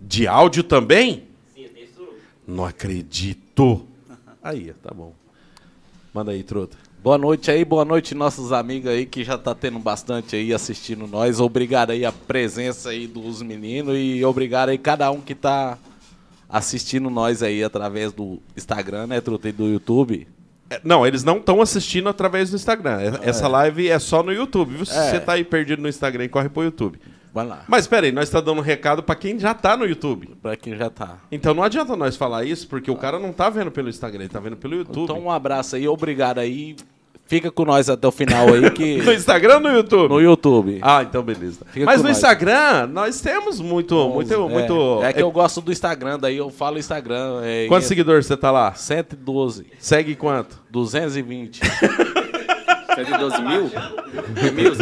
De áudio também? Não acredito. Aí, tá bom. Manda aí, truta. Boa noite aí, boa noite nossos amigos aí que já tá tendo bastante aí assistindo nós. Obrigado aí a presença aí dos meninos e obrigado aí cada um que tá assistindo nós aí através do Instagram, né, Truta, e do YouTube. É, Não, eles não estão assistindo através do Instagram. É- Essa live é só no YouTube. viu? Se É. você tá aí perdido no Instagram, corre pro YouTube. Vai lá, Mas peraí, nós tá dando um recado pra quem já tá no YouTube. pra quem já tá. Então não adianta nós falar isso, porque o cara não tá vendo pelo Instagram, ele tá vendo pelo YouTube. Então um abraço aí, obrigado aí. Fica com nós até o final aí que No Instagram ou no YouTube? no YouTube. Ah, então beleza. Fica Mas com no nós. Instagram, nós temos muito, muito, é, muito. É que eu gosto do Instagram, daí eu falo Instagram. É, Quantos seguidores você tá lá? 112, Segue quanto? 220. 112 mil? É mil?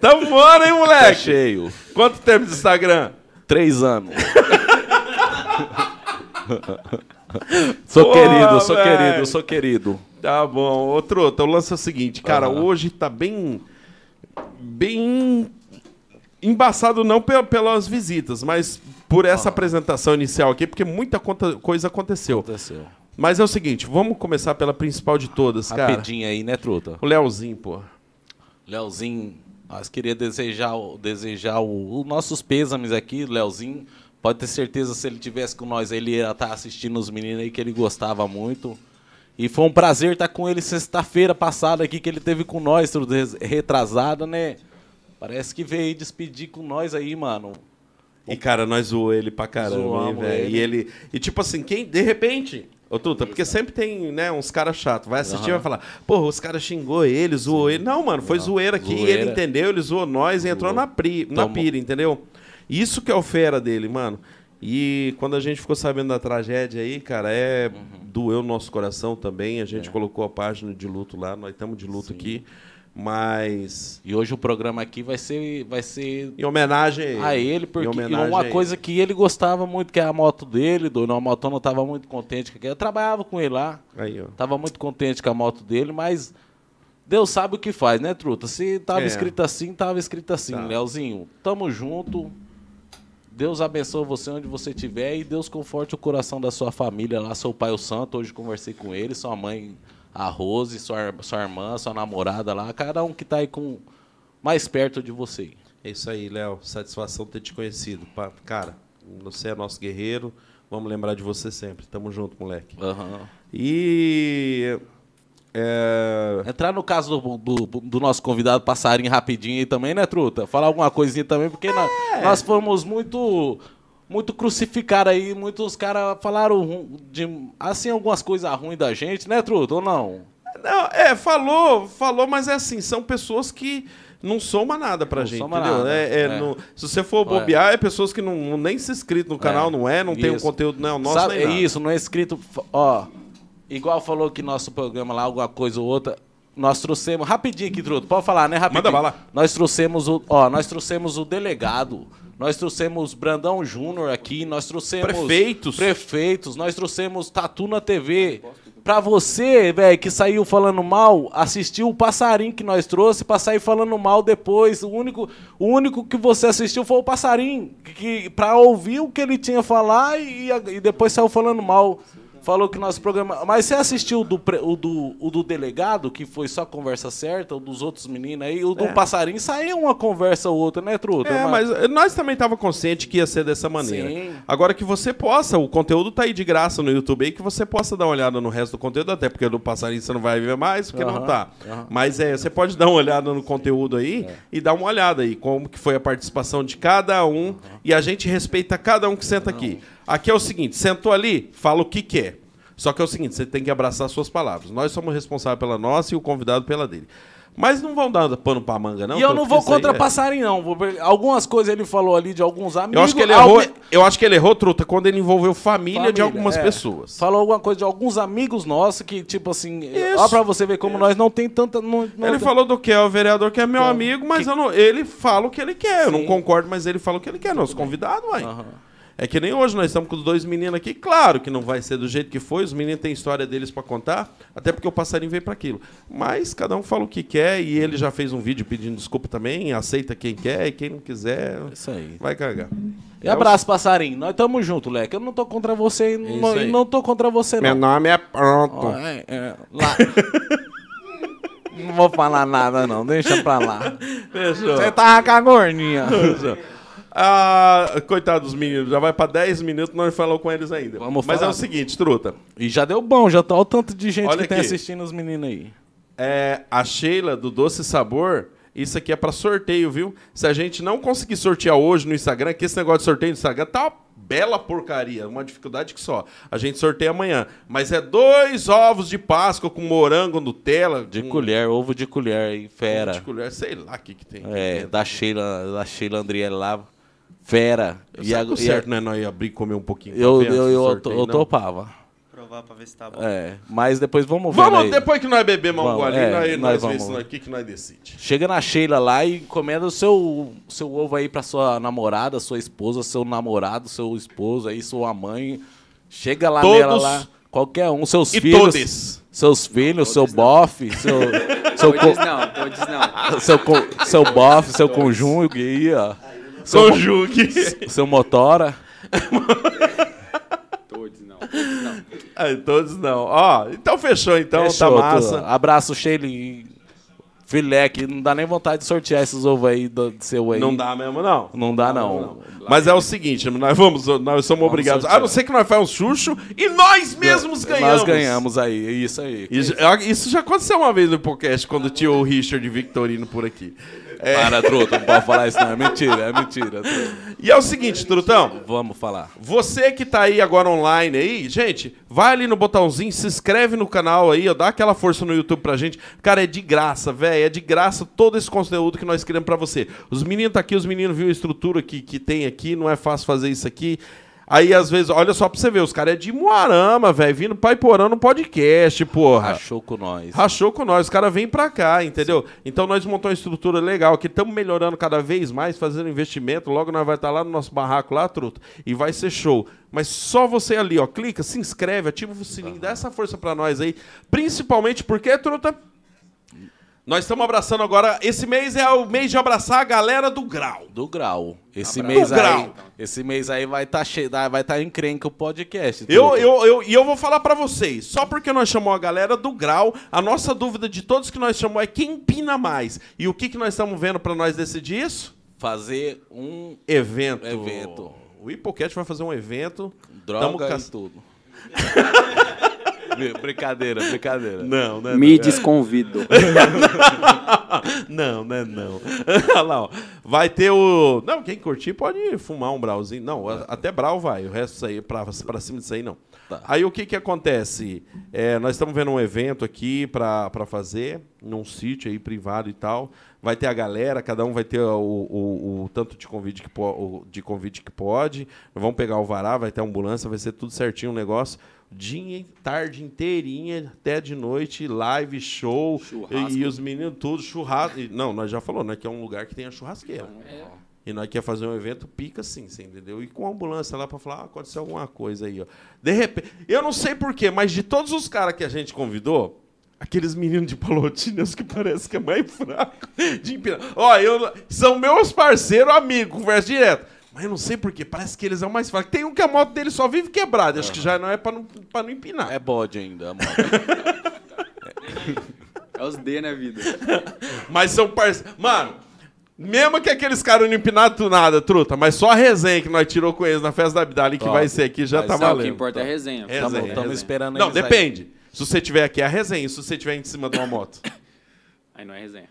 Tamo fora, hein, Tá moleque? cheio. Quanto tempo de Instagram? Três anos. sou Pô, querido, sou velho. querido, sou querido. Tá bom. Ô, Trota, o lance é o seguinte, cara, Aham. hoje tá bem. bem. embaçado não pe- pelas visitas, mas por essa apresentação inicial aqui, porque muita conta- coisa aconteceu. Aconteceu. Mas é o seguinte, vamos começar pela principal de todas, cara. Rapidinho aí, né, truta? O Leozinho, pô. Leozinho, nós queria desejar, o- desejar o- os nossos pêsames aqui, Leozinho. Pode ter certeza, se ele tivesse com nós, ele ia estar assistindo os meninos aí, que ele gostava muito. E foi um prazer estar com ele sexta-feira passada aqui, que ele teve com nós, tudo res- retrasado, né? Parece que veio despedir com nós aí, mano. E, cara, nós zoou ele pra caramba, hein, Zoamos velho. ele. E ele. E tipo assim, quem, de repente. Ô, Tuta, porque sempre tem, né, uns caras chatos. Vai assistir e vai falar, porra, os caras xingou ele, zoou ele. Não, mano, foi zoeira aqui, zoeira. ele entendeu, ele zoou nós e entrou na, pri, na Tomou. pira, entendeu? Isso que é o fera dele, mano. E quando a gente ficou sabendo da tragédia aí, cara, Uhum. é. doeu no nosso coração também. A É. gente colocou a página de luto lá, nós estamos de luto aqui. Mas. E hoje o programa aqui vai ser, vai ser Em homenagem a ele, porque É, em e homenagem a uma ele. coisa que ele gostava muito, que é a moto dele, dono. A motona estava muito contente com aquilo. Eu trabalhava com ele lá, Aí, ó. estava muito contente com a moto dele, mas Deus sabe o que faz, né, Truta? Se tava É. escrito assim, tava escrito assim, Tá. Leozinho. Tamo junto. Deus abençoe você onde você estiver e Deus conforte o coração da sua família lá, seu pai o santo. Hoje conversei com ele, sua mãe, a Rose, sua, sua irmã, sua namorada lá, cada um que tá aí com mais perto de você. É isso aí, Léo. Satisfação ter te conhecido. Pa- Cara, você é nosso guerreiro. Vamos lembrar de você sempre. Tamo junto, moleque. Aham. E. É... Entrar no caso do, do- do nosso convidado passarinho rapidinho aí também, né, Truta? Falar alguma coisinha também, porque nós, É. nós fomos muito muito crucificados aí, muitos caras falaram ru- de, assim algumas coisas ruins da gente, né, Truta? Ou não? Não, é, falou, falou, mas é assim, são pessoas que não soma nada pra Não gente, soma entendeu? nada, É, é, é. não- se você for bobear, é pessoas que não, nem se inscrito no canal, não é, não tem um Isso. conteúdo, não é o nosso, Sabe, nem é nada. isso, não é escrito. f- Ó, igual falou que nosso programa lá, alguma coisa ou outra, nós trouxemos. Rapidinho aqui, Truto, pode falar, né? Rapidinho. Manda bala. Nós trouxemos o. Ó, nós trouxemos o delegado. Nós trouxemos Brandão Júnior aqui, nós trouxemos. Prefeitos. Prefeitos, nós trouxemos Tatu na TV. Pra você, velho, que saiu falando mal, assistiu o passarinho que nós trouxe pra sair falando mal depois. O único, o único que você assistiu foi o passarinho, que, que- pra ouvir o que ele tinha a falar e, e depois saiu falando mal. Falou que nosso programa. Mas você assistiu o do, pre- o do, o do delegado, que foi só conversa certa, o dos outros meninos aí, o do passarinho saiu uma conversa ou outra, né, Truta? É, mas nós também estávamos conscientes que ia ser dessa maneira. Sim. Agora que você possa, o conteúdo tá aí de graça no YouTube aí, que você possa dar uma olhada no resto do conteúdo, até porque do passarinho você não vai ver mais, porque não Aham, É. tá. Mas é, você pode dar uma olhada no conteúdo aí e dar uma olhada aí, como que foi a participação de cada um. E a gente respeita cada um que senta aqui. Aqui é o seguinte: sentou ali, fala o que quer. Só que é o seguinte, você tem que abraçar suas palavras. Nós somos responsáveis pela nossa e o convidado pela dele. Mas não vão dar pano pra manga, não. E eu tanto não que vou isso aí contra é- passarinho, não. Vou per- Algumas coisas ele falou ali de alguns amigos. eu acho que ele errou, alguém- eu acho que ele errou, Truta, quando ele envolveu família, de algumas é. pessoas. Falou alguma coisa de alguns amigos nossos que, tipo assim, Isso. É. ó pra você ver como nós não tem tanta. Não, não- Ele falou do que é o vereador que é meu amigo, mas eu não- ele fala o que ele quer. Eu não Sim. concordo, mas ele fala o que ele quer. Nosso convidado, uai. Aham. É que nem hoje nós estamos com os dois meninos aqui. Claro que não vai ser do jeito que foi. Os meninos têm história deles pra contar, até porque o passarinho veio pra aquilo. Mas cada um fala o que quer e ele já fez um vídeo pedindo desculpa também. Aceita quem quer e quem não quiser Isso aí. vai cagar. E abraço, passarinho. Nós tamo junto, Leque. Eu não tô contra você e É Isso não, aí. e não tô contra você, Meu não. nome é pronto. Ó, é, é, lá. não vou falar nada, não. Deixa pra lá. Fechou. Você tava com a gorninha. Ah, coitado dos meninos, já vai pra 10 minutos, nós falou com eles ainda. Vamos Mas falar. é o seguinte, truta. e já deu bom, já tá o tanto de gente Olha que tem aqui. assistindo os meninos aí. É, a Sheila do Doce Sabor, isso aqui é pra sorteio, viu? Se a gente não conseguir sortear hoje no Instagram, que esse negócio de sorteio no Instagram tá uma bela porcaria, uma dificuldade que só. A gente sorteia amanhã. Mas é dois ovos de Páscoa com morango, Nutella. De com- colher, ovo de colher aí, fera. Hum. De colher, sei lá o que, que tem. É, da Sheila, da Sheila Andriele lá. Fera. E a- a- certo, né? Nós abrir e comer um pouquinho. pra eu, ver antes eu, do eu, sorteio, eu não? topava. Provar pra ver se tá bom. É, mas depois vamos ver. Vamos, aí. depois que nós bebemos um Vamos, golinho, é, nós, nós nós, vamos. vemos o que, que nós decidimos. Chega na Sheila lá e encomenda o seu, seu ovo aí pra sua namorada, sua esposa, seu namorado, seu esposo aí, sua mãe. Chega lá Todos. nela lá, qualquer um, seus E filhos. todes. Seus filhos, seu não. bofe, seu. seu, co- Todos não, todos não. seu, co- seu bofe, seu conjungue aí, ó. Seu, mo- Conjugue. seu motora. Todos não, todos não. Ai, todos não. Ó, então fechou, então. Fechou, tá massa. tu- Abraço, Sheila. e Filé, que não dá nem vontade de sortear esses ovos aí do, do seu aí. Não dá mesmo, não. Não dá, não. Mas é o seguinte, nós vamos, nós somos obrigados. A não ser que nós façamos um chucho e nós mesmos ganhamos. Nós ganhamos aí, é isso aí. E já- Isso já aconteceu uma vez no podcast, quando tinha o Richard Victorino por aqui. É, Para, truta, não pode falar isso, não. É mentira, é mentira. truta. e é o seguinte, Trutão. Vamos falar. Você que tá aí agora online aí, gente, vai ali no botãozinho, se inscreve no canal aí, ó, dá aquela força no YouTube pra gente. Cara, é de graça, velho, é de graça todo esse conteúdo que nós criamos pra você. Os meninos tá aqui, os meninos viram a estrutura que, que tem aqui, não é fácil fazer isso aqui. Aí, às vezes, olha só pra você ver, os caras é de Moarama, velho, vindo paiporando no podcast, porra. Achou com nós. Rachou com nós, os caras vêm pra cá, entendeu? Então nós montamos uma estrutura legal aqui, estamos melhorando cada vez mais, fazendo investimento. Logo nós vai estar lá no nosso barraco lá, truto, e vai ser show. Mas só você ali, ó, clica, se inscreve, ativa o sininho, dá essa força pra nós aí. Principalmente porque, truta, nós estamos abraçando agora. Esse mês é o mês de abraçar a galera do grau. Do grau. Esse Abraço. mês Do aí. grau. Esse mês aí vai estar tá cheio. Vai estar tá encrenca o podcast. Eu, truta. eu, eu, e eu vou falar pra vocês, só porque nós chamamos a galera do grau, a nossa dúvida de todos que nós chamamos é quem pina mais. E o que, que nós estamos vendo pra nós decidir isso? Fazer um Evento. Evento. O Hipocat vai fazer um evento. Tamo droga ca- e tudo. brincadeira, brincadeira. Não, né? Me desconvido. Não, né? Não. Olha lá, ó. Vai ter o. Não, quem curtir pode fumar um brauzinho. Não, a- até brau vai. O resto aí, pra, pra cima disso aí, não. Tá. Aí o que que acontece? É, nós estamos vendo um evento aqui pra, pra fazer, num sítio aí privado e tal. Vai ter a galera, cada um vai ter o, o- o tanto de convite, que po, o- de convite que pode. Nós Vamos pegar o vará, vai ter ambulância, vai ser tudo certinho o negócio. Dia, tarde inteirinha, até de noite, live, show. Churrasco. E, e os meninos tudo, churrasco. E- Não, nós já falou, né? Que é um lugar que tem a churrasqueira. E nós quer fazer um evento pica assim, você entendeu? E com a ambulância lá pra falar, ah, aconteceu alguma coisa aí, ó. De repente, eu não sei porquê, mas de todos os caras que a gente convidou, aqueles meninos de Palotina, os que parece que é mais fraco de empina. Ó, eu, são meus parceiros, amigos, conversa direto. Mas eu não sei porquê, parece que eles são mais fracos. Tem um que a moto dele só vive quebrada, acho que já não é pra não, pra não empinar. É bode ainda, amor. É os D na vida. Tá Mas são parceiros. Mano, mesmo que aqueles caras não empinaram tu nada, truta, mas só a resenha que nós tirou com eles na festa da Abdali, que Top. vai ser aqui, já Mas tá sabe Não, o valendo. que importa é a resenha. Resenha, Tá bom, resenha. Estamos esperando Não, eles aí. depende. Se você tiver aqui é a resenha, se você tiver em cima de uma moto. Aí não é resenha.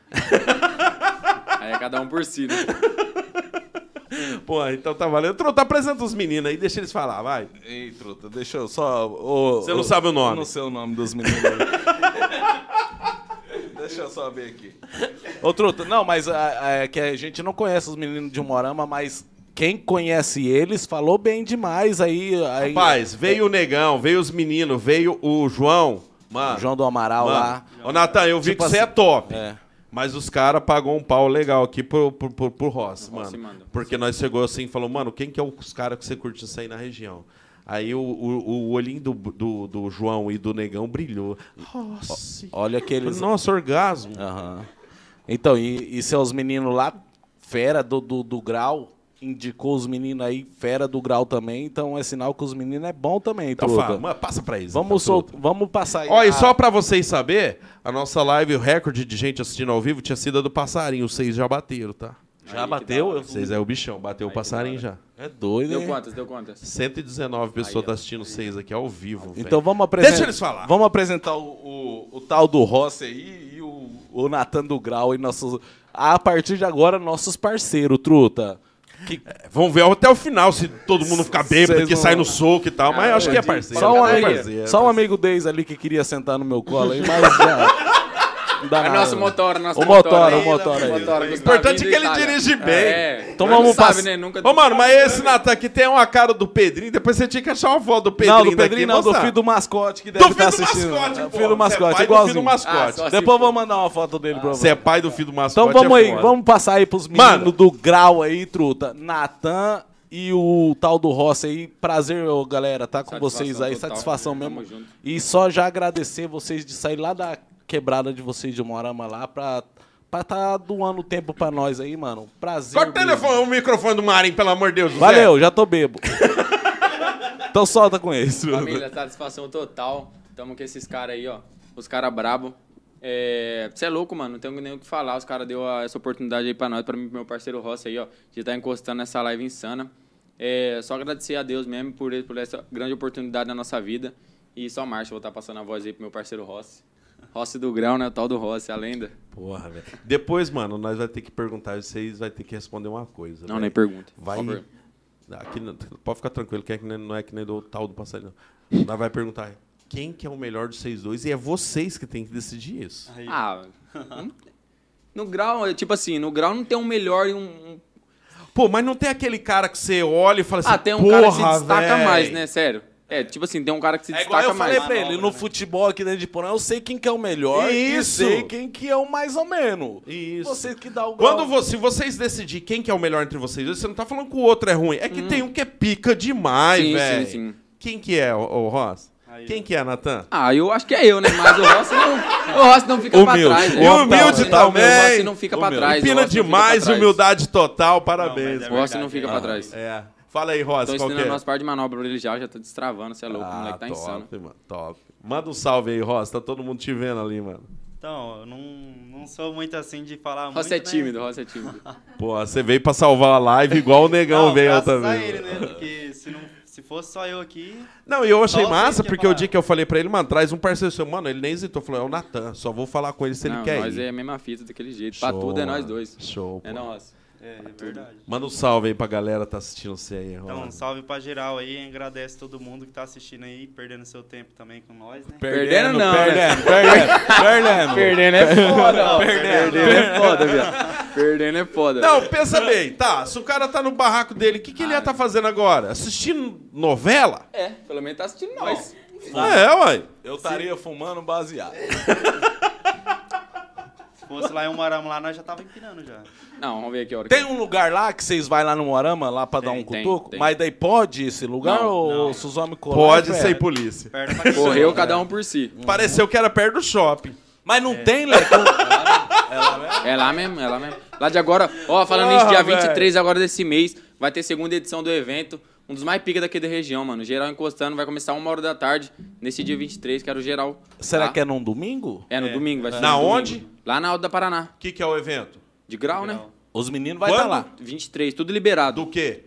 Aí é cada um por si, né? Pô, então tá valendo. Truta, apresenta os meninos aí, deixa eles falar, vai. Ei, truta, deixa eu só. ô, Você não ô, sabe o nome. Eu não sei o nome dos meninos. deixa eu só ver aqui. Ô, truta, não, mas ah, é que a gente não conhece os meninos de Morama, mas quem conhece eles falou bem demais aí. aí Rapaz, veio o Negão, veio os meninos, veio o João. Mano, João do Amaral mano. lá. Ô, Natan, eu vi Tipo que você assim, é top. é. Mas os caras pagou um pau legal aqui pro, pro, pro, pro Ross, Rossi mano. manda. Porque nós chegou assim e falou, mano, quem que é os caras que você curte isso aí na região? Aí o, o, o olhinho do, do, do João e do Negão brilhou. Nossa, Olha aqueles. nossa orgasmo. Aham. Então, e, e seus meninos lá, fera do, do, do grau, indicou os meninos aí, fera do grau também, então é sinal que os meninos é bom também, Então, truta. fala, ma- passa pra eles. Vamos, então, sol... Vamos passar aí. Ó, e a- só pra vocês saber, a nossa live, o recorde de gente assistindo ao vivo tinha sido a do passarinho. Os seis já bateram, tá? Aí, Já que bateu? da hora. Eu- Vocês é o bichão, bateu Aí, o que passarinho da já. É doido, Deu hein? quantas? Deu quantas? 119 pessoas ó. tá assistindo vocês aqui ao vivo. velho. Então vamos apresentar. Deixa eles falar. Vamos apresentar o, o, o tal do Rossi aí e o, o Natan do Grau e nossos. A partir de agora, nossos parceiros, truta. Que- É, vamos ver até o final se todo mundo ficar bêbado, Vocês porque não- sai no soco e tal, mas eu acho que é entendi. parceiro. só, um é amigo, parceiro. só um amigo deles ali que queria sentar no meu colo aí, mas já. Não dá É nada, nosso né? motor, nosso O motor, aí. o motor aí. Motor, O Gustavo importante é Vindo que ele Itália. dirige bem. um É. Então Não vamos sabe, pass- né? Nunca... Ô, mano, mas esse Natan aqui tem uma cara do Pedrinho, depois você tinha que achar uma foto do é Pedrinho. Não, do Pedrinho daqui, não, do mostrar. filho do mascote que Do deve filho estar do assistindo. mascote, É, pô. filho do Você é mascote, pai do filho do igualzinho. Ah, mascote. só se Depois for. vou mandar uma foto dele pra Você você. é pai do filho do mascote. Então vamos é aí, foda. vamos passar aí pros meninos Mano. do grau aí, truta. Natan e o tal do Rossi aí. Prazer, ô, galera, tá com Satisfação vocês aí. total. Satisfação Tamo mesmo. junto. E só já agradecer vocês de sair lá da quebrada de vocês de Morama lá pra pra tá doando tempo pra nós aí, mano. Prazer. Corta o mesmo. telefone, o microfone do Marinho, pelo amor de Deus. José. Valeu, já tô bebo. então solta com esse. Família, satisfação total. Tamo com esses caras aí, ó. Os caras brabo. É, Você é louco, mano. Não tenho nem o que falar. Os caras deu a- essa oportunidade aí pra nós, pra mim, pro meu parceiro Rossi aí, ó. De estar encostando nessa live insana. É, só agradecer a Deus mesmo por, por essa grande oportunidade na nossa vida. E só marcha, vou estar passando a voz aí pro meu parceiro Rossi. Rossi do Grau, né? O tal do Rossi, a lenda. Porra, velho. Depois, mano, nós vai ter que perguntar, vocês vai ter que responder uma coisa. Não, velho. nem pergunta. Vai. Ah, Só pergunta. Aqui não- pode ficar tranquilo, que é que nem- não é que nem do tal do passarinho. não. Nós vai perguntar quem que é o melhor de vocês dois e é vocês que tem que decidir isso. Ah, não- no grau, é tipo assim, no grau não tem um melhor e um. um- Pô, mas não tem aquele cara que você olha e fala assim, Ah, tem um "Porra, cara que se destaca véi." mais, né? Sério. É, tipo assim, tem um cara que se É igual destaca eu falei mais. né? pra ele, no futebol aqui dentro de Porão, eu sei quem que é o melhor Isso. e sei quem que é o mais ou menos. Isso. Você que dá o grau. Quando você, se vocês decidirem quem que é o melhor entre vocês dois, você não tá falando que o outro é ruim. É que tem um que é pica demais, Hum. Sim, velho. sim, sim. Quem que é, o, Ross? Quem que é, Natan? Ah, eu acho que é eu, né? Mas o Rossi não, o Rossi não fica Humilde. pra trás. né? E humilde O Rossi- também. O Rossi não fica pra Humilde. trás. o Pina Rossi não fica demais, pra trás. humildade total, é parabéns. O Rossi não fica pra trás. É. Fala aí, Ross, qual Tô que ensinando é? a nossa parte de manobra pra ele já, já tá destravando, você é louco, o moleque tá Ah, top, insano. mano, top. Manda um salve aí, Ross. Tá todo mundo te vendo ali, mano. Então, eu não, não sou muito assim de falar muito. Rossi é né? tímido, o Rossi é tímido. Pô, você veio pra salvar a live igual o negão Não, veio graças também. a ele, né? Porque se, não, se fosse só eu aqui. Não, e eu achei Só vocês massa, que porque o falaram. dia que eu falei pra ele, mano, traz um parceiro seu. Mano, ele nem hesitou. Falou, é o Natan, só vou falar com ele se ele não, quer nós ir. é a mesma fita daquele jeito. pra Show, tudo é nós mano. dois. Show, É pô. não, Rossi. É, é verdade. Manda um salve aí pra galera que tá assistindo você aí, Então, um Ross. salve pra geral aí. Agradece todo mundo que tá assistindo aí, perdendo seu tempo também com nós, né? Perdendo não, né? Perdendo, perdendo, perdendo. Perdendo é foda, ó. Perdendo. Perdendo é foda, viado. Perdendo é foda. Não, pensa bem, tá. Se o cara tá no barraco dele, o que, que ele ia tá fazendo agora? Assistindo novela? É, pelo menos tá assistindo nós. Ah, é, ué. Eu estaria fumando um baseado. Se fosse lá em Umarama lá, nós já tava empinando já. Não, vamos ver aqui a hora. que- Tem um lugar lá que vocês vai lá no Morama, lá pra dar um tem, cutuco? tem. Mas daí pode esse lugar Não, ou se os homens colar, Pode é? ser polícia. Perna pra cima. Correu cada um por si. Pareceu que era perto do shopping. Mas não tem, Leco? É lá mesmo, é lá mesmo. Lá de agora, ó, falando nisso, Ah, Porra, dia 23 agora desse mês, vai ter segunda edição do evento. Um dos mais pica daqui da região, mano. Geral encostando, vai começar uma hora da tarde, nesse dia 23, quero geral. Será lá. que é num domingo? É, no domingo, vai ser. Na no domingo. onde? Lá na Alta da Paraná. O que, que é o evento? De grau, né? Os meninos vai Quando? estar lá. 23, tudo liberado. Do quê?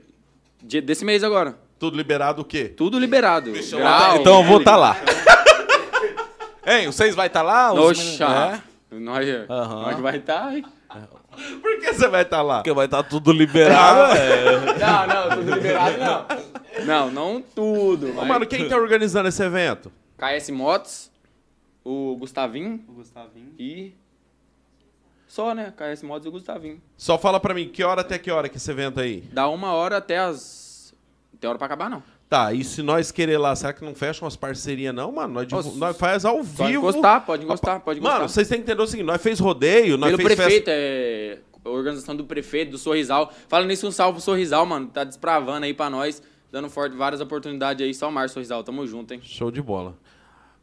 Dia- desse mês agora. Tudo liberado o quê? Tudo liberado. Grau, então eu vou estar lá. Hein, vocês vai estar lá? Os Oxa. meninos- É? Nós, Aham. nós que vai estar. hein? Por que você vai estar lá? Porque vai estar tudo liberado. né, Não, não, tudo liberado não. Não, não tudo. Ô, Mas... mano, quem tá organizando esse evento? KS Motos, o Gustavinho O Gustavinho. e. Só, né? KS Motos e o Gustavinho. Só fala pra mim, que hora até que hora que esse evento aí? Dá uma hora até as. Não tem hora pra acabar, não. Tá, e se nós querer lá, será que não fecha umas parcerias não, mano? Nós, divu- Nossa. nós faz ao vivo. Pode encostar, pode encostar, pode encostar. Mano, vocês têm que entender o seguinte, nós fez rodeio, nós Pelo fez prefeito, é. a Organização do prefeito, do Sorrisal. Fala nisso, um salve pro Sorrisal, mano. Tá despravando aí pra nós. Dando forte várias oportunidades aí. Só o Mar, Sorrisal. Tamo junto, hein? Show de bola.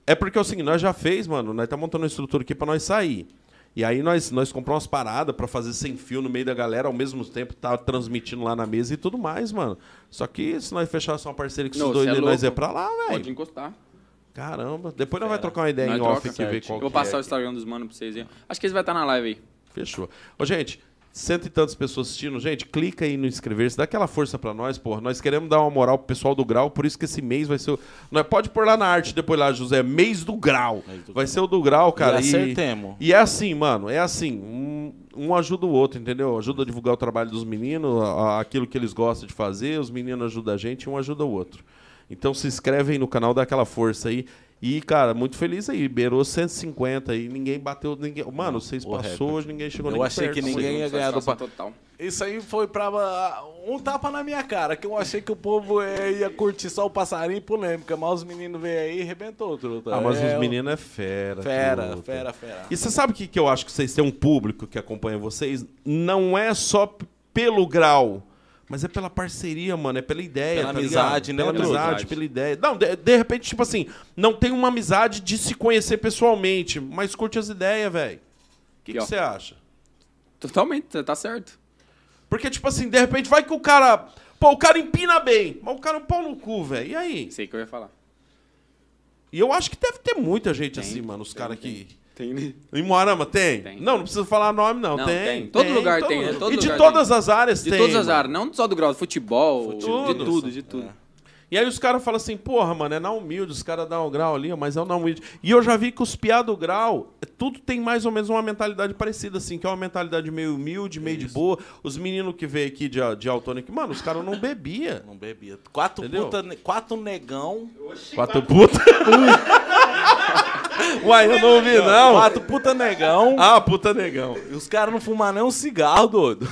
É porque é o seguinte, nós já fez, mano, nós tá montando uma estrutura aqui pra nós sair. E aí nós, nós compramos umas paradas pra fazer sem fio no meio da galera, ao mesmo tempo tá transmitindo lá na mesa e tudo mais, mano. Só que se nós fechássemos uma parceria com esses Não, dois, cê é e nós louco. é pra lá, Pode velho. encostar. Caramba. Depois nós vamos trocar uma ideia Nós em off troca, aqui, ver certo. qual Eu Vou que passar é. o Instagram dos manos pra vocês aí. Acho que eles vai estar na live aí. Fechou. Ô, gente, cento e tantas pessoas assistindo. Gente, clica aí no inscrever-se, dá aquela força pra nós, porra. Nós queremos dar uma moral pro pessoal do Grau, por isso que esse mês vai ser o... Nós pode pôr lá na arte depois lá, José, mês do Grau. vai ser o do Grau, cara. E acertemos. E é assim, mano, é assim, um, um ajuda o outro, entendeu? Ajuda a divulgar o trabalho dos meninos, a- a- aquilo que eles gostam de fazer, os meninos ajudam a gente, um ajuda o outro. Então se inscreve aí no canal, dá aquela força aí. E, cara, muito feliz aí, beirou 150 aí, ninguém bateu, ninguém... Mano, vocês o passou, recorde. hoje ninguém chegou Eu nem achei perto. que Tamo ninguém junto. ia ganhar do Satisfação pa... total. Isso aí foi pra ah, um tapa na minha cara, que eu achei que o povo eh, ia curtir só o passarinho e polêmica, mas os meninos veio aí e arrebentou, truta. Ah, mas É, os meninos é fera. Fera, truta. fera, fera. E você sabe o que, que eu acho que vocês têm um público que acompanha vocês? Não é só p- pelo grau, mas é pela parceria, mano. É pela ideia. Pela tá amizade, ligado? né, Pela Bruno? amizade, Amizade. pela ideia. Não, de, de repente, tipo assim, não tem uma amizade de se conhecer pessoalmente, mas curte as ideias, velho. O que que Aqui, ó. você acha? Totalmente, você tá certo. Porque, tipo assim, de repente vai que o cara. Pô, o cara empina bem, mas o cara é um pau no cu, velho. E aí? Sei o que eu ia falar. E eu acho que deve ter muita gente Tem, assim, mano, os tem, caras tem. que. Tem, né? Em Moarama tem? Tem. Não, não precisa falar nome, não. Não, tem. tem. Todo lugar tem, né? Todo e de lugar todas as áreas De tem. todas as mano. áreas, não só do grau, do futebol, Futebol. de tudo, de tudo. E aí os caras falam assim, porra, mano, é na humilde, os caras dão o grau ali, ó, mas é o na humilde. E eu já vi que os piá do grau, é, tudo tem mais ou menos uma mentalidade parecida, assim, que é uma mentalidade meio humilde, meio de boa. Os meninos que veio aqui de, de Altônico, mano, os caras não bebia. Não bebia. Quatro, Entendeu? puta, ne- quatro negão. Quatro puta. Uai, eu não ouvi, não. Quatro puta negão. Ah, puta negão. E os caras não fumam nem um cigarro, doido.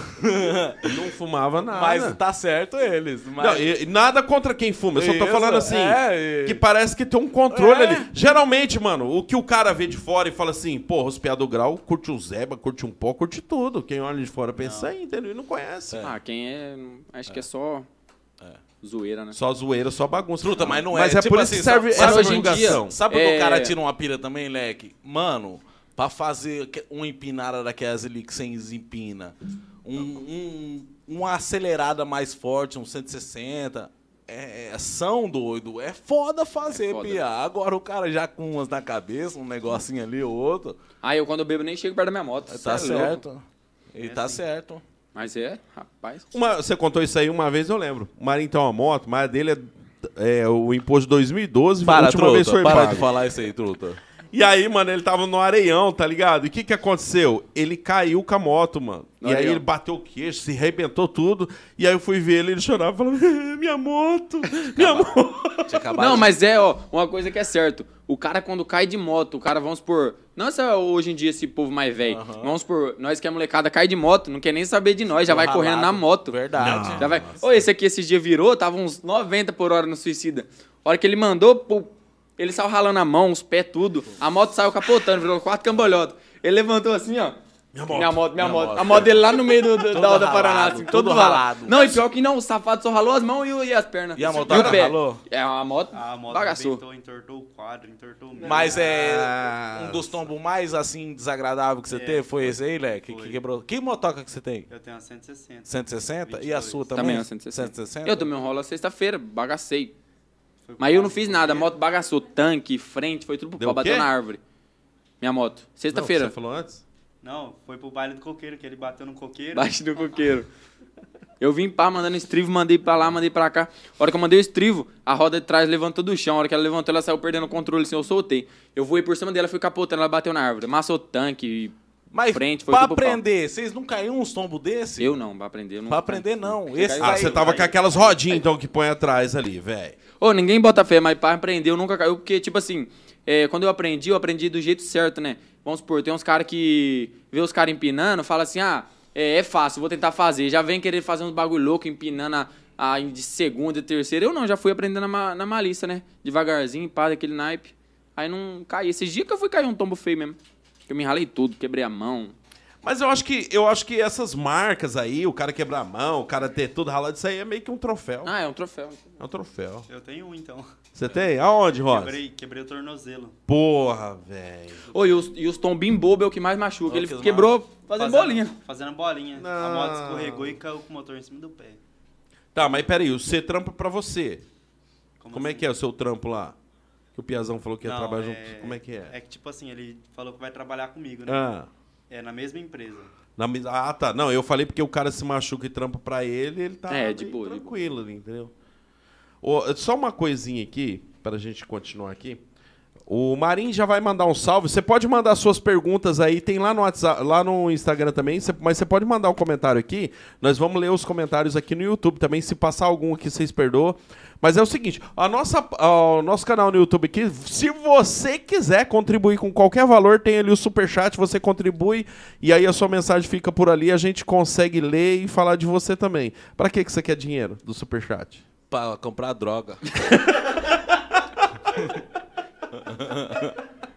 Não fumava nada. Mas tá certo eles. Mas... Ah, né? Não, e- e nada contra quem fuma, eu só tô Isso, falando assim, é, e- que parece que tem um controle É. ali. Geralmente, mano, o que o cara vê de fora e fala assim, porra, os piá do grau, curte o Zeba, curte um pó, curte tudo. Quem olha de fora pensa aí, entendeu? E não conhece. Ah, quem é. Acho que é só. Zoeira, né? Só zoeira, só bagunça. Truta, mas não é. Mas é tipo por assim, isso que serve sabe- essa sabe hoje em divulgação. dia, Sabe quando É. o cara tira uma pira também, Leque? Mano, pra fazer que- uma empinada daquelas ali que sem empina, um, um- uma acelerada mais forte, um 160... É, é- são doido, é foda fazer, foda. pia. Agora o cara já com umas na cabeça, um negocinho ali, outro. Ah, eu quando eu bebo nem chego perto da minha moto. cê Tá é louco. certo. E tá certo. Mas é, rapaz. Uma- você contou isso aí uma vez, eu lembro. O Marinho tem uma moto, mas a dele é, é o imposto de 2012, a Para, última vez truta, foi para pago. de falar isso aí, truta. E aí, mano, ele tava no areião, tá ligado? E o que que aconteceu? Ele caiu com a moto, mano. e No aí areião. ele bateu o queixo, se arrebentou tudo. E aí eu fui ver ele, ele chorava, falando, "Eh, minha moto, minha moto. Tinha acabado Não, de- mas é, ó, uma coisa que é certo. O cara, quando cai de moto, o cara, vamos supor. Não é só hoje em dia esse povo mais velho. Vamos supor, nós que é molecada, cai de moto, não quer nem saber de nós, já vai correndo na tá Ralado. moto. Verdade. Já vai. Ô, esse aqui esses dias virou, tava uns 90 por hora no suicida. A hora que ele mandou, pô, ele saiu ralando a mão, os pés, tudo. A moto saiu capotando, virou quatro cambalhotas. Ele levantou assim, ó. Minha moto, minha moto, minha moto. A moto dele lá no meio do, do- da Alda ralado, Paraná, assim, todo, todo ralado. ralado. Não, e pior que não, o safado só ralou as mãos e, o- e as pernas. E a moto o pé. ralou? É, a moto, Ah, A moto bagaçou. arrebentou, entortou o quadro, entortou o meio. Mas é. Ah. Um dos tombos mais assim desagradável que você teve foi esse aí, Leque? Que quebrou. Que motoca que você tem? Eu tenho a 160. 160? E a 22. sua também? Também, é 160. 160? Eu tomei um rolo sexta-feira, bagacei. Foi Mas eu não fiz nada, a moto bagaçou. Tanque, frente, foi tudo pro Deu pau, o quê? bateu na árvore. Minha moto. Sexta-feira. Não, Você falou antes? Não, foi pro baile do coqueiro, que ele bateu no coqueiro. Baixo do coqueiro. Eu vim pá, mandando estrivo, mandei pra lá, mandei pra cá. A hora que eu mandei o estrivo, a roda de trás levantou do chão. A hora que ela levantou, ela saiu perdendo o controle, assim, eu soltei. Eu voei por cima dela, fui capotando, ela bateu na árvore. Massou o tanque, Mas frente, foi pra tudo pro pau. aprender, vocês não caíram uns tombos desse? Eu não, pra aprender. eu Não Pra aprender, não. Você tá Esse caiu? Ah, daí- você tava com aquelas rodinhas, então, que põe atrás ali, velho. Ô, ninguém bota fé, mas pra aprender eu nunca caiu, porque, tipo assim, é, quando eu aprendi, eu aprendi do jeito certo, né? Vamos supor, tem uns caras que vê os caras empinando, fala assim, ah, é, é fácil, vou tentar fazer. Já vem querer fazer uns bagulho louco, empinando a, a- de segunda e terceira. Eu não, já fui aprendendo na, ma- na malícia, né? Devagarzinho, pá, daquele naipe. Aí não caí. Esses dias que eu fui cair um tombo feio mesmo. Que eu me ralei tudo, quebrei a mão. Mas eu acho que eu acho que essas marcas aí, o cara quebrar a mão, o cara ter tudo ralado, isso aí é meio que um troféu. Ah, é um troféu. É um troféu. Eu tenho um, então. Você tem? Aonde, Ross? Quebrei, quebrei o tornozelo. Porra, velho. Ô, e os, e os tombinhos bobo é o que mais machuca. Ele quebrou fazendo bolinha. Fazendo bolinha. Não. A moto escorregou e caiu com o motor em cima do pé. Tá, mas peraí, o C trampa pra você. Como, é que é o seu trampo lá? Que o Piazão falou que ia assim? Não, trabalhar junto. Como é que é? É que, tipo assim, ele falou que vai trabalhar comigo, né? Ah, É, na mesma empresa. na mis- ah, tá. Não, eu falei porque o cara se machuca e trampa pra ele, ele tá É, de meio boa, de tranquilo ali, entendeu? Ô, só uma coisinha aqui, pra gente continuar aqui. O Marim já vai mandar um salve. Você pode mandar suas perguntas aí, tem lá no WhatsApp, lá no Instagram também, Você- mas você pode mandar um comentário aqui. Nós vamos ler os comentários aqui no YouTube também, se passar algum aqui, vocês perdoam. Mas é o seguinte, a nossa, ó, o nosso canal no YouTube aqui, se você quiser contribuir com qualquer valor, tem ali o superchat, você contribui e aí a sua mensagem fica por ali, a gente consegue ler e falar de você também. Pra que que você quer dinheiro do superchat? Pra comprar droga.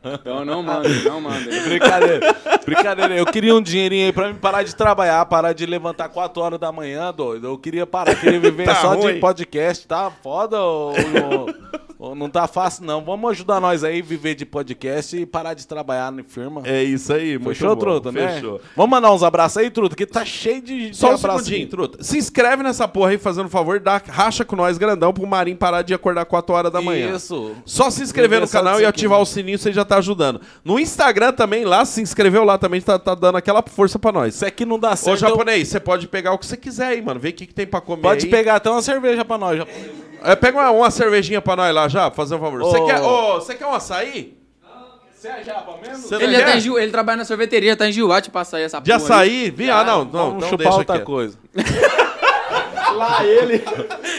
Então não manda, não manda. Brincadeira. Brincadeira. Eu queria um dinheirinho aí pra me parar de trabalhar, parar de levantar 4 horas da manhã, doido. Eu queria parar, queria viver Tá só ruim. de podcast. Tá foda ou, ou- ou não tá fácil, não? Vamos ajudar nós aí, viver de podcast e parar de trabalhar na firma. É isso aí, muito Fechou, bom. Truta, né? Fechou. Vamos mandar uns abraços aí, Truta, que tá cheio de, de Só um abraço segundinho, aqui. truta. Se inscreve nessa porra aí, fazendo um favor, dá racha com nós, grandão, pro Marim parar de acordar 4 horas da manhã. Isso. Só se inscrever no Engraçado canal isso e aqui, ativar né? o sininho, você já tá ajudando. No Instagram também, lá, se inscreveu lá também, tá, tá dando aquela força pra nós. Isso aqui É não dá Ô, certo. eu- japonês, você pode pegar o que você quiser aí, mano. Vê o que, que tem pra comer Pode aí. pegar até uma cerveja pra nós. Já... É, pega uma, uma cervejinha pra nós lá já, fazer um favor. Você Ô. quer, ô, você quer um açaí? Você é japa mesmo? Você não Ele, já quer? tá enju... ele trabalha na sorveteria, tá enjoado de passar aí essa De porra né? aí. açaí? Vi, ah, não, não, Vamos então chupar deixa outra quieto. coisa.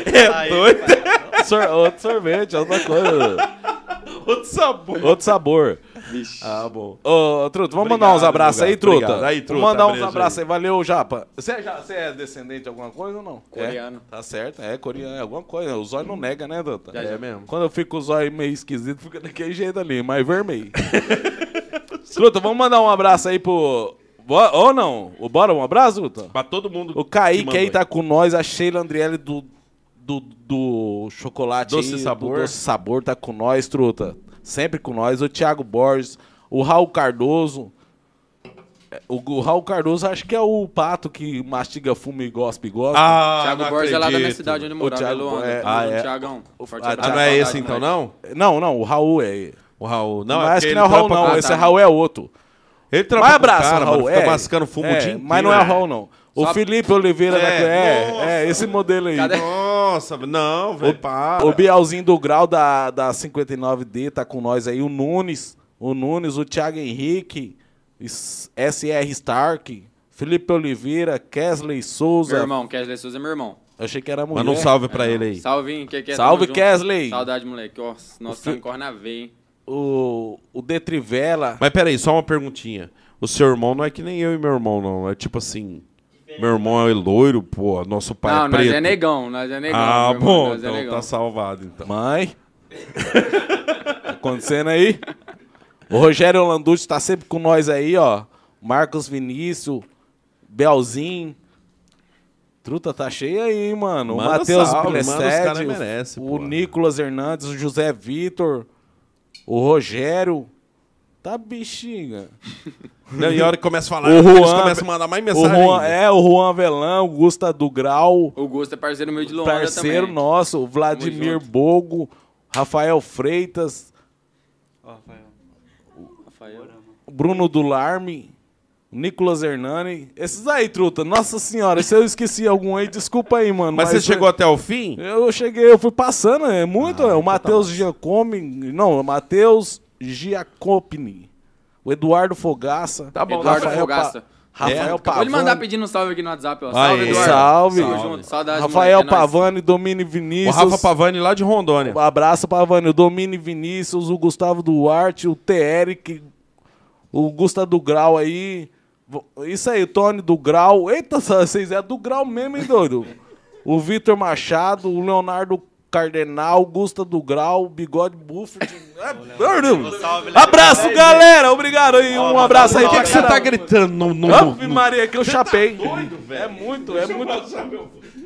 É doido, Sor- outro sorvete, outra coisa. outro sabor. outro sabor. Vixe. Ah, bom. Ô, Truta, vamos Obrigado, mandar uns abraços aí, obrigado, obrigado. Truta. Aí, Truta, Vamos mandar uns abraço abraços aí. Valeu, Japa. Você é, ja- você é descendente de alguma coisa ou não? Coreano. É, tá certo, é coreano, é alguma coisa. O zóio não nega, né, Truta? Já, já. É mesmo. Quando eu fico com o zóio meio esquisito, fica daquele jeito ali, mais vermelho. truta, vamos mandar um abraço aí pro... Bo- Ou não? O Bora um abraço, Truta? Pra todo mundo. O que Kaique mandou aí tá com nós, a Sheila Andriele do, do, do chocolate Doce aí, Sabor. do Doce Sabor tá com nós, truta. Sempre com nós. O Thiago Borges, o Raul Cardoso. É, O, o Raul Cardoso acho que é o pato que mastiga fumo e gospe e gosta. Ah, Thiago não Borges é lá da minha acredito. cidade onde eu O morava, Thiago- Luanda. é- ah, é. Thiagão. Forte ah, Ah, abraço. não é esse Saudade, então, moleque. não? Não, não, o Raul é. O Raul. Não, Não, é acho porque que não é o ele Raul, trampa não. com- Esse tá. Raul é outro. Ele trampa Mas com abraço, o cara, Raul. mano, é, fica mascando fumo é, o dia Mas inteiro. não é o Raul, não. O Só- Felipe Oliveira. É, da- É, nossa. é, esse modelo aí. Cadê- Nossa, não, velho, para. O Bielzinho do Grau da, da 59D tá com nós aí. O Nunes, o Nunes, o Thiago Henrique, S- SR Stark, Felipe Oliveira, Kesley Meu Souza. irmão, Kesley Souza é meu irmão. Eu achei que era mulher. Manda um salve pra ele aí. Salve, que que é? Salve, Tamo junto. Kesley. Saudade, moleque. Ó, fi- Nossa, sangue corre na veia, hein? O, o Detrivela. Mas peraí, só uma perguntinha. O seu irmão não é que nem eu e meu irmão, não. É tipo assim, meu irmão é loiro, pô, nosso pai não, é nós preto. é negão, nós é negão. ah, meu irmão, bom, nós é então negão. tá salvado, então. Mãe. tá acontecendo aí? O Rogério Landucci tá sempre com nós aí, ó. Marcos Vinícius, Belzinho. Truta tá cheia aí, mano. O Manda Matheus salve, manda, os Blessed, cara merece, o porra. Nicolas Hernandes, o José Vitor, o Rogério. Tá bichinha. Não, e a hora que começa a falar, O eles Juan- começam a mandar mais O mensagem. Juan, ainda. é, o Juan Velão, o Gusta do Grau. O Gusto é parceiro meu de Luanda parceiro também. nosso, o Vladimir junto. Bogo, Rafael Freitas, Ó, Rafael. Rafael. Bruno Dularme, Nicolas Hernani. Esses aí, truta. Nossa senhora, se eu esqueci algum aí, desculpa aí, mano. Mas, você chegou Ah, então tá até o fim? Eu cheguei, eu fui passando, é muito. é, o Matheus Giacome. Não, o Matheus Giacopini. O Eduardo Fogaça. Tá bom, Eduardo Rafael Fogaça. Rafael É, Pavani. Vou lhe mandar pedindo um salve aqui no WhatsApp, ó. Aí, Salve, Eduardo. salve. Tamo junto. Saudades, Rafael moleque, é nóis. Pavani, Domini O Vinícius. Rafa Pavani lá de Rondônia. Um abraço pra Vânia, o Domini Vinícius, o Gustavo Duarte, o T-Eric, o Gusta do Grau aí. Vo- Isso aí, o Tony do Grau. Eita, vocês é do Grau mesmo, hein, doido? o Vitor Machado, o Leonardo Cardenal, o Gusta do Grau, o Bigode Buffett. Salve, Léo. é Abraço, galera! Obrigado aí, um abraço aí. Por que, pra que você cada tá um. gritando no, no, no- Ave no- Maria, que eu chapei. É muito, é muito.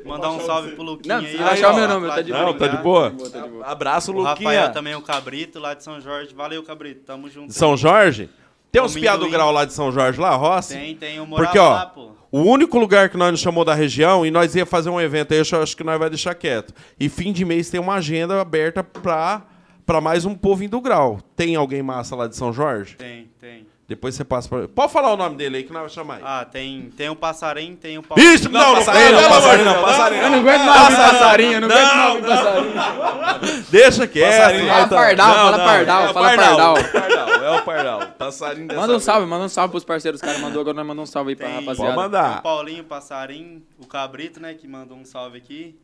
Mandar um salve pro Luquinha Não, aí. precisa achar ó, o meu nome, lá tá de Não, tá de Maringá. boa? Boa, tá de boa. Abraço, O Rafael Luquinha. também, o Cabrito, lá de São Jorge. Valeu, Cabrito. Tamo junto. De São Jorge? Tem uns Amendoim. piá do grau lá de São Jorge, lá, Rossi? Tem, tem o Moral Porque, ó, lá, pô. o único lugar que nós nos chamou da região e nós ia fazer um evento aí, eu acho- acho que nós vai deixar quieto. E fim de mês tem uma agenda aberta pra, pra mais um povo em do grau. Tem alguém massa lá de São Jorge? Tem, tem. Depois você passa pra. Pode falar o nome dele aí que nós vamos chamar aí. Ah, tem, tem o Passarim, tem o Pau. Isso, não, não, passarinho, pelo amor de passarinho, Deus. não, passarinho. Eu não aguento mais ouvir passarinho, eu não aguento mais ouvir passarinho. Deixa quieto. Passarinho, Ah, Fala então. pardal, Não, fala não, pardal, é fala pardal. Pardal, é o Pardal. Passarinho dessa Manda um vez. salve, manda um salve pros parceiros. Os caras mandou agora, nós mandamos um salve aí pra Tem. Pode rapaziada. Tem o mandar. Paulinho, o Passarim, o Cabrito, né, que mandou um salve aqui.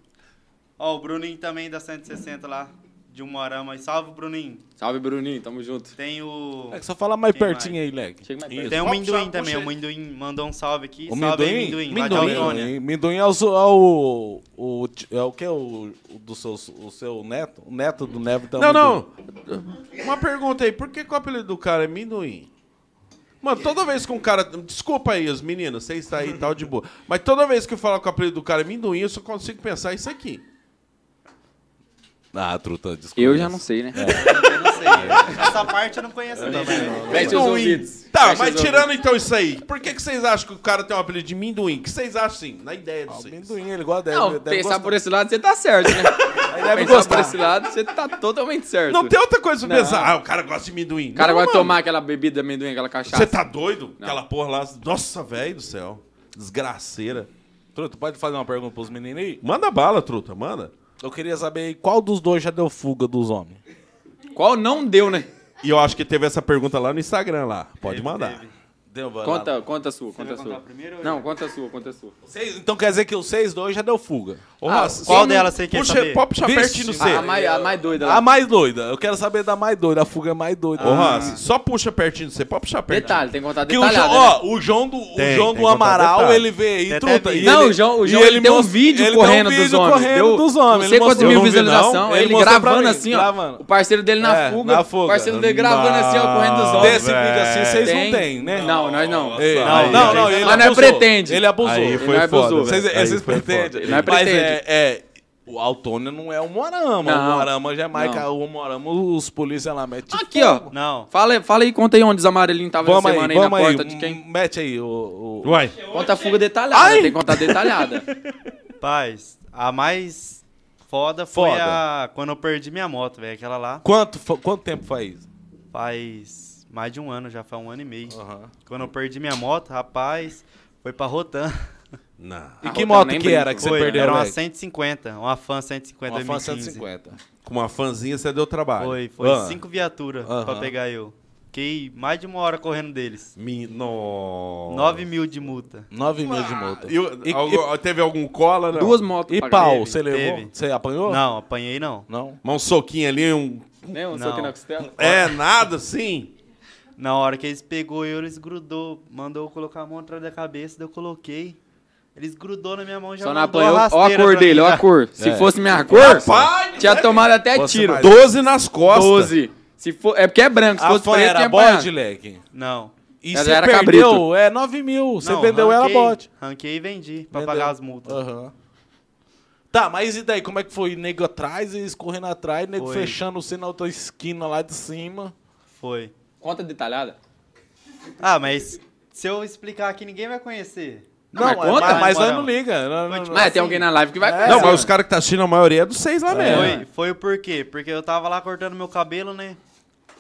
Ó, o Bruninho também da 160 lá, de Umorama. E salve, Bruninho. Salve, Bruninho, tamo junto. Tem o... É que só fala mais Quem pertinho mais? aí, Leg. Chega mais Isso. perto. Tem o Puxa, Minduim puxa também, aí. o Minduim mandou um salve aqui. O salve aí, Minduim? Minduim, lá de Autônia. Minduim. Minduim é o... seu- é o, o- é o que é o, o do seu, o seu neto? O neto do Nevo Não, também. não. Uma pergunta aí, por que, que o apelido do cara é Minduim? Mano, toda vez que um cara. Desculpa aí, os meninos, vocês estão aí e tal de boa. Mas toda vez que eu falo que o apelido do cara é Minduim, eu só consigo pensar isso aqui. Ah, truta, desculpa. Eu já não sei, né? Eu não sei, essa parte eu não conheço dele, né? Fecha os ouvidos. Tá, Fecha mas os tirando então isso aí, por que, que vocês acham que o cara tem um apelido de Minduim? O que vocês acham assim? Na ideia de Ah, o vocês. Minduim, ele gosta deve, Não, deve pensar gostar. por esse lado você tá certo, né? deve pensar gostar. por esse lado você tá totalmente certo. Não tem outra coisa pra Não. pensar. Ah, o cara gosta de Minduim. O cara Não, vai mano. tomar aquela bebida de amendoim, aquela cachaça. Você tá doido? Aquela porra lá. Nossa, velho do céu. Desgraceira. Truta, pode fazer uma pergunta pros meninos aí? Manda bala, truta, manda. Eu queria saber aí qual dos dois já deu fuga dos homens. Qual não deu, né? E eu acho que teve essa pergunta lá no Instagram lá. Pode mandar. Teve. Deu, vai lá. Conta, conta a sua, conta a vai contar sua. primeiro ou Não, conta a sua, conta a sua. Seis- então quer dizer que os seis dois já deu fuga. Ô, Ah, Ross, qual quem não- delas você quer puxa, saber? Pode puxar Vixe. pertinho no C. A, a mais, a mais doida Ah, lá. A mais doida. Eu quero saber da mais doida. A fuga é mais doida. Ô, Ah. Ross, só puxa pertinho do C. Pode puxar pertinho. Detalhe, tem que contar Que o João, detalhado. né? ó, o João do, o Tem, João tem do que Amaral, contar ele vê aí, Tem truta. até e Não, ele- o João, e o João ele tem um mostra- vídeo ele tem um correndo vídeo dos homens. correndo Deu dos homens. Não Ele sei quantos mostrou. Eu mil não vi, não. visualizações. Ele Ele, mostrou pra gravando mim, assim, ó. gravando. O parceiro dele na É, fuga. na fuga. O parceiro dele gravando assim, ó, correndo dos homens. Desse vídeo assim, vocês não Tem. têm, né? Não, nós não. Ei, Aí, não, não, aí. não, ele Mas não é abusou. pretende. Ele abusou. Aí não foi é foda. abusou, Vocês, Aí vocês foi pretendem. foda. Não é Mas é, pretende. é- o Autônia não é o Morama. Não. O Morama já é mais... Não. ca- O Morama, os polícia lá metem Aqui, ó. Não, Fala, aí- fala aí, conta aí onde os amarelinhos estavam essa Vamos aí, semana aí, na vamos aí. porta de quem. M- Mete aí o... o- Uai. Conta a fuga detalhada, né? Ai! tem que contar detalhada. paz, a mais foda foi Foda. a... Quando eu perdi minha moto, velho, aquela lá. Quanto, fo- quanto tempo faz? Faz mais de um ano, já faz um ano e meio. Quando eu perdi minha moto, rapaz, foi pra Rotan. Não. E Ah, que eu moto nem que era brinco. que você Foi, perdeu, Era uma Alex? 150, uma fan 150 Uma Fan 2015. 150. Com uma fanzinha você deu trabalho. Foi, foi Ah. cinco viaturas Aham. pra pegar eu. Fiquei mais de uma hora correndo deles. Mi... No... 9 mil de multa. 9 mil de multa. E, o- algo- teve algum cola, não? Duas motos. E pra pau, caralho. você Teve. levou? Você apanhou? Não, apanhei não. Não. Mas um soquinho ali, um... Nem um Não. soco na costela. É, nada assim. Na hora que eles pegou eu, eles grudou, mandou eu colocar a mão atrás da cabeça, daí eu coloquei. Eles grudou na minha mão já Só não mandou a apanhou. Ó a rasteira cor pra mim, dele, ó já. a cor. Se É. fosse minha cor, Rapaz, tinha tomado até Fosse tiro. mais- 12 nas costas. 12. Se for, é porque é branco, Ah, se A fosse fã preto, era tinha bode, bode. leque. Não. E Ela você era perdeu, cabrito. é 9 mil. Você Não, vendeu ela ranquei- bode. Ranquei e vendi pra Vendeu. pagar as multas. Aham. Tá, mas e daí? Como é que foi? Nego atrás, eles correndo atrás, nego Foi. fechando você na outra esquina lá de cima. Foi. Conta detalhada. Ah, mas se eu explicar aqui, ninguém vai conhecer. Não, mas conta, mas, mas Ah, mas nós não. é não liga. não- não- Mas Assim? tem alguém na live que vai É. conhecer, Não, mas mano. os caras que tá assistindo, a maioria é dos seis lá mesmo. Foi, foi por quê? Porque eu tava lá cortando meu cabelo, né?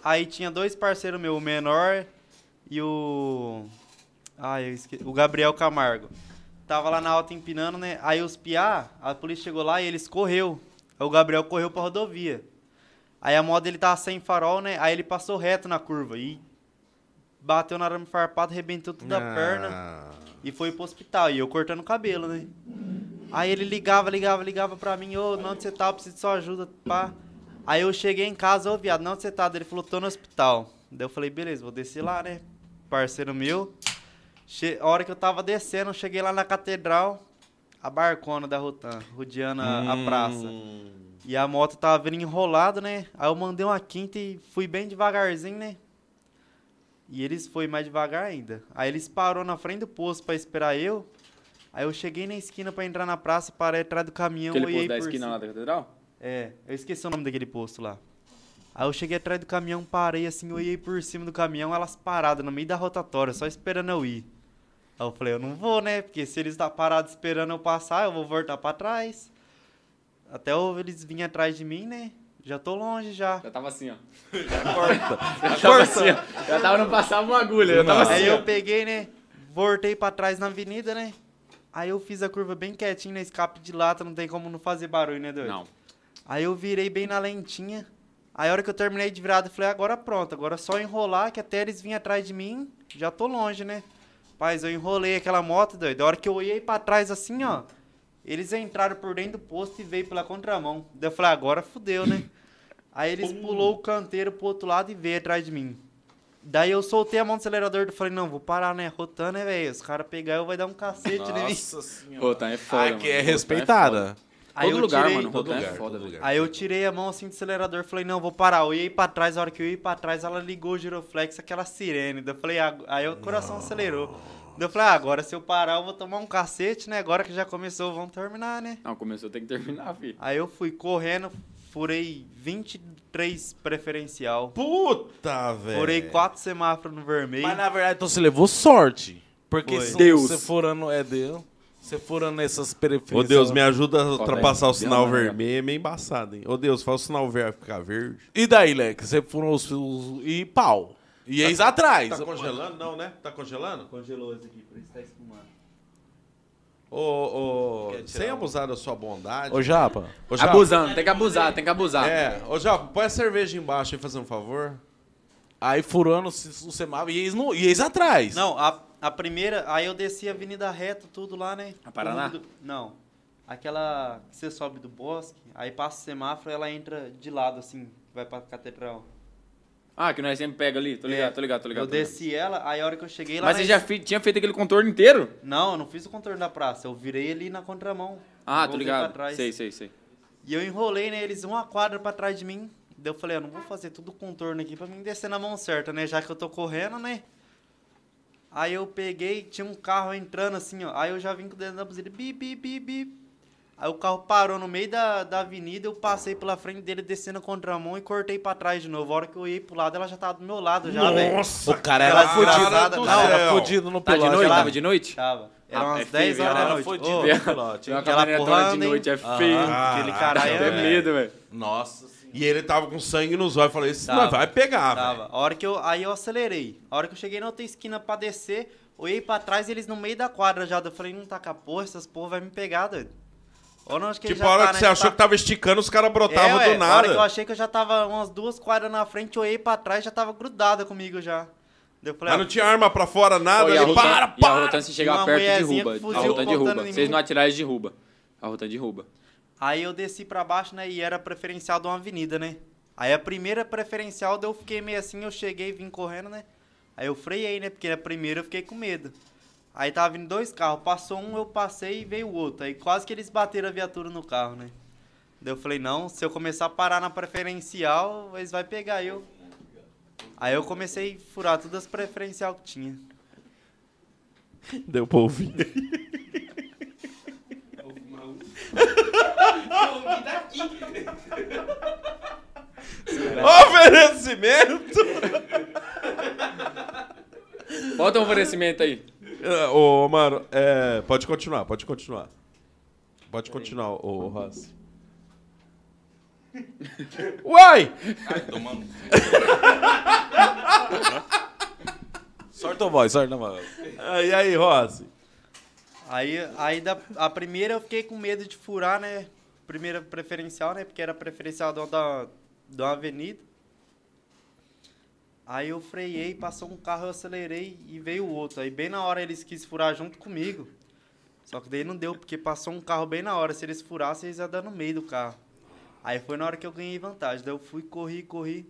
Aí tinha dois parceiros meu, o menor e o. Ah, eu esqueci. O Gabriel Camargo. Tava lá na alta empinando, né? Aí os piá, a polícia chegou lá e eles correu. Aí o Gabriel correu pra rodovia. Aí a moto ele tava sem farol, né? Aí ele passou reto na curva e bateu na arame farpado, arrebentou tudo Ah. a perna. E foi pro hospital, e eu cortando o cabelo, né? Aí ele ligava, ligava, ligava pra mim, ô, não, onde você tá? Eu preciso de sua ajuda, pá. Aí eu cheguei em casa, ô, viado, não, onde você tá? Daí Ele falou, tô no hospital. Daí eu falei, beleza, vou descer lá, né? Parceiro meu. Che- A hora que eu tava descendo, eu Ah. Hum. cheguei lá na catedral, a barcona da Rotan, rodeando a, a praça. E a moto tava vindo enrolada, né? Aí eu mandei uma quinta e fui bem devagarzinho, né? E eles foi mais devagar ainda. Aí eles parou na frente do posto pra esperar eu. Aí eu cheguei na esquina pra entrar na praça, parei atrás do caminhão. Aquele olhei posto da por esquina cima. lá da catedral? É, eu esqueci o nome daquele posto lá. Aí eu cheguei atrás do caminhão, parei assim, olhei por cima do caminhão, elas paradas no meio da rotatória, só esperando eu ir. Aí eu falei, eu não vou, né? Porque se eles tá parados esperando eu passar, eu vou voltar pra trás. Até eu- eles vinham atrás de mim, né? Já tô longe já. Já tava assim, ó. Já tava assim, ó. Já tava, não passava uma agulha. Já tava Aí assim, É eu ó. peguei, né? Voltei pra trás na avenida, né? Aí eu fiz a curva bem quietinho na escape de lata, não tem como não fazer barulho, né, doido? Não. Aí eu virei bem na lentinha. Aí a hora que eu terminei de virada, eu falei, agora pronto, agora é só enrolar, que até eles vinham atrás de mim, já tô longe, né? Mas eu enrolei aquela moto, doido. A hora que eu olhei pra trás assim, ó, eles entraram por dentro do posto e veio pela contramão. Daí eu falei, agora fudeu, né? Aí eles pulou o canteiro pro outro lado e veio atrás de mim. Daí eu soltei a mão do acelerador e falei, não, vou parar, né? Rotando, né, velho? Os caras pegar eu vai dar um cacete, né, véi? Rotan é Ah, foda, mano. Aqui é Rotan respeitada. foda. Aí Todo eu lugar, tirei- mano. todo Rotan é lugar, foda, todo velho. lugar. Aí eu tirei a mão assim do acelerador, falei, não, vou parar. Eu ia pra trás, a hora que eu ia pra trás, ela ligou o giroflex, aquela sirene. Daí eu falei, "Ah", aí o coração acelerou. Daí eu falei, ah, agora se eu parar, eu vou tomar um cacete, né? Agora que já começou, vamos terminar, né? Não, começou a ter que terminar, filho. Aí eu fui correndo, furei 23 preferencial. Puta, velho. Furei quatro semáforos no vermelho. Mas na verdade, então você levou sorte. Porque Foi. se Deus. você forando. É Deus. Você forando essas periferias. Ô Deus, me ajuda a velho, ultrapassar o deu sinal uma- vermelho. É meio embaçado, hein? Ô Deus, faz o sinal verde ficar verde. E daí, Leque? Você furou os. os- e pau. E eis atrás. Tá congelando, não, né? Tá congelando? Congelou isso aqui, por isso tá espumando. Ô, ô, sem abusar da sua bondade. Ô, Japa. Ô, Japa, Abusando, tem que abusar, tem que abusar. É, ô Japa, põe a cerveja embaixo aí, fazer um favor. Aí furando os- o semáforo. E eis, no, e eis atrás. Não, a, a primeira, aí eu desci a avenida reta, tudo lá, né? A Paraná? Tudo- não. Aquela que você sobe do bosque, aí passa o semáforo ela entra de lado, assim, vai pra catedral. Ah, que nós sempre pega ali. Tô ligado, tô ligado, tô ligado. Eu tô ligado. desci ela, aí a hora que eu cheguei lá. Mas na você já es- fi- tinha feito aquele contorno inteiro? Não, eu não fiz o contorno da praça, eu virei ali na contramão. Voltei Ah, tô pra ligado. trás. Sei, sei, sei. E eu enrolei, né, eles uma quadra pra trás de mim. Daí eu falei, eu não vou fazer tudo o contorno aqui pra mim descer na mão certa, né? Já que eu tô correndo, né? Aí eu peguei, tinha um carro entrando assim, ó. Aí eu já vim com o dedo na buzina, bi, bi, bi, bi. Aí o carro parou no meio da, da avenida, eu passei pela frente dele, descendo contra a mão e cortei pra trás de novo. A hora que eu olhei pro lado, ela já tava do meu lado já, velho. O cara era Cara fudido. do Não, era céu. fudido no Tá de pilote. noite? lá. Tava de noite? Tava. Era Ah, é umas feio, 10 horas ela da era Tá, noite. fodida. Ô, Viu? Tem uma aquela caminhonetona porrada, de hein? noite, é feio. aquele Ah, caralho. Dá até é- medo, velho. Nossa senhora. E ele tava com sangue nos olhos. Eu falei, isso Tava. não vai pegar, Ah, velho. Tava. A hora que eu, aí eu acelerei. A hora que eu cheguei na outra esquina pra descer, olhei pra trás eles no meio da quadra já. Eu falei, não tá com a porra, essas porra vai me pegar, doido. Ou não, acho que Tipo, já a hora tá, que né? você Já achou tá- que tava esticando, os caras É, brotavam ué, do A hora que eu nada. achei que eu já tava umas duas quadras na frente, olhei pra trás já tava grudada comigo já. Daí eu falei, "Ah, Mas não tinha arma pra fora, nada. Pô, e a Ele, Rotan, para, e a para. Rotan, se chegar Uma perto, mulherzinha derruba. com A fuzil Rotan apontando derruba. em mim. Vocês não atirarem, eles derruba. A Rotan derruba. Aí eu desci pra baixo, né? E era preferencial de uma avenida, né? Aí a primeira preferencial, daí eu fiquei meio assim, eu cheguei, vim correndo, né? Aí eu freiei, né? Porque na primeira eu fiquei com medo. Aí tava vindo dois carros, passou um, eu passei e veio o outro. Aí quase que eles bateram a viatura no carro, né? Daí eu falei, não, se eu começar a parar na preferencial, eles vão pegar eu. Aí eu comecei a furar todas as preferencial que tinha. Deu pra ouvir. Oferecimento! Bota um oferecimento aí. Ah, Ô, mano, é, pode continuar, pode continuar. Pode continuar, ô Rossi. Uai! Sorta a voz, sorta a voz. Ah, E aí, Rossi? Aí, aí da, a primeira eu fiquei com medo de furar, né? Primeira preferencial, né? Porque era preferencial da, da, da uma avenida. Aí eu freiei, passou um carro, eu acelerei e veio o outro. Aí bem na hora eles quis furar junto comigo. Só que daí não deu, porque passou um carro bem na hora. Se eles furassem, eles iam dar no meio do carro. Aí foi na hora que eu ganhei vantagem. Daí eu fui, corri, corri.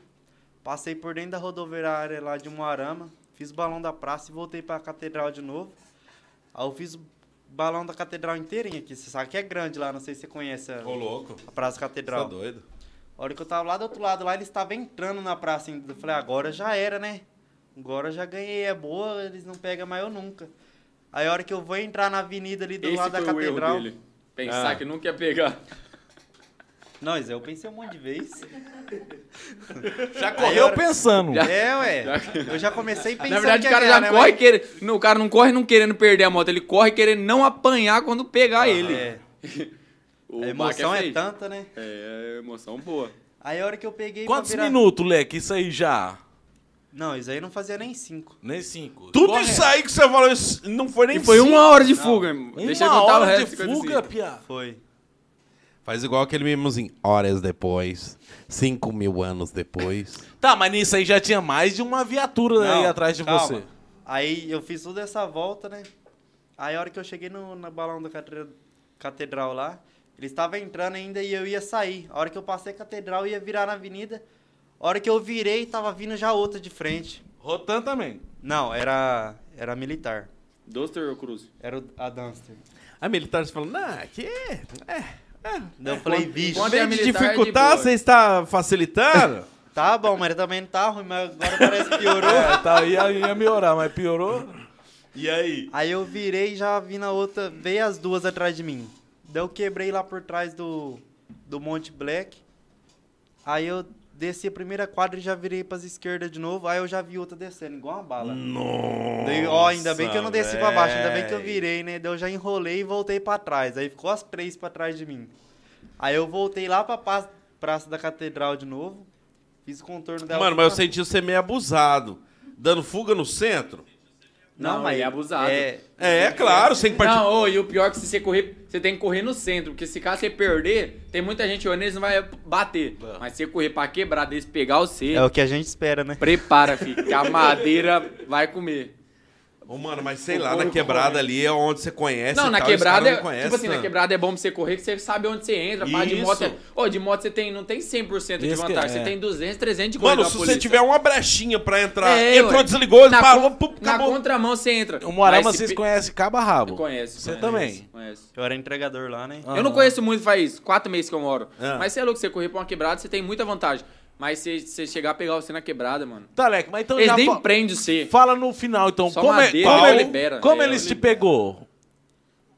Passei por dentro da rodoviária lá de Moarama. Fiz o balão da praça e voltei pra catedral de novo. Aí eu fiz o balão da catedral inteirinha aqui. Você sabe que é grande lá, não sei se você conhece a, Ô, louco. a Praça Você tá é Catedral. doido? A hora que eu tava lá do outro lado, lá ele estava entrando na praça ainda. Eu falei, "Ah, agora já era, né? Agora eu já ganhei, é boa, eles não pegam mais eu nunca. Aí a hora que eu vou entrar na avenida ali do Esse lado da foi o erro catedral. dele. Pensar Ah. que nunca ia pegar. Não, mas eu pensei um monte de vez. Já correu correu pensando. é, ué. Eu já comecei pensando. Na verdade, que o ia cara ganhar, já né, corre mas- querendo. não, O cara não corre não querendo perder a moto, ele corre querendo não apanhar quando pegar ele. É, O a baque emoção é, feio. tanta, né? É, é emoção boa. Aí a hora que eu peguei. pra Quantos virar- minutos, Leque? Isso aí já? Não, isso aí não fazia nem cinco. Nem cinco. Tudo Correto. isso aí que você falou isso não foi nem E foi cinco. uma hora de fuga, irmão. Uma Deixa eu contar hora o resto. de 55. fuga, piá. Foi. Faz igual aquele mimozinho. Horas depois, cinco mil anos depois. Tá, mas nisso aí já tinha mais de uma viatura aí atrás de calma. você. Aí eu fiz toda essa volta, né? Aí a hora que eu cheguei no, no balão da catre- catedral lá, ele estava entrando ainda e eu ia sair. A hora que eu passei a catedral, eu ia virar na avenida. A hora que eu virei, tava vindo já outra de frente. Rotan também. Não, era era militar. Duster ou Cruz? Era o- a Duster. A militar você falou, não, aqui é. Daí eu falei, bicho, Em Quando é vez de militar, é de dificultar, boa. você está facilitando? tá bom, mas também não tá ruim, mas agora parece que piorou. É, tá, ia, ia melhorar, mas piorou. e aí? Aí eu virei e já vi na outra, veio as duas atrás de mim. Daí eu quebrei lá por trás do, do Monte Black. Aí eu desci a primeira quadra e já virei pras esquerdas de novo. Aí eu já vi outra descendo, igual uma bala. Nossa. Daí, ó, ainda bem que eu não desci pra baixo, ainda bem que eu véi. virei, né? Daí eu já enrolei e voltei pra trás. Aí ficou as três pra trás de mim. Aí eu voltei lá pra pa- Praça da Catedral de novo. Fiz o contorno né? dela. Mano, mas eu senti você meio abusado. Dando fuga no centro? Não, ele é abusado. É, É, é claro, sem partir. Não, ô, e o pior é que se você correr, você tem que correr no centro, porque se caso você perder, tem muita gente olhando, eles não vai bater. Mas se você correr pra quebrar, deles pegar você, é o que a gente espera, né? prepara, filho, que a madeira vai comer. Ô, mano, mas sei lá, na quebrada ali é onde você conhece. não, e na tal, quebrada, esse cara é, não conhece, tipo assim, na tanto. quebrada é bom pra você correr, que você sabe onde você entra, pá, de Isso. moto, é- ô, de moto você tem, não tem 100% de Isso que vantagem, é. você tem 200, 300 de Mano, corrida se da você polícia. tiver uma brechinha pra entrar, É, entrou, ué. desligou, ele na, parou, con- pum, na acabou. contramão você entra. O Morama Mas se vocês pe- conhecem cabo a rabo. Conhece. Você conhece, também. Conhece. Eu era entregador lá, né? Eu não conheço muito faz quatro meses que eu moro. Ah. Mas você é louco, você correr pra uma quebrada, você tem muita vantagem. Mas se você chegar a pegar você na quebrada, mano. Tá, Leque, mas então Eles já nem fa- prendem você. fala no final, então. Só como é- madeira, como pau, ele- libera. como É, eles te libera. pegou?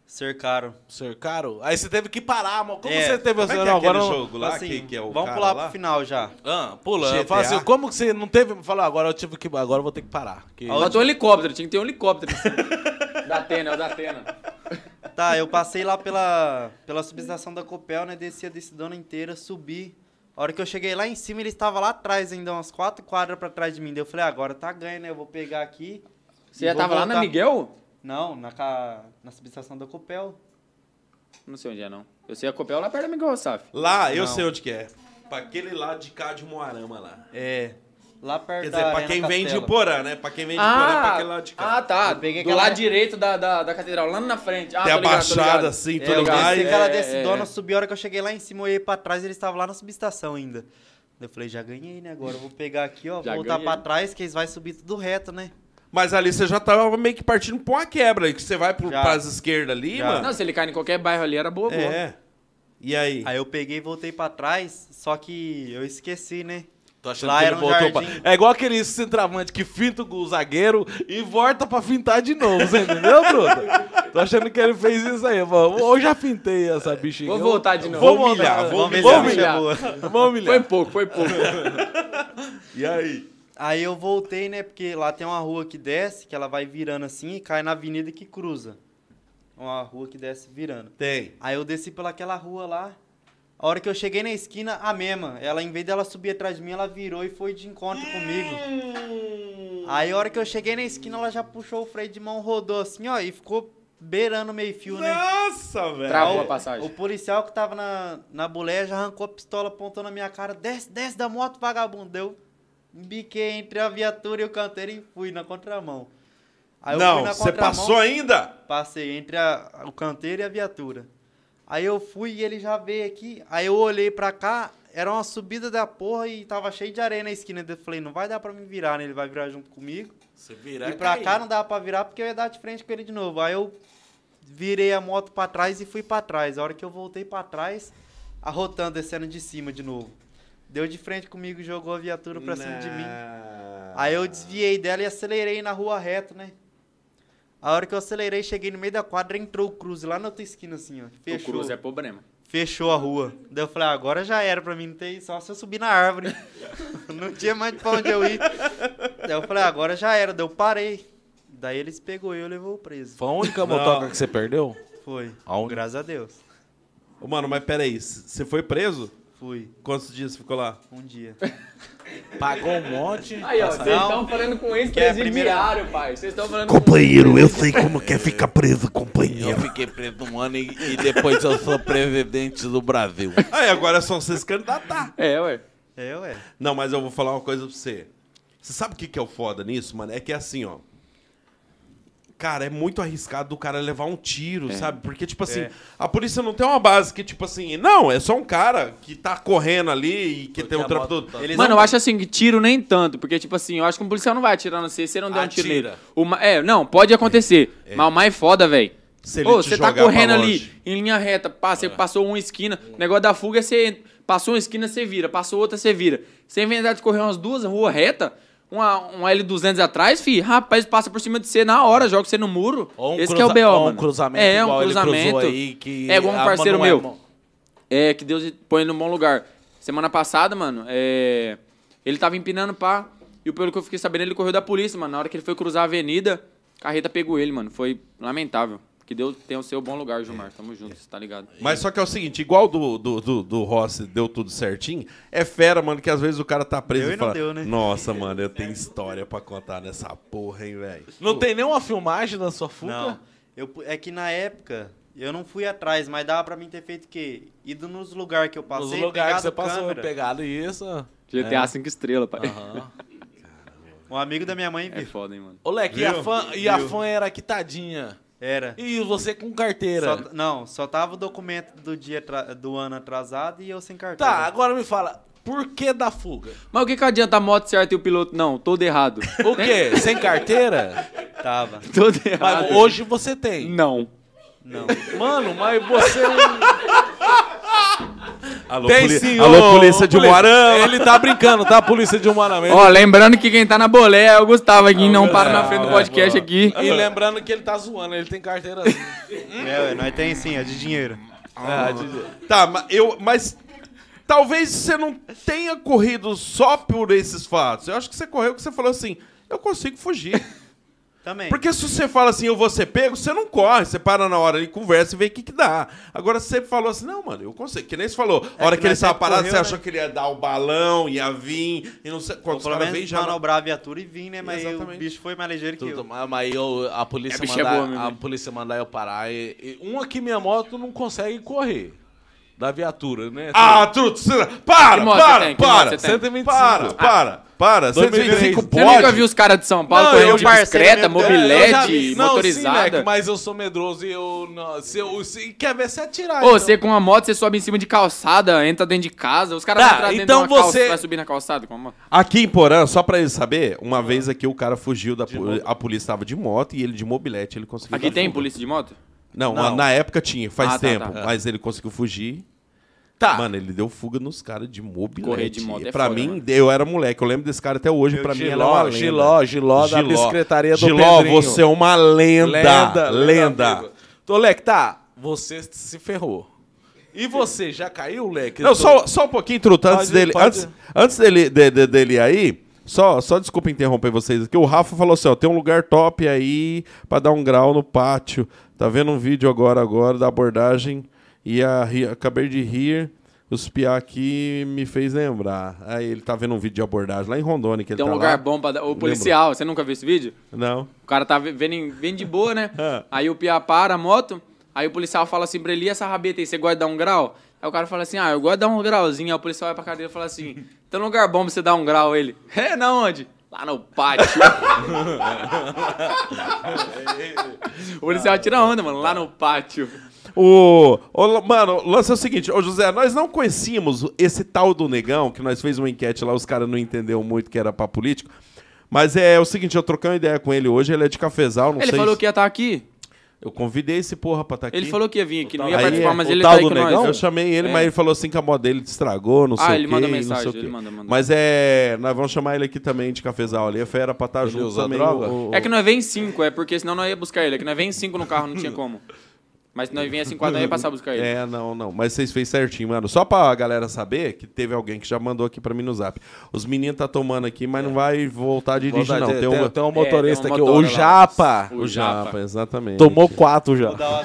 Cercaram. Cercaram? Aí você teve que parar, mano. Como É, você teve... Como é que é não, aquele agora não- jogo lá Assim, que, que é o vamos cara pular lá? pro final já. Ah, pula. Eu GTA. falo assim, como que você não teve... Falou, agora eu tive que... Agora eu vou ter que parar. que- Faltou um helicóptero, tinha que ter um helicóptero. da Atena, é o da Atena. Tá, eu passei lá pela, pela subestação da Copel, né? Desci a decidona inteira, subi. A hora que eu cheguei lá em cima, ele estava lá atrás ainda, umas quatro quadras pra trás de mim. Daí eu falei, ah, agora tá ganho, né? Eu vou pegar aqui. Você e já vou tava lá na voltar. Miguel? Não, na, ca- na subestação da Copel. Não sei onde é, não. Eu sei a Copel lá perto da Miguel Rossaf. Lá, eu Não. sei onde que é. Pra aquele lado de cá de Moarama lá. É, lá perto Quer da dizer, pra Arena quem vem de Castelo. Porã, né? Pra quem vem de Porã, pra Ah, aquele lado de cá. ah, tá. Eu peguei Do aquela- lado direito da, da, da catedral, lá na frente. Ah, Tem tô a ligado, tô baixada, ligado. assim, É, tudo eu mais. desci aquela É, decidona, é, é. subi. A hora que eu cheguei lá em cima, eu olhei pra trás, ele estava lá na subestação ainda. Daí Eu falei, já ganhei, né? Agora eu vou pegar aqui, ó, Já voltar ganhei. pra trás, que eles vão subir tudo reto, né? Mas ali você já tava meio que partindo pra uma quebra. aí, Que você vai pro, Já. pras esquerdas ali, Já. mano. Não, se ele cai em qualquer bairro ali, era boa, boa. É. E aí? Aí eu peguei e voltei pra trás, só que eu esqueci, né? Tô achando Lá que ele era um voltou jardim. pra... É igual aquele centroavante que finta o zagueiro e volta pra fintar de novo, você entendeu, Bruno? Tô achando que ele fez isso aí, mano. Ou já fintei essa bichinha. Vou Eu- voltar de novo. Vou Vou humilhar, humilhar, vou Vamos ver humilhar. se Vou ele humilhar. chamou. Vou Foi é. humilhar. pouco, foi pouco. E aí? Aí eu voltei, né? Porque lá tem uma rua que desce, que ela vai virando assim e cai na avenida que cruza. Uma rua que desce virando. Tem. Aí eu desci pelaquela rua lá. A hora que eu cheguei na esquina, a mesma. Ela, em vez dela subir atrás de mim, ela virou e foi de encontro comigo. Hum. Aí a hora que eu cheguei na esquina, ela já puxou o freio de mão, rodou assim, ó, e ficou beirando o meio-fio, né? Nossa, velho. Travou a O passagem. policial que tava na, na boleia já arrancou a pistola, apontou na minha cara. Desce, desce da moto, vagabundo. Eu biquei entre a viatura e o canteiro e fui na contramão. Aí eu fui Não, na você contramão, passou ainda? Passei entre a- o canteiro e a viatura. Aí eu fui e ele já veio aqui. Aí eu olhei pra cá, era uma subida da porra e tava cheio de areia na esquina. Eu falei, não vai dar pra me virar, né? Ele vai virar junto comigo. Você virar e pra cá não dava pra virar porque eu ia dar de frente com ele de novo. Aí eu virei a moto pra trás e fui pra trás. A hora que eu voltei pra trás, a Rotan descendo de cima de novo. Deu de frente comigo, jogou a viatura pra cima de mim. Aí eu desviei dela e acelerei na rua reta, né? A hora que eu acelerei, cheguei no meio da quadra, entrou o Cruze lá na outra esquina, assim, ó. O Fechou. Cruz é problema. Fechou a rua. Daí eu falei, ah, agora já era pra mim, não tem só se eu subir na árvore. não tinha mais pra onde eu ir. Daí eu falei, ah, agora já era. Daí eu parei. Daí eles pegou eu e levou preso. Foi a única motoca que você perdeu? Foi. Aonde? Graças a Deus. Ô, Mano, mas peraí, c- você foi preso? Fui. Quantos dias você ficou lá? Um dia. Pagou um monte. Aí, ó, vocês estão falando com ex é a primeira- presidiário, pai. Vocês estão falando Companheiro, eu sei como que é ficar preso, companheiro. Eu fiquei preso um ano e, e depois eu sou presidente do Brasil. Aí agora é só você se candidatar. com... É, ué. É, ué. Não, mas eu vou falar uma coisa pra você. Você sabe o que, que é o foda nisso, mano? É que é assim, ó. Cara, é muito arriscado do cara levar um tiro, sabe? Porque, tipo assim, a polícia não tem uma base que, tipo assim, não, é só um cara que tá correndo ali e que tem um trampo todo. Ele- Mano, eu acho assim, que tiro nem tanto, porque, tipo assim, eu acho que um policial não vai atirar, não sei se você não der um tiro nele. Atira. É. O ma- É, não, pode acontecer, mas o mais foda, velho. Se ele Ô, te você tá jogar pra correndo ali, longe. em linha reta, pá, É. você passou uma esquina, o negócio da fuga é você passou uma esquina, você vira, passou outra, você vira. Você inventar de correr umas duas ruas reta, uma, um L200 atrás, fi, rapaz, passa por cima de você na hora, joga você no muro. Ou um Esse cruza- que é o BO, ou um mano. cruzamento é, um igual ele cruzou cruzamento. aí, que é igual a um parceiro mão não é meu. mão. É, que Deus põe ele num bom lugar. Semana passada, mano, é, ele tava empinando pá. E pelo que eu fiquei sabendo, ele correu da polícia, mano. Na hora que ele foi cruzar a avenida, a carreta pegou ele, mano. Foi lamentável. Que Deus tenha o seu bom lugar, Gilmar. Tamo junto, você tá ligado? Mas só que é o seguinte, igual do, do, do, do Rossi deu tudo certinho, é fera, mano, que às vezes o cara tá preso Deu e e não fala, deu, né? nossa, mano, eu tenho história pra contar nessa porra, hein, velho. Não tem nenhuma filmagem na sua fuga? Não. Eu, pu- é que na época, eu não fui atrás, mas dava pra mim ter feito o quê? Ido nos lugares que eu Nos passei, lugares que pegado você passou, né? câmera. pegado isso. GTA 5 estrelas, pai. Um amigo da minha mãe É viu. foda, hein, mano. Ô, Leque, e a, Viu? fã, e a fã era quitadinha. Era. E você com carteira. Só t- não, só tava o documento do dia atra- do ano atrasado e eu sem carteira. Tá, agora me fala, por que da fuga? Mas o que, que adianta a moto certa e o piloto? Não, todo errado. O quê? Sem carteira? Tava. todo errado. Mas hoje você tem. Não. Não. Mano, mas você... é um- Alô, Tem poli- sim, alô ô, polícia de polícia. Moarama. Ele tá brincando, tá? Polícia de Umarama. Ele- Ó, lembrando que quem tá na bolé é o Gustavo aqui, não para na frente do podcast aqui. E lembrando que ele tá zoando, ele tem carteira... assim. é, ué, nós tem sim, é de dinheiro. Ah, de- Tá, mas eu. Mas talvez você não tenha corrido só por esses fatos. Eu acho que você correu que você falou assim: eu consigo fugir. Também. Porque se você fala assim, eu vou ser pego, você não corre, você para na hora e conversa e vê o que, que dá. Agora, se você falou assim, não, mano, eu consigo. Que nem você falou. A hora que que, ele nós estava sempre parado, correu, você né? achou que ele ia dar o balão, ia vir, e não sei. Quando os Pelo caras vêm menos já. manobrar a viatura e vim, né? Mas o Exatamente. bicho foi mais ligeiro que Tudo, eu. mas mas eu, a polícia É, bicho é mandar, boa mesmo, a né? polícia mandar eu parar. E, e uma que minha moto não consegue correr da viatura, né? Ah, truto, você- para, Que moto você para, tem? Que moto para, você tem? 125. para, para, para, 125 2025 Você pode. nunca viu os caras de São Paulo Não, eu correndo de parceiro bicicleta, mesmo, eu- é, Eu já mobilete, vi- não, sim, motorizada? Leque, mas eu sou medroso e eu não, se eu se, quer ver se atirar. então. Ô, você com uma moto, você sobe em cima de calçada, entra dentro de casa, os caras Tá, vão entrar dentro então de uma você- calça, vai subir na calçada com a moto. Aqui em Porã, só pra ele saber, uma vez aqui o cara fugiu da po- a polícia tava de moto e ele de mobilete, ele conseguiu. Aqui dar tem fuga. polícia de moto? Não, Não. na época tinha, faz Ah, tá, tempo, tá. mas ele conseguiu fugir. Tá. Mano, ele deu fuga nos caras de mobilete. Correr de moto é pra foda, mim, mano. eu era moleque, eu lembro desse cara até hoje, Meu pra mim ele é Giló, uma lenda. Giló, Giló da Secretaria do Giló, Pedrinho. você é uma lenda. Lenda. amigo. Então, Leque, tá, você se ferrou. E você, já caiu, Leque? Não, Eu só, tô- só um pouquinho, Truta, antes Pode- dele. pode. Antes, antes dele, de- de- dele ir aí, só, só desculpa interromper vocês aqui. O Rafa falou assim: ó, tem um lugar top aí pra dar um grau no pátio. Tá vendo um vídeo agora, agora, da abordagem. E a, ri- acabei de rir. Os piá aqui me fez lembrar. Aí ele tá vendo um vídeo de abordagem lá em Rondônia que ele Tem um tá lugar lá. bom pra dar. Ô, policial, você nunca viu esse vídeo? Não. O cara tá ve- vendo, em- vendo de boa, né? Ah. aí o Pia para a moto, aí o policial fala assim pra ele, e essa rabeta aí, você gosta de dar um grau? Aí o cara fala assim, ah, eu gosto de dar um grauzinho. Aí o policial vai pra cadeira e fala assim, tem um lugar bom pra você dar um grau, ele. É, na onde? Lá no pátio. o policial tira onda, mano, lá no pátio. O, o- mano, o lance é o seguinte, ô José, nós não conhecíamos esse tal do negão, que nós fez uma enquete lá, os caras não entenderam muito que era pra político. Mas é, o seguinte, eu troquei uma ideia com ele hoje, ele é de cafezal, não Ele sei. falou se- que ia estar aqui. Eu convidei esse porra pra estar aqui. Ele falou que ia vir aqui, não ia Aí, participar, é, mas o ele tal tá aí do com nós. negão, né? Eu chamei ele, É. mas ele falou assim que a moda dele estragou, não Ah, sei o ele quê, mandou não mensagem, sei o quê. ele mandou, mandou. Mas é... Nós vamos chamar ele aqui também de cafezal ali. É fera pra estar junto usa também. droga? o- o- É que nós vem em cinco, é porque senão nós ia buscar ele. É que nós vem em cinco no carro, não tinha como. Mas se nós viesse em quatro, nós ia passar a buscar ele. É, não, não. Mas vocês fez certinho, mano. Só pra galera saber que teve alguém que já mandou aqui pra mim no zap. Os meninos tá tomando aqui, mas não vai voltar a dirigir, Vontade- não. Tem, um... um É, tem um motora lá. O Japa, exatamente. Tomou quatro já. Vou dar uma-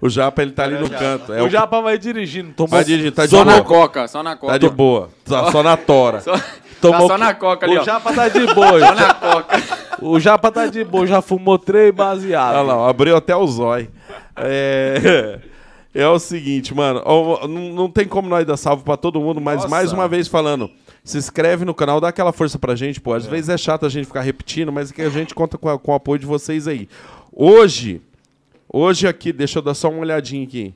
Ô, O Japa, ele tá ali no Japa. canto. É o o Japa vai dirigindo. Tomou Vai dirigir, tá de Só na boa. coca, só na coca. Tá de boa. Tá só na tora. Só, Tomou tá só na coca ali, O ó. Japa tá de boa. Só na coca. o Japa tá de boa. Já fumou três baseados. Olha lá, abriu até o zói. É... é o seguinte, mano. ó, Não não tem como nós dar salvo pra todo mundo, mas mais uma vez falando. Se inscreve no canal, dá aquela força pra gente, pô. Às vezes é chato a gente ficar repetindo, mas é que a gente conta com, a- com o apoio de vocês aí. Hoje, hoje aqui, deixa eu dar só uma olhadinha aqui.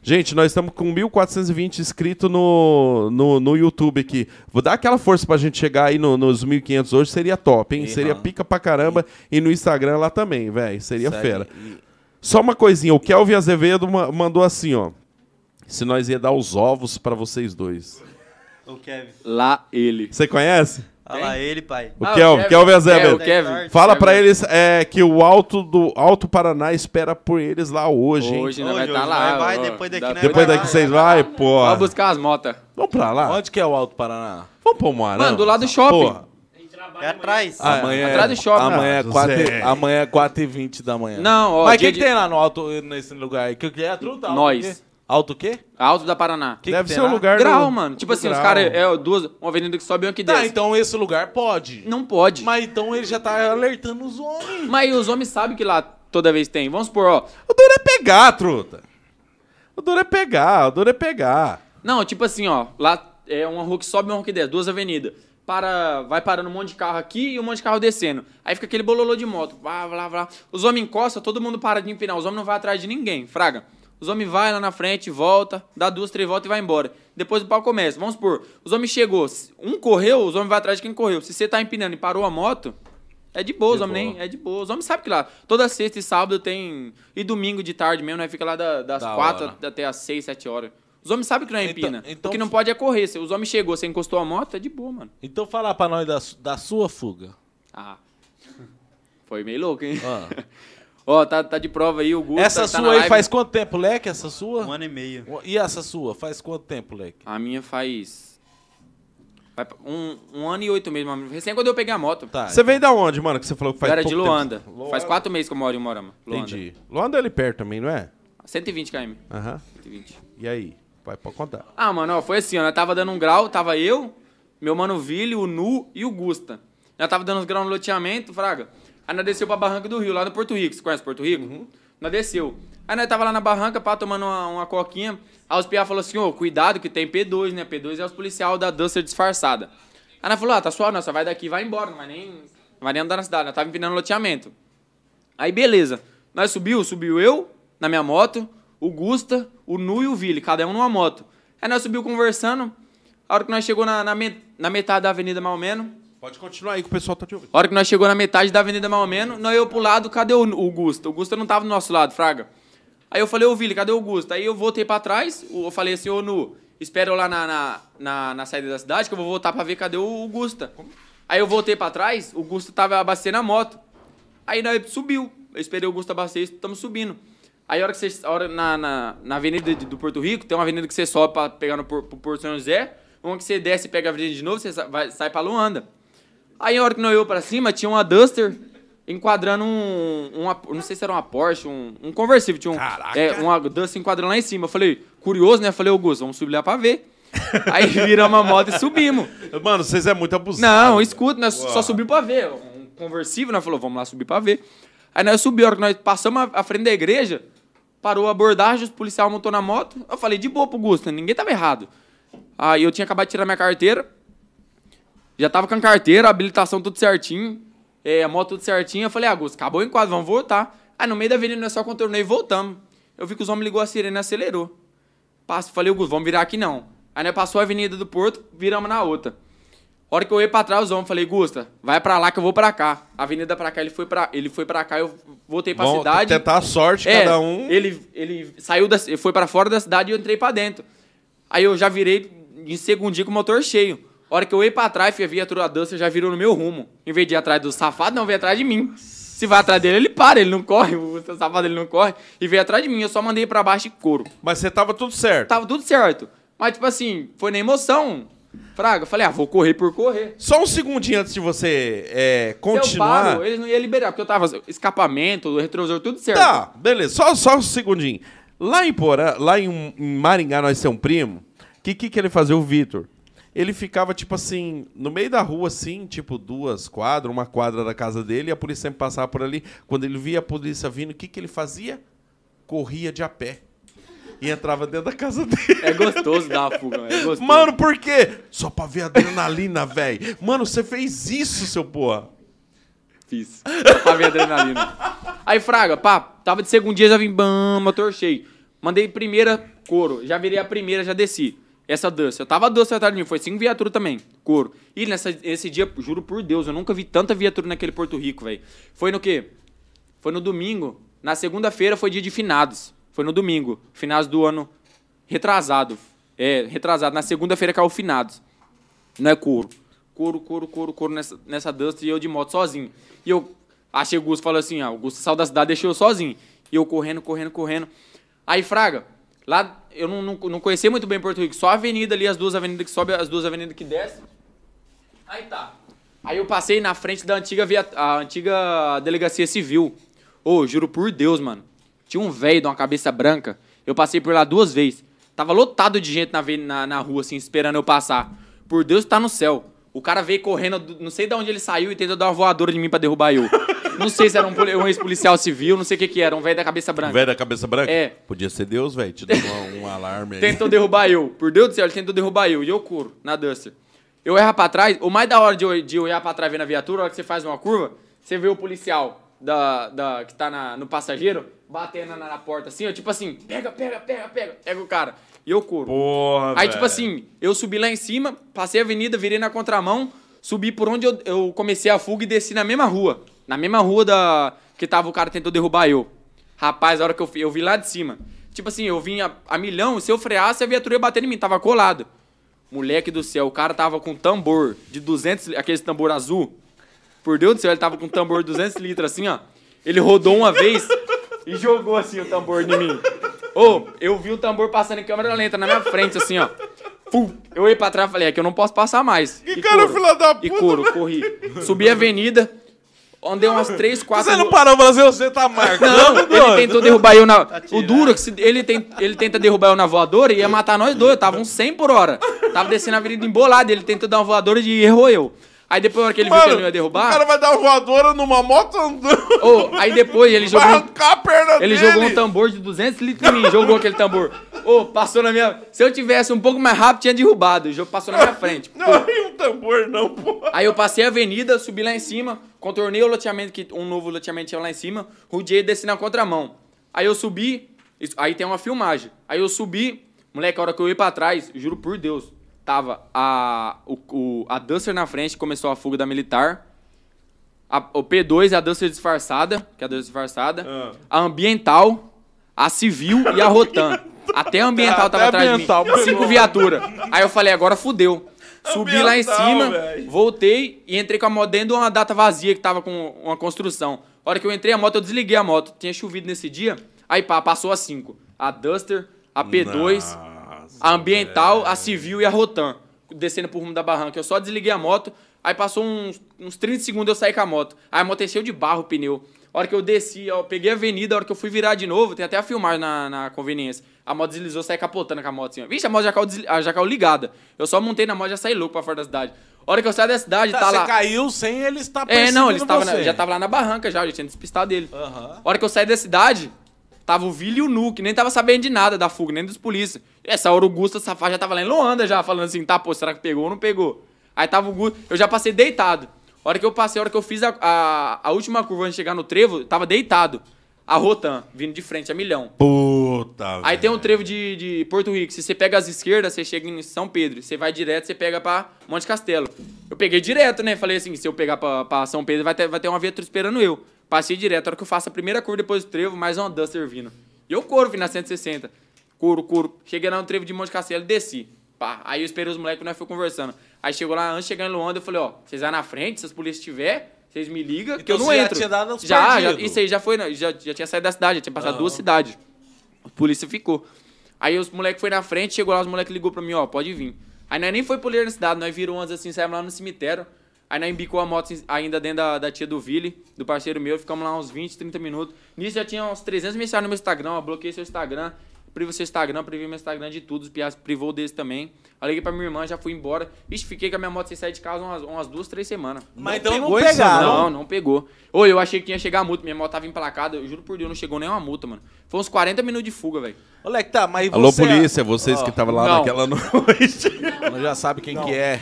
Gente, nós estamos com 1.420 inscritos no, no, no YouTube aqui. Vou dar aquela força pra gente chegar aí no- nos 1.500 hoje, seria top, hein? Seria pica pra caramba. E no Instagram lá também, velho. Seria é fera. Só uma coisinha, o Kelvin Azevedo ma- mandou assim, ó. Se nós ia dar os ovos pra vocês dois. O Kevin. Lá ele. Você conhece? Olha lá, ele, pai. O Kelvin, Kelvin É, Azevedo. Ah, o Kevin. Fala pra Kevin. eles é, que o Alto do Alto Paraná espera por eles lá hoje, hein? Hoje ainda vai Hoje, estar hoje, lá. vai, vai, ó. depois daqui né? Dá- nós Depois vai daqui lá. vocês vai, pô. Vai buscar as motas. Vamos pra lá. Onde que é o Alto Paraná? Vamos pro Moarama. Mano, do lado do shopping. Porra. É atrás. Ah, amanhã atrás do shopping. Amanhã é, Ah, 4, Zé. e- amanhã é 4 e 20 da manhã. Não, ó, Mas o que, dia que de- tem lá no alto, nesse lugar aí? Que que é a truta? Alto Nós. o quê? Alto o quê? Alto da Paraná. Que Deve que ser tem um lá? lugar. grau, do- mano. Tipo do assim, os grau. caras. É duas, uma avenida que sobe e uma que Tá, desce. então esse lugar pode. Não pode. Mas... Mas então ele já tá alertando os homens. os homens sabem que lá toda vez tem. Vamos supor, ó. O duro é pegar, truta. O duro é pegar, o duro é pegar. Não, tipo assim, ó. Lá é uma rua que sobe e uma rua que desce. Duas avenidas. Para, vai parando um monte de carro aqui e um monte de carro descendo. Aí fica aquele bololô de moto. Vá, vá, vá. Os homens encostam, todo mundo para de empinar. Os homens não vão atrás de ninguém, fraga. Os homens vai lá na frente, volta, dá duas, três voltas e vai embora. Depois o pau começa. Vamos supor, os homens chegou, se um correu, os homens vai atrás de quem correu. Se você tá empinando e parou a moto, é de boa, os homens nem. É de boa. Os homens sabem que lá. Toda sexta e sábado tem. E domingo de tarde mesmo, né? Fica lá da- das Da quatro hora. até as seis, sete horas. Os homens sabem que não é Então- empina. então- O que não pode é correr. Se os homens chegou, você encostou a moto, é de boa, mano. Então fala pra nós da, su- da sua fuga. Ah. Foi meio louco, hein? Ah. Ó, tá, tá de prova aí o Guto. essa tá- tá na sua aí live. faz quanto tempo, Leque? Essa sua? Um ano e meio. E essa sua? Faz quanto tempo, Leque? A minha faz. vai pra- um, um ano e oito meses, mano. Recém quando eu peguei a moto. Tá. Você veio da onde, mano? Que você falou que Eu faz era é de pouco tempo. Luanda. Faz quatro meses que eu moro em Morama. Luanda. Entendi. Luanda é ali perto também, não é? 120 km. Aham. 120. E aí? Vai pra contar. Ah, mano, ó, foi assim, ó. Nós tava dando um grau, tava eu, meu mano Vili, o Nu e o Gusta. Nós tava dando uns graus no loteamento, Fraga. Aí nós desceu pra barranca do Rio, lá no Porto Rico. Você conhece Porto Rico? Nós desceu. Aí nós tava lá na barranca, pá, tomando uma, uma coquinha. Aí os piá falou assim, ô, cuidado que tem P2, né? P2 é os policial da Duster disfarçada. Aí nós falou, ah, tá suave, nossa, vai daqui, vai embora, não vai nem, não vai nem andar na cidade. Nós tava empinando o loteamento. Aí beleza. Nós subiu, subiu eu na minha moto, o Gusta, o Nu e o Vili, cada um numa moto. Aí nós subiu conversando. A hora que nós chegou na, na, me- na metade da avenida mais ou menos, Pode continuar aí que o pessoal tá te ouvindo. a hora que nós chegou na metade da avenida mais ou menos, nós eu pro lado, cadê o, o Gusta? O Gusta não tava do nosso lado, fraga. Aí eu falei, ô Vili, cadê o Gusta? Aí eu voltei pra trás, o- eu falei assim, ô Nu, espera eu lá na, na, na, na saída da cidade que eu vou voltar pra ver cadê o, o Gusta. Aí eu voltei pra trás, o Gusta tava abastecendo a moto. Aí nós subiu. Eu esperei o Augusto abastecer, estamos subindo. Aí a hora que você. A hora na, na, na avenida de- do Porto Rico, tem uma avenida que você sobe pra pegar no Por- pro Porto São José, uma que você desce e pega a avenida de novo, você sa- vai, sai pra Luanda. Aí a hora que nós olhou pra cima, tinha uma Duster enquadrando um. Uma, não sei se era uma Porsche, um, um conversível. Tinha um, Caraca! É, uma Duster enquadrando lá em cima. Eu falei, curioso, né? Eu falei, Augusto, vamos subir lá pra ver. Aí viramos a moto e subimos. Mano, vocês é muito abusado. Não, escuta, nós só subimos pra ver. Um conversível, nós falou, vamos lá subir pra ver. Aí nós subimos, a hora que nós passamos a- a frente da igreja, parou a abordagem, os policiais montou na moto. Eu falei, de boa pro Gusta, ninguém tava errado. Aí eu tinha acabado de tirar minha carteira, já tava com a carteira, a habilitação tudo certinho, é, a moto tudo certinho. Eu falei, ah, Gusta, acabou o enquadro, vamos voltar. Aí no meio da avenida nós só contornei e voltamos. Eu vi que os homens ligou a sirene e acelerou. Passo, falei, Augusto, vamos virar aqui não. Aí nós passou a avenida do Porto, viramos na outra. A hora que eu ia pra trás, os homens, falei, Gusta, vai pra lá que eu vou pra cá. A avenida pra cá, ele foi pra, ele foi pra cá, eu voltei pra Vão cidade. tentar a sorte, É, cada um. Ele, ele saiu da, foi pra fora da cidade e eu entrei pra dentro. Aí eu já virei em segundinho com o motor cheio. A hora que eu ia pra trás, fui, a viatura dança já virou no meu rumo. Em vez de ir atrás do safado, não, veio atrás de mim. Se vai atrás dele, ele para, ele não corre. O safado ele não corre. E veio atrás de mim, eu só mandei pra baixo de couro. Mas você tava tudo certo. Tava tudo certo. Mas, tipo assim, foi na emoção. Fraga, eu falei, ah, vou correr por correr. Só um segundinho antes de você é, Se eu continuar. paro, ele não ia liberar, porque eu tava escapamento, retrovisor, tudo certo. Tá, beleza. Só, só um segundinho. Lá em Porã, lá em, em Maringá, nós temos um primo. O que, que que ele fazia? O Vitor. Ele ficava, tipo assim, no meio da rua, assim, tipo duas quadras, uma quadra da casa dele, e a polícia sempre passava por ali. Quando ele via a polícia vindo, o que, que ele fazia? Corria de a pé. E entrava dentro da casa dele. É gostoso dar a fuga, é gostoso. Mano, por quê? Só pra ver a adrenalina, velho. Mano, você fez isso, seu porra. Fiz. Só pra ver a adrenalina. Aí, Fraga, pá, tava de segundo dia, já vim, bam, motor cheio. Mandei primeira, couro. Já virei a primeira, já desci. Essa dança. Eu tava dança atrás de mim, foi cinco viaturas também, couro. E nessa, esse dia, juro por Deus, eu nunca vi tanta viatura naquele Porto Rico, velho. Foi no quê? Foi no domingo. Na segunda-feira foi dia de finados. Foi no domingo. Finados do ano retrasado. É, retrasado. Na segunda-feira caiu o finados. Não é couro. Couro, couro, couro, couro nessa, nessa dança e eu de moto sozinho. E eu achei o Gusto falou assim: ah, o Gusto saiu da cidade, deixou eu sozinho. E eu correndo, correndo, correndo. Aí, Fraga, lá eu não, não, não conhecia muito bem Porto Rico, só a avenida ali, as duas avenidas que sobe, as duas avenidas que desce. Aí tá. Aí eu passei na frente da antiga, via, a antiga delegacia civil. Ô, juro por Deus, mano. Tinha um velho de uma cabeça branca. Eu passei por lá duas vezes. Tava lotado de gente na, ve- na, na rua, assim, esperando eu passar. Por Deus tá no céu. O cara veio correndo, do- não sei de onde ele saiu e tentou dar uma voadora de mim pra derrubar eu. Não sei se era um, poli- um ex-policial civil, não sei o que que era, um velho da cabeça branca. Velho da cabeça branca? É. Podia ser Deus, velho. Te deu um, um alarme aí. Tentou derrubar eu. Por Deus do céu, ele tentou derrubar eu. E eu curo na dança. Eu errar pra trás. O mais da hora de, eu- de eu olhar pra trás vendo a viatura, a hora que você faz uma curva, você vê o policial da, da, que tá na- no passageiro batendo na, na porta assim, ó, tipo assim, pega, pega, pega, pega. Pega o cara. E eu curo. Porra, Aí, tipo assim, eu subi lá em cima, passei a avenida, virei na contramão, subi por onde eu, eu comecei a fuga e desci na mesma rua. Na mesma rua da que tava o cara tentou derrubar eu. Rapaz, a hora que eu, fi- eu vi lá de cima. Tipo assim, eu vim a, a milhão, se eu freasse, a viatura ia bater em mim, tava colado. Moleque do céu, o cara tava com tambor de 200, li- aquele tambor azul. Por Deus do céu, ele tava com um tambor de 200 litros assim, ó. Ele rodou uma vez e jogou assim o tambor em mim. Ô, eu vi o tambor passando em câmera lenta na minha frente, assim, ó. Fum. Eu olhei pra trás e falei, é que eu não posso passar mais. E, cara filha da E puta, né? couro, corri. Subi a avenida, andei umas três, quatro... Você não parou, Brasil, você Ah, tá marcando. Não, ele tentou derrubar eu na. O duro é que se ele, tem- ele tenta derrubar eu na voadora e ia matar nós dois. Tava uns 100 por hora. Tava descendo a avenida embolado. Ele tentou dar uma voadora e errou eu. Aí depois, na hora que ele viu que ele não ia o cara derrubar. vai dar uma voadora numa moto andando. ô, aí depois ele Vai jogou. um- arrancar a perna dele. Ele jogou um tambor de 200 litros em mim, jogou aquele tambor. Ô, passou na minha. Se eu tivesse um pouco mais rápido, tinha derrubado. O jogo passou na minha frente. Não, nem um tambor não, pô. Aí eu passei a avenida, subi lá em cima, contornei o loteamento, que um novo loteamento tinha lá em cima, rodeei e desci na contramão. Aí eu subi, isso- aí tem uma filmagem. Aí eu subi, moleque, a hora que eu ia pra trás, juro por Deus, tava a, o, o- a Duster na frente, começou a fuga da militar, a- o P2, a Duster disfarçada, que é a Duster disfarçada, Ah. a Ambiental, a Civil e a Rotan. Até a Ambiental tava até a atrás Ambiental, de mim. pegou. Cinco viaturas. Aí eu falei, agora fudeu. Subi lá em Ambiental, cima, velho. voltei e entrei com a moto dentro de uma data vazia que tava com uma construção. A hora que eu entrei a moto, eu desliguei a moto. Tinha chovido nesse dia. Aí pá, passou a 5. A Duster, a P2, a Ambiental, a Civil e a Rotan. Descendo pro rumo da barranca. Eu só desliguei a moto. Aí passou uns, uns 30 segundos eu saí com a moto. Aí a moto encheu de barro o pneu. A hora que eu desci, eu peguei a avenida, a hora que eu fui virar de novo, tem até a filmar na, na conveniência. A moto deslizou, saí capotando com a moto assim. ó. Vixe, a moto já caiu, desli- ah, já caiu ligada. Eu só montei na moto e já saí louco pra fora da cidade. A hora que eu saí da cidade, tá, você lá. caiu sem ele estar É, não, ele estava na- você. já tava lá na barranca já, eu já tinha despistado dele. A hora que eu saí da cidade, tava o Vili e o Nuke, nem tava sabendo de nada da fuga, nem dos polícia. Essa hora o Gusta Safá já tava lá em Loanda já, falando assim, tá, pô, será que pegou ou não pegou? Aí tava o Gusta, eu já passei deitado. A hora que eu passei, a hora que eu fiz a, a, a última curva antes de chegar no trevo, eu tava deitado. a Rotan, vindo de frente, a milhão. Puta. Aí tem um trevo de, de Porto Rico. Se você pega as esquerdas, você chega em São Pedro. Você vai direto, você pega pra Monte Castelo. Eu peguei direto, né? Falei assim, se eu pegar pra, pra São Pedro, vai ter, vai ter uma viatura esperando eu. Passei direto. A hora que eu faço a primeira curva, depois do trevo, mais uma Duster vindo. E eu corro, vi na 160. Couro, couro. Cheguei lá no trevo de Monte Castelo e desci. Pá. Aí eu esperei os moleques, nós foi conversando. Aí chegou lá, antes de chegar em Luanda, eu falei, ó, vocês vai na frente, se as polícias tiver, vocês me ligam, que Então eu não você já entro. tinha dado uns já, já, perdidos. isso aí já foi, né? já, já tinha saído da cidade, já tinha passado duas cidades. A polícia ficou. Aí os moleques foi na frente, chegou lá, os moleques ligou pra mim, ó, pode vir. Aí nós nem foi pro na cidade, nós virou umas assim, saímos lá no cemitério. Aí nós embicou a moto assim, ainda dentro da, da tia do Vili, do parceiro meu, ficamos lá uns 20, 30 minutos. Nisso já tinha uns 300 mensagens no meu Instagram, ó, bloqueei seu Instagram, privei seu Instagram, privei meu Instagram de tudo, os piás privou desse também. Aí liguei pra minha irmã, já fui embora. Vixe, fiquei com a minha moto sem sair de casa umas, umas duas, três semanas. Mas então não pegou isso, pegaram. Não, não pegou. Ô, eu achei que ia chegar a multa. Minha moto tava emplacada. Eu juro por Deus, não chegou nenhuma multa, mano. Foi uns 40 minutos de fuga, velho. Moleque, tá, mas Alô, você... polícia, vocês que estavam lá Não. naquela noite. Já sabe quem que é.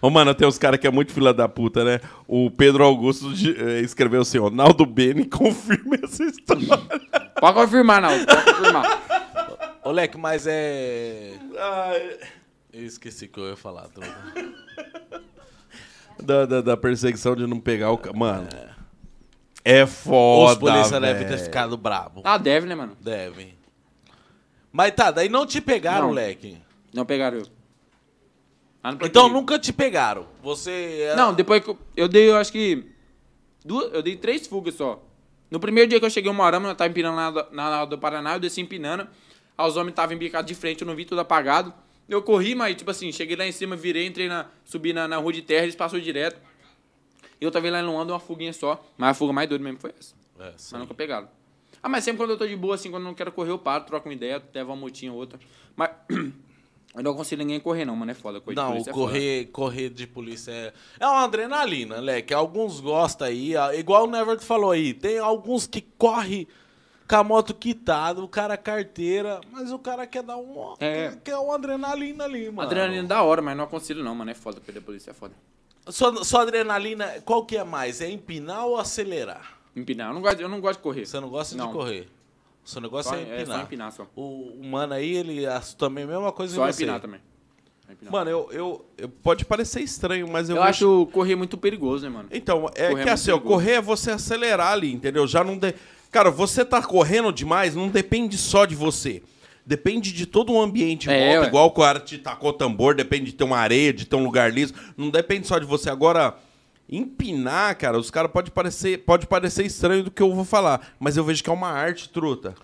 Ô, mano, tem uns caras que é muito fila da puta, né? O Pedro Augusto de- eh, escreveu assim, ó, Naldo Bene confirma essa história. Pode confirmar, não. Pode confirmar. Moleque, mas é... Eu esqueci o que eu ia falar. Tô... da, da, da perseguição de não pegar o... ca- Mano, é foda, Os polícia velho. devem ter ficado bravo. Ah, deve, né, mano? Devem. Mas tá, daí não te pegaram, Não. moleque. Não pegaram eu. Ah, não Então peguei. nunca te pegaram. Você é- era... Não, depois que eu, eu dei, eu acho que. Duas, eu dei três fugas só. No primeiro dia que eu cheguei em Moarama, eu tava empinando na, do- na, na do Paraná, eu desci empinando. Aí os homens estavam embicados de frente, eu não vi tudo apagado. Eu corri, mas tipo assim, cheguei lá em cima, virei, entrei na. subi na, na rua de terra, eles passou direto. Eu tava lá em Luanda, uma fuguinha só. Mas a fuga mais doida mesmo foi essa. É, Mas nunca pegaram. Ah, mas sempre quando eu tô de boa, assim, quando eu não quero correr, eu paro, troco uma ideia, levo uma motinha ou outra. Mas. eu não consigo ninguém correr, não, mano. É foda. Correr de Não, polícia é foda. correr, correr de polícia é, é uma adrenalina, né? Que alguns gostam aí, a- igual o Never que falou aí, tem alguns que corre com a moto quitada, o cara carteira, mas o cara quer dar um É. quer, quer uma adrenalina ali, mano. Adrenalina é da hora, mas não aconselho não, mano. É foda, perder a polícia é foda. Sua, sua adrenalina, qual que é mais? É empinar ou acelerar? Empinar, eu não gosto, eu não gosto de correr. Você não gosta Não. de correr. O seu negócio Só- é é, empinar. só empinar só. O, o mano aí, ele as- também a mesma coisa Só que você. empinar também. Só empinar. Mano, eu, eu, eu- Pode parecer estranho, mas eu, eu vejo- acho correr muito perigoso, né, mano? Então, é Correr é que muito assim, ó, perigoso. correr é você acelerar ali, entendeu? Já não. De... Cara, você tá correndo demais, não depende só de você. Depende de todo um ambiente em É, volta, ué. igual o cara te tacou tambor, depende de ter uma areia, de ter um lugar liso. Não depende só de você. Agora, empinar, cara, os caras pode parecer, pode parecer estranho do que eu vou falar, mas eu vejo que é uma arte truta.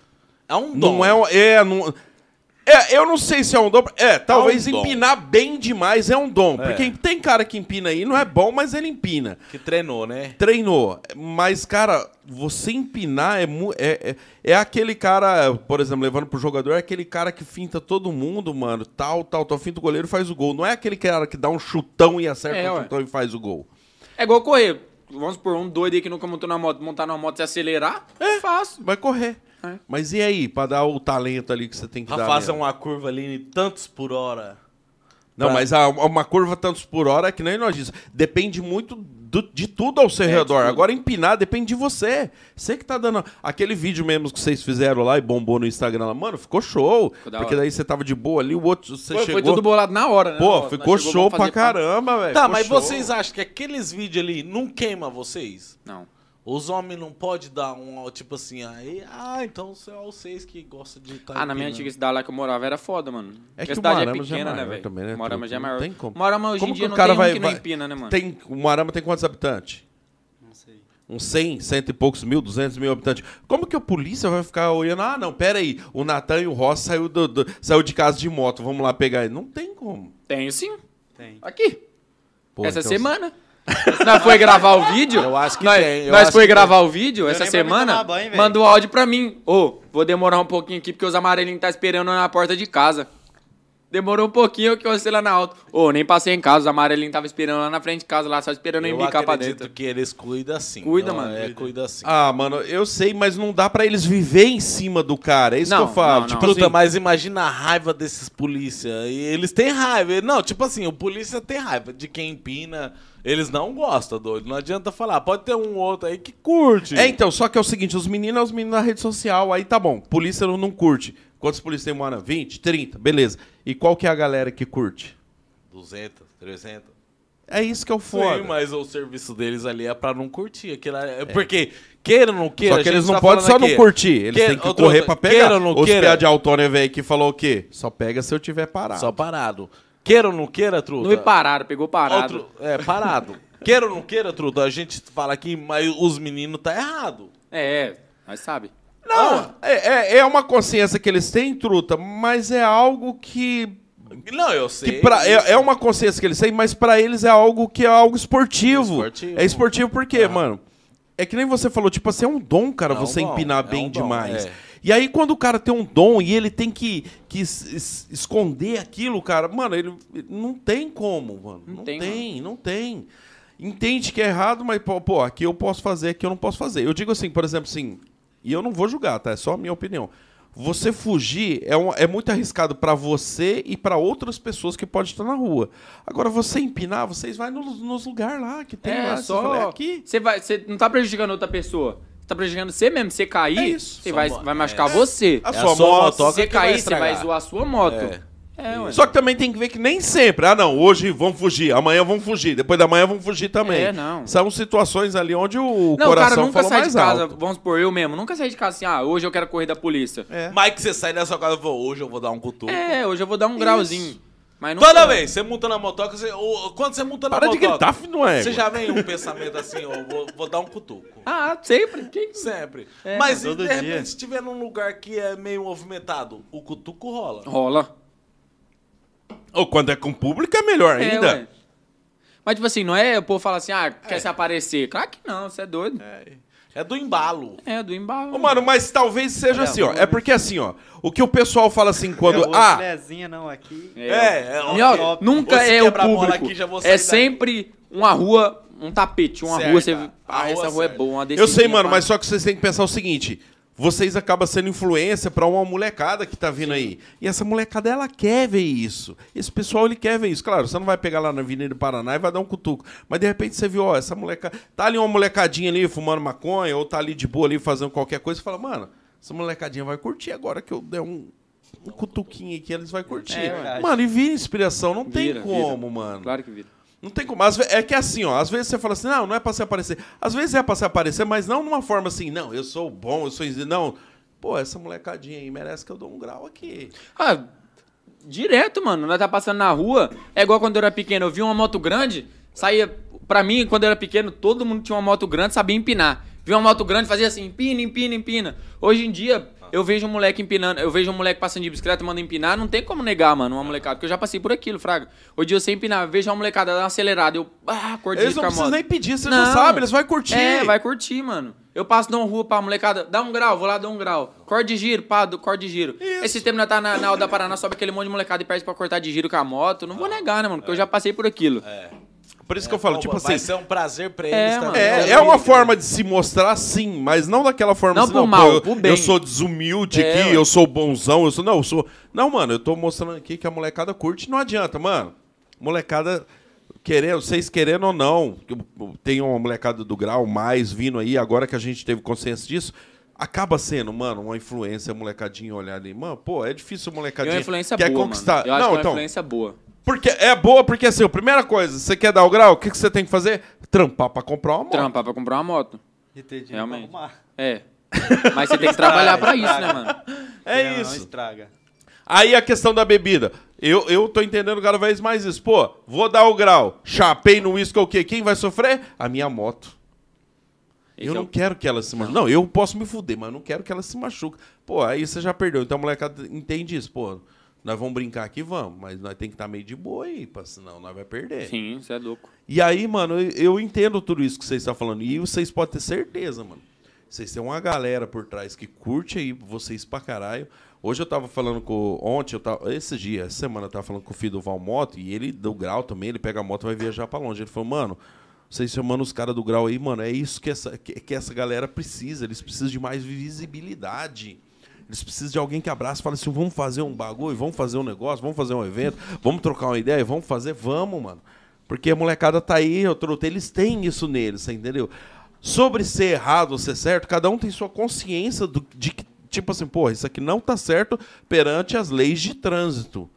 É um dom. Não é, um- é, não, é, eu não sei se é um dom. É, talvez um dom. empinar bem demais é um dom. Porque tem cara que empina aí, não é bom, mas ele empina que treinou, né? treinou. Mas, cara, você empinar é, mu- é, é, é aquele cara, por exemplo, levando pro jogador, é aquele cara que finta todo mundo, mano. Tal, tal, tal, finta o goleiro e faz o gol. Não é aquele cara que dá um chutão e acerta É, o ué. chutão e faz o gol. É igual correr. Vamos supor, um doido aí que nunca montou na moto, montar na moto e acelerar, é fácil. Vai correr. É. Mas e aí, pra dar o talento ali que você tem que Pra dar? fazer um mesmo? uma curva ali em tantos por hora. Não, pra- mas a- uma curva tantos por hora é que nem nós diz. Depende muito do- de tudo ao seu É, de redor. tudo. Agora empinar depende de você. Você que tá dando. Aquele vídeo mesmo que vocês fizeram lá e bombou no Instagram lá, mano, ficou show. da porque hora. daí você tava de boa ali, o outro. Você Foi, foi chegou. tudo bolado na hora, né? Pô, Nós ficou chegou, show vamos pra fazer caramba, velho. Tá, Ficou mas show. vocês acham que aqueles vídeos ali não queima vocês? Não. Os homens não podem dar um, tipo assim, aí, ah, então são vocês que gostam de tá estar Ah, na minha antiga cidade lá que eu morava era foda, mano. Tá É Porque que a o cidade é Moarama já é pequena, né, maior velho? também, né, Moarama truta? já é Não maior. tem como. Moarama hoje em Como que dia o não cara tem um vai. que não vai... empina, né, mano? Tem... O Marama tem quantos habitantes? Não sei. Uns 100, cento e poucos mil, 200 mil habitantes. Como que a polícia vai ficar olhando? Ah, não, pera aí. O Natan e o Ross saiu, do, do- saiu de casa de moto. Vamos lá pegar ele. Não tem como. Tenho sim. Tem. Aqui. Pô, essa então- semana. nós foi gravar o vídeo? Eu acho que nós, tem, eu nós acho foi que gravar o vídeo Eu essa nem pra mim semana. tomar banho, velho. mandou um áudio pra mim. Ô, vou demorar um pouquinho aqui porque os amarelinhos tá esperando na porta de casa. Demorou um pouquinho que eu sei lá na alta. Ô, nem passei em casa, os amarelinhos tava esperando lá na frente de casa, lá só esperando eu Eu embicar pra acredito dentro. que eles cuidam sim. Cuida, Eu- mano. É, cuida sim. Ah, mano, eu sei, mas não dá pra eles viver em cima do cara. É isso Não, que eu falo. não, tipo não. assim, Truta, mas imagina a raiva desses polícia. E Eles têm raiva. Não, tipo assim, o polícia tem raiva de quem empina. Eles não gostam, doido. Não adianta falar. Pode ter um outro aí que curte. É, então, só que é o seguinte, os meninos é os meninos na rede social, aí tá bom. Polícia não, não curte. Quantos polícias tem, mano? 20, 30, beleza. E qual que é a galera que curte? 200, 300. É isso que é o foda. Sim, mas o serviço deles ali é pra não curtir. Aquilo é- Porque, queira ou não queira... só que a gente eles não tá podem só falando não aqui. curtir, eles Queira- têm que Ô, correr truta, pra pegar. Queira ou não Os queira, piá de Altônia velho que falou o quê? Só pega se eu tiver parado. é só parado. Queira ou não queira, truta... Não me pararam, pegou parado. Outro- é, parado. queira ou não queira, truta, a gente fala aqui, mas os meninos tá errado. Ah, É, é, nós sabe. Não, é, é, é uma consciência que eles têm, truta, mas é algo que. Não, eu sei. que pra, é, é uma consciência que eles têm, mas pra eles é algo que é algo esportivo. Esportivo. É esportivo por quê, mano? É que nem você falou, tipo assim, é um dom, cara, É um você dom, empinar é bem um dom, demais. é. E aí, quando o cara tem um dom e ele tem que, que es- es- esconder aquilo, cara, mano, ele ele não tem como, mano. Não, Não tem, tem, não tem. Entende que é errado, mas, pô, pô, aqui eu posso fazer, aqui eu não posso fazer. Eu digo assim, por exemplo, assim, e eu não vou julgar, tá? É só a minha opinião. Você fugir é, um- é muito arriscado pra você e pra outras pessoas que podem estar na rua. Agora, você empinar, vocês vai nos, nos lugares lá que tem é, lá. você só. fala, é aqui. Você vai, você não tá prejudicando outra pessoa. Você tá prejudicando você mesmo. Você cair, É isso. você Só vai, mo- vai machucar você. A É a sua sua moto. motoca. Se você que vai cair, você vai estragar. zoar a sua moto. É. É, ué. Só que também tem que ver que nem sempre. Ah, não, hoje vamos fugir, amanhã vamos fugir, depois da manhã vamos fugir também. É, não. São situações ali onde o não, o coração cara nunca falou sai mais de casa, alto. vamos supor, eu mesmo, nunca saí de casa assim, ah, hoje eu quero correr da polícia. É. Mas que você sai da sua casa e fala, hoje eu vou dar um cutuco. É, hoje eu vou dar um grauzinho. Mas não Toda vez, você monta na motoca, você, ou- quando você monta na Para de motoca, gritar, filho, não é? você já vem um pensamento assim, ó, vou, vou dar um cutuco. Ah, sempre. Quem... Sempre. Mas e, todo de dia. repente, se tiver num lugar que é meio movimentado, o cutuco rola. Rola. Ou quando é com o público é melhor É, ainda. ué. Mas, tipo assim, não é o povo falar assim, ah, quer se aparecer. Claro que não, você é doido. É do embalo. É, do embalo. Ô, mano, mas talvez seja assim, ó. É porque assim, ó. O que o pessoal fala assim É quando. Ah, né? Filezinha não aqui. É, é, ó, Minhoca, ó, nunca você é o quebra a bola público. aqui, já vou sair é daí. sempre uma rua, um tapete, uma Certa. rua, você... A Ah, essa rua rua é certa. boa, uma eu sei, descidinha, mano, pá. mas só que vocês têm que pensar o seguinte. Vocês acabam sendo influência pra uma molecada que tá vindo aí. E essa molecada, ela quer ver isso. Esse pessoal, ele quer ver isso. Claro, você não vai pegar lá na Avenida do Paraná e vai dar um cutuco. Mas de repente você viu, ó, essa molecada. Tá ali uma molecadinha ali fumando maconha, ou tá ali de boa ali fazendo qualquer coisa. Você fala, mano, essa molecadinha vai curtir agora que eu der um, um cutuquinho aqui, eles vão curtir. É, verdade. mano, e vira inspiração. Não tem Vira, como, vira. mano. Claro que vira. Não tem como. Às ve- É que é assim, ó. Às vezes você fala assim, não, não é pra se aparecer. Às vezes é pra se aparecer, mas não numa forma assim, não, eu sou bom, eu sou. ins- Não. Pô, essa molecadinha aí merece que eu dou um grau aqui. Ah, direto, mano. Nós tá passando na rua. É igual quando eu era pequeno. Eu vi uma moto grande, saía. Pra mim, quando eu era pequeno, todo mundo tinha uma moto grande, sabia empinar. Vi uma moto grande, fazia assim, empina, empina, empina. Hoje em dia, eu vejo um moleque empinando, eu vejo um moleque passando de bicicleta, manda empinar, não tem como negar, mano, uma molecada, porque eu já passei por aquilo, fraga. Hoje em dia eu sei empinar, eu vejo uma molecada, dá uma acelerada, eu, ah, acordei Eles de não com a precisam moto. nem pedir, vocês Não. não sabem, eles vão curtir. É, vai curtir, mano. Eu passo, dou uma rua pra molecada, dá um grau, vou lá, dou um grau. Corte de giro, pá, do, corte de giro. Esse tempo nós tá na, na Alda Paraná, sobe aquele monte de molecada e perde pra cortar de giro com a moto. Não vou negar, né, mano? Porque eu já passei por aquilo. Por isso que eu falo, É, Pô, tipo vai assim. ser um prazer pra É, eles mano. também. É, é Eu- uma forma de se mostrar, sim, mas não daquela forma Não assim, pro pô, mal, eu, pro bem. eu sou desumilde É, aqui, ué. eu sou bonzão, eu sou. Não, eu sou. Não, mano, eu tô mostrando aqui que a molecada curte, não adianta, mano. Molecada, querendo, vocês querendo ou não, tem uma molecada do grau mais vindo aí, agora que a gente teve consciência disso. Acaba sendo, mano, uma influência, a molecadinha olhar ali. Mano, pô, é difícil a É molecadinha. uma influência quer boa, conquistar. mano. Eu acho não, que é uma então. influência boa. Porque é boa, porque assim, a primeira coisa, você quer dar o grau, o que, que você tem que fazer? Trampar pra comprar uma moto. Trampar pra comprar uma moto. E ter dinheiro pra Realmente. arrumar. É. Mas você tem que trabalhar pra isso, né, mano? É Não, isso. Não estraga. Aí a questão da bebida. Eu, eu tô entendendo cada vez mais isso. Pô, vou dar o grau. Chapei no uísque é o quê? Quem vai sofrer? A minha moto. Esse eu é não o- quero que ela se machuque. Não, eu posso me fuder, mas eu não quero que ela se machuque. Pô, aí você já perdeu. Então a molecada entende isso. Pô, nós vamos brincar aqui, vamos. Mas nós tem que estar meio de boa aí, pá, senão nós vai perder. Sim, você é louco. E aí, mano, eu, eu entendo tudo isso que vocês estão falando. E vocês podem ter certeza, mano. Vocês têm uma galera por trás que curte aí vocês pra caralho. Hoje eu tava falando com. Ontem, eu tava. Esse dia, essa semana, eu tava falando com o filho do Valmoto e ele do grau também, ele pega a moto e vai viajar pra longe. Ele falou, mano, vocês chamando os caras do grau aí, mano, é isso que essa, que, que essa galera precisa. Eles precisam de mais visibilidade. Eles precisam de alguém que abraça e fale assim: vamos fazer um bagulho, vamos fazer um negócio, vamos fazer um evento, vamos trocar uma ideia, vamos fazer, vamos, mano. Porque a molecada tá aí, eu trotei, eles têm isso neles, você entendeu? Sobre ser errado ou ser certo, cada um tem sua consciência do, de que, tipo assim, porra, isso aqui não tá certo perante as leis de trânsito.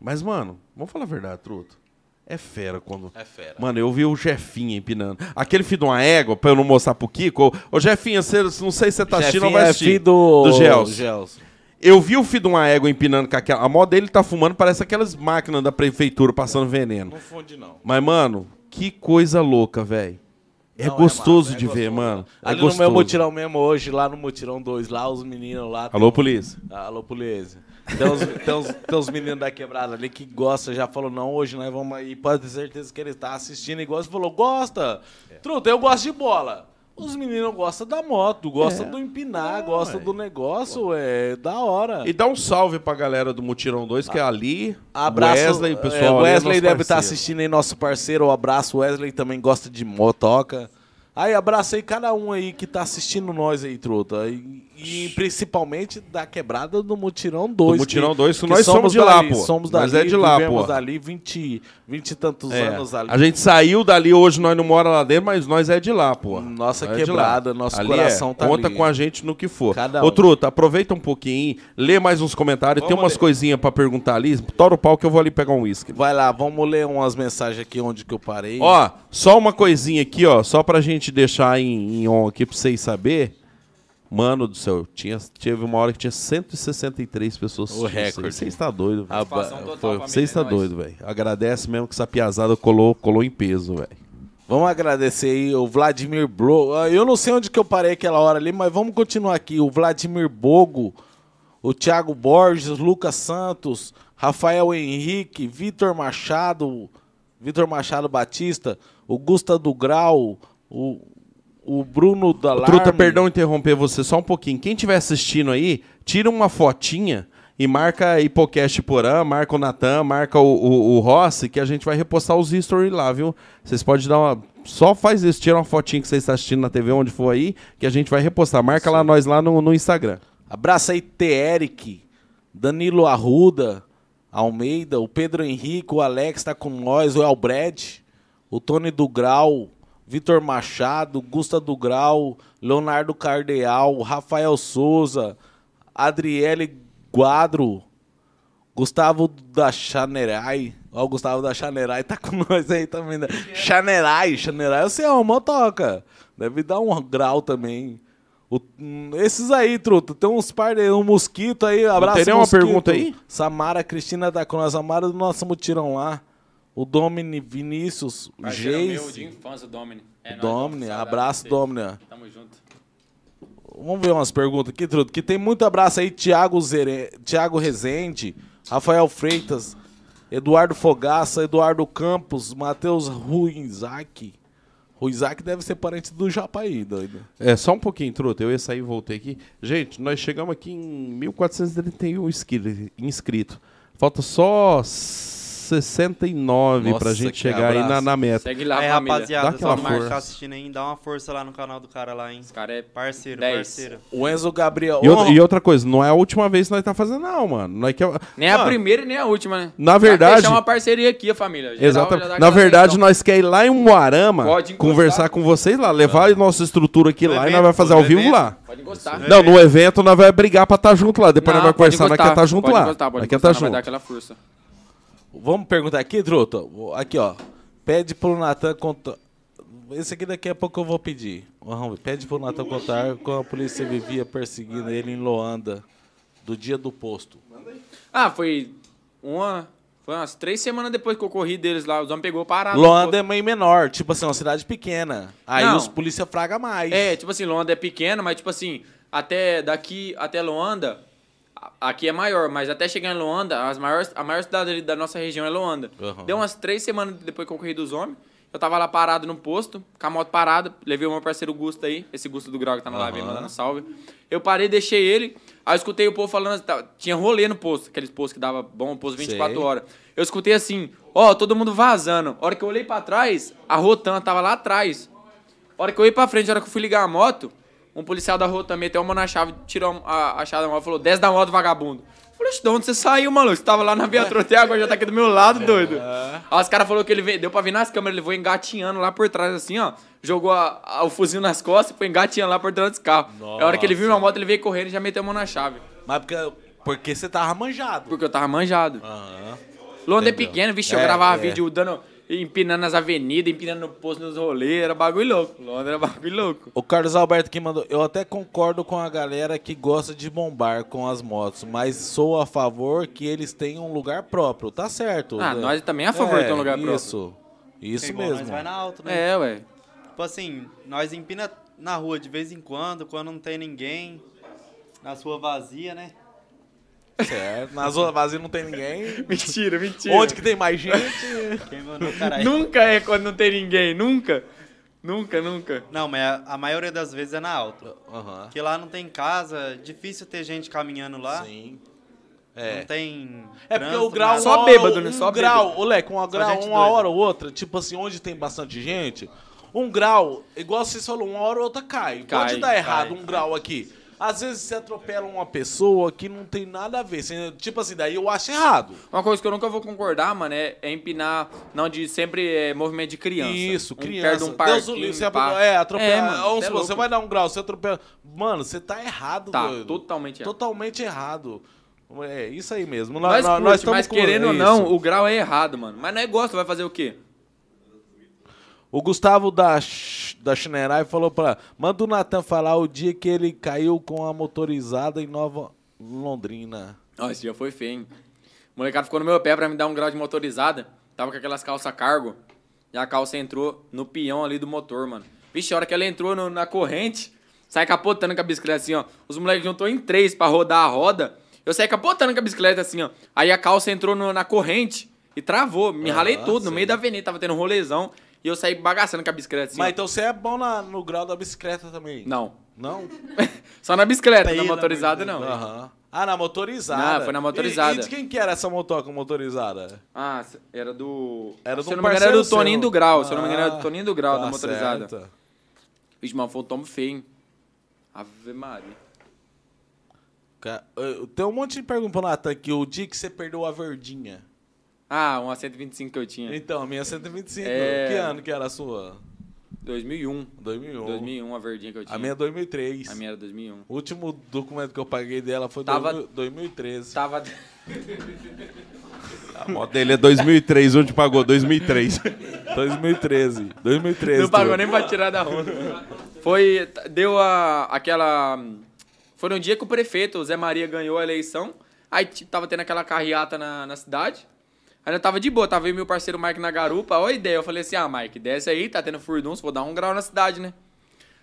Mas, mano, vamos falar a verdade, truto. É fera quando. É fera. Mano, eu vi o Jefinha empinando. Aquele filho de uma égua, pra eu não mostrar pro Kiko. ô- Ô, Jefinha, você, não sei se você tá assistindo ou vai é assistir. filho do, do Gels. Gels. Eu vi o filho de uma égua empinando com aquela. A moto dele tá fumando, parece aquelas máquinas da prefeitura passando veneno. Não funde, não. Mas, mano, que coisa louca, velho. É Não, gostoso massa, é de ver, gostoso. mano. É Ali no gostoso. meu mutirão mesmo hoje, lá no mutirão 2, lá os meninos lá. Alô, polícia. Ah, Alô, polícia. Tem uns, tem uns- tem uns meninos da quebrada ali que gostam, já falou, não, hoje nós vamos aí. Pode ter certeza que ele tá assistindo e gosta. Falou, gosta. Truta, eu gosto de bola. Os meninos gostam da moto, gostam do empinar, gostam do negócio, é da hora. E dá um salve pra galera do Mutirão 2, que é ali. Tá. Abraço. Wesley, o pessoal. é, ali é Wesley nosso deve estar parceiro. assistindo aí, nosso parceiro. Um abraço. Wesley também gosta de motoca. Aí, abraço aí cada um aí que tá assistindo nós aí, truta. E, e principalmente da quebrada do Mutirão 2. Do Mutirão 2, que que nós somos de lá, dali, pô. Somos dali, Nós é de lá, vivemos pô. dali 20, 20 e tantos É. anos ali. A gente saiu dali, hoje nós não mora lá dentro, mas nós é de lá, pô. Nossa Nós é de lá. é. quebrada, nosso coração tá Conta ali. com a gente no que for. Cada Ô, um. Truta, aproveita um pouquinho, lê mais uns comentários, tem umas coisinhas pra perguntar ali. Tora o pau que eu vou ali pegar um uísque. Vai lá, vamos ler umas mensagens aqui onde que eu parei. Ó, só uma coisinha aqui, ó, só pra gente deixar em, em on aqui pra vocês saber. Mano do céu, tinha, teve uma hora que tinha 163 pessoas. assistindo isso aí. recorde. Você está doido, velho. Ah, ba- Satisfação total, foi- família, Você está é nóis. doido, velho. Agradece mesmo que essa piazada colou, colou em peso, velho. Vamos agradecer aí o Vladimir Brogo. Ah, Eu não sei onde que eu parei aquela hora ali, mas vamos continuar aqui. O Vladimir Bogo, o Thiago Borges, Lucas Santos, Rafael Henrique, Vitor Machado, Vitor Machado Batista, o Gusta do Grau, o, o Bruno da Larme. Truta, perdão interromper você só um pouquinho. Quem estiver assistindo aí, tira uma fotinha e marca a Hipocast Porã, marca o Natan, marca o, o, o Rossi, que a gente vai repostar os history lá, viu? Vocês podem dar uma. Só faz isso, tira uma fotinha que você está assistindo na TV, onde for aí, que a gente vai repostar. Marca lá nós lá no, no Instagram. Abraço aí, T. Eric, Danilo Arruda, Almeida, o Pedro Henrique, o Alex tá com nós, o Elbred, o Tony do Grau, Vitor Machado, Gusta do Grau, Leonardo Cardeal, Rafael Souza, Adriele Quadro, Gustavo da Chanerai. Ó, o Gustavo da Chanerai tá com nós aí também. Né? Chanerai, Chanerai, eu sei, é uma motoca. Deve dar um grau também. O- hum, esses aí, truta, tem uns par de. Um mosquito aí, abraço. tem nenhuma mosquito. pergunta aí? Samara Cristina da Cruz, Samara do nosso mutirão lá. O Domini Vinícius, o Parceiro meu de Geis. infância, é o Domini. É nóis, Domini, saudade abraço, de você. Domini. Tamo junto. Vamos ver umas perguntas aqui, Truto, que tem muito abraço aí, Tiago Zere... Thiago Rezende, Rafael Freitas, Eduardo Fogaça, Eduardo Campos, Matheus Ruizac. Ruizac deve ser parente do Japa aí, doido. É, só um pouquinho, Truta. Eu ia sair e voltei aqui. Gente, nós chegamos aqui em 1.431 inscri- inscritos. Falta só 69 pra Nossa, gente que chegar aí na, abraço. na meta. Segue lá, Aí, família. dá rapaziada, aquela só Marcos força. tá assistindo aí, dá uma força lá no canal do cara lá, hein? Os caras é Parceiro, Dez. parceiro. O Enzo Gabriel. E, outra- Oh, e outra coisa, não é a última vez que nós tá fazendo, não, é mano. Nós quer... Nem a Mano, primeira e nem a última, né? na Já verdade- Deixar uma parceria aqui, a família. Geral já dá Exatamente. Na aquela verdade, atenção. nós quer ir lá em Moarama Pode encostar. conversar com vocês lá, levar a nossa estrutura aqui lá e nós evento, vamos fazer no ao vivo evento. lá. Pode encostar. Não, é no evento nós vamos brigar pra tá estar junto lá. Depois nós Não, vamos pode conversar, nós quer encostar, estar junto pode lá. encostar, pode nós quer encostar, estar nós vai dar junto. aquela força. Vamos perguntar aqui, Truto? Aqui, ó. Pede pro Natan contar. Esse aqui daqui a pouco eu vou pedir. Vamos, Pede pro Natan contar como a polícia vivia perseguindo ele em Loanda, do dia do posto. Ah, foi uma... Foi umas três semanas depois que eu corri deles lá. Os homens pegou parado. Loanda é meio menor, tipo assim, uma cidade pequena. Aí Não. os polícia fraga mais. É, tipo assim, Luanda é pequena, mas tipo assim, até daqui até Luanda, a- aqui é maior, mas até chegar em Luanda, as maiores, a maior cidade ali da nossa região é Luanda. Aham. Deu umas três semanas depois que eu corri dos homens, eu tava lá parado no posto, com a moto parada, levei o meu parceiro Gusto aí, esse Gusto do Grau que tá na live aí, mandando salve. Eu parei, deixei ele, Aí eu escutei o povo falando, assim, tá, tinha rolê no posto, aqueles postos que dava bom, posto 24 Sei. horas. Eu escutei assim, ó, todo mundo vazando. A hora que eu olhei pra trás, a Rotan tava lá atrás. A hora que eu olhei pra frente, a hora que eu fui ligar a moto, um policial da Rotan meteu a mão na chave, tirou a, a chave da moto e falou, desce da moto, vagabundo. Eu Falei, "Oxe, de onde você saiu, maluco? Você tava lá na Via Trote agora já tá aqui do meu lado, doido. Aí os caras falaram que ele veio, deu pra vir nas câmeras, ele foi engatinhando lá por trás, assim, ó. Jogou a- a- o fuzil nas costas e foi engatinhando lá por trás dos carros. É a hora que ele viu minha moto, ele veio correndo e já meteu a mão na chave. Mas porque, porque você tava manjado. Porque eu tava manjado. Aham. Londres Entendeu. é pequeno, vixe, eu É, gravava é. vídeo dando. Empinando nas avenidas, empinando no posto, nos rolês, era bagulho louco. Londres é era bagulho louco. O Carlos Alberto que mandou. Eu até concordo com a galera que gosta de bombar com as motos, mas sou a favor que eles tenham um lugar próprio. Tá certo. Ah, nós também é a favor de ter um lugar próprio. Isso. Isso Igual mesmo. Nós vai na alto, né? É, ué. Tipo assim, nós empina na rua de vez em quando, quando não tem ninguém, nas ruas vazias, né? Certo. é, Na zona vazia não tem ninguém. Mentira, mentira. Onde que tem mais gente? Quem mandou, caralho? Nunca é quando não tem ninguém, nunca. Nunca, nunca. Não, mas a, a maioria das vezes é na alto. Aham. Porque lá não tem casa, difícil ter gente caminhando lá. Sim. Não É. tem. É porque trânsito, o grau. nada. Só uma bêbado, hora- né? Um Só grau, ô Leco, um grau, gente uma doida. hora ou outra, tipo assim, onde tem bastante gente, um grau, igual vocês falaram, uma hora ou outra cai. Cai, Pode dar errado cai. um grau aqui. Às vezes você atropela uma pessoa que não tem nada a ver. você- Tipo assim, daí eu acho errado. Uma coisa que eu nunca vou concordar, mano, é, é empinar. Não, de sempre é movimento de criança. Isso, Um criança. perto de um Deus parquinho, o livre, você pá. atropela. É, atropela. É, mano, vamos cê é supor, louco. você vai dar um grau, você atropela. Mano, você tá errado, Tá, doido. totalmente errado. Totalmente errado. É, isso aí mesmo. nós, Nós, curte, nós estamos mas com- querendo é ou não, isso. o grau é errado, mano. Mas não é gosto, vai fazer o quê? O Gustavo da, Ch- da Chinerai falou pra. Manda o Natan falar o dia que ele caiu com a motorizada em Nova Londrina. Ó, esse dia foi feio, hein? O molecado ficou no meu pé pra me dar um grau de motorizada. Tava com aquelas calças cargo. E a calça entrou no peão ali do motor, mano. Vixe, a hora que ela entrou no- na corrente, sai capotando com a bicicleta assim, ó. Os moleques juntou em três pra rodar a roda. Eu saí capotando com a bicicleta assim, ó. Aí a calça entrou no- na corrente e travou. Me Ah, ralei todo no meio da avenida. Tava tendo um rolezão. E eu saí bagaçando com a bicicleta assim. Mas ó. então você é bom na- no grau da bicicleta também? Não. Não? Só na bicicleta, então- Pelo na amor motorizada de Deus, não. Aham. Ah, na motorizada. Não, foi na E- motorizada. E, de quem que era essa motoca motorizada? Ah, c- era do. Era se do eu não me engano, era do parceiro Toninho seu. do Grau. se eu não me engano, era Ah, do Toninho do Grau, tá da motorizada. certo. Vixe, mas foi um tombo feio, hein? Ave Maria. Ca- eu- Tem um monte de pergunta pro Natan aqui. O dia que você perdeu a verdinha. Ah, uma 125 que eu tinha. Então, a minha 125. Hum. É. Que ano que era a sua? 2001. 2001. 2001 a um, verdinha que eu tinha. A minha é 2003. A minha era 2001. O último documento que eu paguei dela foi Tava- dois mil- 2013. Tava... A moto dele é 2003, onde pagou? 2003. 2013. 2013. Não pagou nem pra tirar da ronda. Foi... t- Deu a... aquela... Foi no dia que o prefeito, o Zé Maria, ganhou a eleição. Aí t- tava tendo aquela carreata na, na cidade. Aí eu tava de boa, tava aí meu parceiro Mike na garupa. Olha a ideia. Eu falei assim, ah, Mike, desce aí, tá tendo furdunço, vou dar um grau na cidade, né?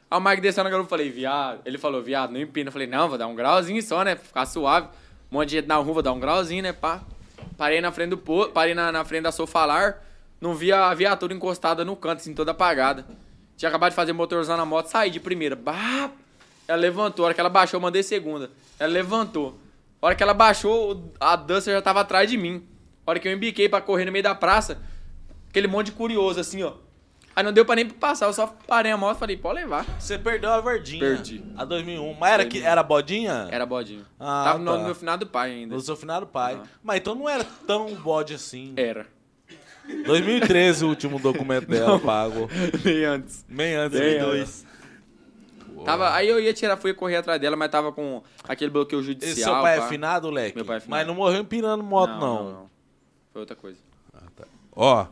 Aí o Mike desceu na garupa e falei, viado. Ele falou, viado, não empina. Eu falei, não, vou dar um grauzinho só, né? pra Ficar suave. Um monte de gente na rua, vou dar um grauzinho, né? Pá. Parei na frente do po... parei na, na frente da Sofalar. Não vi a viatura encostada no canto, assim, toda apagada. Tinha acabado de fazer motorzão na moto, saí de primeira. Bah! Ela levantou. A hora que ela baixou, eu mandei segunda. Ela levantou. A hora que ela baixou, o- a dança já tava atrás de mim. A hora que eu embiquei pra correr no meio da praça, aquele monte de curioso, assim, ó. Aí não deu pra nem passar, eu só parei a moto e falei, pode levar. Você perdeu a verdinha. Perdi. A 2001. Mas era, que, era bodinha? um. Era bodinho. Ah, Tava no tá. no meu final do pai ainda. Do seu finado pai. Ah. Mas então não era tão bode assim. Era. 2013 o último documento dela pago. Nem antes. Bem antes. Bem então. antes. Tava, aí eu ia tirar, fui correr atrás dela, mas tava com aquele bloqueio judicial. Esse seu pai pá. é finado, Leque? Meu pai é Mas finado. não morreu empinando moto, não. Foi outra coisa. Ó,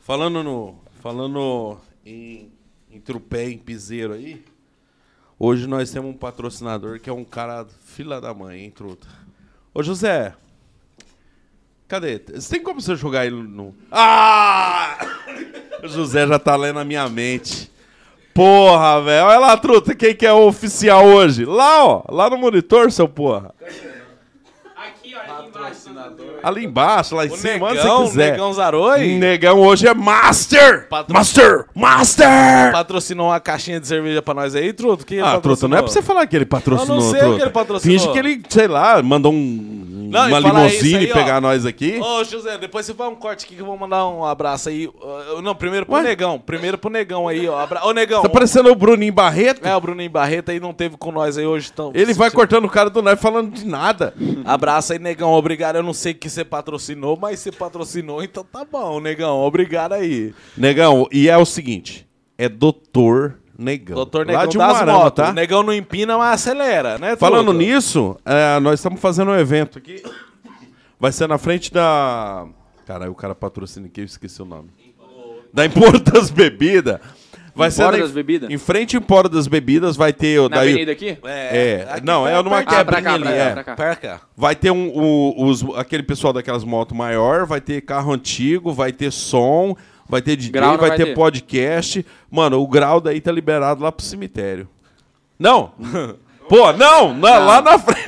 falando no. Falando em, em Trupé, em Piseiro aí. Hoje nós temos um patrocinador que é um cara fila da mãe, hein, truta? Ô, José. Cadê? Você tem como você jogar ele no. Ah! O José já tá lendo a minha mente. Porra, velho. Olha lá, truta, quem que é o oficial hoje? Lá, ó. Lá no monitor, seu porra. Aqui, olha, aqui embaixo. Ali embaixo, lá em O cima, onde Negão, você quiser. Negão Zaroi? Negão hoje é Master! Patro- Master! Ah, Master! Patrocinou uma caixinha de cerveja pra nós aí, Truto? Que ele Ah, Truta, não é patrocinou? pra você falar que ele patrocinou, Eu não sei o que ele Truta. patrocinou. Finge que ele, sei lá, mandou um- Não, e uma falar isso limusine aí, ó. pegar nós aqui. Ô, José, depois você faz um corte aqui que eu vou mandar um abraço aí. Uh, Não, primeiro pro Negão. Primeiro pro Negão aí, ó. Abra... Ô, Negão. Tá parecendo o Bruninho Barreto. É, o Bruninho Barreto aí não teve com nós aí hoje. Então, Ele vai cortando o cara do nós falando de nada. Abraço aí, Negão. Obrigado. Eu não sei que você patrocinou, mas você patrocinou, então tá bom, Negão. Obrigado aí. Negão, e é o seguinte, é doutor Negão. Doutor Lá Negão de das Umarama, motos. tá? Negão não empina, mas acelera, né? Falando Truta? nisso, é, nós estamos fazendo um evento aqui. Vai ser na frente da. Caralho, o cara patrocina aqui, eu esqueci o nome. Da Empora das Bebidas. Vai ser Empora na- das Bebidas? Em frente à Empora das Bebidas vai ter. o Na daí- avenida aqui? É, aqui não, é perto- numa pra cá, quebrinha ali. pra cá, é. pra cá. Perto cá. Vai ter um, o- os, aquele pessoal daquelas motos maior, vai ter carro antigo, vai ter som, vai ter DJ, Grau vai, não vai ter, ter. podcast. Mano, o grau daí tá liberado lá pro cemitério. Não! Pô, não, na- Lá na frente.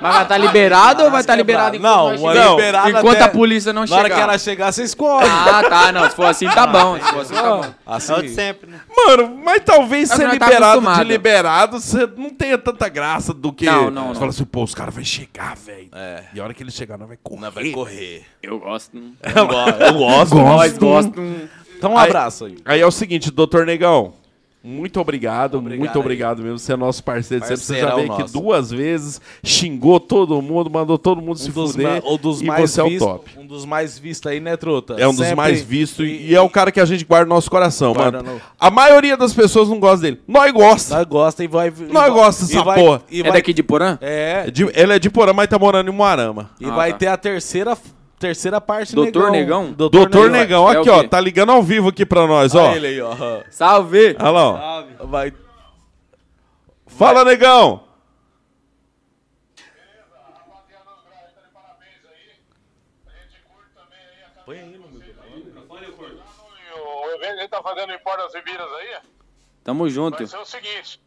Mas vai estar liberado ou vai estar liberado enquanto Não, nós vai chegar? liberado Enquanto até- a polícia não Na hora chegar. que ela chegar, você escolhe. Ah, tá, não. Se for assim, tá bom. Se for assim, tá bom. Assim, É o de sempre, né? Mano, mas talvez É o que ser nós tá liberado de acostumado. liberado, você não tenha tanta graça do que. Não, não, Você não. fala assim, pô, os caras vão chegar, velho. é, E a hora que ele chegar, nós vai correr. Nós vai correr. Eu gosto. hum. Eu gosto, Nós gosto. hum. Então É um abraço aí. Aí é o seguinte, doutor Negão. Muito obrigado, muito aí. obrigado mesmo. Você é nosso parceiro. de sempre. Você já Parceirão veio aqui nosso. duas vezes, xingou todo mundo, mandou todo mundo se um dos, fuder. ma- ou dos e mais você é o vistos- top. Um dos mais vistos aí, né, Truta? É um dos Sempre- mais vistos e, e é o cara que a gente guarda no nosso coração, Guarda mano. no- A maioria das pessoas não gosta dele. Nós gosta. Nós gosta e vai. Nós Nós gosta dessa porra. E É vai, daqui de Porã? é, É de- ele é de Porã, mas tá morando em Moarama. e Ah, vai tá. ter a terceira, terceira parte Doutor Negão? Doutor, Doutor Negão, É o aqui, ó, quê? tá ligando ao vivo aqui pra nós, ó. Olha ele aí, ó. Salve! Ah. Olha lá, ó. Salve. Vai. Fala, Negão. o evento que a gente tá fazendo em Porto das Bebidas aí, Tamo junto. vai ser o seguinte: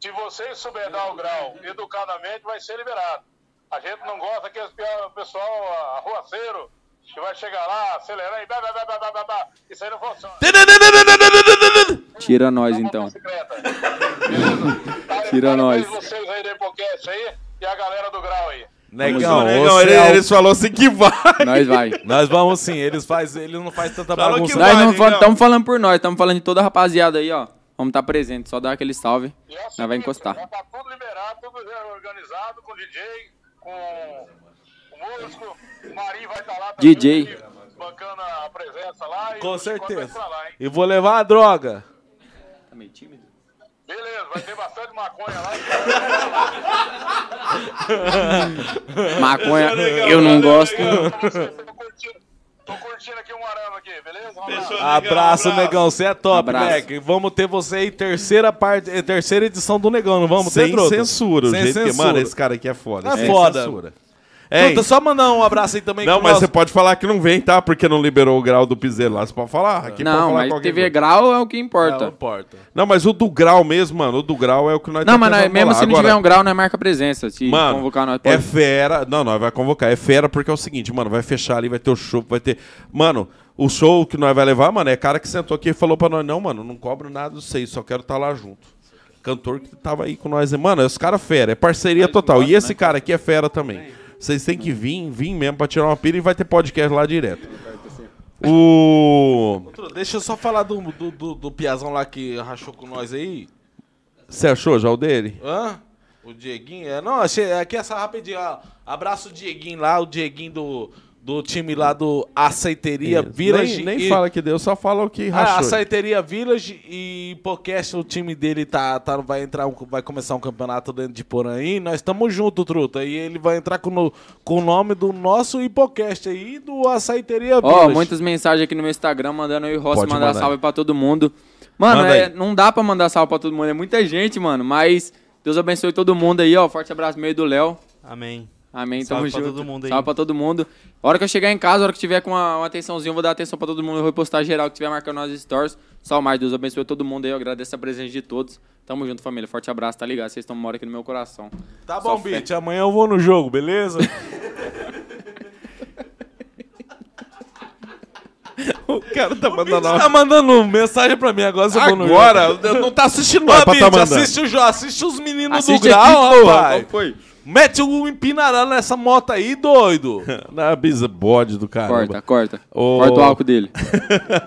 se vocês souber dar o grau educadamente, vai ser liberado. A gente não gosta daqueles pia- pessoal arruaceiro que vai chegar lá, acelerar e blá, blá, blá, blá, blá, blá, blá. Isso aí não funciona. é Tira nós então. Bicicleta. Beleza? Tá, Tira eu quero nós. ver Vocês aí do Epocast aí e a galera do grau aí. Negão, Negão, você ele, é o- eles falou assim que vai. Nós vai. Nós vamos sim, eles faz, ele não faz tanta Falou que bagunça. vai. Nós não Digão. estamos falando por nós, estamos falando de toda a rapaziada aí, ó. Vamos estar presente, só dar aquele salve. E é o Nós seguinte, vai encostar. Já tá tudo liberado, tudo já organizado, com DJ, com com músico. O Marinho vai estar lá também. DJ. Bancando a presença lá. e Com o Chico vai certeza. pra lá, hein? E vou levar a droga. Tá meio tímido? Beleza, vai ter bastante maconha lá. tá é Maconha, eu não gosto. Tô curtindo, tô curtindo aqui um arame aqui, beleza? Um abraço. Abraço, Negão. Você é top, Abraço. moleque. Vamos ter você aí, terceira parte, eh, terceira edição do Negão, não vamos ter, é Sem Truta? censura, o Sem jeito que- censura. Mano, esse cara aqui é foda. É sem foda. censura. Ei, Truta, só mandar um abraço aí também. não, que o mas é nosso- você pode falar que não vem, tá? Porque não liberou o grau do piseiro lá. Você pode falar. Aqui pode Não, falar mas qualquer TV coisa. grau é o que Não importa. importa. Não, mas o do grau mesmo, mano. O do grau é o que nós Não, tá mas nós- tentando mesmo falar. se não Agora, tiver um grau, nós marca presença. Se Mano, convocar nós, é pode. fera. Não, não, vai convocar. É fera porque é o seguinte, mano, vai fechar ali, vai ter o show, vai ter... Mano, o show que nós vai levar, mano, é cara que sentou aqui e falou pra nós, não, mano, não cobro nada do sei, só quero estar lá junto. Cantor que tava aí com nós. Mano, é os caras fera, é parceria total. E né? esse cara aqui é fera também. Vocês têm que vir, vir mesmo pra tirar uma pira e vai ter podcast lá direto. O... Truta, Deixa eu só falar do, do, do, do Piazão lá que rachou com nós aí. Você achou já o dele? Hã? O Dieguinho? É, não, achei. Aqui essa rapidinho. ó. Abraço o Dieguinho lá, o Dieguinho do, do time lá do Aceiteria Village. É, nem nem e- fala que deu, só fala o que Ah, rachou. Aceiteria Village e podcast, o time dele tá, tá, vai entrar, um- vai começar um campeonato dentro de Porã aí. Nós estamos junto, truta. E ele vai entrar com, no- com o nome do nosso e podcast aí do Aceiteria Village. Ó, muitas mensagens aqui no meu Instagram mandando eu e o Rossi Pode mandar, mandar. salve pra todo mundo. Mano, Manda é- aí. não dá pra mandar salve pra todo mundo, é muita gente, mano. Mas Deus abençoe todo mundo aí, ó. Forte abraço meio do Léo. Amém. Amém, Salve tamo pra junto. todo mundo aí. Salve pra todo mundo. A hora que eu chegar em casa, a hora que tiver com uma, uma atençãozinha, eu vou dar atenção pra todo mundo. Eu vou postar geral que tiver marcando nas stories. Salve mais, Deus abençoe todo mundo aí. Eu agradeço a presença de todos. Tamo junto, família. Forte abraço, tá ligado? Vocês estão moram aqui no meu coração. Tá Só bom, fé. Bit. Amanhã eu vou no jogo, beleza? O cara tá mandando. Você tá mandando mensagem pra mim agora, seu Bono Júnior. Agora, não tá assistindo nada pra Ô, tá bicho, mandando. assiste, o jo- assiste os meninos Assiste do grau, aqui, pô. rapaz. Qual foi? Mete o empinarão nessa moto aí, doido. Na bisa bode do caramba. Corta, corta. Ô. Corta o álcool dele.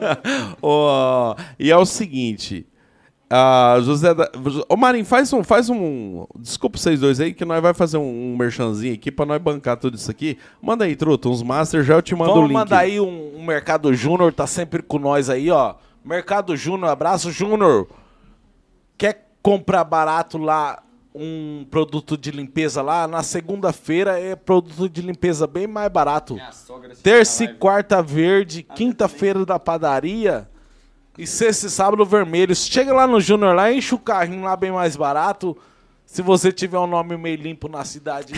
Ó, e é o seguinte. ah, José da... Ô Marim, faz um, faz um. Desculpa vocês dois aí, que nós vai fazer um, um merchanzinho aqui pra nós bancar tudo isso aqui. Manda aí, truta, uns masters já eu te mando o Vamos link. mandar aí um, um Mercado Júnior, tá sempre com nós aí, ó. Mercado Júnior, abraço Júnior. Quer comprar barato lá um produto de limpeza lá? Na segunda-feira é produto de limpeza bem mais barato. Terça e quarta verde, quinta-feira da padaria e sexta e sábado vermelho. Chega lá no Júnior lá, enche o carrinho lá bem mais barato. Se você tiver um nome meio limpo na cidade,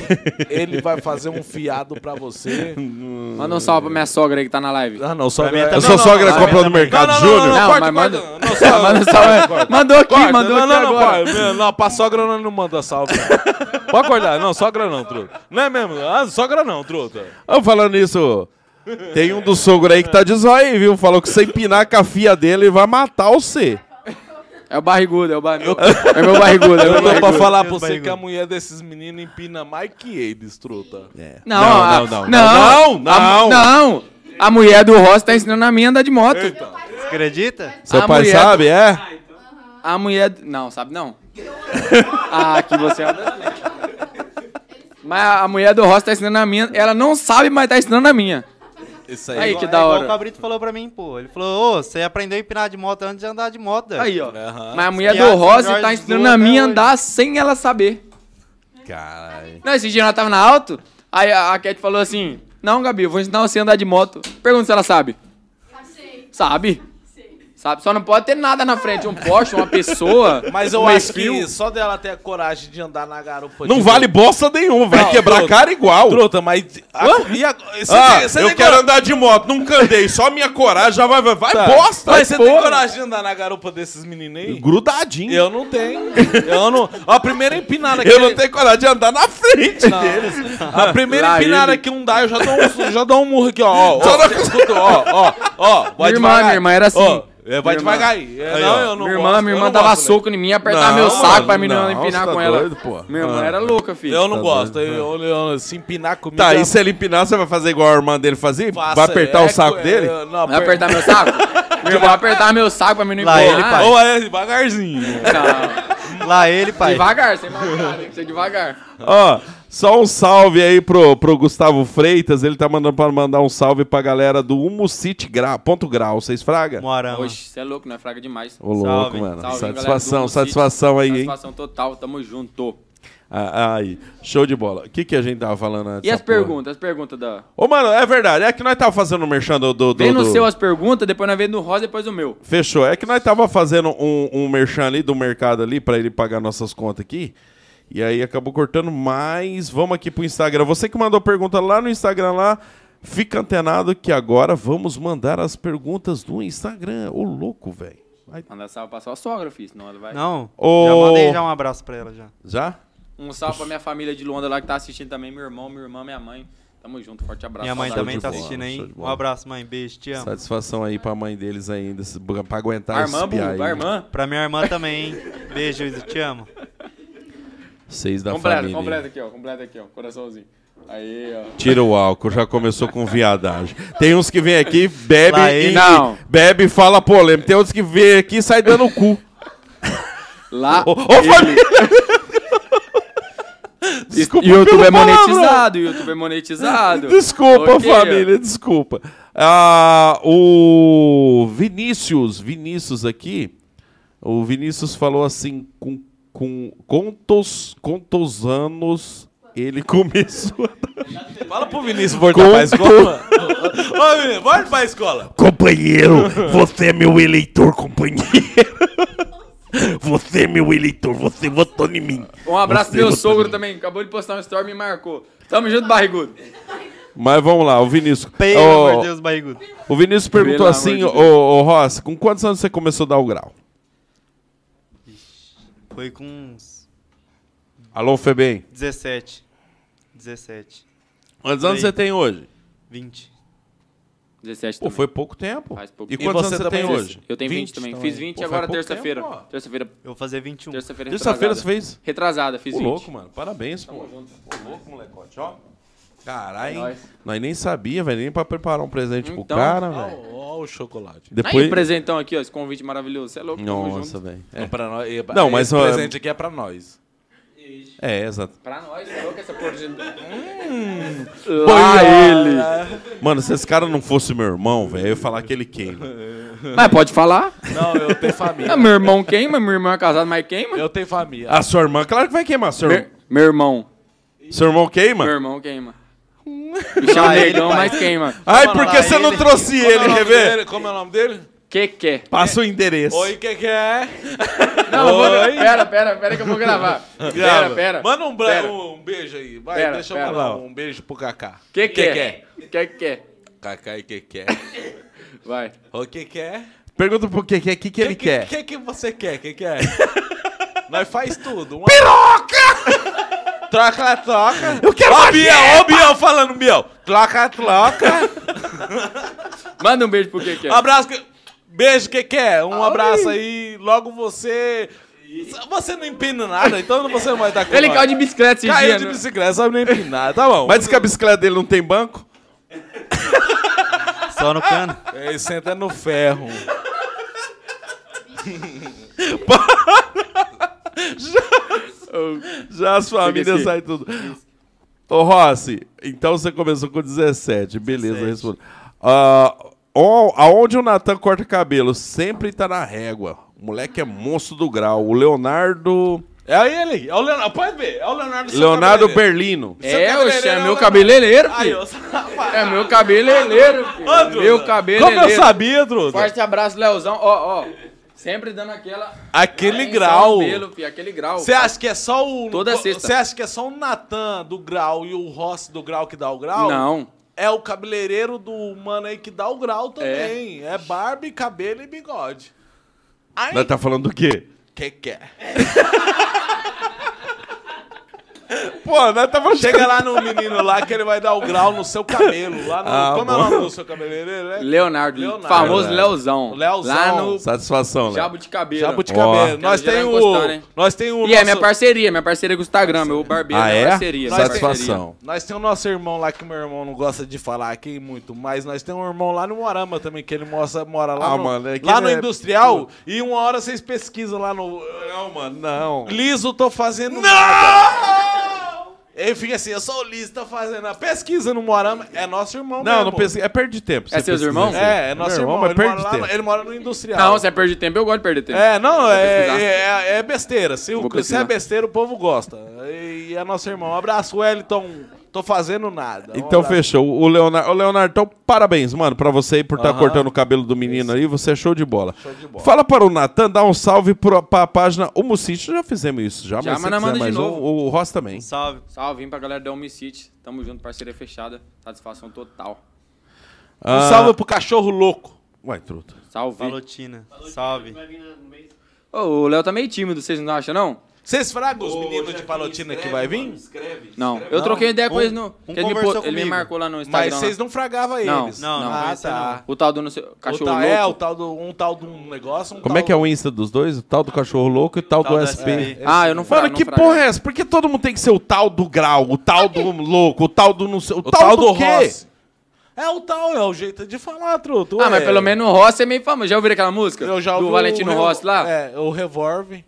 ele vai fazer um fiado pra você. Manda um salve pra minha sogra aí que tá na live. Ah, não, só minha é- tá- Eu Não, sou não, sogra não, comprou no não, não, Mercado não, não, Júnior. não, Não, corta, mas manda, corta. Não, manda um salve. Mandou aqui, Corta, mandou não, aqui não, não, agora. pode. Não, não, pra sogra não, não manda salve. pode acordar, não, sogra não, truta. Não é mesmo? Ah, sogra não, truta. Ô, falando nisso, tem um do sogro aí que tá de zóio, aí, viu? Falou que se empinar com a fia dele, ele vai matar você. É o barrigudo, é o barrigudo. É meu barrigudo, é Eu meu tô pra barrigudo. falar pra Deus você barrigudo. que a mulher desses meninos empina mais que eles, truta. Não, a- não, não, não, não, a- não. não. A mulher do Ross tá ensinando a minha a andar de moto. Acredita? Seu A pai mulher- sabe, é? A mulher. Não, sabe não? ah, que você anda. Mas a mulher do Ross tá ensinando a minha. Ela não sabe, mas tá ensinando a minha. Isso Aí, aí. que É da igual hora. O Cabrito falou pra mim, pô. Ele falou, ô, você aprendeu a empinar de moto antes de andar de moto. doido." Aí, ó. Aham. Mas a mulher Piada do Ross Jorge tá ensinando Lua a até minha a hoje. andar sem ela saber. Caralho. Não, esse dia ela tava na auto, aí a, a Cat falou assim: Não, Gabi, eu vou ensinar você a andar de moto. Pergunta se ela sabe. Sabe? Sabe? Só não pode ter nada na frente, um poste, uma pessoa. Mas eu um acho esquio. que só dela ter a coragem de andar na garupa. Não de- vale bosta nenhuma, vai Não, quebrar a truta. cara igual. Truta, mas. a- e a- você Ah, tem- você eu tem quero cora- andar de moto, nunca andei, só minha coragem já vai. Vai, vai Tá. bosta! Mas você tem porra. coragem de andar na garupa desses meninos aí? Grudadinho. Eu, Eu não tenho. Eu não. A primeira empinada que não tenho coragem de andar na frente deles. A primeira Lá empinada ele. que um dá, eu já dou um, já dou um murro aqui, ó. Ó, Só ó, não- você escuta, ó, ó, ó, vai Minha irmã, devagar. minha irmã era assim. Ó, é, vai Minha devagar aí. É, Aí, não, ó. eu não minha irmã, gosto, minha eu irmã não dava gosto, né? soco em mim, apertava Não, meu saco pra menina não, não, empinar você tá com ela. doido, pô. Minha irmã era louca, filho. Eu não gosto. né? Eu, eu, eu- se empinar comigo. é Tá, eu e se ele empinar, você vai fazer igual a irmã dele fazia? faço, vai apertar é, o saco é, dele? eu- Não, Vai apertar meu saco? Minha irmã apertar meu saco pra mim não Lá empinar. ele, pai. Ou é devagarzinho. Não. Lá ele, pai. Devagar, sem maldade, tem que ser devagar. Ó, só um salve aí pro, pro Gustavo Freitas. Ele tá mandando pra mandar um salve pra galera do Humo City Gra, ponto grau. Vocês fraga? Morama. Oxe, você é louco, não é fraga demais. Ô, louco, Salve, mano. salve, galera do satisfação, Humo City. satisfação aí, hein? Satisfação total, tamo junto. Ah, aí, show de bola. O que, que a gente tava falando antes? E as dessa porra? perguntas, as perguntas da... Ô, mano, é verdade. É que nós tava fazendo o merchan do. do, do- Vem no do- seu as perguntas, depois nós vem no rosa, depois o meu. Fechou. É que nós tava fazendo um, um merchan ali do mercado ali pra ele pagar nossas contas aqui. E aí acabou cortando, mas vamos aqui pro Instagram. Você que mandou pergunta lá no Instagram lá, fica antenado que agora vamos mandar as perguntas do Instagram. Ô, louco, velho. Vai- Manda salve pra sua sogra, filho, senão ela vai... Não. Ô. Já mandei já um abraço pra ela já. Já? Um salve pra minha família de Londra lá que tá assistindo também, meu irmão, minha irmã, minha mãe. Tamo junto, forte abraço. Minha mãe Saudade também de tá bola, assistindo aí. show de bola. Um abraço, mãe. Beijo, te amo. Satisfação aí pra mãe deles ainda, esse- pra aguentar A esse irmã, piá aí. Buba, a irmã. Pra minha irmã também, hein? Beijo, Isa, te amo. Seis da Completa, família. completa aqui, ó. Completa aqui, ó. Coraçãozinho. Aí, ó. Tira o álcool, já começou com viadagem. Tem uns que vem aqui, bebe Lá ele. e Não. bebe e fala polêmica. Tem outros que vem aqui e sai dando o cu. Lá. Ô, Oh, ô família! Desculpa E o YouTube pelo é palavrão. monetizado, o YouTube é monetizado. Desculpa, Ok, ó. família, desculpa. Ah, o Vinícius, Vinícius aqui, o Vinícius falou assim, com, com quantos, quantos anos ele começou a Fala pro Vinícius voltar pra escola. Ô, Vinícius, volta pra escola. Companheiro, você é meu eleitor, companheiro. Você é meu eleitor, você votou em mim. Um abraço Gostei, pro meu gostei. sogro também. Acabou de postar um story e me marcou. Tamo junto, barrigudo. Mas vamos lá, o Vinícius. Pelo Ô, amor de Deus, barrigudo. O Vinícius perguntou Pelo assim, amor ô de Deus. ô, Rossi, com quantos anos você começou a dar o grau? Foi com uns Alô, Febem. 17. 17. Quantos anos Sei. você tem hoje? 20. 17 Pô, também. foi pouco tempo. Faz pouco E tempo. quantos E você anos você tem também? hoje? Eu tenho 20, também. Fiz 20 Pô, faz agora pouco terça-feira. tempo, ó. Terça-feira. Eu vou fazer 21. Terça-feira Terça-feira você retrasada. fez? Retrasada, fiz Ô, 20. louco, mano. Parabéns, pô. Ô, louco, molecote, ó. Caralho, hein? nóis. Nós nem sabia, velho. Nem pra preparar um presente pro Então, cara, Ó, velho. ó o chocolate. Depois... Aí, é presentão aqui, ó, esse convite maravilhoso. Você é louco, tamo Nossa, junto. velho. É. Pra nós, e- Não, mas, esse ó, presente aqui é pra nós. É, é, exato. Pra nós, você é louco essa porra de... Hum. é. Lá ele! Mano, se esse cara não fosse meu irmão, velho, eu ia falar que ele queima. Mas Ah, pode falar. Não, eu tenho Ah, família. meu irmão queima, meu irmão é casado, mas queima. eu tenho família. A sua irmã, claro que vai queimar. Seu, Meu, meu irmão. seu irmão queima? Meu irmão queima. Me chama negão, mas queima. Ai, Vamos por lá, que você não ele- trouxe Como é o ele, nome quer ver? dele? Como é o nome dele? Que que? Passa o endereço. Oi, que que é? Não, eu vou... Pera, pera, pera que eu vou gravar. Pera, pera. Manda um, bra- Pera. um beijo aí. Vai, Pera, deixa eu pera. falar. Um beijo pro Kaká. é? Que é? que? Que que? Kaká e que que é? Vai. Ô, que que é? Pergunta pro que que é, que, que ele que, quer. O que, que você quer? que que é? Nós faz tudo. Uma... Troca, troca. Eu quero Ó, Biel, ó, Biel falando, Biel. Troca, troca. Manda um beijo pro que que? Abraço. que- Beijo, que que é? Um abraço aí. Logo você... Você não empina nada, então você não vai estar com Ele nós. caiu de bicicleta esse Caiu dia. de né? bicicleta, sabe nem empinar. Tá bom. Ah, Mas diz que a bicicleta dele não tem banco? Só no cano. É, Ele senta no ferro. Já as famílias Esqueci. saem tudo. Ô, Rossi, então você começou com 17. Beleza, 17. eu respondo. Ah, on- aonde o Natan corta cabelo? Sempre tá na régua. O moleque é monstro do grau. O Leonardo... É ele, é o Leonardo. Pode ver, é o Leonardo. seu Leonardo Berlino. cabeleireiro. É, cabeleireiro oxe, é é o meu Leonardo. cabeleireiro, Aí, filho. ó, É meu cabeleireiro, filho. Ô, meu Druda, cabeleireiro. Como eu sabia, Druda? Forte abraço, Leozão. Ó, ó. Sempre dando aquela. Aquele atenção grau. Pelo, filho, aquele grau. Você acha que é só o. Toda sexta. Você acha que é só o Natan do grau e o Rossi do grau que dá o grau? Não. É o cabeleireiro do mano aí que dá o grau também. É, barba, e cabelo e bigode. Ai, Nós tá falando do quê? que que é? Pô, nós tá falando... Chega lá no menino lá que ele vai dar o grau no seu cabelo. Lá no, Ah, como é o bom. nome do seu cabeleireiro? É? Leonardo, Leonardo. famoso Leonardo. Leozão. Leozão. Lá no Satisfação, né? Jabo de Cabelo. Ó. Jabuticabelo. Nós Quero tem gerar o. encostando, hein? Nós tem o. E é nosso- minha parceria, minha parceria com o Instagram, meu barbeiro, Ah, minha é? parceria. minha parceria. Satisfação. Nós tem o nosso irmão lá que meu irmão não gosta de falar aqui muito, mas nós tem um irmão lá no Morama também, que ele mostra, mora lá Ah, no, mano, é que lá no não é- Industrial. E uma hora vocês pesquisam lá no. Não, mano, não. Liso, tô fazendo. Não! Ele fica assim, eu sou o Liso, tô fazendo. A pesquisa no Morama é nosso irmão. Não, não mesmo. pesquisa. É perda de tempo. É você seus pesquisar irmãos? isso aí. É, é nosso Meu irmão. mas ele, mora perde lá no- tempo. ele mora no Industrial. Não, você perde tempo, eu gosto de perder tempo. É, não, é, pesquisar. é, é besteira. Se, o- Vou se é pesquisar. besteira, o povo gosta. E é nosso irmão. Um abraço, Wellington. Tô fazendo nada. Um Então abraço. fechou. O Leonardo, o Leonardo, então parabéns, mano, pra você aí por estar Aham. cortando o cabelo do menino aí. Você é show de bola. Fala para o Natan, dá um salve pro, pra página Homocite. Já fizemos isso, já, Já, mas, se mas quiser nós manda de mais um, novo. o Ross também. Salve. Salve, vim pra galera da Homicide. Tamo junto, parceria fechada. Satisfação total. Um salve pro cachorro louco. Ah. Uai, truta. Salve. Palotina. Salve. Ô, o Léo tá meio tímido, vocês não acham, não? Vocês fragam os meninos de Palotina que vai vir? Não. Eu troquei ideia com Um- eles no. um que ele, me pô- conversou ele me comigo. marcou lá no Instagram. Mas vocês lá. não fragavam Não, eles. não, não. ah, esse tá. O tal do não sei- O cachorro tal, louco. é, o tal do, um tal de um negócio. um Como tal é que é o Insta dos dois? O tal do cachorro louco e o tal, Tal do do SP. SP. Ah, eu não falo. Mano, que porra é essa? Por que todo mundo tem que ser o tal do grau, o tal do louco, o tal do não sei, o, do- O tal, do, quê? Rossi. É o tal, é o jeito de falar, truto. Ah, mas ué. pelo menos o Rossi é meio famoso. Já ouviram aquela música? Eu já do ouvi Valentino o- Rossi lá? É, o Revolve.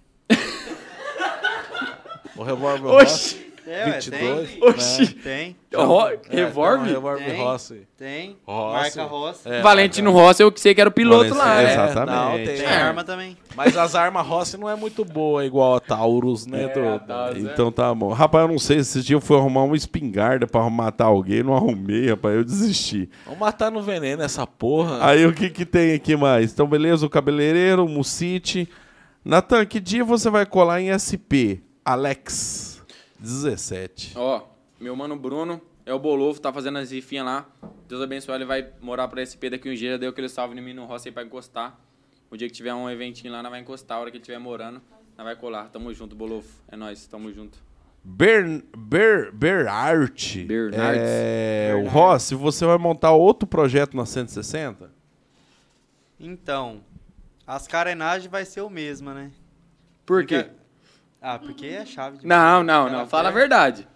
o Revolve Rossi. É, ué, 22. tem. Oxi. Tem. Ro- É, então, Revolve? não, Revolve Tem. Rossi. Tem. Rossi. Marca Rossi. É, Valentino Rossi, eu que sei que era o piloto Valentino, lá, é, né? exato. É, não, Exatamente. tem. Tem É. arma também. Mas as armas Rossi não é muito boa igual a Taurus, né, truto? Então tá bom. Rapaz, eu não sei, esse dia eu fui arrumar uma espingarda pra matar alguém, não arrumei, rapaz, eu desisti. Vamos matar no veneno essa porra. Aí o que que tem aqui mais? Então beleza, o cabeleireiro, o Mucite. Natan, que dia você vai colar em SP? Alex, 17. Ó, meu mano Bruno é o Bolofo, tá fazendo as rifinhas lá. Deus abençoe, ele vai morar pra SP daqui um dia. Já deu aquele salve no menino Rossi aí pra encostar. O dia que tiver um eventinho lá, nós vai encostar. A hora que ele estiver morando, nós vai colar. Tamo junto, Bolofo. É nóis, tamo junto. Ber, Ber, Berart. Bernardes. É, o Rossi, você vai montar outro projeto na 160? Então, as carenagens vai ser o mesma, né? Por quê? Porque- Ah, porque é chave de... Não, não, Ela não. Fala a quer- verdade.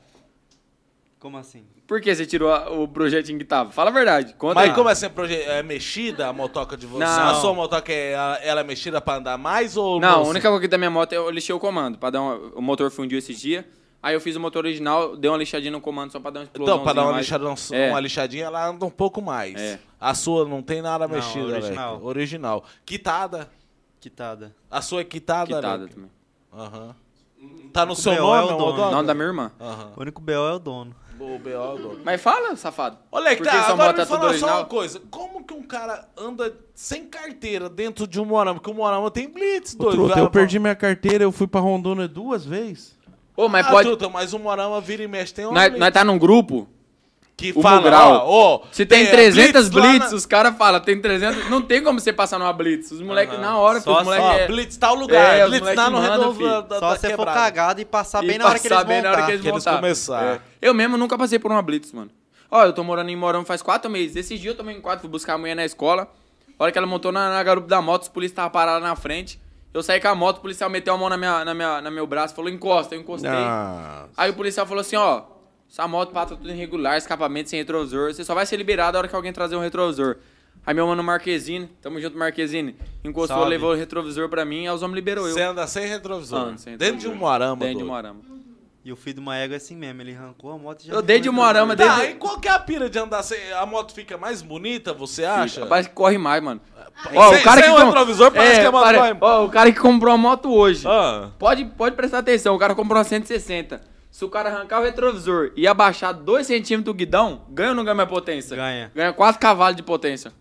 Como assim? Por que você tirou a- o projetinho que tava? Fala a verdade. Conta Mas aí. como essa proje- é mexida a motoca de vocês? Não. A sua motoca é, ela é mexida pra andar mais ou Não, a você- única coisa que da minha moto é eu lixei o comando. Pra dar um, o motor fundiu esse dia. Aí eu fiz o motor original, dei uma lixadinha no comando só pra dar uma explosão. Então, pra dar uma, mais. lixada, É. uma lixadinha, ela anda um pouco mais. É. A sua não tem nada mexida, original. Leque. Original. Quitada. Quitada. A sua é quitada, Quitada Leque? também. Aham. Tá no O seu BO nome, é o não, dono. Odonto? Não, da minha irmã. Aham. O único BO é o dono. O BO é o dono. Mas fala, safado. Olha que Por que tá, sua agora moto me é tudo fala só original? uma coisa. Como que um cara anda sem carteira dentro de um Morama? Porque o Morama tem blitz, doido. Truta, vai- eu perdi minha carteira, eu fui pra Rondônia duas vezes. Ô, mas Ah, pode. Truta, mas o Morama vira e mexe. Tem um Nós, nós tá num grupo. que o fala, Mugral. ó, ó, Se tem é, 300 lá na- blitz, os caras falam, tem 300. Não tem como você passar numa blitz. Os moleques, na hora, Só os moleques. Ó, é- Blitz tá o lugar. É, os Blitz moleque tá no manda, redondo filho. da, da, Só da se for quebrada. cagado e passar Tá e bem na hora que eles passar bem na hora montar. que eles que eles montaram. começaram. É. Eu mesmo nunca passei por uma blitz, mano. Ó, eu tô morando em Morão faz quatro meses. Esse dia eu tomei em quatro, fui buscar a mulher na escola. A hora que ela montou na, na garupa da moto, os policiais estavam parados na frente. Eu saí com a moto, o policial meteu a mão na minha, na minha, na meu braço, falou, encosta, eu encostei. Ah, Aí o policial falou assim, ó, essa moto passa tudo irregular, escapamento sem retrovisor, você só vai ser liberado a hora que alguém trazer um retrovisor. Aí meu mano Marquezine, tamo junto Marquezine, encostou, Salve. levou o retrovisor pra mim, aí os homens liberou eu. Você anda sem retrovisor. Mano, sem Dentro de retrovisor. um Morama, Dentro de um é doido. morama. E o filho de uma égua é assim mesmo, ele arrancou a moto e já... Eu dei de foi Moarama, tranquilo. Tá, e qual que é a pira de andar sem... A moto fica mais bonita, você acha? Rapaz, que corre mais, mano. Ó, sem- sem o com- é um retrovisor, parece que é a moto corre. É, Ó, o cara que comprou a moto hoje. Ah. Pode, pode prestar atenção, o cara comprou uma 160. Se o cara arrancar o retrovisor e abaixar 2 centímetros o guidão, ganha ou não ganha mais potência? Ganha. Ganha 4 cavalos de potência.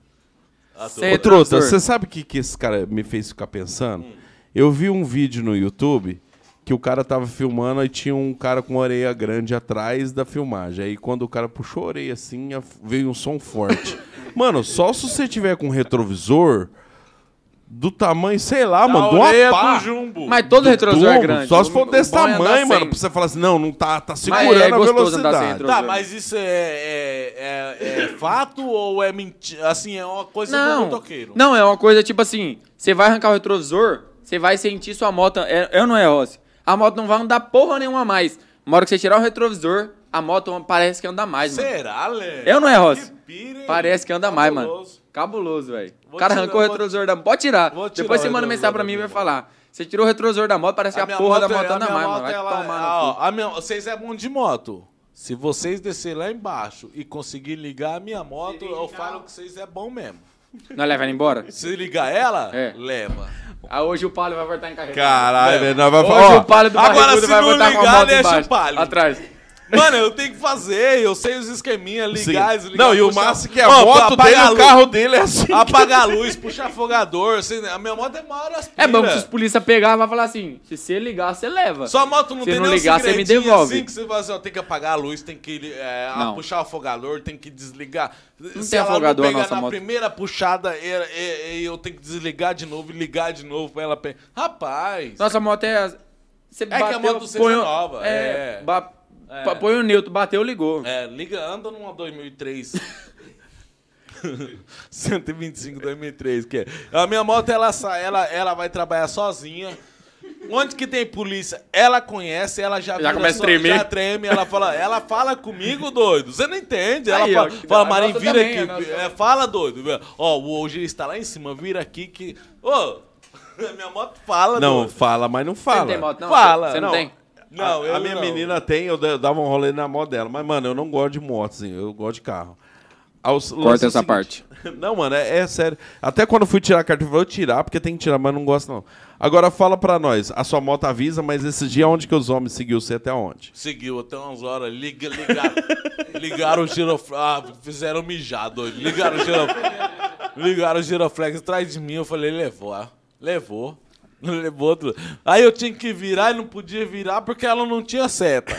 Sem Ô, Truta, retrovisor. você sabe o que, que esse cara me fez ficar pensando? Eu vi um vídeo no YouTube que o cara tava filmando e tinha um cara com uma orelha grande atrás da filmagem. Aí quando o cara puxou a orelha assim, a- veio um som forte. mano, só se você tiver com um retrovisor do tamanho, sei lá, mano, de uma orelha pá. do jumbo. Mas todo retrovisor é Dobro, grande. Só se O- for o desse bom é andar tamanho, mano, sem. pra você falar assim, não, não tá, tá é segurando a gostoso andar sem velocidade. Tá, mas isso é, é, é- é fato ou é mentira? Assim, é uma coisa do Não, motoqueiro. não, é uma coisa tipo assim, você vai arrancar o retrovisor, você vai sentir sua moto, é, eu não é, Rossi, a moto não vai andar porra nenhuma a mais. Na hora que você tirar o retrovisor, a moto parece que anda mais, mano. Será, Lé? Eu não é, Rossi. Que pira, hein? Parece que anda mais, mano. Cabuloso. Cabuloso, velho. O Vou cara tirar, arrancou o vou- retrovisor da moto. Pode tirar. Vou tirar Depois o você manda retrovisor mensagem pra da mim e vai minha falar. Você tirou o retrovisor da moto, parece que a, minha porra da moto é- moto a anda minha mais, mano. Vai ela- tomar no ah, cu. ó, a minha- Vocês é bom de moto. Se vocês descer lá embaixo e conseguir ligar a minha moto, eu falo que vocês é bom mesmo. Não é leva ela embora? Se ligar ela, É. leva. Ah, hoje o Palio vai voltar em carreira. Caralho, velho, nós vai Hoje falar. o Palio do agora Barrigudo se vai não voltar com a ligar, moto deixa o embaixo, Palio. Atrás. É Mano, eu tenho que fazer, eu sei os esqueminhas, ligar, Sim. desligar. Não, e o puxar- massa que é a Ó, moto apagar dele, a o luz, carro dele é assim. Apagar a luz, puxar afogador. assim, a minha moto é maior as É bom pira. que se os polícia pegar, vai falar assim, se você ligar, você leva. Sua moto não Se tem não nenhum ligar, você me segredinho devolve. assim que você fala assim, ó, tem que apagar a luz, tem que é, Não. puxar o afogador, tem que desligar. Não tem afogador não pegar a nossa na moto. primeira puxada, é- é- é- eu tenho que desligar de novo e ligar de novo pra ela... Pe... Rapaz, Nossa, a moto é... Você é que a moto do César é nova, é. ba- pa- Põe o neutro, bateu, ligou. é, liga, anda numa 2003. 125 2003, que é. A minha moto, ela, sa- ela, ela vai trabalhar sozinha. Onde que tem polícia, ela conhece, ela já, vira começa a só- tremer. Já treme, ela fala, ela fala comigo, doido. Você não entende. Ela Aí, fala, ó, que fala da- Marim, nossa vira também, a aqui. nossa- É, fala, doido. Ó, o hoje está lá em cima, vira aqui que. Ô, minha moto fala, Não, doido. fala, mas não Você fala. não tem moto, não? Fala. Você não tem? Não, a, eu a minha não. menina tem, eu da- dava um rolê na moto dela. Mas, mano, eu não gosto de moto, assim, eu gosto de carro. Ah, o s- lance Corta é o essa seguinte- parte. Não, mano, é, é sério. Até quando eu fui tirar a carta, eu falei, eu tirar, porque tem que tirar, mas não gosto, não. Agora fala pra nós, a sua moto avisa, mas esse dia onde que os homens seguiu você até onde? Seguiu até umas horas, liga, ligaram. ligaram o giroflex. Ah, fizeram mijar, doido. Ligaram o giroflex. Ligaram o giroflex atrás de mim, eu falei, levou, ah. levou. Levou outro. Aí eu tinha que virar e não podia virar porque ela não tinha seta.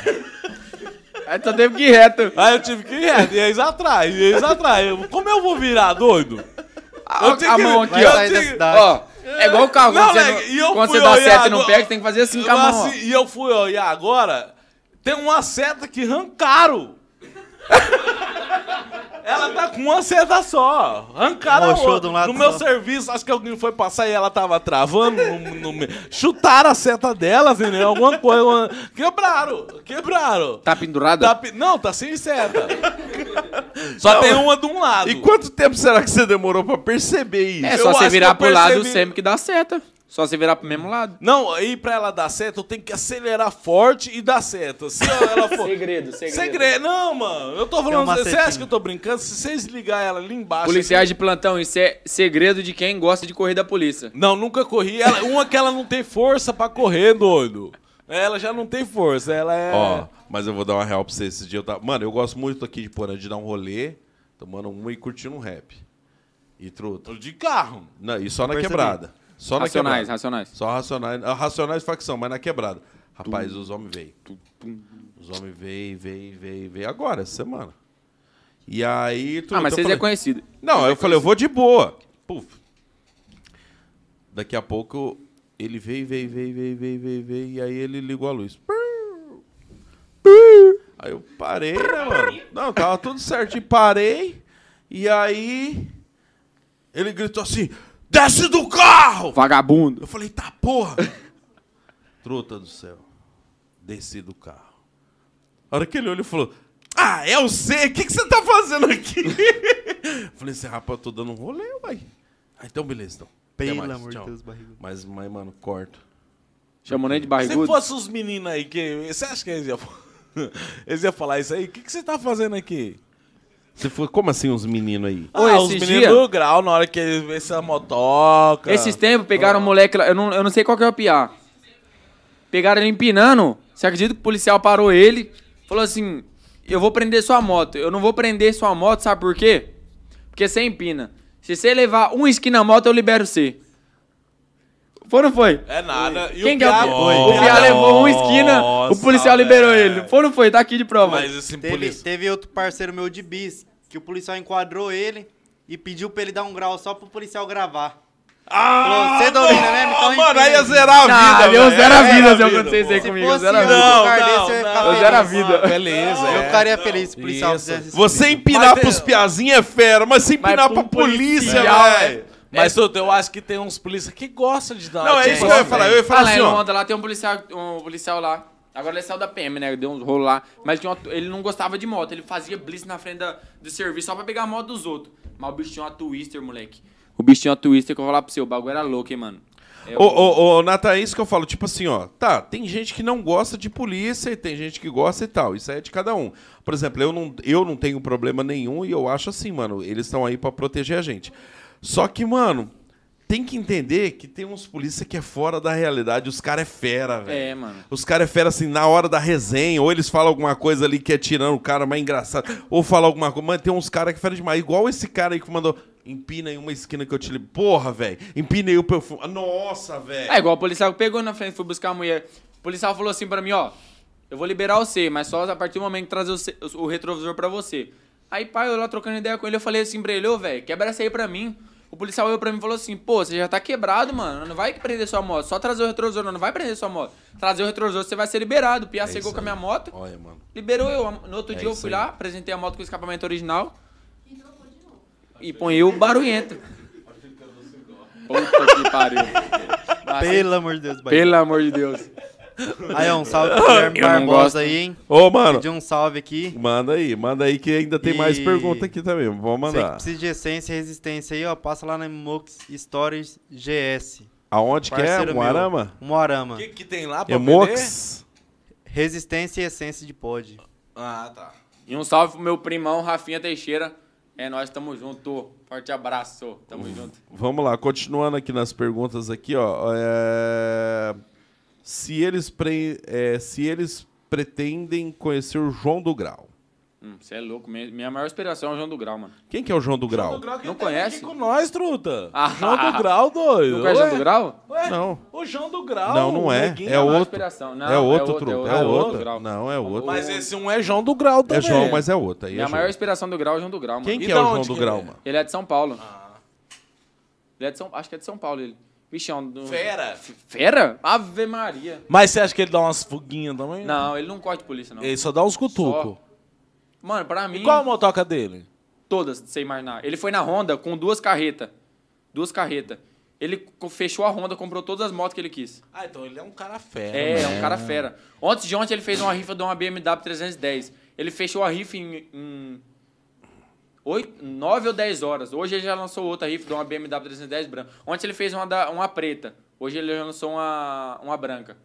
Aí só teve que ir reto. Aí eu tive que ir reto, e eles atrás, e eles atrás. Eu, Como eu vou virar, doido? Eu a mão aqui, ó. Vai sair da cidade. Ó, é igual o carro, Não, quando você, moleque, e eu não, quando fui você dá olhar seta e não agora- pega, você tem que fazer assim com a Mas, mão. ó. assim, E eu fui olhar agora. Tem uma seta que arrancaram. Ela tá com uma seta só. Arrancaram a Mochou outra. de um lado No meu só. serviço, acho que alguém foi passar e ela tava travando. No, no me- Chutaram a seta dela, assim, né? Alguma coisa. uma- Quebraram. Quebraram. Tá pendurada? Tá pe- Não, tá sem seta. Só tem uma de um lado. E quanto tempo será que você demorou pra perceber isso? É só Eu acho você que eu virar pro lado percebi- sempre que dá seta. Só você virar pro mesmo lado. Não, aí pra ela dar seta, eu tenho que acelerar forte e dar seta. Se ela for. Segredo, segredo. Segredo, não, mano. Eu tô Tem falando. uma Você setinha. acha que eu tô brincando? Se vocês ligarem ela ali embaixo. assim, Policiais de plantão, isso é segredo de quem gosta de correr da polícia. Não, nunca corri. Ela- uma que ela não tem força pra correr, doido. Ela já não tem força, ela é. Ó, mas eu vou dar uma real pra você esse dia. Eu tava... Mano, eu gosto muito aqui de Porã, de dar um rolê, tomando uma e curtindo um rap. E truta. De carro. Não, e só na Percebi. quebrada. Só na Racionais, quebrada. racionais. Só racionais. ah, Racionais facção, mas na quebrada. Rapaz, os homens veio. Os homens veio, veio, veio, veio. Agora, essa semana. E aí, truta. Ah, mas eu vocês é falei- conhecido. Não, eu falei, eu vou de boa. Puf. Daqui a pouco ele veio, veio, veio, veio, veio, veio, veio, e aí ele ligou a luz. Aí eu parei, né, mano? Não, tava tudo certo. E parei, e aí ele gritou assim: desce do carro! Vagabundo. Eu falei, tá porra! Truta do céu. Desci do carro. A hora que ele olhou, ele falou: Ah, é o C, o que, que você tá fazendo aqui? Eu falei, esse rapaz, eu tô dando um rolê, uai. Ah, então beleza, então. Até Pelo mais, amor de tchau." Deus, barrigudo. Mas, mas, mano, corta. Chamou nem de Se barrigudo. fosse os meninos aí que. Você acha que eles iam, eles iam falar isso aí? O que, que você tá fazendo aqui? Você foi, como assim os meninos aí? Ô, ah, os esses meninos dia- do grau, na hora que eles vê essa motoca. Esses tempos pegaram um moleque lá, eu não, eu não sei qual que é o piá. Pegaram ele empinando. Você acredita que o policial parou ele? Falou assim: Eu vou prender sua moto. Eu não vou prender sua moto, sabe por quê? Porque você empina. Se você levar um skin na moto, eu libero você. Foi ou não foi? É nada. E Quem o que é o Piá- Piá? O Piá levou um esquina, o Nossa, policial liberou velho. ele. Foi ou não foi? Tá aqui de prova. Mas esse Teve, policial. teve outro parceiro meu de bis, que o policial enquadrou ele e pediu pra ele dar um grau só pro policial gravar. Falou, você domina mesmo? Então Mano, empina. aí ia zerar a Ah, é vida. eu velho. É, zero a Era vida se a acontecesse aí Se comigo. fosse Zero a eu, vida. um Não, cara não, desse, eu ia não. ficar Eu feliz. zero a vida. mano. Beleza. Eu é. ficaria feliz se o policial Isso. fizesse isso. Você empinar Mas- pros piazinhos é fera, mas se Mas empinar pra pra um polícia, policial, é velho. Mas Tuto, eu acho que tem uns polícia que gostam de dar. Não, é Tem, isso que eu ia né? falar. Eu ia Ah, falar lá assim, em ó. Londres, lá tem um policial, um policial lá. Agora ele saiu da PM, né? Deu uns rolos lá. Mas tinha uma- ele não gostava de moto. Ele fazia blitz na frente da- do serviço só pra pegar a moto dos outros. Mas o bicho tinha uma Twister, moleque. O bicho tinha uma Twister que eu vou falar pro seu. O bagulho era louco, hein, mano. É, Ô, ô, ô, Nata, é isso que eu falo, tipo assim, ó, tá, tem gente que não gosta de polícia e tem gente que gosta e tal, isso aí é de cada um. Por exemplo, eu não, eu não tenho problema nenhum e eu acho assim, mano, eles estão aí pra proteger a gente. Só que, mano, tem que entender que tem uns polícia que é fora da realidade, os caras é fera, velho. É, mano. Os caras é fera assim, na hora da resenha, ou eles falam alguma coisa ali que é tirando o cara mais engraçado, ou falam alguma coisa. Mano, tem uns caras que é fera demais. Igual esse cara aí que mandou. Empina aí uma esquina que eu te ligo. Porra, velho. Empina aí o perfume. Ah, Nossa, velho. É igual o policial que pegou na frente, foi buscar a mulher. O policial falou assim pra mim, ó. Eu vou liberar você, mas só a partir do momento que trazer o, se- o retrovisor pra você. Aí, pai, eu lá trocando ideia com ele, eu falei assim pra ele, ô, velho, quebra essa aí pra mim. O policial olhou pra mim e falou assim, pô, você já tá quebrado, mano. Não vai prender sua moto. Só trazer o retrovisor, não, não vai prender sua moto. Trazer o retrovisor, você vai ser liberado. O Pia chegou com a minha moto, É Olha, mano. liberou eu. No outro É dia eu isso fui aí. lá, apresentei a moto com o escapamento original. E põe eu barulhento. Puta que pariu. Pelo amor de Deus, barrigudo. Pelo amor de Deus. Aí, ó, um salve pro Guilherme Eu não gosto. Barbosa aí, hein? Ô, mano. Pediu um salve aqui. Manda aí, manda aí que ainda tem mais E- pergunta aqui também. Vamos Você que mandar. precisa de essência e resistência aí, ó, passa lá na Mox Stories GS. Aonde que é? Parceiro meu. Moarama? O Moarama. que, que tem lá pra vender? Emox? Resistência e essência de pod. Ah, tá. E um salve pro meu primão, Rafinha Teixeira. É nóis, tamo junto. Forte abraço. Tamo junto. Vamos lá, continuando aqui nas perguntas aqui, ó. é, Se, eles pre- é, se eles pretendem conhecer o João do Grau. Hum, Você é louco. Minha minha maior inspiração é o João do Grau, mano. Quem que é o João do Grau? Grau que Não tá conhece? aqui com nós, truta. Ah. João do Grau, doido. Não conhece o é João do Grau? Ué, Não. O João do Grau. Não, não é. neguinho. É Minha maior outro. inspiração. Não, É outro, é truta. outro, É João do outro. Grau. Não, é outro. Mas esse um é João do Grau também. É João, mas é outro. Aí é Minha João. maior inspiração do Grau é o João do Grau, mano. Quem que E é o da João onde do que Grau, ele é? mano? Ele é de São Paulo. Ele é de São... Acho que é de São Paulo, ele. Vixe, é um... do- Fera. Fera? Ave Maria. Mas você acha que ele dá umas fuguinhas também? Não, ele não corre de polícia, não. Ele só dá uns cutucos. Mano, pra mim, E qual a motoca dele? todas, sem imaginar. Ele foi na Honda com duas carretas. Duas carretas. Ele co- fechou a Honda, comprou todas as motos que ele quis. Ah, então ele é um cara fera. É, é um cara fera. Ontem de ontem ele fez uma rifa de uma BMW 310. Ele fechou a rifa em, em 9 ou 10 horas. Hoje ele já lançou outra rifa de uma BMW 310 branca. Ontem ele fez uma, da- uma preta. Hoje ele já lançou uma, uma branca.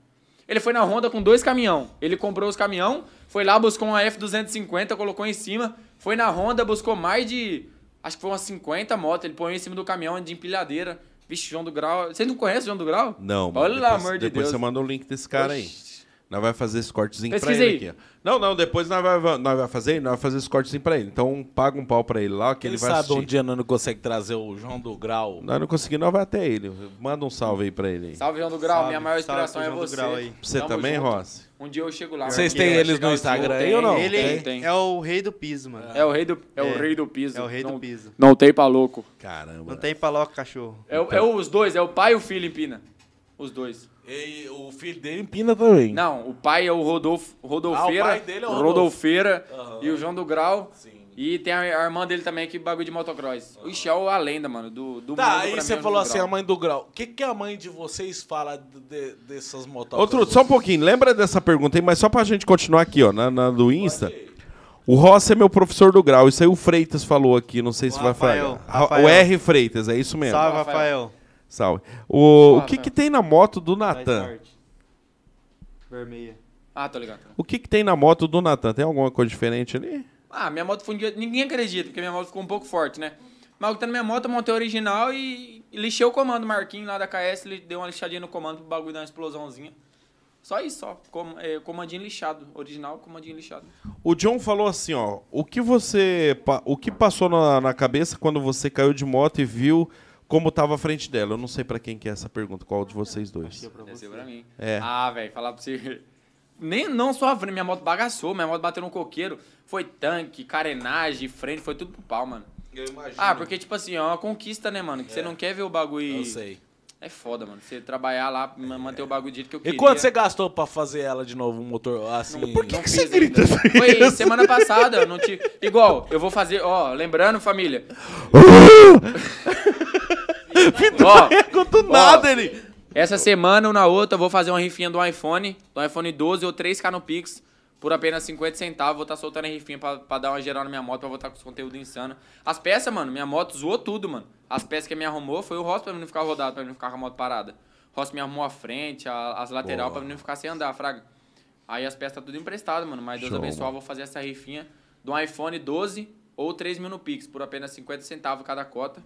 Ele foi na Honda com dois caminhão. Ele comprou os caminhão, foi lá, buscou uma F250, colocou em cima. Foi na Honda, buscou mais de... Acho que foi umas 50 motos. Ele põe em cima do caminhão é de empilhadeira. Vixe, João do Grau... Vocês não conhecem o João do Grau? Não, mano, Olha, depois, lá, amor de Depois Deus. você manda o link desse cara aí. Nós vai fazer esse cortezinho pra Pesquisa ele aí. aqui. ó. Não, não, depois nós vai, nós vai fazer, nós vai fazer esse cortezinho pra ele. Então paga um pau pra ele lá, que Quem ele, vai sabe assistir. um dia nós não consegue trazer o João do Grau. Nós não conseguimos, nós vai até ele. Manda um salve aí pra ele aí. Salve, João do Grau. Salve, Minha maior salve pro inspiração é João do você. Grau aí. Você Tamo também, junto. Ross? Um dia eu chego lá. Vocês Porque têm vai eles chegar no esse Instagram dia. aí ou não? Tem, Ele tem, tem. é o rei do piso, mano. É o rei do, é o É. rei do piso. É o rei do Não- piso. Não tem pra louco. Caramba. Não tem paloca, cachorro. É, o- é os dois, é o pai e o filho em Pina. Os dois. E o filho dele empina também. Não, o pai é o Rodolfo, Rodolfeira. Ah, o pai dele é o Rodolfo. Rodolfeira e o João do Grau. E tem a, a irmã dele também, que bagulho de motocross. O Ixi, é o- a lenda, mano, do, do Tá, mundo aí pra você mim, é falou o João do assim, é Grau. a mãe do Grau. O que, que a mãe de vocês fala de- de- dessas motocas? Ô, Truto, só um pouquinho. Lembra dessa pergunta aí, mas só pra gente continuar aqui, ó, na, na do Insta. O Ross é meu professor do grau. Isso aí o Freitas falou aqui, não sei se vai Rafael, falar. Ra- Rafael. O R Freitas, é isso mesmo. Salve, Rafael. Rafael. Salve. O, o que que tem na moto do Natan? Vermelha. Ah, tô ligado. O que que tem na moto do Natan? Tem alguma coisa diferente ali? Ah, minha moto foi. Ninguém acredita, porque minha moto ficou um pouco forte, né? Mas o que tá na minha moto, eu montei a original e e lixei o comando. O Marquinho lá da KS ele deu uma lixadinha no comando pro bagulho dar uma explosãozinha. Só isso, só. Com- é, comandinho lixado. Original, comandinho lixado. O John falou assim, ó. O que você. pa- O que passou na, na cabeça quando você caiu de moto e viu como tava a frente dela? Eu não sei pra quem que é essa pergunta, qual de vocês dois. Deve ser pra mim. É. Ah, velho, falar pra você. Nem, não só a frente, minha moto bagaçou, minha moto bateu no coqueiro. Foi tanque, carenagem, frente, foi tudo pro pau, mano. Eu imagino. É. Ah, porque, tipo assim, é uma conquista, né, mano? Que você não quer ver o bagulho. Eu sei. É foda, mano. Você trabalhar lá, ma- manter o bagulho do jeito que eu E queria. quanto você gastou pra fazer ela de novo, um motor assim? Por que você grita assim? Foi semana passada, eu não te... Igual, eu vou fazer, ó, lembrando, família. ó, Do nada ele. essa semana ou na outra eu vou fazer uma rifinha do iPhone, do iPhone 12 ou 3K no Pix, por apenas 50 centavos. Vou estar soltando a rifinha pra, pra dar uma geral na minha moto, pra voltar com os conteúdos insano. As peças, mano, minha moto zoou tudo, mano. As peças que me arrumou foi o Ross pra mim não ficar rodado, pra mim não ficar com a moto parada. O Ross me arrumou a frente, a- as lateral, pra mim não ficar sem andar, fraga. Aí as peças tá tudo emprestado, mano. Mas Deus abençoe, eu vou fazer essa rifinha do iPhone 12 ou 3 mil no Pix, por apenas 50 centavos cada cota.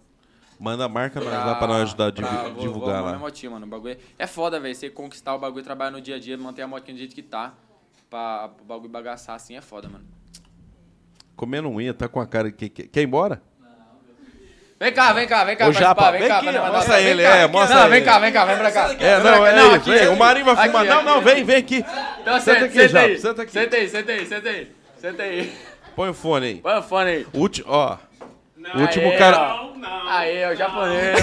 Manda a marca nós lá pra nós ajudar a div- pra- vou- vou divulgar arrumar minha lá. motinha, mano. O bagulho é- é foda, velho. Você conquistar o bagulho, trabalhar no dia a dia, manter a motinha do jeito que tá. Pra o bagulho bagaçar assim é foda, mano. Comendo unha, tá com a cara que que- quer ir embora? Vem cá, vem cá, vem cá, Ô, participar, Japa, vem vem cá. aqui, pra nós ó, mandar- mostra vem ele, cá, é, aqui. mostra Não, ele. vem cá, vem cá, vem pra cá. É, Vem pra não, cá. é ele. aqui, vem, aqui. O Marinho vai Aqui, filmar. Não, aqui. não, vem, vem aqui. Senta Então senta, aqui, senta Japa, aí. senta aqui. Senta aí, senta aí, senta aí. Senta aí. Põe o fone aí. Põe o fone aí. Ulti- ó. último Aê, cara. ó. Aê, ó, japonês.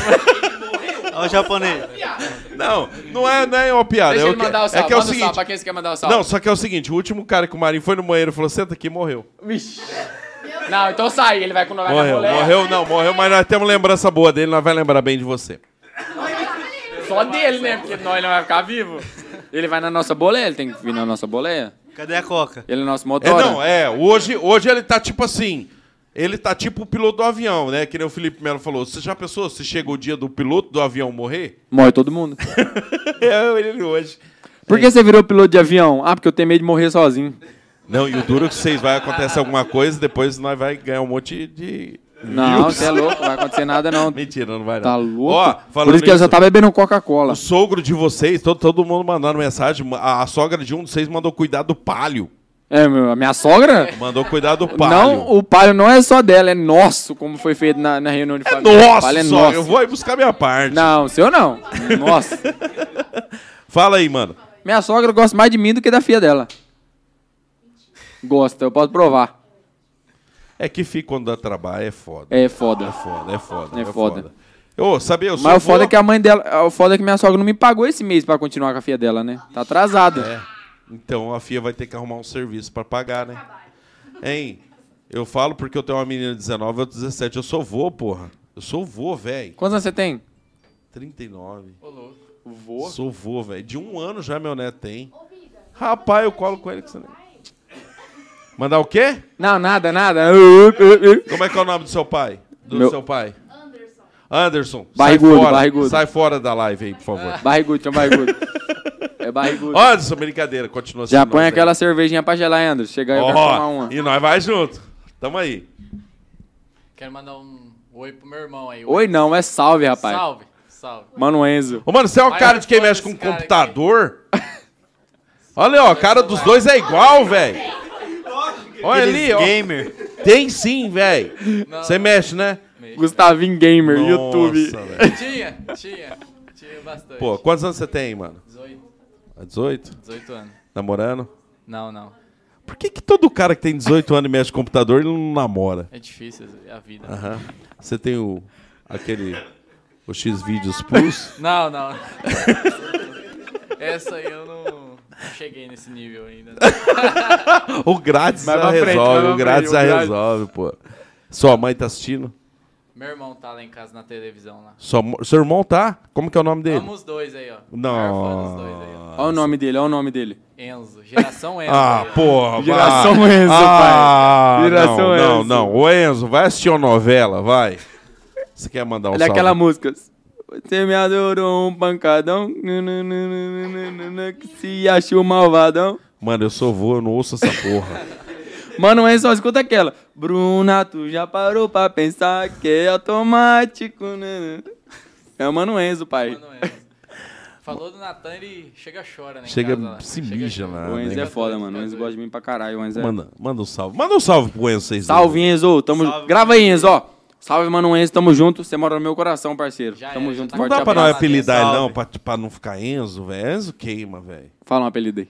Olha o japonês. Não, não é, não é uma piada. Deixa é o ele que- mandar o é salve. que é o Manda o salve seguinte. pra quem você quer mandar o salve. Não, só que é o seguinte, o último cara que o Marinho foi no banheiro e falou, senta aqui, morreu. Vixe. Não, então sai, ele vai com vai na Morreu, roleta. morreu não, morreu, mas nós temos lembrança boa dele, nós vai lembrar bem de você. Só dele, né? Porque nós ele não vai ficar vivo. Ele vai na nossa boleia, ele tem que vir na nossa boleia. Cadê a coca? Ele é nosso É, motor. não, é, hoje, hoje ele tá tipo assim, ele tá tipo o piloto do avião, né? Que nem o Felipe Melo falou, você já pensou se chega o dia do piloto do avião morrer? Morre todo mundo. É, ele hoje. Por que você virou piloto de avião? Ah, porque eu tenho medo de morrer sozinho. Não, e o duro é que vocês vai acontecer alguma coisa, depois nós vai ganhar um monte de... Não, você é louco, não vai acontecer nada não. Mentira, não vai não. Tá louco? Ó, falando Por isso que eu nisso- já tá bebendo Coca-Cola. O sogro de vocês, todo, todo mundo mandando mensagem. A, a sogra de um de vocês mandou cuidar do palio. É, meu, a minha sogra? Mandou cuidar do palio. Não, o palho não é só dela, é nosso, como foi feito na, na reunião de família. o Nossa, palho é sogra, nosso. eu vou aí buscar minha parte. Não, o seu não. Nossa. Fala aí, mano. Minha sogra gosta mais de mim do que da filha dela. Gosta, eu posso provar. É que fica quando dá trabalho, é foda. É foda. É foda, é foda. É foda. Ô, sabia? Eu só Mas o foda vou- é que a mãe dela. O foda é que minha sogra não me pagou esse mês pra continuar com a filha dela, né? Tá atrasado. Então a FIA vai ter que arrumar um serviço pra pagar, né? Hein? Eu falo porque eu tenho uma menina de 19, eu 17. Eu sou vô, porra. Eu sou vô, velho. Quantos anos você tem? 39. Vou. Sou vô, velho. De um ano já meu neto tem. Rapaz, eu colo com ele que você nem... Mandar o quê? Não, nada, nada. Como é que é o nome do seu pai? Do Meu- seu pai? Anderson. Anderson. Barrigudo, sai fora, barrigudo. Sai fora da live aí, por favor. Barrigudo, chama barrigudo. É barrigudo. Anderson, brincadeira. Continua Já sendo põe nós aí. aquela cervejinha pra gelar, Anderson. Chega aí, vai tomar Ó, uma. e nós vai junto. Tamo aí. Quero mandar um oi pro meu irmão aí. Oi, não, é salve, rapaz. Salve, salve. Mano Enzo. Ô, mano, você é uma Vai cara de quem fora mexe com desse cara computador? Olha, ó, a cara dos dois é igual, velho. Olha ali, ó. Gamer. Tem sim, velho. Você mexe, né? Gustavinho Gamer, YouTube. Nossa, velho. Tinha, tinha. Tinha bastante. Pô, quantos anos você tem, mano? 18, 18? 18 anos. Namorando? Não, não. Por que, que todo cara que tem 18 anos e mexe com computador ele não namora? É difícil a vida. Aham. Você tem o. aquele. O X-Videos Plus? Não, não. Essa aí eu não não cheguei nesse nível ainda. O grátis Vai já pra frente, vai resolve, pra o grátis frente, já o grátis. resolve, pô. Sua mãe tá assistindo? Meu irmão tá lá em casa na televisão lá. Sua, mo- seu irmão tá? Como que é o nome dele? Amo os dois aí, ó. Não. Maior fã dos dois aí, ó. Olha o nome dele, olha o nome dele. Enzo, geração Enzo. Ah, aí, ó. porra, Geração vai. Enzo, ah, pai. Geração não, Não, Enzo. não, o Enzo, vai assistir uma novela, vai. Você quer mandar um Olha salve? é aquela música. Você me adorou um pancadão. nu, nu, nu, nu, nu, nu, nu, que Se achou malvadão. Mano, eu sou vô, eu não ouço essa porra. Mano Enzo, só escuta aquela. Bruna, tu já parou pra pensar que é automático. né? É o Mano Enzo, pai. Mano Enzo. Falou do Natan, ele chega chora, né? em Chega, casa lá. se mija lá. O Enzo né? é foda, mano. O Enzo gosta de mim pra caralho. O Enzo é... Manda, manda um salve. Manda um salve pro Enzo, vocês dois. Salve, Enzo. Tamo... Salve. Grava aí, Enzo, ó. Salve, Mano Enzo. Tamo junto. Você mora no meu coração, parceiro. Já Tamo era, já junto. tá Não é Forte dá pra abraço. nós apelidar ele, Salve. não, pra, pra não ficar Enzo, velho. Enzo queima, velho. Fala um apelido aí.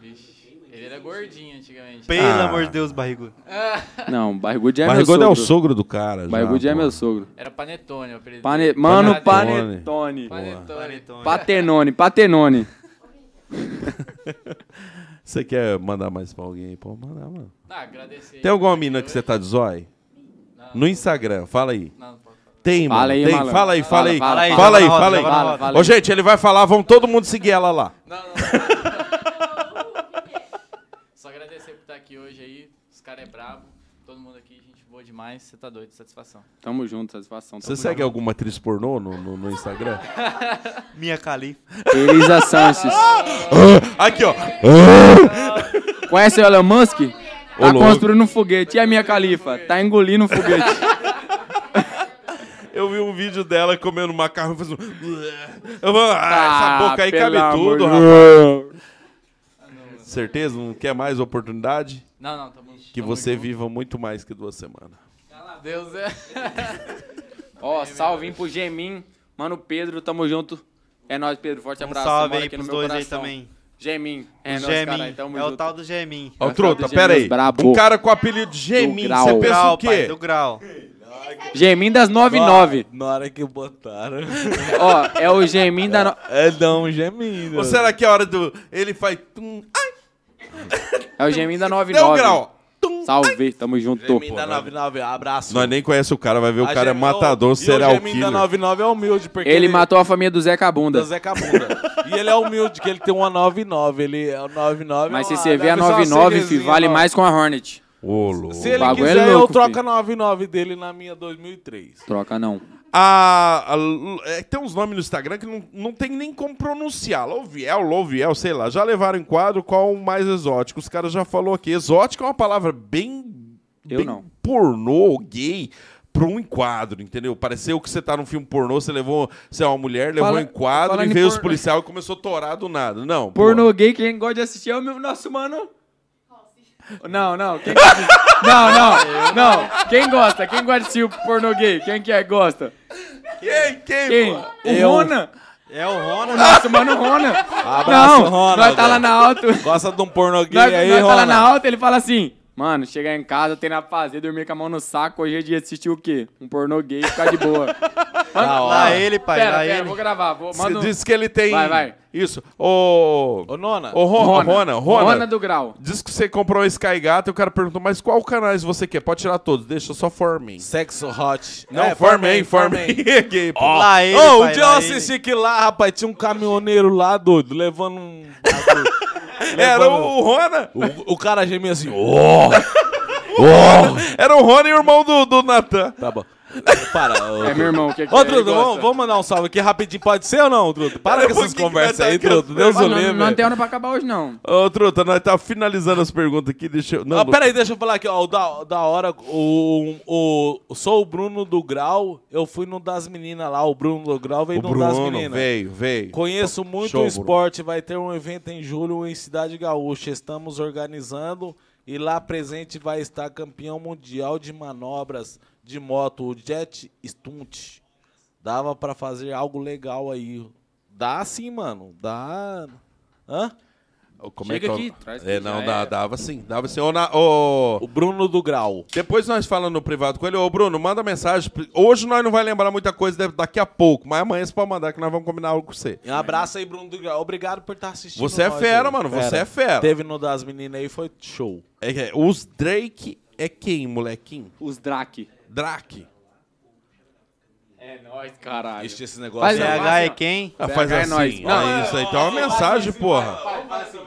Vixe, ele era gordinho antigamente. Pelo Ah. amor de Deus, barrigudo. Não, Barrigudo é meu Barrigudo sogro. é o sogro Ah, do cara. já, Barrigudo é pô. meu sogro. Era Panetone, o apelido Pane... dele. Mano, Panetone. Panetone. Panetone. Panetone. Patenone, Patenone. Você quer mandar mais pra alguém aí? Pô, mandar, mano. Ah, agradecer. Tem alguma mina que você tá de zói? No Instagram, fala aí. Não, não pode falar. Tem, Fala mano. aí, tem. malandro. Fala aí, fala aí. Fala Fala aí, aí, joga fala aí. na roda, joga na Fala, roda. fala. Ô, gente, ele vai falar, vão todo mundo seguir ela lá. Não, não, não. Só agradecer por estar aqui hoje aí. Os caras é brabo. Todo mundo aqui, gente boa demais. Você tá doido, satisfação. Tamo junto, satisfação. Você Tamo segue alguma atriz pornô no, no, no Instagram? Minha Califa. junto. Elisa Sanches. Aqui, ó. Conhece o Elon Musk? Tá louco. construindo um foguete. E a minha califa? Tá engolindo um foguete. Eu vi um vídeo dela comendo macarrão e fazendo. Eu vou, ah, Ah, essa boca aí pelo cabe amor tudo, de rapaz. Certeza? Não quer mais oportunidade? Não, não, tamo junto. Que você viva muito mais que duas semanas. Deus é. Ó, salve pro Gemin. Mano, Pedro, tamo junto. É nóis, Pedro. Forte Um abraço. salve mora aí aqui no pros meu dois aí coração. também. Gemin. É nóis, Gemin. caralho. Tamo É junto. o tal do Gemin. Ó, Vai truta, ficar do pera Gêmeos aí. brabo. Um cara com apelido de Gemin, grau. você Do pensa grau, o quê? pai, do grau. Gemin das 99. Na hora que botaram. Ó, é o Gemin da... No... É, dá um gemido. Ou será que é a hora do. Ele faz. Tum, ai, É o Gemin da deu um 99. grau. Tum. Salve, tamo junto. Gemin da 99, abraço. Nós nem conhece o cara, vai ver o A cara é Gemini- matador, E o serial Gemin killer. da 99 é humilde, porque Ele matou a família do Zeca Bunda. da Zeca Bunda. e ele é humilde, que ele tem uma 99. Ele é o 99. Mas é se uma- você vê deve a ser uma 99, fi, cerezinha, vale não. mais com a Hornet. Ô, louco. Se ele bagulho é quiser, eu louco, troco fi. a 99 dele na minha 2003. Troca não. A- a L- é, tem uns nomes no Instagram que não, não tem nem como pronunciar. Louviel, Louviel, sei lá. Já levaram em quadro qual o mais exótico. Os caras já falou aqui. Exótico é uma palavra bem, Eu bem não. pornô, gay, pra um enquadro, entendeu? Pareceu que você tá num filme pornô, você levou, você é uma mulher, levou Fala- um enquadro e falando em veio os pornô- policiais e começou a torar do nada. Não. pô. Porno gay, quem gosta de assistir é o meu- nosso mano. Não, não. Quem... não, não, não. Quem gosta? Quem gosta de assistir o porno gay? Quem que é gosta? Quem, quem, Quem? pô? O Rona? É o Ronald. Nosso mano Rona. Abraço, Não, Ronald. nós tá lá na alto. Gosta de um porno gay Nós, aí, nós tá lá Ronald? na alta, ele fala assim. Mano, chegar em casa, tem na fazer, dormir com a mão no saco, hoje é dia de assistir o quê? Um pornô gay, ficar de boa. Manda- Lá ele, pai, Pera, lá pera, ele. vou gravar. Vou, Você manda um- disse que ele tem. Vai, vai. Isso. Ô. Ô, Nona. Ô, Rona. Rona. Rona Rona. do Grau. Diz que você comprou um Sky Gato e o cara perguntou, mas qual canais você quer? Pode tirar todos, deixa só Formin. Sexo hot. Não, É, Formin, Formin. Formin. Aqui, pô. Lá ele, Ô, um pai, dia eu lá assisti que lá, rapaz, tinha um caminhoneiro lá, doido, levando um. Era o Rona. O, o cara gemia assim, ó. Era o Rony, irmão do, do Natan. Tá bom. Para. Ô, É meu irmão, o que é que Ô, ele Truto, gosta? vamos, vamos mandar um salve aqui rapidinho. Pode ser ou não, Truto? Para com vou essas que que vai conversas dar aí, aqui, Truto. Deus o Mano, não, não, livre. tem hora pra acabar hoje, não. Ô, Truta, nós tá finalizando as perguntas aqui, deixa eu... Não, Ah, peraí, deixa eu falar aqui, ó. O da, da hora, o, o, o- Sou o Bruno do Grau, eu fui no das meninas lá. O Bruno do Grau veio o no das Bruno, meninas. veio, veio. Conheço muito Show, o Bruno. esporte, vai ter um evento em julho em Cidade Gaúcha. Estamos organizando e lá presente vai estar campeão mundial de manobras de moto, o Jet Stunt. Dava pra fazer algo legal aí. Dá sim, mano. Dá. Hã? Como Chega é que aqui, eu- traz que É, já não, era. dá, dava sim, dava sim. Ô, na- ô, O Bruno do Grau. Depois nós falamos no privado com ele. Ô, Bruno, manda mensagem. Hoje nós não vai lembrar muita coisa deve- daqui a pouco, mas amanhã você pode mandar que nós vamos combinar algo com você. Um abraço aí, Bruno do Grau. Obrigado por estar assistindo. Você é nós fera, aí. mano, você é fera. Teve no das meninas aí, foi show. É que- os Drake é quem, molequinho? Os Drake. Drake. É nóis, caralho. Ixi, esse negócio. Faz aí. a- PH é quem? Ah, faz é assim. nóis. Não, Não, isso aí. Então é uma mensagem, porra. Faz, faz assim.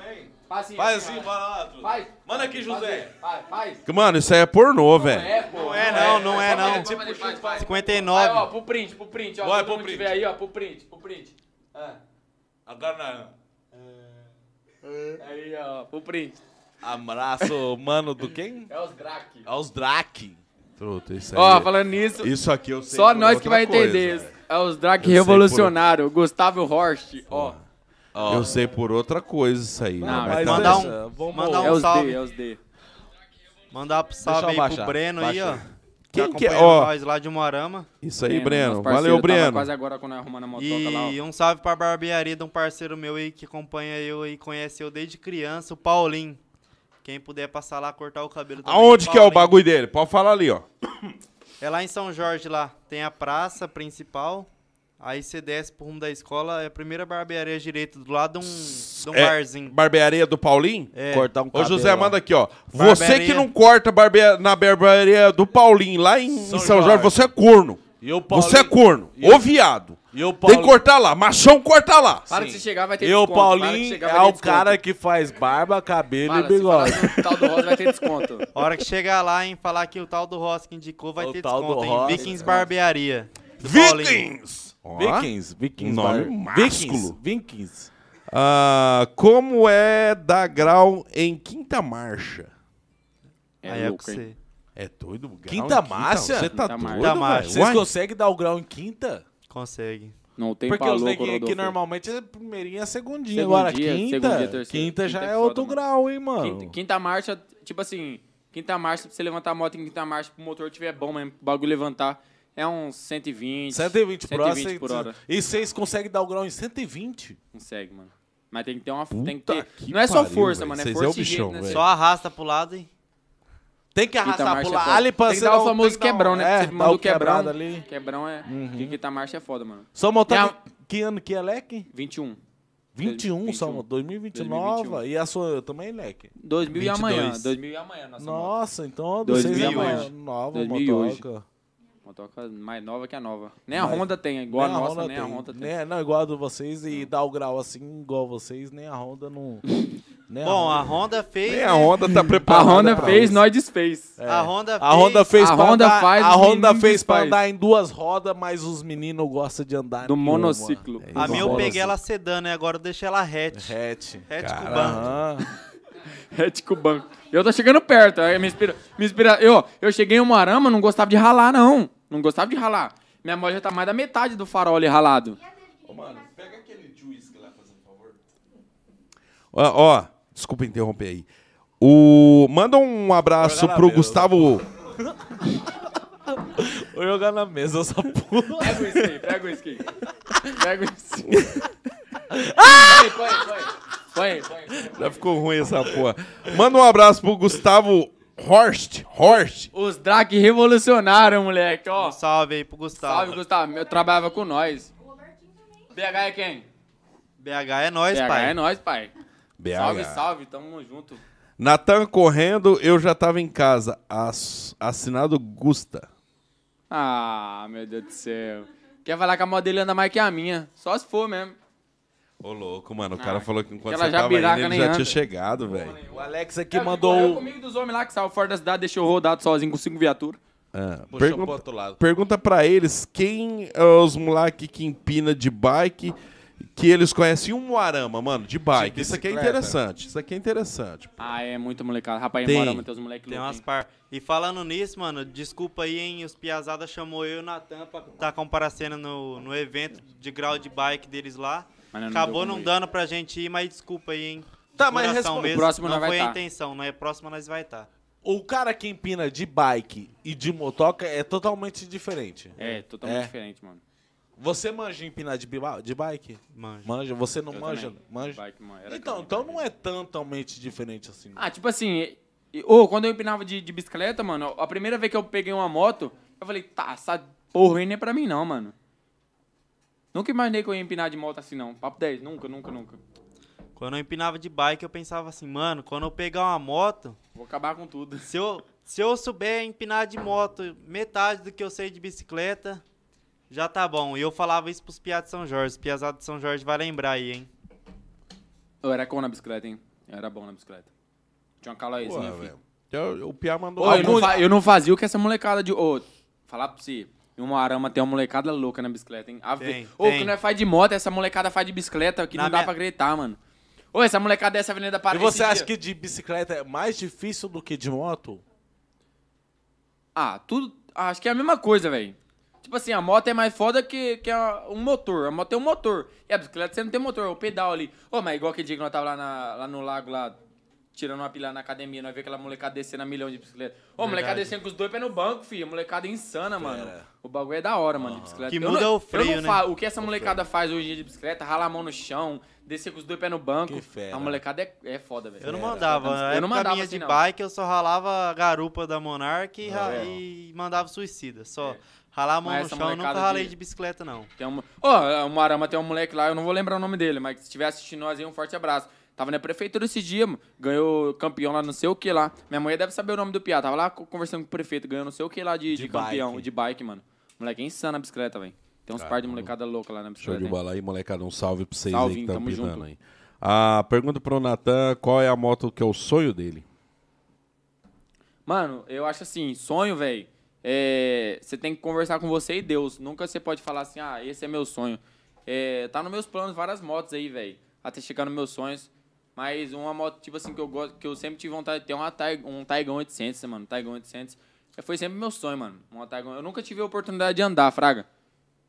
Faz assim, Faz assim, bora lá, Truto. Faz. Manda aqui, José. Faz, faz. Mano, isso aí é pornô, velho. É, pô. Não é não, não é não. Faz, faz. É, Vai, ó, 59. pro print, pro print, ó. Vai, todo pro mundo print. tiver aí, ó, pro print, pro print. Ah, Agora não. aí, ó, pro print. Abraço, mano, do quem? É os Drake. Aos Drake. Truta, isso aí. é- Ó, falando nisso, Isso aqui eu sei. só por nós que outra vai coisa. entender. É os Eu Drake sei por- revolucionário, Gustavo Horst, ó. Eu sei por outra coisa isso aí. né? Não, Mas mas tá- Mandar Beleza, um, vamos- mandar É um os D, salve. é os D. Mandar um eu salve aí baixar. pro Breno aí, ó. Quem tá que é? acompanhando Ó. nós lá de Moarama. Isso aí, Breno, Breno. nosso parceiro, Valeu, tava Breno. Quase agora quando nós arrumando a motoca lá, ó. E um salve pra barbearia de um parceiro meu aí que acompanha eu e conhece eu desde criança, o Paulinho. Quem puder passar lá, cortar o cabelo também. Aonde que é o Paulinho. bagulho dele? Pode falar ali, ó. É lá em São Jorge, lá. Tem a praça principal. Aí você desce pro rumo da escola. É a primeira barbearia direita, do lado de um, de um É, barzinho. Barbearia do Paulinho? É. Cortar um Ô cabelo. José, ó. manda aqui, ó. Você Barbearia. que não corta barbe- na barbearia do Paulinho, lá em em São, São Jorge, Jorge. você é corno. E o Paulinho- Você é corno. E eu- Ô viado. E o Tem Paulinho. que cortar lá. Machão corta lá. Para Sim. de chegar, vai ter E o desconto. para de Paulinho chegar, é vai ter o desconto. cara que faz barba, cabelo Para, e se falar bigode. do tal do Rosa vai ter desconto. A hora que chegar lá, hein, falar que o tal do Ross que indicou vai O ter tal do desconto, hein? Ross. Vikings Barbearia. do Paulinho. Vikings! Ó. Vikings, Vikings. Nome bar- másculo. Vikings, Vikings. Ah, como é dar grau em quinta marcha? Aí É é louco, com hein? você. É doido, grau Quinta em marcha? Você tá Quinta doido, marcha. Quinta marcha. velho? Vocês Uai. conseguem dar o grau em quinta? Consegue. Não tem Porque pra os louco, neguinhos aqui Rodolfo. normalmente é primeirinha, segundinha. Segundinha, Agora, quinta, segundinha, terceira. quinta já Quinta é é foda, outro mano. grau, hein, mano. Quinta, quinta marcha, tipo assim, quinta marcha, pra você levantar a moto em quinta marcha, pro motor tiver bom mesmo, pro bagulho levantar, é uns 120. 120 por hora. 120 por hora. E vocês conseguem dar o grau em 120? Consegue, mano. Mas tem que ter uma. tem que Puta ter. que não é só pariu, força, velho. mano. É Vocês é força o e jeito, bichão, né? velho. Só arrasta pro lado e... Tem que Quinta arrastar marcha pro é foda. lado. ali pra Tem que você dar dar o um- famoso tem que dar um- quebrão, né? É, Você dá mandou o quebrado quebrão. ali. Quebrão é. que Quinta marcha é foda, mano. um. Só montar. Minha- que- Que ano que é, Leque? 21. 21, só 21. 2020 nova. 2021. E a sua também, Leque? 2000 e 22. amanhã. 2000 e amanhã, É, nossa. moto. Nossa, então vocês é 2000 uma hoje. nova 2000 hoje. motoca. Motoca mais nova que a nova. Nem a Honda tem, igual a nossa, nem a Honda tem. Nem- Né? não, igual a de vocês e dar o grau assim, igual a vocês, nem a Honda não. nem Bom, É a a Honda fez... né? Nem a Honda tá A preparada. Honda pra fez, isso. nós desfez. A Honda fez... A Honda fez a pra Honda andar, faz, a os Honda meninos fez pra faz. andar em duas rodas, mas os meninos gostam de andar Do em uma. monociclo. A minha eu Honda peguei ela sedã, né? Agora eu deixei ela hatch. Hatch. Hatch cubana. Aham. É tipo banco. Eu tô chegando perto, aí me inspira. Me inspira eu, eu cheguei em Moarama, não gostava de ralar, não. Não gostava de ralar. Minha mão já tá mais da metade do farol ali ralado. Ó, ó, desculpa interromper aí. O... Manda um abraço pro Gustavo. Vou jogar na mesa essa porra. Pega o skin, pega o skin. Pega o skin. Põe, põe, põe. Põe, põe. Já ficou ruim essa porra. Manda um abraço pro Gustavo Horst, Horst. Os Drac revolucionaram, moleque, ó. Um salve aí pro Gustavo. Salve, Gustavo. Eu trabalhava com nós. BH é quem? BH é nós, BH pai. é nós, pai. BH. Salve, salve, tamo junto. Natan correndo, eu já tava em casa. Ass- assinado Gusta. Ah, meu Deus do céu. Quer falar que a modelo anda mais que a minha? Só se for mesmo. Ô, louco, mano. O cara Ah, falou que enquanto aquela você tava indo, jabiraca ele nem já anda. tinha chegado, velho. O Alex aqui É, correu mandou. um- comigo dos homens lá que saiu fora da cidade, deixou rodado sozinho com cinco viaturas. Ah, Puxou pro pergunta, outro lado. pergunta pra eles quem é os moleque que empina de bike que eles conhecem. Um Moarama, mano, de bike. De isso aqui é bicicleta. interessante. Isso aqui é interessante. Ah, é muito molecada. Rapaz, Tem. embora, Matheus, moleque Tem louco, umas hein? par. E falando nisso, mano, desculpa aí, hein? Os Piazada chamou eu e o Natan pra tá comparacendo no, no evento de grau de bike deles lá. Mas É, não deu Acabou como não ir. dando pra gente ir, mas desculpa aí, hein? Tá, mas Coração responde- mesmo, Próximo não nós vai foi a tá. intenção, né? Próximo nós vai estar. Tá. O cara que empina de bike e de motoca é totalmente diferente. É, totalmente É. diferente, mano. Você manja empinar de, biba- de bike? Manjo. Manja. Você não Eu manja? também. Manja. Bike, mano, era Então, grande, então cara. não é totalmente diferente assim. Ah, tipo assim, e- ô, quando eu empinava de, de bicicleta, mano, a primeira vez que eu peguei uma moto, eu falei, tá, essa porra aí não é pra mim não, mano. Nunca imaginei que eu ia empinar de moto assim, não. Papo 10, nunca, nunca, nunca. Quando eu empinava de bike, eu pensava assim, mano, quando eu pegar uma moto, Vou acabar com tudo. se eu, se eu souber empinar de moto metade do que eu sei de bicicleta, já tá bom. E eu falava isso pros piados de São Jorge. Os piazados de São Jorge vai lembrar aí, hein? Eu era com na bicicleta, hein? Eu era bom na bicicleta. Tinha uma calaizinha, Porra, filho. velho. Então, O Pia mandou. Ô, eu, não Algum- fa- eu não fazia o que essa molecada de. Ô, falar pra você. Em uma arama tem uma molecada louca na bicicleta, hein? A Tem, Ô, o tem. que nós faz de moto, essa molecada faz de bicicleta que Na não dá minha- pra acreditar, mano. Ô, essa molecada dessa avenida para E você acha que de bicicleta é mais difícil do que de moto? Ah, tudo. ah, Acho que é a mesma coisa, velho. Tipo assim, a moto é mais foda que, que a- um motor. A moto tem um motor. E a bicicleta você não tem motor, é o pedal ali. Ô, mas igual aquele dia que nós tava lá, na- lá no lago, lá, tirando uma pilha na academia, nós vê aquela molecada descendo a milhão de bicicleta. Ô, a molecada descendo com os dois pés no banco, filho. A molecada é insana, mano. O bagulho é da hora, mano, de bicicleta. Que Eu não- muda o eu freio, não né? falo- O que essa molecada faz hoje em dia de bicicleta, ralar a mão no chão, descer com os dois pés no banco. Que fera. A molecada é, é foda, velho. Eu não É, mandava. foda. Na Eu não época mandava minha assim, de não. bike, eu só ralava a garupa da Monark e, ra- e mandava suicida. Só ralar a mão é. Mas no essa chão, eu nunca molecada ralei de- de bicicleta, não. Tem um... Ó, o Marama tem um moleque lá, eu não vou lembrar o nome dele, mas se estiver assistindo nós aí, um forte abraço. Tava na prefeitura esse dia, mano. ganhou campeão lá, não sei o que lá. Minha mulher deve saber o nome do piá. Tava lá co- conversando com o prefeito, ganhou não sei o que lá de, de, campeão, de bike, mano. Moleque é insano na bicicleta, velho. Tem uns par de molecada louca lá na Tá Show bicicleta. de hein? bola aí, molecada. Um salve pra vocês Salve, aí que estão tamo pinando junto. aí. Ah, pergunta pro Natan qual é a moto que é o sonho dele. Mano, eu acho assim, sonho, velho. É, você tem que conversar com você e Deus. Nunca você pode falar assim, ah, esse é meu sonho. É, tá nos meus planos várias motos aí, velho. Até chegar nos meus sonhos. Mas uma moto, tipo assim, que eu gosto, que eu sempre tive vontade de ter uma Taig- um Taigão 800, né, mano. Taigão 800. É, Foi sempre meu sonho, mano. Uma Taigão. Eu nunca tive a oportunidade de andar, fraga.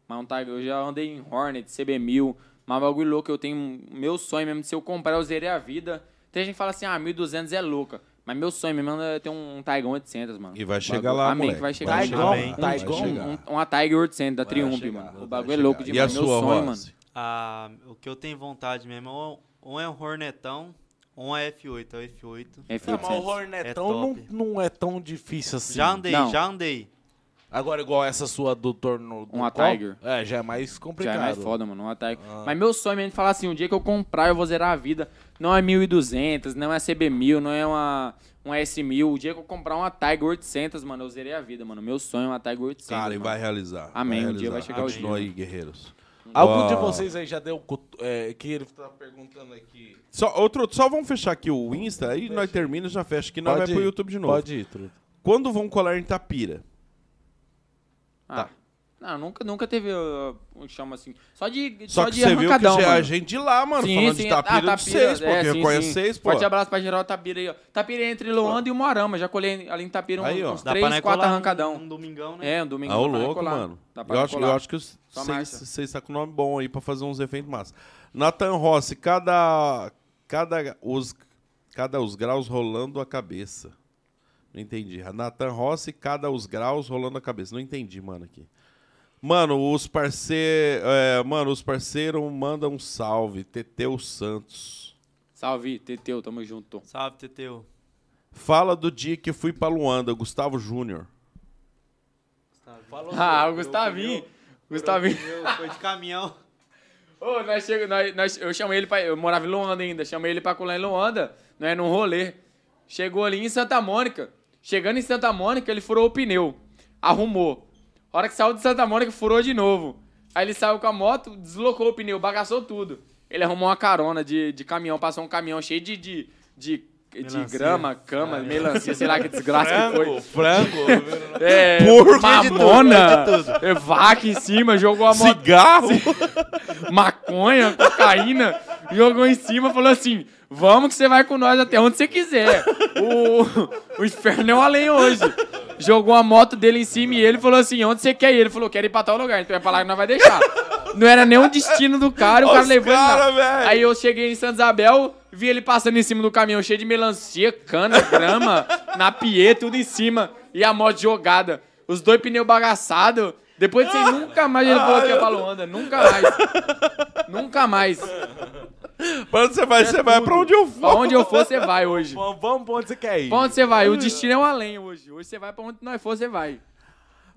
Mas um Tiger, eu já andei em Hornet, CB1000, mas bagulho louco, eu tenho meu sonho mesmo, se eu comprar, eu zerei a vida. Tem gente que fala assim, ah, 1200 é louca, mas meu sonho mesmo é ter um Tiger 800, mano. E vai O chegar bagulho- lá, Amém, moleque. que vai chegar Vai chegar, lá. amém. Um- Vai um- chegar. um- Uma Tiger 800 da Triumph, chegar, mano. O vai bagulho é chegar. louco E demais, a meu sua, Rose? sonho, mano. Ah, o que eu tenho vontade mesmo é um- ou é um Hornetão ou é F8. É o F8. É Não, Tá, mas o 800. Hornetão top. não, não é tão difícil assim. Já andei, Não. já andei. Agora, igual essa sua do torno. do Uma qual? Tiger. É, já é mais complicado. Já é mais foda, mano. Um ataque. Ah. Mas meu sonho mesmo é falar assim: um dia que eu comprar, eu vou zerar a vida. Não é 1.200, não é CB1000, não é uma, uma S1000. O dia que eu comprar uma Tiger 800, mano, eu zerei a vida, mano. Meu sonho é uma Tiger 800. Cara, e mano. vai realizar. Amém, Vai um dia vai realizar. chegar o Continua aí, dia. guerreiros. Algum de Ó. vocês aí já deu. cut- É, que ele tá perguntando aqui. Só, outro, só vamos fechar aqui o Insta, aí nós termina, já fecha aqui, nós vai pro ir, YouTube de novo. Pode ir, Truto. Quando vão colar em Tapira? tá. Ah, Não, nunca, nunca teve uh, um chama assim. Só de, Só, só que de você viu que arrancadão, já é a mano. gente de lá, mano, Sim, falando sim, de ah, Tapira, de vocês, pô, é, que sim, reconhece sim. vocês, pô. Forte abraço pra geral Tapira aí, ó. Tapira é entre Loanda e o Morama. Já colhei ali em Tapira uns, Aí, ó. uns Dá pra três, nós quatro colar um- arrancadão. Um domingão, né? É, um domingo. Ah, ô louco, mano. Eu acho, eu acho que os- Tá Só vocês marcha. vocês tá com nome bom aí pra fazer uns eventos massa. Nathan Rossi, cada, cada, os, cada os graus rolando a cabeça. Não entendi. Nathan Rossi, cada os graus rolando a cabeça. Não entendi, mano, aqui. Mano, os parceiros. mano, os parceiros mandam um salve. Teteu Santos. Salve, Teteu, tamo junto. Salve, Teteu. Fala do dia que fui pra Luanda, Gustavo Júnior. Ah, o Gustavinho. Gustavinho. Foi de caminhão. Ô, nós chega, nós, nós- eu chamei ele pra. Eu morava em Luanda ainda, chamei ele pra colar em Luanda, né? Num rolê. Chegou ali em Santa Mônica. Chegando em Santa Mônica, ele furou o pneu. Arrumou. A hora que saiu de Santa Mônica, furou de novo. Aí ele saiu com a moto, deslocou o pneu, bagaçou tudo. Ele arrumou uma carona de, de caminhão, passou um caminhão cheio de. de, de de grama, cama, melancia, sei lá que desgraça que foi. frango. É, Porco. mamona, é, vaca em cima, jogou a moto Cigarro? maconha, cocaína, jogou em cima, falou assim: vamos que você vai com nós até onde você quiser. O, o inferno é o além hoje. Jogou a moto dele em cima e ele falou assim: onde você quer ir? Ele falou: quero ir pra tal lugar, então é pra lá que nós vai deixar. Não era nem o destino do cara, e o cara levou cara, ele. lá. velho. Aí eu cheguei em Santa Isabel, vi ele passando em cima do caminhão cheio de melancia, cana, grama, na pie, tudo em cima. E a moto jogada. Os dois pneus bagaçados. Depois de nunca mais ele falou que ia pra Luanda. Nunca mais. Nunca mais. Pra onde você vai? Você vai pra onde eu é Pra vou. onde eu for, você vai hoje. Vamos, vamos é pra onde você quer ir. Pra onde você vai? O destino é um além hoje. Hoje você vai pra onde nós for, você vai.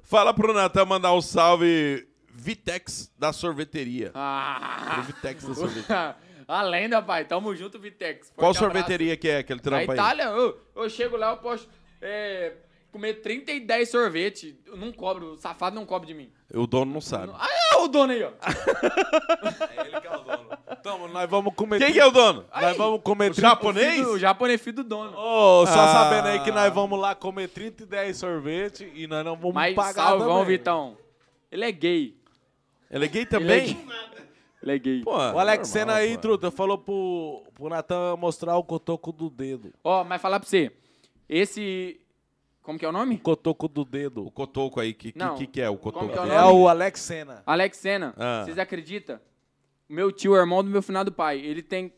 Fala pro Natan mandar um salve Vitex da sorveteria. Pro Ah, Vitex da sorveteria. além da pai. Tamo junto, Vitex. Forte Qual abraço. sorveteria que é aquele Na trampo aí? Itália, eu, eu chego lá, eu posso é, comer 30 e 10 sorvete. Eu não cobro, o safado não cobra de mim. O dono não sabe. Ah, é o dono aí, ó. Então, nós vamos comer. Quem que é o dono? Nós vamos comer. trinta- Japonês? O japonês filho do dono. Ô, só Ah. sabendo aí que nós vamos lá comer 30 e 10 sorvete e nós não vamos um Mas pagar salvão, também. Vitão. Ele é gay. Ele é gay Ele é também? gay. Ele é gay. Pô, O Alexena normal, aí, pô. truta, falou pro, pro Natan mostrar o cotoco do dedo. Ó, mas falar pra você. Esse. Como que é o nome? Cotoco do dedo. O cotoco aí, que que, Não. que, que é o cotoco? Como que é o dele? É o Alexena. Alex Senna. Ah. Vocês acreditam? Meu tio, é irmão do meu finado pai. Ele tem.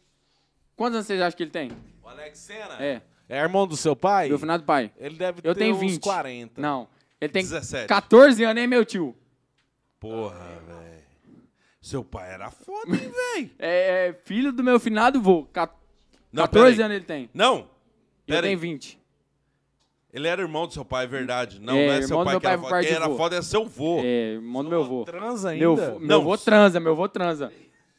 Quantos anos vocês acham que ele tem? O Alexena? É. É, irmão do seu pai? meu finado pai. Ele deve Eu ter tenho uns 20. 40. Não. Ele tem 17. 14 anos, hein, meu tio? Porra, velho. Seu pai era foda, hein, velho? É, é filho do meu finado vô. Ca- Não, 14 peraí. anos ele tem. Não. E Eu Pera aí. tenho 20. Ele era irmão do seu pai, é verdade. Não, É, não é irmão seu do pai meu que era pai por foda. Quem parte de era vô. foda é seu vô. É, irmão do meu vô. Trans ainda? Meu, vô- meu Não. vô transa, meu vô transa.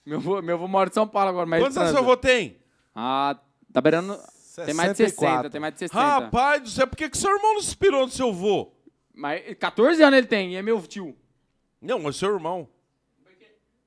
Meu vô, meu vô mora em São Paulo agora, mas Quantos ele anos transa. seu vô tem? Ah, tá beirando... Tem mais de 60, 64. tem mais de 60. Rapaz do céu, por que, que seu irmão não se inspirou no seu vô? Mas 14 anos ele tem, e é meu tio. Não, é seu irmão.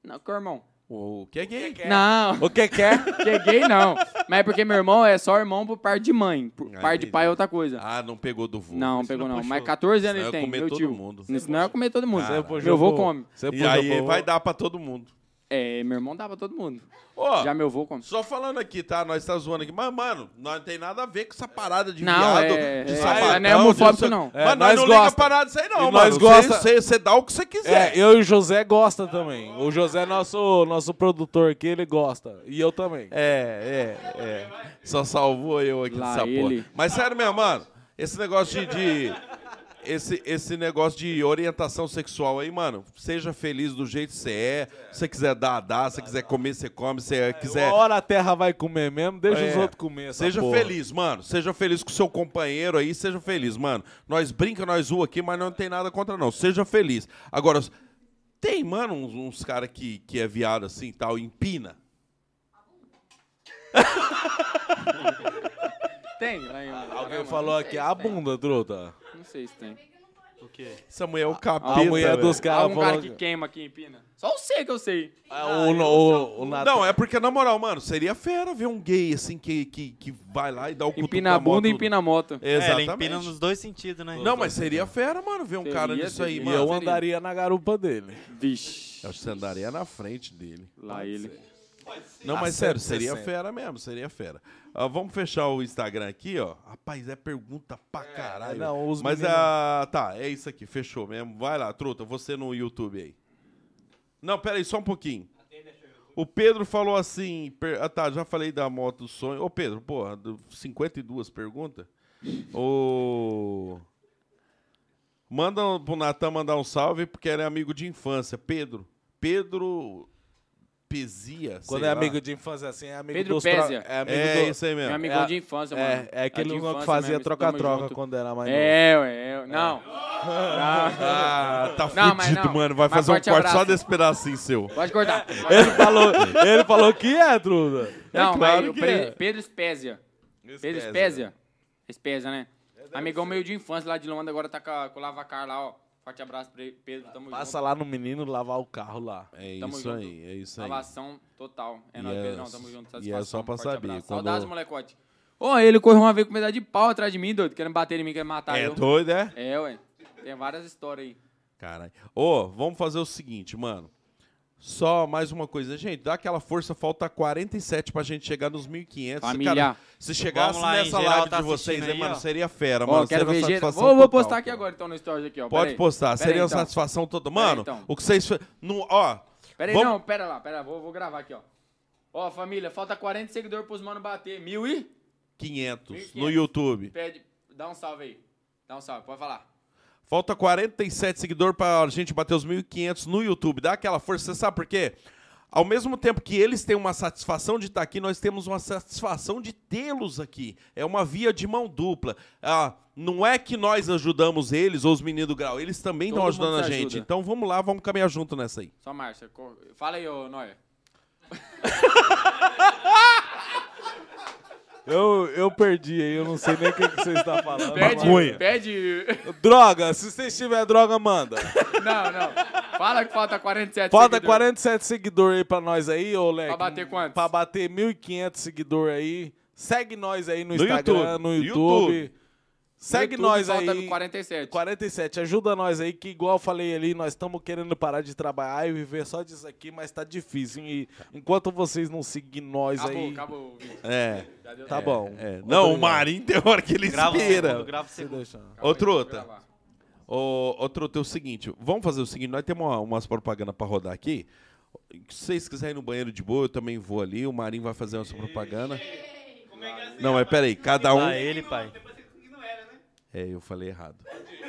Não, que é o irmão. O que é gay? Não, O que que é? cheguei não. Mas é porque meu irmão é só irmão por parte de mãe. Por Ah, parte de pai é outra coisa. Ah, não pegou do vô. não, pegou não. Mas 14 anos Senão ele eu tem, comer meu todo tio. mundo. Isso não é comer todo mundo. Pô, Meu jogou. vô come. Você E pô, aí jogou. vai dar pra todo mundo. É, meu irmão dá pra todo mundo. Ó, Já meu vô come. só falando aqui, tá? Nós tá zoando aqui. Mas, mano, nós não tem nada a ver com essa parada de Não, viado, é- de é- sapatão. não é homofóbico, de- não. mas É, nós nós não liga gosta. pra nada disso aí, não, E mano. nós gosta- Você- Você você dá o que você quiser. É, eu e o José gosta também. O José é nosso, nosso produtor aqui, ele gosta. E eu também. É, é, é. Só salvou eu aqui Lá dessa ele. porra. Mas sério mesmo, mano, esse negócio de. de- esse, esse negócio de orientação sexual aí, mano, seja feliz do jeito que você é. Se você quiser dar, dá. Se você quiser comer, você come. Se você quiser. Uma hora a terra vai comer mesmo, deixa os É. outros comer. essa Seja porra. feliz, mano. Seja feliz com seu companheiro aí, seja feliz, mano. Nós brinca, nós zoa aqui, mas não tem nada contra, não. Seja feliz. Agora, tem, mano, uns, uns caras que, que é viado assim e tal, empina. Tem. lá em- Alguém falou aqui, a bunda, truta. Não sei se tem. Essa mulher é o A capeta. mulher velho. dos caras Algum falou. cara que queima aqui em Pina. Só eu sei que eu sei. Ah, o, o, o Natan- Não, é porque, na moral, mano, seria fera ver um gay assim que, que, que vai lá e dá o cutucão Empina a na mão, bunda e tudo. empina a moto. É, ele Exatamente. empina nos dois sentidos, né? Não, mas seria fera, mano, ver um Seria, cara nisso aí, seria. E mano. eu andaria na garupa dele. Vixe. Eu acho que você andaria na frente dele. Lá ele. Não, mas Ah, sério, cento e seria sessenta. fera mesmo, seria fera. Ah, vamos fechar o Instagram aqui, ó. Rapaz, é pergunta pra caralho. não, os mas meninos- ah, tá, é isso aqui, fechou mesmo. Vai lá, truta, você no YouTube aí. Não, pera aí, só um pouquinho. O Pedro falou assim, per- ah tá, já falei da moto do sonho. Ô Pedro, porra, do- 52 perguntas. Ô Manda um- pro Natan mandar um salve porque ele é amigo de infância, Pedro. Pedro Pesia. Quando sei é lá. amigo de infância assim, é amigo Pedro dos Pésia. É amigo É do- isso aí mesmo. Meu amigão É, de infância, é, mano. é aquele de irmão que infância fazia mesmo, tamo troca-troca junto. quando era mais novo. É, ué, é, não. Ah, tá Não, mas fudido, não. mano. Vai Mas fazer um forte corte só abraço. desse pedacinho seu. Pode cortar. Pode Ele cortar. falou, ele falou que é, Truda. Não, é mas claro o que Pre- é. Pedro Spezia. Pedro Spezia. Spezia, né? Amigão meio de infância lá de Londres, agora tá com, a- com o Lavacar lá, ó. Forte abraço pra ele, Pedro, tamo Passa junto. lá no menino lavar o carro lá. É Tamo isso junto. Tá aí, é isso aí. Lavação total. É E nóis, é- Pedrão, tamo e junto. é satisfação, só pra forte saber, abraço. quando- Saudades, molecote. Ô, ele correu uma vez com pedaço de pau atrás de mim, doido, querendo bater em mim, querendo matar É eu. doido, é? É, ué. Tem várias histórias aí. Caralho. Ô, vamos fazer o seguinte, mano. Só mais uma coisa. Gente, dá aquela força, falta 47 pra gente chegar nos 1500. Família. Cara, se chegasse Vamos lá, hein, nessa geral live tá de vocês, assistindo aí, aí, mano, ó. seria fera, Ó, mano. quero seria ver gera- satisfação Vou, vou total, postar aqui cara. agora, então, no stories aqui, ó. Pode Pera aí. postar, Pera aí, seria uma então. satisfação toda. aí, Mano, então. o que vocês. fe- No, ó, Pera aí, Vamos- não, pera lá, pera lá, vou, vou gravar aqui, ó. Ó, família, falta 40 seguidores pros mano bater. Mil e? 500 no 1500. YouTube. Pede, dá um salve aí. Dá um salve, pode falar. Falta 47 seguidores pra gente bater os 1.500 no YouTube. Dá aquela força, você sabe por quê? Ao mesmo tempo que eles têm uma satisfação de estar aqui, nós temos uma satisfação de tê-los aqui. É uma via de mão dupla. Ah, não é que nós ajudamos eles ou os meninos do grau, eles também estão Todo ajudando mundo a se gente. ajuda. Então vamos lá, vamos caminhar junto nessa aí. Só marcha. co- Fala aí, ô Noia. Eu, eu perdi aí, eu não sei nem o que, que você está falando. Pede, Maconha. pede. Droga, se vocês tiverem droga, manda. Não, não. Fala que falta 47 Falta seguidores. 47 seguidores aí pra nós aí, ô Leque. Pra bater quantos? Pra bater 1.500 seguidores aí. Segue nós aí no, No Instagram, YouTube. no YouTube. YouTube. Segue YouTube nós falta aí. 47. 47, ajuda nós aí, que igual eu falei ali, nós estamos querendo parar de trabalhar e viver só disso aqui, mas tá difícil. E enquanto vocês não seguirem nós Acabou, aí. acabou o vídeo. É. Já deu Tá tempo. bom. é. Não, o Marinho tem hora que ele Grava um segundo, inspira. grava um segundo. Calma Ô, aí, truta. vou gravar. Ô, ô Truta, é o seguinte, vamos fazer o seguinte, nós temos uma- umas propagandas pra rodar aqui. Se vocês quiserem ir no banheiro de boa, eu também vou ali, o Marinho vai fazer nossa propaganda. Não, mas peraí, cada um... Ah, ele, pai. É, eu falei errado.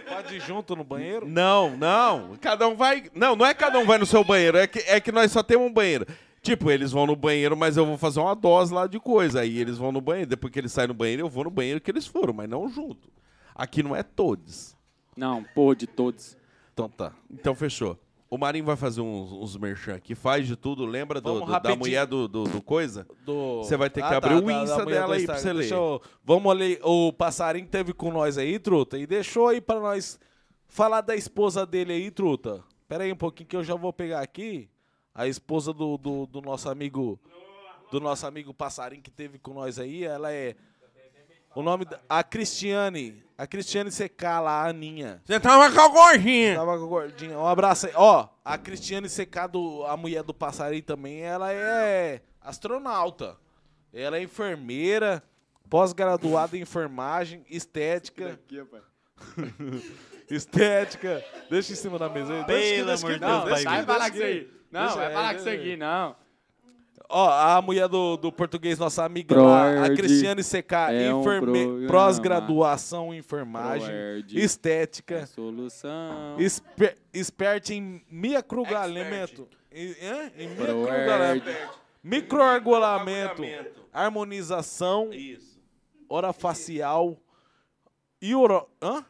Pode ir junto no banheiro? Não, não, cada um vai... Não, não é cada um vai no seu banheiro, é que, é que nós só temos um banheiro. Tipo, eles vão no banheiro, mas eu vou fazer uma dose lá de coisa, aí eles vão no banheiro. Depois que eles saem no banheiro, eu vou no banheiro que eles foram, mas não junto. Aqui não é todos. Não, porra de todos. Então tá. Então fechou. O Marinho vai fazer uns, uns merchan aqui, faz de tudo, lembra do- Vamos do- da rapidinho. mulher do, do- do coisa? Do- Você vai ter que Ah, abrir tá, o da- da Insta mulher do dela aí pra Instagram. você ler. Deixa eu- Vamos ler. O passarinho teve com nós aí, truta, e deixou aí pra nós falar da esposa dele aí, truta. Pera aí um pouquinho que eu já vou pegar aqui a esposa do, do, do nosso amigo do nosso amigo passarinho que teve com nós aí. Ela é o nome da, a Cristiane, a Cristiane CK lá, a Aninha. Você tá tava com a gorjinha. Tava com a gordinha. Um abraço aí. Ó, a Cristiane Secado, a mulher do passarinho também, ela é astronauta. Ela é enfermeira, pós-graduada em enfermagem, estética. estética. Deixa em cima da mesa aí. Deixa que- Pelo deixa amor que- de não, Deus, deixa vai que- Vai falar que isso deixa que- aí. Não, deixa- vai falar que isso é, aqui, não. Ó, a mulher do, do português, nossa amiga Proerd lá, a Cristiane Secar, é um enferme... programa. pós-graduação em enfermagem, Proerd. estética. Solução. Esper, expert em microgalamento. Em, hã? em microgalamento. Microargolamento. Harmonização. Hora facial. E ora. Hã?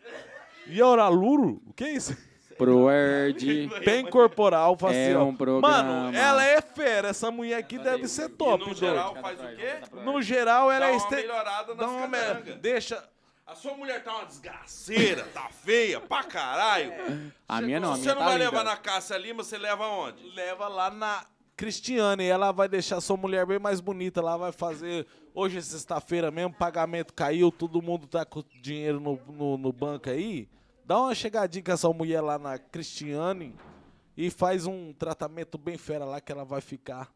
E oraluro? O que é isso? Proerd. Bem corporal facial. um programa. Mano, ela é fera. Essa mulher aqui deve ser top, um- no geral, faz o quê? no geral, ela é este... melhorada Dá uma me- Deixa. A sua mulher tá uma desgraceira, tá feia pra caralho. É. A minha não, a Se minha você não tá vai linda. levar na Cássia Lima, você leva onde? Leva lá na Cristiane. Ela vai deixar sua mulher bem mais bonita. Ela vai fazer. Hoje é sexta-feira mesmo, pagamento caiu, todo mundo tá com dinheiro no, no, no banco aí. Dá uma chegadinha com essa mulher lá na Cristiane e faz um tratamento bem fera lá que ela vai ficar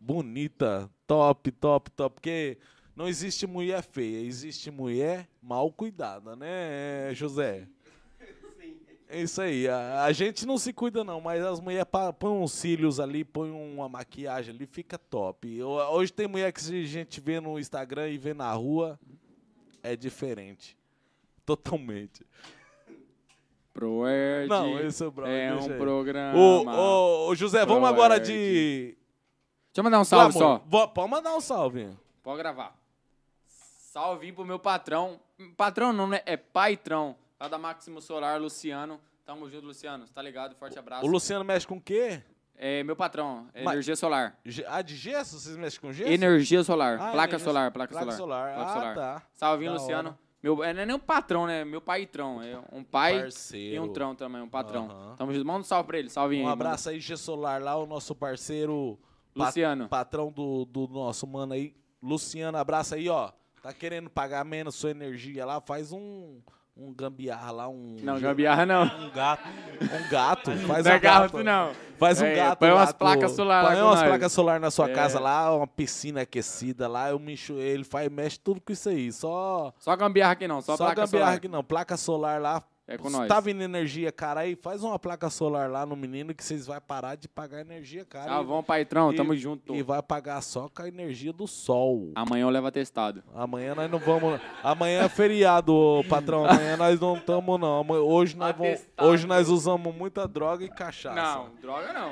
bonita. Top, top, top. Porque não existe mulher feia, existe mulher mal cuidada, né, José? É isso aí. A, a gente não se cuida, não, mas as mulheres pa- põem uns cílios ali, põem uma maquiagem ali, fica top. Eu- hoje tem mulher que se a gente vê no Instagram e vê na rua, é diferente. Totalmente. Proerd. Não, esse é o Proerd, É deixa um aí. programa. é Ô, ô, ô, José, vamos agora de eu mandar um salve Amor, só. vo- Pode mandar um salve. Pode gravar. Salve pro meu patrão. Patrão não, né? É paitrão. Lá da Máximo Solar, Luciano. Tamo junto, Luciano. Tá ligado? Forte abraço. O Luciano mexe com o quê? É meu patrão. É Mas- Energia solar. Ge- Ah, de gesso? Vocês mexem com gesso? Energia solar. Ah, placa energia- solar, placa, placa solar. solar. Ah, tá. Salvinho, Da Luciano. hora. Meu, é, não é nem um patrão, né? Meu paitrão. É um pai Parceiro. e um trão também, um patrão. Aham. Tamo junto. Manda um salve pra ele. Salvinho. Um aí, abraço aí, G Solar, lá, o nosso parceiro. pa- Luciano. patrão do, do nosso mano aí. Luciano, abraço aí, ó. Tá querendo pagar menos sua energia lá? Faz um. Um gambiarra lá, um. mano. Não, gambiarra não. Um gato. Um gato. Faz não um é gato, gato. não. Faz um É, gato. põe lá umas com- placas solar lá Põe com umas nós. placas solar na sua É. casa lá, uma piscina aquecida lá. Eu me encho ele, faz, mexe tudo com isso aí. Só. Só gambiarra aqui não, só, Só, placa gambiarra solar. que não. Placa solar lá. É com nós. Tá vindo energia, cara, aí faz uma placa solar lá no menino que vocês vão parar de pagar energia, cara. Tá e- bom, paitrão, e- tamo junto. E vai pagar só com a energia do sol. Amanhã eu levo atestado. Amanhã nós não vamos. Amanhã é feriado, ô, patrão. Amanhã nós não estamos, não. Amanhã- Hoje nós, vamos, Atestado. hoje nós usamos muita droga e cachaça. Não, droga não.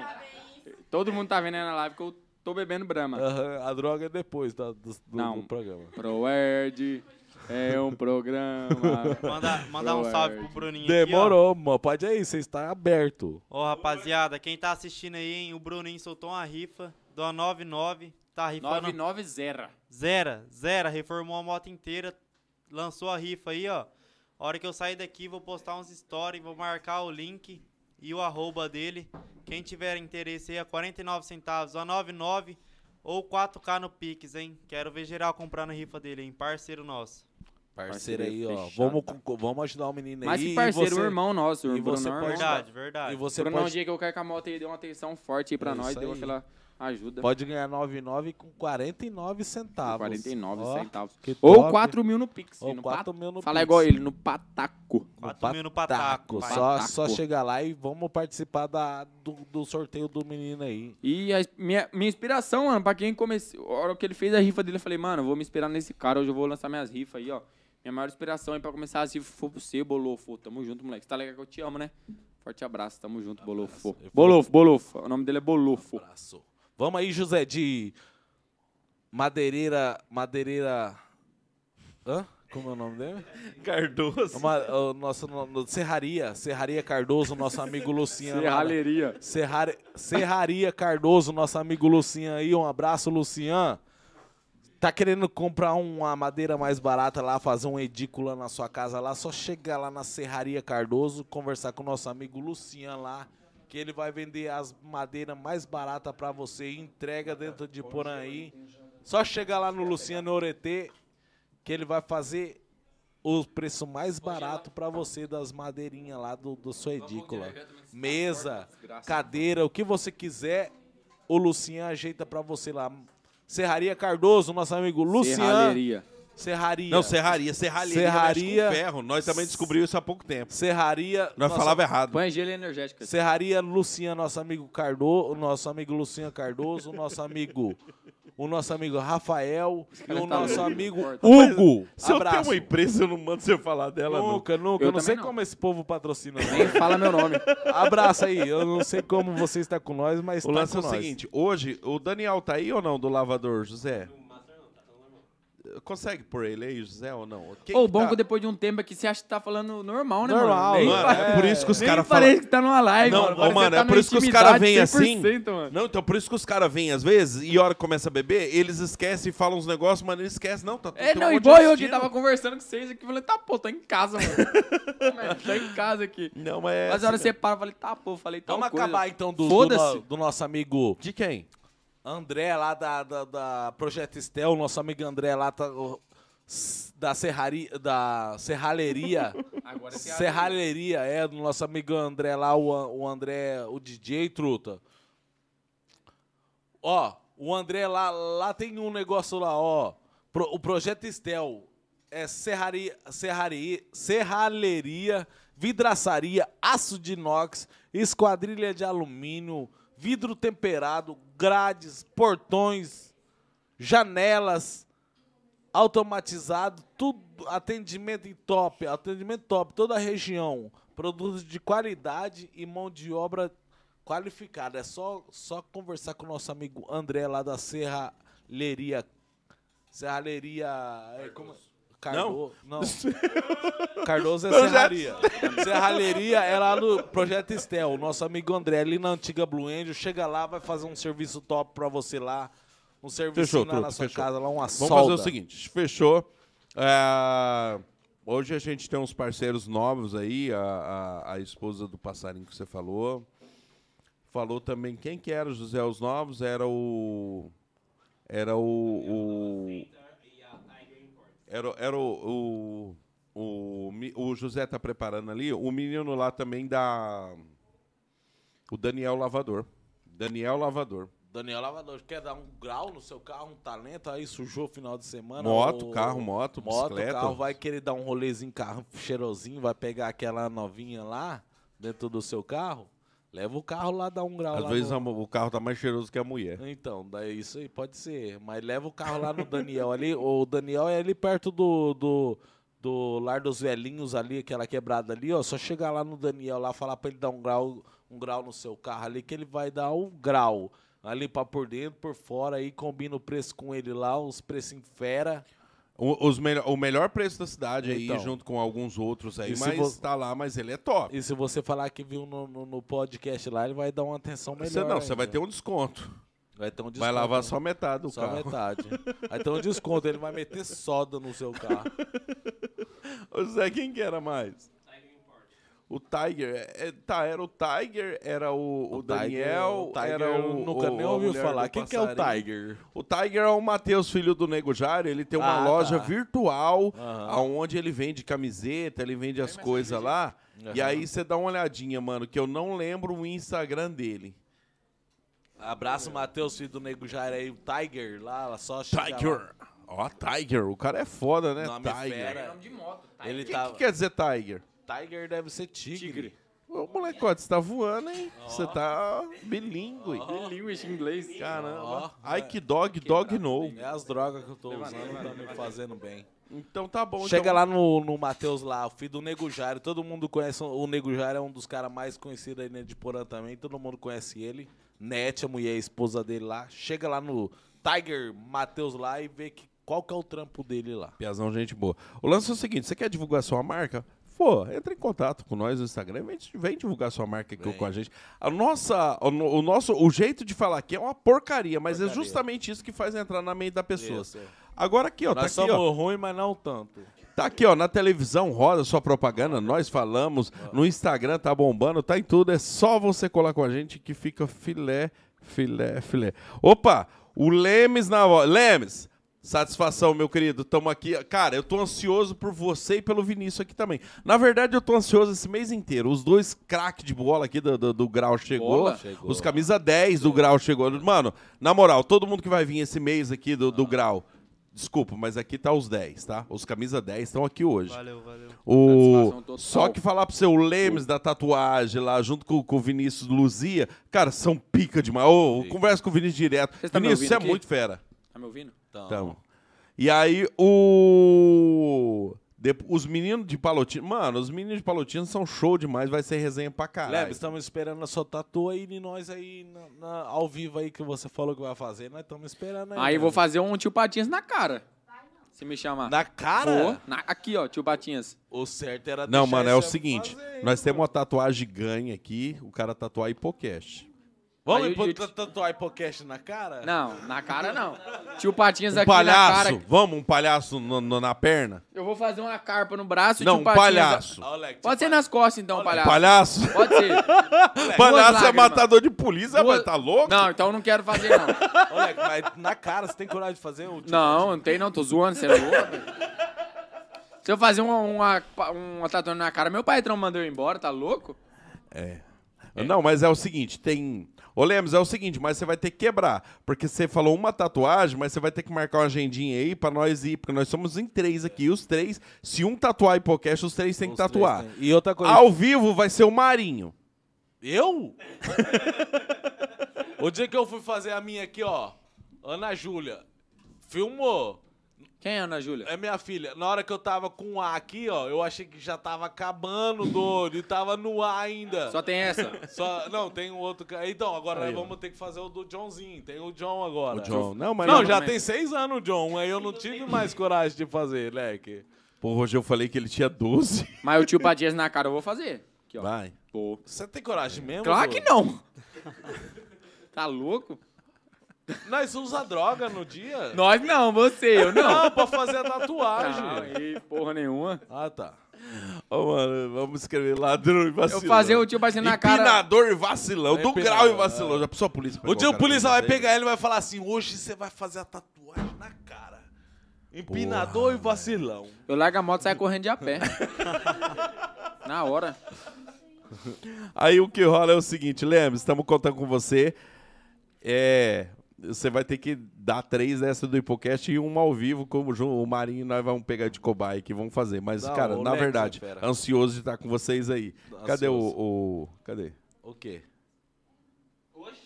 Todo mundo tá vendo aí na live que eu tô bebendo Brahma. Aham, a droga é depois da- do, do- Não. do programa. Proerd é um programa. Mandar manda um Boa salve tarde. pro Bruninho aqui, Demorou, mano. Pode aí, você está aberto. ó. Ó, rapaziada, quem tá assistindo aí, hein, o Bruninho soltou uma rifa, deu uma 99, tá rifando... 990. Zera, zera, reformou a moto inteira, lançou a rifa aí, ó. A hora que eu sair daqui, vou postar uns stories, vou marcar o link e o arroba dele. Quem tiver interesse aí, é a 49 centavos, a 99 ou 4K no Pix, hein? Quero ver geral comprando a rifa dele, hein? Parceiro nosso. Parceiro Parceiro aí, ó. fechado. Vamos, com- vamos ajudar o menino aí. Mas que e parceiro, você- o irmão nosso, o e Bruno você é irmão pode- nosso. Verdade, verdade. E você Bruno, um pode, dia que eu caí com a moto, ele deu uma atenção forte aí pra É nós, isso deu aí. aquela ajuda. pode ganhar 9,9 com 49 centavos. 49 Ó, centavos. que Ou top. 4 mil no Pix. Ou filho, no 4 pat- mil no Fala Pix. igual ele, no pataco. 4 mil no pataco. pai. Só, Pataco. só chegar lá e vamos participar da, do, do sorteio do menino aí. E a minha, minha inspiração, mano, pra quem comecei. A hora que ele fez a rifa dele, eu falei, mano, eu vou me inspirar nesse cara, hoje eu vou lançar minhas rifas aí, ó. Minha maior inspiração aí pra começar as rifas foi pro você, Bolofo. Tamo junto, moleque. Tá legal que eu te amo, né? Forte abraço, tamo junto, Bolofo. Bolofo, Bolofo. O nome dele é Bolofo. Abraço. Vamos aí, José, de madeireira. Madeireira. Hã? Como é o nome dele? Cardoso. Uma- o nosso nome- no- Serraria. Serraria Cardoso, nosso amigo Luciano. lá da- Serralheria. Serrar, Serraria Cardoso, nosso amigo Lucian aí. Um abraço, Lucian. Tá querendo comprar uma madeira mais barata lá, fazer um edícula na sua casa lá? Só chegar lá na Serraria Cardoso, conversar com o nosso amigo Lucian lá, que ele vai vender as madeiras mais baratas pra você. Entrega dentro de Poraí. Só chegar lá no Luciano Oretê, que ele vai fazer o preço mais barato pra você das madeirinhas lá do, do sua edícula. Mesa, cadeira, o que você quiser, o Lucian ajeita pra você lá. Serraria Cardoso, nosso amigo Lucian. Serralheria. Serraria. Não, serraria. Serralheria. Serraria. mexe com ferro. Nós também descobrimos isso há pouco tempo. Serraria. Nós nossa- falava errado. Põe gelo e energética. Serraria Lucian, nosso amigo Cardoso, nosso amigo Lucian Cardoso, nosso amigo o nosso amigo Rafael e o cara tá nosso louco, amigo não importa. Hugo. Se eu Abraço. tenho uma empresa, eu não mando você falar dela, não. Nunca, nunca. Eu Eu não sei também não. como esse povo patrocina. né? Nem fala meu nome. Abraço aí. Eu não sei como você está com nós, mas O tá está lance com é o nós. seguinte, hoje, o Daniel tá aí ou não do lavador, José? Consegue pôr ele aí, José, ou não? Quem Ô, o que bom tá- que depois de um tempo aqui você acha que tá falando normal, né, Normal, mano? Nem Mano, pa- é por isso que os nem caras falam... parece que tá numa live, Não, mano. ô, Parece mano, você tá é por numa isso que os caras vêm intimidade assim. 100%, mano. Não, então por isso que os caras vêm às vezes e a hora que começa a beber, eles esquecem e falam uns negócios, mas eles esquecem. Não, tá tudo É, Então tem um não, monte igual de eu que destino. tava conversando com vocês aqui, falei, tá, pô, tô em casa, mano. mano tô em casa aqui. Não, mas é... Mas a hora você para, eu falei, tá, pô, falei, tá. Vamos acabar então do, do, Foda-se. no- do nosso amigo De quem? André lá da, da, da Projeto Estel, nosso amigo André lá tá, o- s- da serraria, da serralheria, Agora é serralheria. serralheria é do nosso amigo André lá, o, An- o André, o DJ truta. Ó, o André lá, lá tem um negócio lá, ó, Pro- o Projeto Estel é serraria, serraria, serralheria, vidraçaria, aço de inox, esquadrilha de alumínio, vidro temperado, grades, portões, janelas, automatizado, tudo, atendimento em top, atendimento top, toda a região, produtos de qualidade e mão de obra qualificado. É só, só conversar com o nosso amigo André lá da Serralheria. Serralheria. é, Como... Cardoso. Não. Cardoso é serraria. Serralheria é lá no Projeto Estel. O nosso amigo André, ali na antiga Blue Angel, chega lá, vai fazer um serviço top pra você lá. Um serviço Fechou, na, na truta, sua fechou. casa, lá, um uma Vamos solda. fazer o seguinte, fechou. É, hoje a gente tem uns parceiros novos aí, a, a- a esposa do passarinho que você falou. Falou também quem que era José Os Novos, era o. Era o. o- era, era o, o. o mi- O José tá preparando ali. O menino lá também da. O Daniel Lavador. Daniel Lavador. Daniel Lavador, quer dar um grau no seu carro, um talento, aí sujou o final de semana. Moto, o- carro, moto, bicicleta. carro, vai querer dar um rolezinho em carro cheirosinho, vai pegar aquela novinha lá, dentro do seu carro, leva o carro lá, dá um grau Às lá vezes no- a mo- o carro tá mais cheiroso que a mulher. Então, daí isso aí pode ser. Mas leva o carro lá no Daniel ali. O Daniel é ali perto do, do, do Lar dos Velhinhos ali, aquela quebrada ali, ó. Só chegar lá no Daniel lá, falar pra ele dar um grau, um grau no seu carro ali, que ele vai dar um grau. Ali pra por dentro, por fora, aí combina o preço com ele lá, uns precinhos fera. O, os melho- o melhor preço da cidade aí, Então. junto com alguns outros aí, E se mas vo- tá lá, mas ele é top. E se você falar que viu no, no, no podcast lá, ele vai dar uma atenção melhor. Você não, você ainda. vai ter um desconto. Vai ter um vai desconto, lavar né? só metade do Só carro. metade. Aí tem um desconto, ele vai meter soda no seu carro. Ô Zé, quem que era mais? O Tiger, é, é, tá, era o Tiger, era o, o Daniel, Tiger, era eu o... nunca o- nem a ouviu mulher falar. do Quem que é o passarinho. Tiger? O Tiger é o Matheus, filho do Nego Jário. Ele tem uma Ah, loja tá. virtual Aham. onde ele vende camiseta, ele vende as coisas lá. E aí você dá uma olhadinha, mano, que eu não lembro o Instagram dele. Abraço, Matheus, filho do Nego Jair aí, o Tiger lá, só chega Tiger. Ó, Tiger. O cara é foda, né? lá. Nome Tiger. fera. Nome de moto, tá? Ele O que, tá... que é? quer dizer Tiger? Tiger deve ser tigre. Ô, molecote, você tá voando, hein? Você tá bilíngue. English, inglês. Tá Caramba. Ó. Ai, que dog, dog no. É as drogas que eu tô usando, tá me fazendo bem. Então tá bom. Chega então. lá no, no Matheus lá, o filho do Nego Jairo. Todo mundo conhece. O Nego Jairo é um dos caras mais conhecidos aí né, de Porã também. Todo mundo conhece ele. Nete, a mulher, a esposa dele lá. Chega lá no Tiger Matheus lá e vê que, qual que é o trampo dele lá. Piazão, gente boa. O lance é o seguinte: você quer divulgar sua marca? Pô, entra em contato com nós no Instagram, vem, vem divulgar sua marca aqui com a gente. A nossa, o, no- o nosso, o jeito de falar aqui é uma porcaria, mas é justamente isso que faz entrar na mente da pessoa. Isso. é. Agora aqui, ó, tá Nós aqui, ó, somos ruim, mas não tanto. tá aqui, ó, na televisão roda sua propaganda, nós falamos, no Instagram tá bombando, tá em tudo, é só você colar com a gente que fica filé, filé, filé. Opa, o Lemes na voz. Lemes, satisfação, meu querido, tamo aqui. Cara, eu tô ansioso por você e pelo Vinícius aqui também. Na verdade, eu tô ansioso esse mês inteiro. Os dois craques de bola aqui do, do, do Grau chegou, Bola? Chegou. os camisa 10 do Grau chegou. Mano, na moral, todo mundo que vai vir esse mês aqui do, do Grau, desculpa, mas aqui tá os 10, tá? Os camisa 10 estão aqui hoje. Valeu, valeu. O... Satisfação total. Só que falar pro seu Lemes da tatuagem lá, junto com, com o Vinícius Luzia, cara, são pica demais. Ô, conversa com o Vinícius direto. Vocês tá me Vinícius, ouvindo você é aqui? muito fera. Tá me ouvindo? Tamo. E aí, o. Dep- Os meninos de Palotino. Mano, os meninos de Palotino são show demais, vai ser resenha pra caralho. Leves, tá estamos esperando a sua tatu aí de nós aí na- na- ao vivo aí que você falou que vai fazer. Nós estamos esperando aí. Aí eu vou Leves. fazer um tio Patinhas na cara. Se me chamar. Na cara? Vou. Na- aqui, ó, tio Patinhas. O certo era Não, deixar mano, é o isso seguinte: fazer, nós temos uma tatuagem ganha aqui, o cara tatuar hipocast. Vamos Aí impor- eu- ta- tatuar hipocast na cara? Não, na cara não. Tio Patinhas Um aqui na palhaço, cara. vamos, um palhaço no- no- na perna? Eu vou fazer uma carpa no braço e Não, tio um Patinhas. palhaço. Ó, Lex, Pode ser nas costas então, palhaço. Palhaço? Pode ser. Duas Palhaço é lágrimas. matador de polícia, Duas- mas tá louco? Não, então eu não quero fazer não. Ô, Lex, mas na cara, você tem coragem de fazer? O tipo- Não, não tem não, tô zoando, você é louco. velho. Se eu fazer uma, uma, uma tatuagem na cara, meu patrão mandou eu embora, tá louco? Não, mas é o seguinte, tem. Ô Lemos, é o seguinte, mas você vai ter que quebrar. Porque você falou uma tatuagem, mas você vai ter que marcar uma agendinha aí pra nós ir. Porque nós somos em três aqui. E os três, se um tatuar hipocast, os três têm que Os tatuar. três têm. E outra coisa. Ao vivo vai ser o Marinho. Eu? o dia que eu fui fazer a minha aqui, ó. Ana Júlia. Filmou. Quem é a Ana Júlia? É minha filha. Na hora que eu tava com A aqui, ó, eu achei que já tava acabando, doido, e tava no A ainda. Só tem essa. Só- não, tem um outro. ca- Então, agora nós vamos ter que fazer o do Johnzinho. Tem o John agora. O John. Não, mas Não, não, já também. tem seis anos o John. Aí eu não tive mais coragem de fazer, leque. Porra, hoje eu falei que ele tinha 12. Mas o tio Padias na cara eu vou fazer. Aqui, ó. Vai. Pô. Você tem coragem mesmo? Claro que doido? não. tá louco? Nós usa droga no dia? Nós não, você, eu não. Não, pra fazer a tatuagem. Não, aí, porra nenhuma. Ah, tá. Ô, mano, vamos escrever ladrão e Eu vacilão. fazer o tio Padias na cara. Empinador e vacilão. Do Empinador, grau e vacilão. Já pensou a polícia O pegou dia o cara policial desse vai aí? pegar ele e vai falar assim: hoje você vai fazer a tatuagem na cara. Empinador e vacilão. Eu largo a moto e saio correndo de a pé. na hora. Aí o que rola é o seguinte, Leme, estamos contando com você. É, você vai ter que dar três dessa do Hipocast e uma ao vivo, como ju- o Marinho e nós vamos pegar de cobaia que vamos fazer. Mas, Não, cara, o na Lex é verdade, fera. ansioso de estar com vocês aí. Cadê o, Ansioso. o- Cadê? O quê?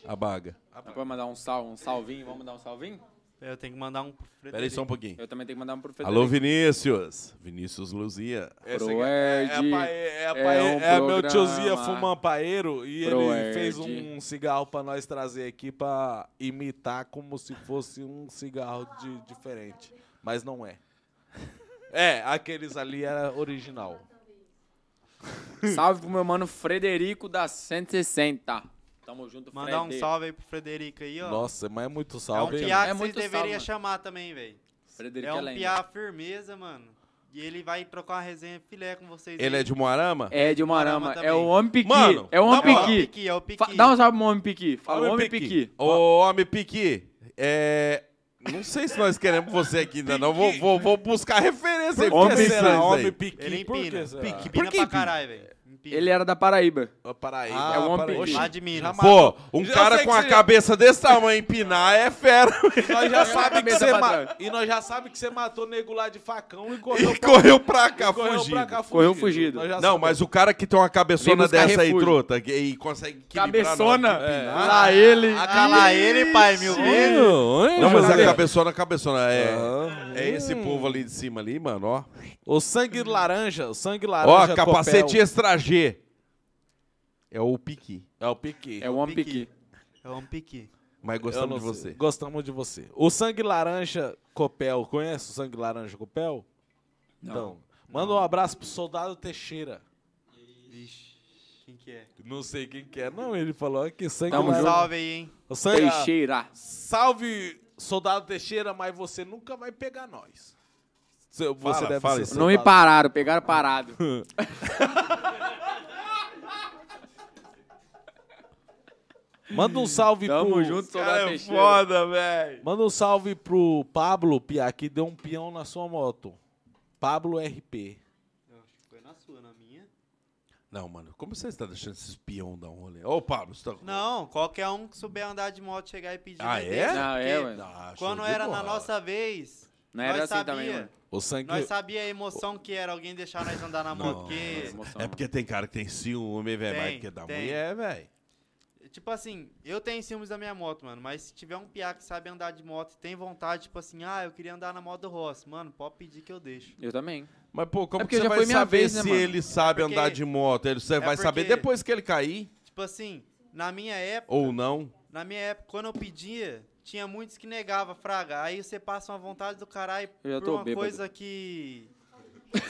A baga. Dá pra mandar um sal, um salvinho? Vamos mandar um salvinho? Eu tenho que mandar um. pro Pera aí só um pouquinho. Eu também tenho que mandar um pro Federico. Alô, Vinícius. Vinícius Luzia. Esse Proerd, aqui é, é, pae- é, é pae- um é meu programa. tiozinho fumando paeiro e ele Proerd. fez um cigarro pra nós trazer aqui pra imitar como se fosse um cigarro de, diferente. Mas não é. É, aqueles ali era original. Salve pro meu mano Frederico da 160. Tamo junto, Fred. Mandar um salve aí pro Frederico aí, ó. Nossa, mas é muito é um salve. hein? piá que É vocês muito deveriam salve, mano. chamar também, velho. Frederico É um lenda. piá firmeza, mano. E ele vai trocar uma resenha filé com vocês. um Ele é de Moarama? É de Moarama. Moarama É o também. homem piqui. Mano, é o dá homem uma- É o piqui. Piqui, é o Fa- Piqui. Dá um salve pro homem piqui. Fala É um homem piqui. Ô, homem piqui, é... Não sei se nós queremos você aqui ainda, não. Vou, vou, vou buscar referência. aí, Por que porque será? isso aí? Homem piqui. Ele por empina. que será? Empina Por que é pra empina? caralho, velho. Empina. um Ele era da Paraíba. Paraíba. Ah, é o homem para- piqui. Lá de Minas. um Pô, um Tá Eu sei cara que com a você- cabeça desse tamanho empinar é fera. Nós já Joga a sabe que cabeça você pra ma- trás. E nós já sabe que você matou nego lá de facão e correu E correu pra e cá, correu fugindo. pra cá Correu fugido. Nós já Não, sabe. mas o cara que tem uma cabeçona Vem buscar dessa aí, refúgio. trota, que- e consegue equilibrar Cabeçona. na hora de empinar. Lá ele. Ah, lá ele, pai, mil vezes. Não, mas a cabeçona, cabeçona. É, é esse povo ali de cima ali, mano, ó. O sangue laranja, o sangue Ó, laranja. capacete Copel. extra G. É o piqui. É o piqui. É o homem piqui. É um piqui. Mas Eu gostamos não de sei. você. Gostamos de você. O sangue laranja Copel, conhece o sangue laranja Copel? Então, manda um abraço pro soldado Teixeira. Vixe, quem que é? Não sei quem que é, não. Ele falou que sangue Tamo Um junto. laranja. salve aí, hein? O sangue, Teixeira. Salve, soldado Teixeira, mas você nunca vai pegar nós. Se- Você Fala, deve fala Tipo, ser isso. Não me soldado. pararam, pegaram parado. Manda um salve Tamo pro... junto, soldado Teixeira. é velho. Manda um salve pro Pablo Pia, que deu um peão na sua moto. Pablo RP. Acho que foi na sua, na minha. Não, mano, como você está deixando esses peão dar um rolê? Ô, Pablo, você tá... Não, qualquer um que souber andar de moto chegar e pedir. Ah, vai é? dentro, Não, é, porque ué. Ah, show Quando de era na bola. nossa vez, Não era nós assim sabia. também, mano. O sangue... Nós sabia a emoção que era alguém deixar nós andar na moto. Porque, Emoção. É porque tem cara que tem ciúme, velho, Tem, mais que da tem. mulher, velho. tipo assim, eu tenho ciúmes da minha moto, mano. Mas se tiver um piá que sabe andar de moto e tem vontade, tipo assim, ah, eu queria andar na moto do Ross. Mano, pode pedir que eu deixo. Eu também. Mas, pô, como É que porque você já vai foi minha saber vez, né, se mano? ele sabe porque- andar de moto? Ele, você vai saber porque- depois que ele cair Tipo assim, na minha época. ou não? Na minha época, quando eu pedia, tinha muitos que negava, fraga. Aí você passa uma vontade do caralho Eu já por tô uma bêbado. coisa que.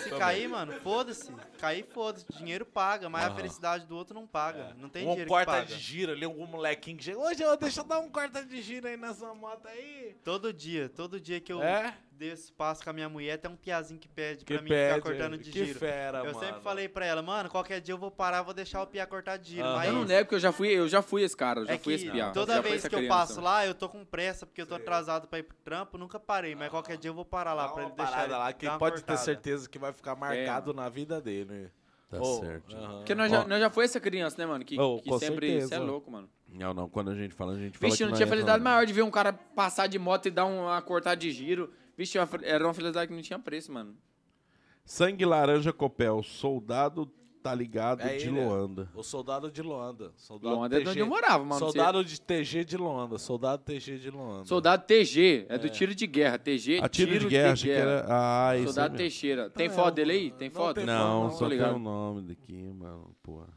Se cair, mano, foda-se. Cair, foda-se. Dinheiro paga, mas a felicidade do outro não paga. Não tem Um dinheiro que quarta paga. de gira ali, um molequinho que chega. Hoje eu deixa eu dar um quarta de gira aí na sua moto aí. Todo dia, todo dia que eu É? desço, passo com a minha mulher, tem um piazinho que pede Que pra mim pede, ficar cortando de que giro. fera, eu mano. sempre falei pra ela, mano, qualquer dia eu vou parar, vou deixar o piá cortar de giro. Aham. mas Eu não nego, porque eu já fui, eu já fui esse cara, eu já é fui que esse piá. toda já fui vez essa que eu criança. passo lá, eu tô com pressa, porque eu tô atrasado pra ir pro trampo, nunca parei, mas qualquer dia eu vou parar lá Dá pra uma ele deixar. parada lá que dar uma pode cortada. ter certeza que vai ficar marcado na vida dele. Tá Ô, certo. aham. Porque nós já, nós já foi essa criança, né, mano? Que, Oh, que com sempre. certeza. Você é louco, mano. Não, não, quando a gente fala, a gente fala Vixe, que eu não tinha é, felicidade não. maior de ver um cara passar de moto e dar uma cortada de giro. Vixe, é era uma felicidade que não tinha preço, mano. Sangue Laranja Copel, Soldado tá ligado É de ele, é. Loanda. O soldado de Loanda. Soldado Loanda é de TG. onde eu morava, mano. Soldado de TG de Loanda. Soldado TG de Loanda. Soldado TG, é do tiro de guerra. TG, A tiro de guerra, achei que era. Ah, isso. Soldado mesmo. Teixeira. Tem Não, foto é, dele não aí? Tem tem foto? foto, Não, Não, só tô tem tá um- ligado. o nome daqui, mano, porra.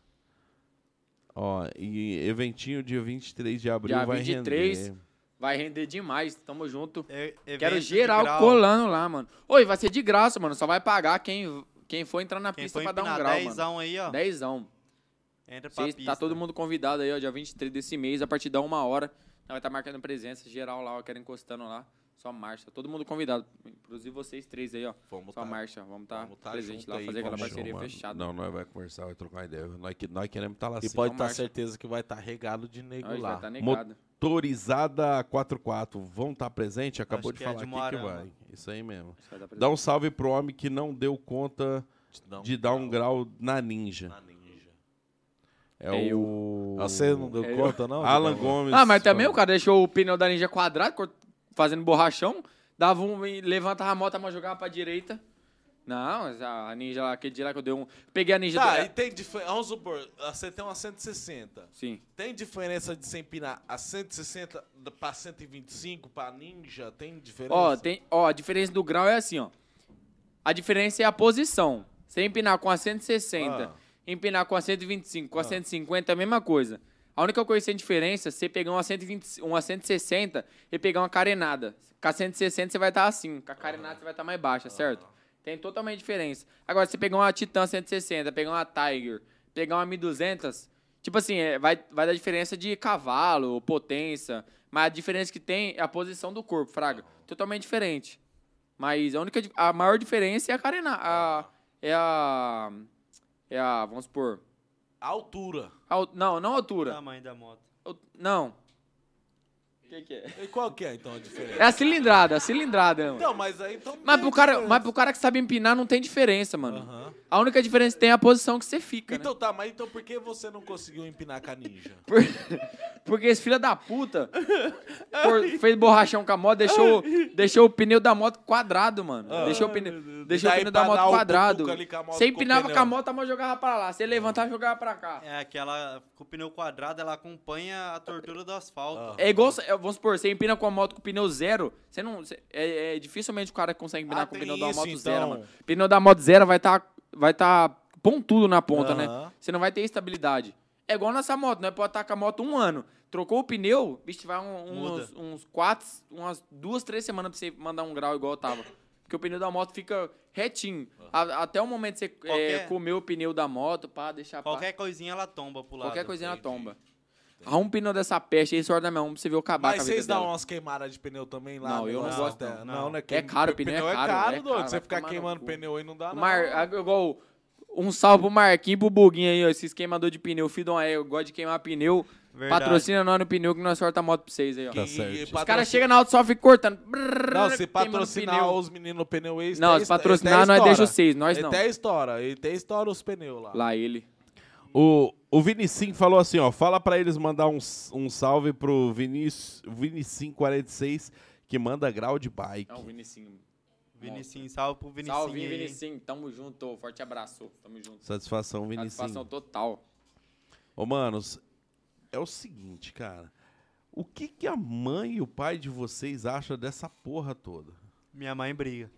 Ó, e eventinho dia 23 de abril Dia vai 23. render. Vai render demais, tamo junto. É- evento Quero de geral grau. colando lá, mano. Oi, vai ser de graça, mano. Só vai pagar quem, quem for entrar na Quem pista foi pra dar um empinar grau, 10 mano. aí, ó. Dezão. Entra pra Vocês- pista. Tá todo mundo convidado aí, ó. Dia 23 desse mês, a partir da uma hora. Nós vai estar marcando presença geral lá, ó. Quero encostando lá. Só marcha. Todo mundo convidado. Inclusive vocês três aí, ó. Vamos Só tá- marcha. Vamos estar vamos tá presente junto lá, aí, fazer aquela vamos parceria Mano, fechada. Não, nós vai conversar, vai trocar ideia. Nós, que- nós queremos estar lá E sim. pode não ter marcha. certeza que vai estar regado de nego Nós vai tá lá. estar negado. Motorizada 44, vão estar presente? Acabou Acho de que é falar de aqui que Moarama. vai. Isso aí mesmo. Isso vai tá dar Dá um salve pro homem que não deu conta Não, de dar um grau na ninja. na ninja. É É eu. o. Ah, Você não deu É eu. conta, então, né? não? Alan Digão? Gomes. Ah, mas também o cara deixou o pneu da Ninja quadrado, cort- fazendo borrachão, dava um e levantava a moto, mas jogava pra direita. Não, mas a Ninja, lá, aquele dia lá que eu dei um... Peguei a Ninja... Tá, do- e tem diferença. Vamos supor, ah, você tem uma 160. Sim. Tem diferença de você empinar a 160 da- pra 125, pra ninja? Tem diferença? Ó, tem, ó, a diferença do grau é assim, ó. A diferença é a posição. Você empinar com a 160, Ah. empinar com a 125, com a 150 é a mesma coisa. A única coisa que tem diferença é você pegar uma, 120, uma 160 e pegar uma carenada. Com a 160 você vai estar assim, com a carenada você vai estar mais baixa, certo? Tem totalmente diferença. Agora, você pegar uma Titan 160, pegar uma Tiger, pegar uma 1200, tipo assim, é, vai, vai dar diferença de cavalo, potência, mas a diferença que tem é a posição do corpo, fraga. Totalmente diferente. Mas a única di- a maior diferença é a carenada. A, é a é a, vamos supor, A altura. a al- não, não a O altura. tamanho da moto. O- Não. O que, que é? E qual que é, então, a diferença? É a cilindrada, a cilindrada. mano. Então, mas aí... Então, Mas tem pro, cara, diferença. mas pro cara que sabe empinar não tem diferença, mano. Aham. A única diferença que tem é a posição que você fica, né? Então tá, mas então por que você não conseguiu empinar com a ninja? Por- Porque esse filho da puta por- fez borrachão com a moto, deixou, deixou o pneu da moto quadrado, mano. Ah, deixou o pneu, deixou o daí pneu da pra dar moto o quadrado. cutuca ali com a moto Você com o empinava pneu. com a moto, a moto jogava pra lá. Você levantava, jogava pra cá. É aquela com o pneu quadrado, ela acompanha a tortura do asfalto. É igual, é, vamos supor, você empina com a moto com pneu zero, você não. você- é, é dificilmente o cara consegue empinar Ah, com o tem pneu da isso, moto então. zero, mano. Pneu da moto zero vai estar. vai tá pontudo na ponta, Aham. né? Você não vai ter estabilidade. É igual nessa moto, né? Pode estar com a moto um ano. Trocou o pneu, bicho, vai um- uns, uns quatro, umas duas, três semanas pra você mandar um grau igual tava. Porque o pneu da moto fica retinho. A- até o momento que você é, Qualquer- comer o pneu da moto, pá, deixar pá. Qualquer coisinha ela tomba pro lado. Qualquer coisinha na entendi. tomba. Arruma um pneu dessa peste aí, sorte da minha mão pra você ver o acabar Mas com a vida vocês dão dela. umas queimadas de pneu também lá? Não, no eu não lado gosto, da- não. né? É caro, o pneu é caro, é doido. caro, Você vai ficar tomar no queimando cu. pneu aí não dá, não. Mar... ah, Igual, um salve pro Marquinhos e pro Buguinho aí, ó. Esses queimador de pneu, filho de uma égua, gosta de queimar pneu. Verdade. Patrocina nós no pneu que nós sorta a moto pra vocês aí, ó. E- Os certo. e Os patrocina- caras chegam na auto só ficam cortando. Não, se queimando patrocinar pneu. os meninos no pneu eles. Não, até se esto- patrocinar, até nós é estoura. deixa vocês, nós não. Até estoura, ele até estoura os pneus lá. Lá ele. O, o Vinicim falou assim, ó, fala pra eles mandar um, s- um salve pro Vinícius, Vinicim 46 que manda grau de É bike. um Não, o Vinicinho. Vinicinho, salve pro Vinicinho. Salve, aí, hein? Vinicinho. Tamo junto. Forte abraço. Tamo junto. Satisfação, Satisfação Vinicim. total. Ô, manos, é o seguinte, cara. O que que a mãe e o pai de vocês acham dessa porra toda? Minha mãe briga.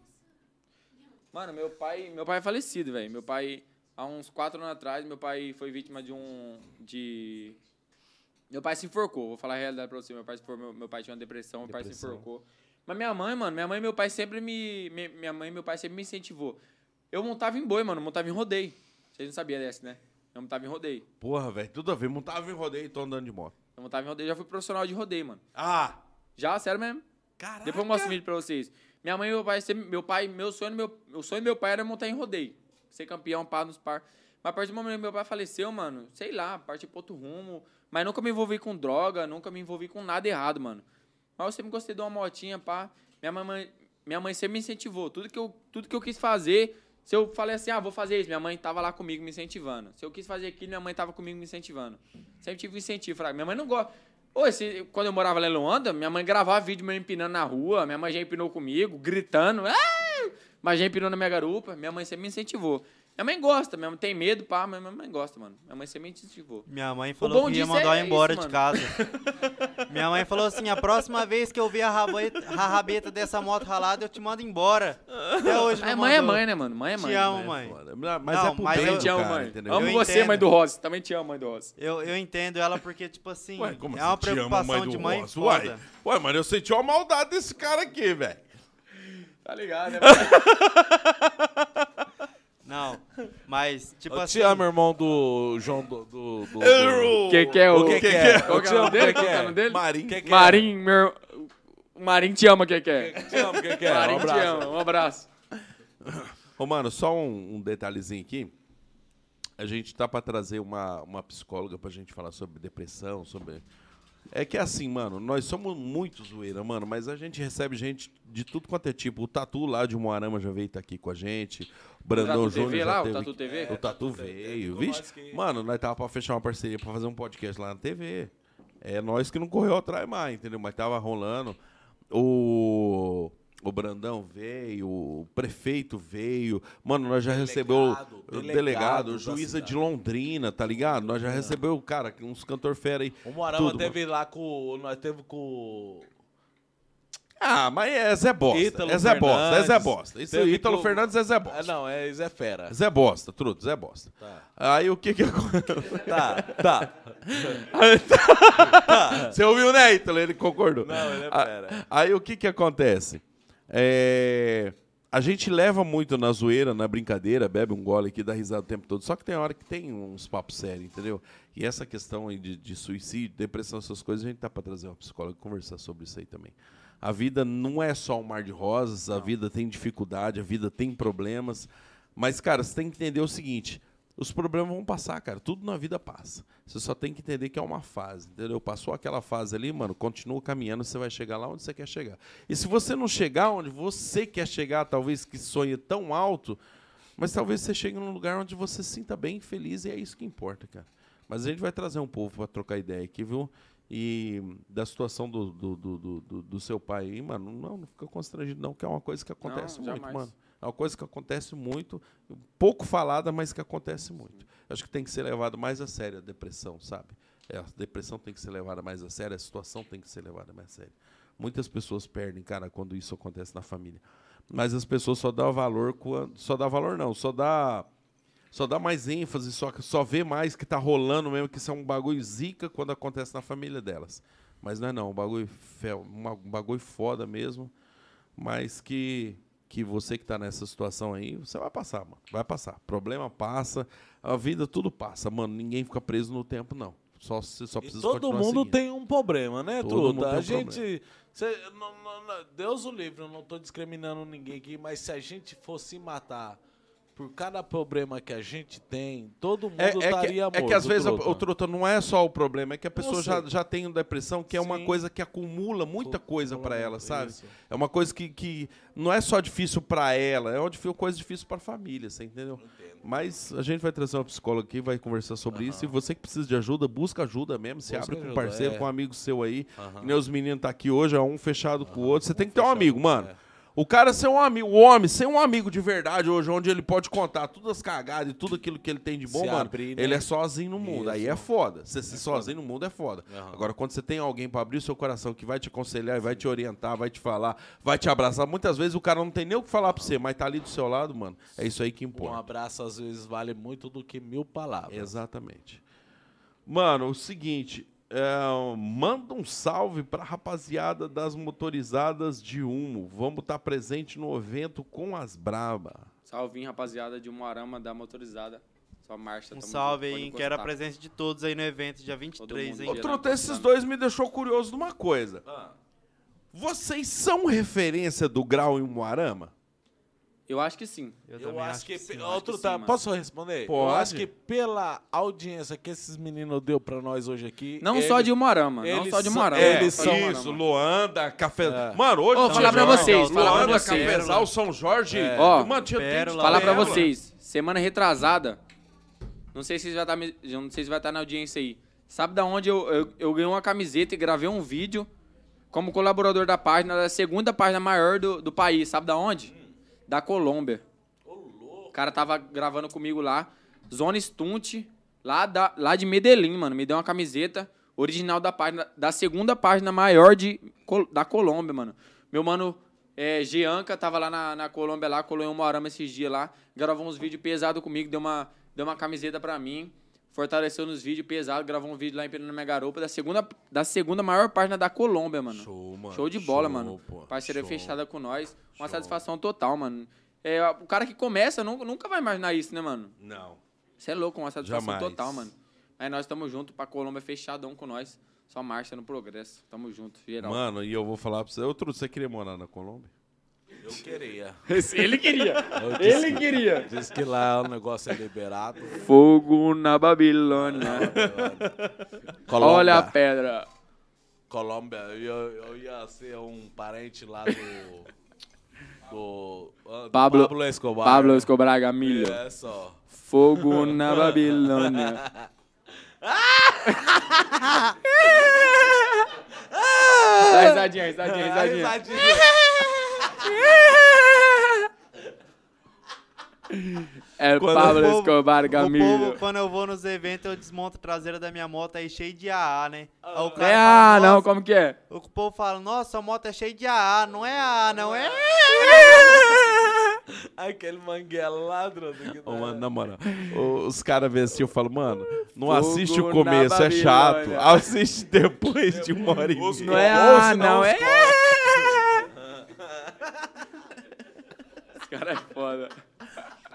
Mano, meu pai, meu pai é falecido, velho. Meu pai, há uns quatro anos atrás, meu pai foi vítima de um. de. Meu pai se enforcou, vou falar a realidade pra você. Meu pai, se enforcou, meu, meu pai tinha uma depressão, meu pai se enforcou. Mas minha mãe, mano, minha mãe e meu pai sempre me. me- Minha mãe e meu pai sempre me incentivou. Eu montava em boi, mano, eu montava em rodeio. Vocês não sabiam dessa, né? Eu montava em rodeio. Porra, velho, tudo a ver. Montava em rodeio e tô andando de moto. Eu montava em rodeio, já fui profissional de rodeio, mano. Ah, Já, sério mesmo? caraca. Depois eu mostro o vídeo pra vocês. Minha mãe e meu pai, sempre- meu pai, meu sonho, do meu, meu sonho do meu pai era montar em rodeio. Ser campeão, pá, nos par. Mas a partir do momento que meu pai faleceu, mano, sei lá, parti pro outro rumo. Mas nunca me envolvi com droga, nunca me envolvi com nada errado, mano. Mas eu sempre gostei de uma motinha, pá. Minha mãe, minha mãe sempre me incentivou. Tudo que, eu, tudo que eu quis fazer, se eu falei assim, ah, vou fazer isso, minha mãe tava lá comigo me incentivando. Se eu quis fazer aquilo, minha mãe tava comigo me incentivando. Sempre tive um incentivo. Fraga. Minha mãe não gosta. Ô, esse- quando eu morava lá em Luanda, minha mãe gravava vídeo me empinando na rua, minha mãe já empinou comigo, gritando. Ah! Mas já empinou na minha garupa, minha mãe sempre me incentivou. Minha mãe gosta, minha mãe tem medo, pá, mas minha mãe gosta, mano. Minha mãe sempre incentivou. Minha mãe bom falou que ia disso é mandar eu isso, embora de mano. casa. Minha mãe falou assim: a próxima vez que eu ver a rabeta, a rabeta dessa moto ralada, eu te mando embora. Até hoje não É, mãe é mandou. mãe, né, mano? Mãe é mãe. Te amo, mãe. Foda. Mas Não, é pro mas bem eu do Te amo, cara, mãe. entendeu? Amo Eu você, entendo. mãe do Rossi. Também te amo, mãe do Rossi. Eu, eu entendo ela porque, tipo assim, Ué, como é assim, uma te ama, preocupação mãe de do mãe Ross? foda. Uai, uai, mano, eu senti uma maldade desse cara aqui, velho. Tá ligado, né, mano? Não, mas, tipo Eu assim. te amo, irmão do João do. do, do, do- Quem que é o... que que é? Qual que é o nome dele? Qual que é o nome dele? Marinho. Quem que é? Marim, meu... O Marim te ama, quem que é? Te amo, quem que é? Um Marim te abraço. ama, um abraço. Ô, mano, só um, um detalhezinho aqui. A gente tá pra trazer uma, uma psicóloga pra gente falar sobre depressão, sobre. É que é assim, mano, nós somos muito zoeira, mano, mas a gente recebe gente de tudo quanto é tipo. O Tatu lá de Moarama já veio tá aqui com a gente. O Brandão Tatu TV Júnior. já lá, o teve Tatu aqui. TV? O Tatu veio, vixe. Mano, nós tava pra fechar uma parceria pra fazer um podcast lá na TV. É nós que não correu atrás mais, entendeu? Mas tava rolando. O, o Brandão veio, o prefeito veio. Mano, nós já recebeu o delegado delegado, o da juíza cidade. de Londrina, tá ligado? Nós já recebeu, cara, uns cantor fera aí. O Morama Tudo, teve lá com. Nós teve com. Ah, mas essa é bosta. Ítalo essa é bosta, essa é Fernandes. bosta. Isso, Teve Ítalo com- Fernandes é Zé Ah, Bosta. não, Tá. é Zé Fera. Zé Bosta, truto, Zé Bosta. Aí o que que aconteceu? Tá, tá. tá. Você ouviu, né, Ítalo? Ele concordou. Não, ele é A- fera. Aí o que que acontece? É, A gente leva muito na zoeira, na brincadeira, bebe um gole aqui, dá risada o tempo todo. Só que tem hora que tem uns papos sérios, entendeu? E essa questão aí de, de suicídio, depressão, essas coisas, a gente tá pra trazer uma psicóloga e conversar sobre isso aí também. A vida não é só um mar de rosas, a vida tem dificuldade, a vida tem problemas. Mas, cara, você tem que entender o seguinte: os problemas vão passar, cara. Tudo na vida passa. Você só tem que entender que é uma fase, entendeu? Passou aquela fase ali, mano, continua caminhando, você vai chegar lá onde você quer chegar. E se você não chegar onde você quer chegar, talvez que sonha tão alto, mas talvez você chegue num lugar onde você se sinta bem, feliz, e é isso que importa, cara. Mas a gente vai trazer um povo pra trocar ideia aqui, viu? E da situação do, do, do, do- do- do seu pai aí, mano, não, não fica constrangido, não, que é uma coisa que acontece muito, jamais. mano. É uma coisa que acontece muito, pouco falada, mas que acontece muito. Acho que tem que ser levado mais a sério a depressão, sabe? É, a depressão tem que ser levada mais a sério, a situação tem que ser levada mais a sério. Muitas pessoas perdem, cara, quando isso acontece na família. Mas as pessoas só dão valor quando. Só dá valor, não, só dá. Só dá mais ênfase, só, só vê mais que tá rolando mesmo, que isso é um bagulho zica quando acontece na família delas. Mas não é não, um bagulho, fe- uma- um bagulho foda mesmo. Mas que, que você que tá nessa situação aí, você vai passar, mano. Vai passar. Problema passa, a vida tudo passa, mano. Ninguém fica preso no tempo, não. Só, você só E precisa todo continuar mundo seguindo. tem um problema, né, Todo Truta? mundo tem um a gente. cê- não- não- não- Deus o livre, eu não tô discriminando ninguém aqui, mas se a gente fosse matar por cada problema que a gente tem, todo mundo É, é que- estaria é que, morto. às vezes a- Truta. o truta não é só o problema, é que a pessoa já, sei. já tem depressão, que é uma Sim. coisa que acumula muita coisa pra acumula ela, muito, sabe? isso. É uma coisa que, que não é só difícil pra ela, é uma difí- coisa difícil pra família, você entendeu? Mas a gente vai trazer uma psicóloga aqui, vai conversar sobre isso. E você que precisa de ajuda, busca ajuda mesmo. Se Busca abre com um ajuda, parceiro, é. com um amigo seu aí. Que nem os meninos tá aqui hoje, é um fechado com o outro. Você tem que ter um é. amigo, mano. O cara ser um amigo, o homem ser um amigo de verdade hoje, onde ele pode contar todas as cagadas e tudo aquilo que ele tem de bom, Se mano. abrir, né? Ele é sozinho no mundo. Aí é foda. Você ser sozinho no mundo é foda. Agora, quando você tem alguém pra abrir o seu coração que vai te aconselhar, e vai te orientar, vai te falar, vai te abraçar, muitas vezes o cara não tem nem o que falar pra você, mas tá ali do seu lado, mano. É isso aí que Um importa. abraço às vezes vale muito do que mil palavras. Exatamente. Mano, o seguinte. é, manda um salve pra rapaziada das motorizadas de Humo. Vamos estar presente no evento com as Braba. Salvinho, rapaziada de Moarama da motorizada. Sua marcha. tá Um tamo junto, salve pode aí, encostar. quero a presença de todos aí no evento, dia 23, mundo hein? Ô, né, Geral, Truta, esses sabe? dois me deixou curioso de uma coisa. Ah. Vocês são referência do grau em Moarama? Eu asso que sim. Eu, também acho que. sim. pe- acho Outro que sim, tá, mano. posso responder? Eu Pode. acho que pela audiência que esses meninos deu pra nós hoje aqui. Não ele- só de Moarama, não eles só de são- Moarama. é, não eles só de são- Moarama. Isso, Luanda, Café... Mano, hoje... É. Ô, São falar pra Jorge, vocês, falar pra Luanda, vocês. É. Cafezal, São Jorge... Ó, mano, tinha Pérola, Falar pra Pérola. vocês, semana retrasada, não sei se já tá, me- eu não sei se vai estar na audiência aí. Sabe da onde eu, eu, eu ganhei uma camiseta e gravei um vídeo como colaborador da página, da segunda página maior do, do país. Sabe da onde? Da Colômbia. cara tava gravando comigo lá, Zona Stunt, lá, da, lá de Medellín, mano. Me deu uma camiseta original da página, da segunda página maior de, Col- da Colômbia, mano. Meu mano é, Gianca tava lá na, na Colômbia, lá, colou em uma arama esses dias lá, gravou uns vídeos pesados comigo, deu uma, deu uma camiseta pra mim. Fortaleceu nos vídeos pesados, gravou um vídeo lá em Pena na Minha Garupa, da segunda, da segunda maior página da Colômbia, mano. Show, mano. Show de bola, Show, mano. pô. Parceria Show. fechada com nós. Uma satisfação total, mano. É, o cara que começa nu- nunca vai imaginar isso, né, mano? Não. Você é louco, uma satisfação Jamais. total, mano. Aí nós tamo junto pra Colômbia é fechadão com nós. Só marcha no progresso. Tamo junto, geral. Mano, e eu vou falar pra você. Ô, Truto, você queria morar na Colômbia? Eu queria. Ele queria. Ele queria. Diz que lá o negócio é liberado. Fogo na Babilônia. Colômbia. Olha a pedra. Colômbia, eu, eu ia ser um parente lá do. do. ah, do Pablo- Pablo Escobar. Pablo Escobar Gamilho. É só. Fogo na Babilônia. Dá risadinha, risadinha, risadinha. É Quando Pablo o povo- Escobar O Gamilho. povo, quando eu vou nos eventos, eu desmonto a traseira da minha moto aí cheio de AA, né? Aí o cara É, fala, ah, não, "Nossa", como que é? O povo fala, nossa, sua moto é cheia de AA, não é AA, não é? Aquele manguela ladrão do que Ô, mano, na moral. o- Os caras vêm assim, eu falo, mano, não Fogo assiste o na começo, é chato. Babilônia. Assiste depois de um uma hora e meia. Não é, ah, não é. Esse cara é foda.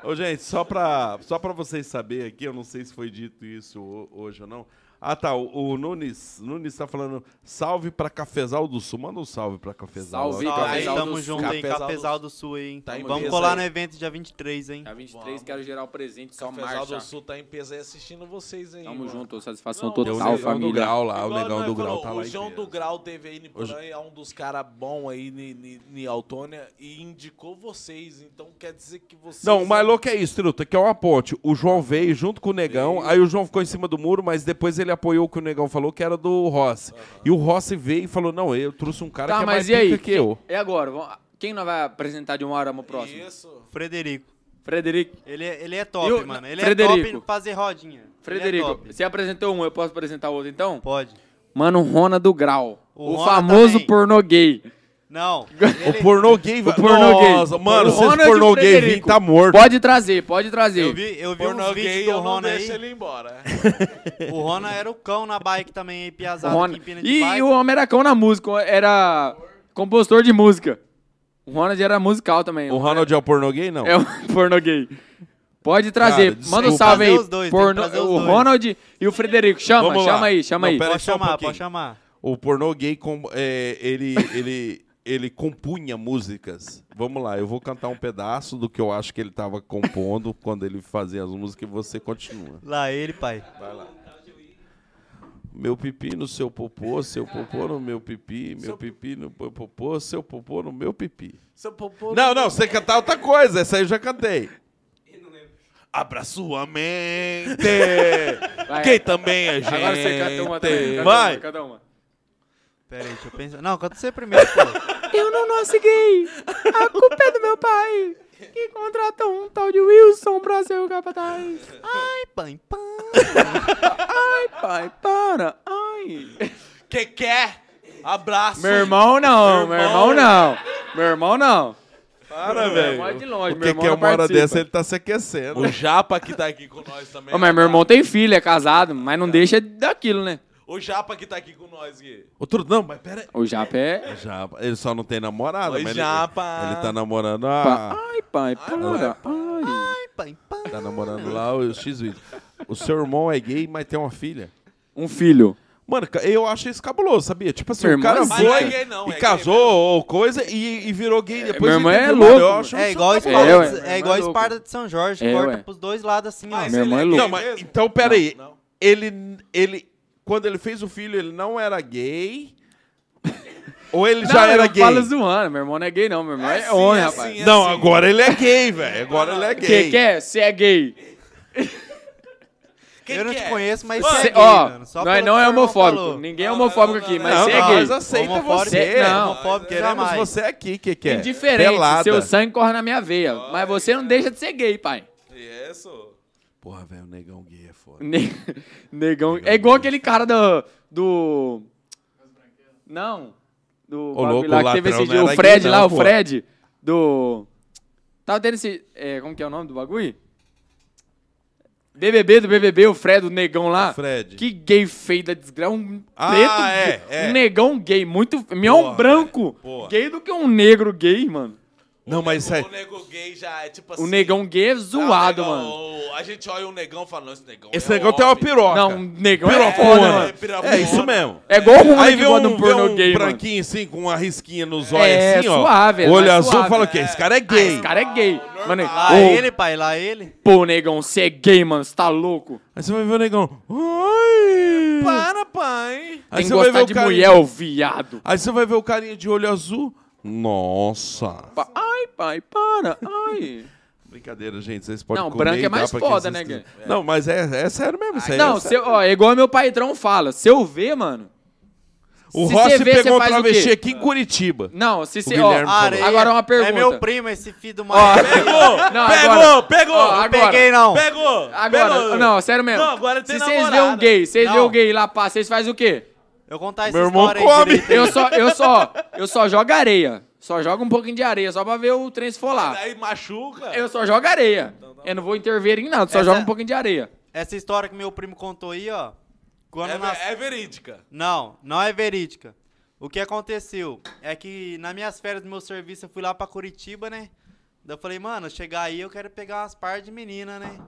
Ô, gente, só pra, só pra vocês saberem aqui, eu não sei se foi dito isso ho- hoje ou não. Ah, tá, o, o Nunes, Nunes tá falando salve pra Cafezal do Sul. Manda um salve pra Cafezal. Salve, Ó, Salve, Capezal tamo do Sul. junto aí, Capezal do Capezal Sul. do Sul aí, hein? Tá em Vamos peso colar aí. no evento dia 23, hein? Tá 23, quero gerar o presente, só O pessoal do marcha. Sul tá em peso aí assistindo vocês aí. Tamo mano. junto, satisfação Não, Tem o total, Negão do família. Grau lá, o Igual Negão nós do Grau falou, tá lá. O em João peso. do Grau teve aí em Porã, é um dos caras bom aí em Altônia e indicou vocês. Então quer dizer que vocês. Não, o mais louco é isso, Truta, que é uma ponte. O João veio junto com o Negão, aí o João ficou em cima do muro, mas depois ele apoiou o que o Negão falou, que era do Rossi. E o Rossi veio e falou, não, eu trouxe um cara Tá, que é mais mas e aí? pica que eu. E agora? Vamos- Quem nós vai apresentar de uma hora pro próximo? Isso. Frederico. Frederico. Ele, é- ele é top, Eu- mano. Ele é Frederico. top em fazer rodinha. Ele é Frederico, top. você apresentou um, eu posso apresentar outro então? Pode. Mano, Rona do Grau. O O, Rona famoso também. pornô gay. Não. O pornô gay, vai- pornô gay. Nossa, mano, se esse Ronald pornô gay vir, Frederico. tá morto. Pode trazer, pode trazer. Eu vi, eu vi uns Pornô vídeos gay, do eu não Rona aí. deixo ele embora. é. O Rona era o cão na bike também, aí, O piazada Rona. aqui em Pina de E, Bike. e o homem era cão na música, era compositor de música. O Ronald era musical também. O Ronald é o pornô gay, não? É um pornô gay. Pode trazer, Cara, manda um desculpa. salve Tem que aí. trazer os dois, tem que pornô, trazer os o dois. Ronald e o Frederico. Chama, Vamos lá. chama aí, chama Não, aí. pera- Pode Peraí, só um chamar, pouquinho. pode chamar. O pornô gay, com- é, ele, ele, ele compunha músicas. Vamos lá, eu vou cantar um pedaço do que eu acho que ele tava compondo quando ele fazia as músicas e você continua. Lá ele, pai. Meu pipi no seu popô, seu popô no meu pipi, meu pipi no meu popô, seu popô no meu pipi. Seu popô. Não, não, você cantar outra coisa, essa aí eu já cantei. Abra sua mente, Vai. quem também é gente. Agora você canta uma também. Canta Vai. uma, canta uma. Pera aí, deixa eu pensar. Não, canta você primeiro, pô. Eu não nasci gay. A culpa é do meu pai. Que contratou um tal de Wilson pra ser o capataz. Ai, pai, pai. Ai, pai, para. Ai. Que quer? Abraço. Meu irmão não, meu irmão não. Meu irmão não. Para, Meu irmão é de longe, O meu que, irmão que é não uma hora participa. dessa ele tá se aquecendo. O Japa que tá aqui com nós também. Ô, mas meu irmão tem filho, é casado, mas Ah. não deixa daquilo, né? O Japa que tá aqui com nós, Gui. O Truto, não, mas pera aí. O Japa é... Japa, Ele só não tem namorada, Oi, mas Japa. ele, ele tá namorando a... Ai, pai, Ah, é. para. Ai. pai, pai. Tá namorando lá o x -Video. O seu irmão é gay, mas tem uma filha. Um filho. Mano, ca- eu acho isso cabuloso, sabia? Tipo assim, Meu o irmão cara é foi zica. Mas não é gay, não, e é gay casou ou coisa e, e virou gay depois. meu de irmão é ter- louco, Eu mano. acho É isso igual, uma Esparta, É, é, ué. igual Meu irmão é Esparta de São Jorge, É, corta ué. pros dois lados assim, ó. Meu irmão é louco. Não, mas então peraí. Não, não. Ele, ele. Quando ele fez o filho, ele não era gay. ou ele já Não, era eu gay? falo zoando, meu irmão não é gay não, meu irmão é, É sim, homem, é rapaz. sim, Não, assim. agora ele é gay, velho. Agora ele é gay. Quem quer? Você é gay. Quem eu não te quer? conheço, mas Cê- você é gay, ó, mano. Só nós pelo não que é seu irmão homofóbico. falou. Ninguém é Não, não, homofóbico não, aqui, não, mas não, você é nós assim, gay. aceita Homofóbico- é você. Não. Homofóbico Queremos jamais. você aqui, que que é? Indiferente, Pelada. seu sangue corre na minha veia. Mas você não deixa de ser gay, pai. sou. Porra, velho, o negão gay é foda. Ne- Negão. É igual aquele cara do. do... Não. Do bagulho louco, lá o que ladrão teve esse não dia. O era Fred gay, lá, não, o pô. Fred. Do. Tava tendo esse. é, como que é o nome do bagulho? BBB do BBB, o Fred, o negão lá. Fred. Que gay feio da desgraça. Um Ah, preto. é, gay, é. Um negão gay. Muito. Melhor um Porra, branco. porra. Gay do que um negro gay, mano. Não, é mas isso aí. O nego gay já é tipo assim. O negão gay um é zoado, Ah, o mano. negão, A gente olha o negão e fala, não, esse negão. Esse é negão tem uma homem. piroca. Não, um negão é pirocona. foda, mano. É isso mesmo. É igual o Aí moleque vê que gosta um, do vê porno um gay, mano. branquinho assim, com uma risquinha nos olhos É, assim, ó. suave, é mais Olho azul, suave, fala o quê? Esse cara é gay. Esse cara é gay. Mano, Ah, Lá ô, ele, pai, lá ele. pô, negão, você é gay, mano, você tá louco. Aí você vai ver o negão. Ai. Para, pai. Tem que gostar tá de mulher, ô viado. Aí você vai ver o carinha de olho azul. Nossa. Pa- Ai, pai, para, ai. Brincadeira, gente. Vocês podem Não, comer branco é e dá mais pra quem foda, vocês né, quiserem. Não, mas é, é sério mesmo. isso aí é Não, sério. se eu- ó, é igual meu patrão fala, se eu ver, mano... O se Rossi cê vê, cê pegou um faz o quê? travesti aqui em Curitiba. Não, se você... Guilherme Ó, falou. Areia. agora uma pergunta. É meu primo esse filho do Ó, mar. não, pegou, agora, pegou. ó, Não agora, peguei, não. Pegou! Agora, pegou. não, sério mesmo. Não, agora tem se vocês vê um namorada. gay, vocês vê Não. um gay lá, pá, vocês fazem o quê? Eu contar essa Meu irmão história aí come. direito. Eu só, eu só, eu só jogo areia. Só jogo um pouquinho de areia, só pra ver o trem se for lá. Aí machuca. Eu só jogo areia. Então Eu um não vou intervir em nada, Essa- só é jogo um pouquinho de areia. Essa história que meu primo contou aí, ó. Quando É, nas- ve- é verídica. Não, não é verídica. O que aconteceu é que nas minhas férias do meu serviço eu fui lá pra Curitiba, né? Daí eu falei, mano, chegar aí eu quero pegar umas par de menina, né?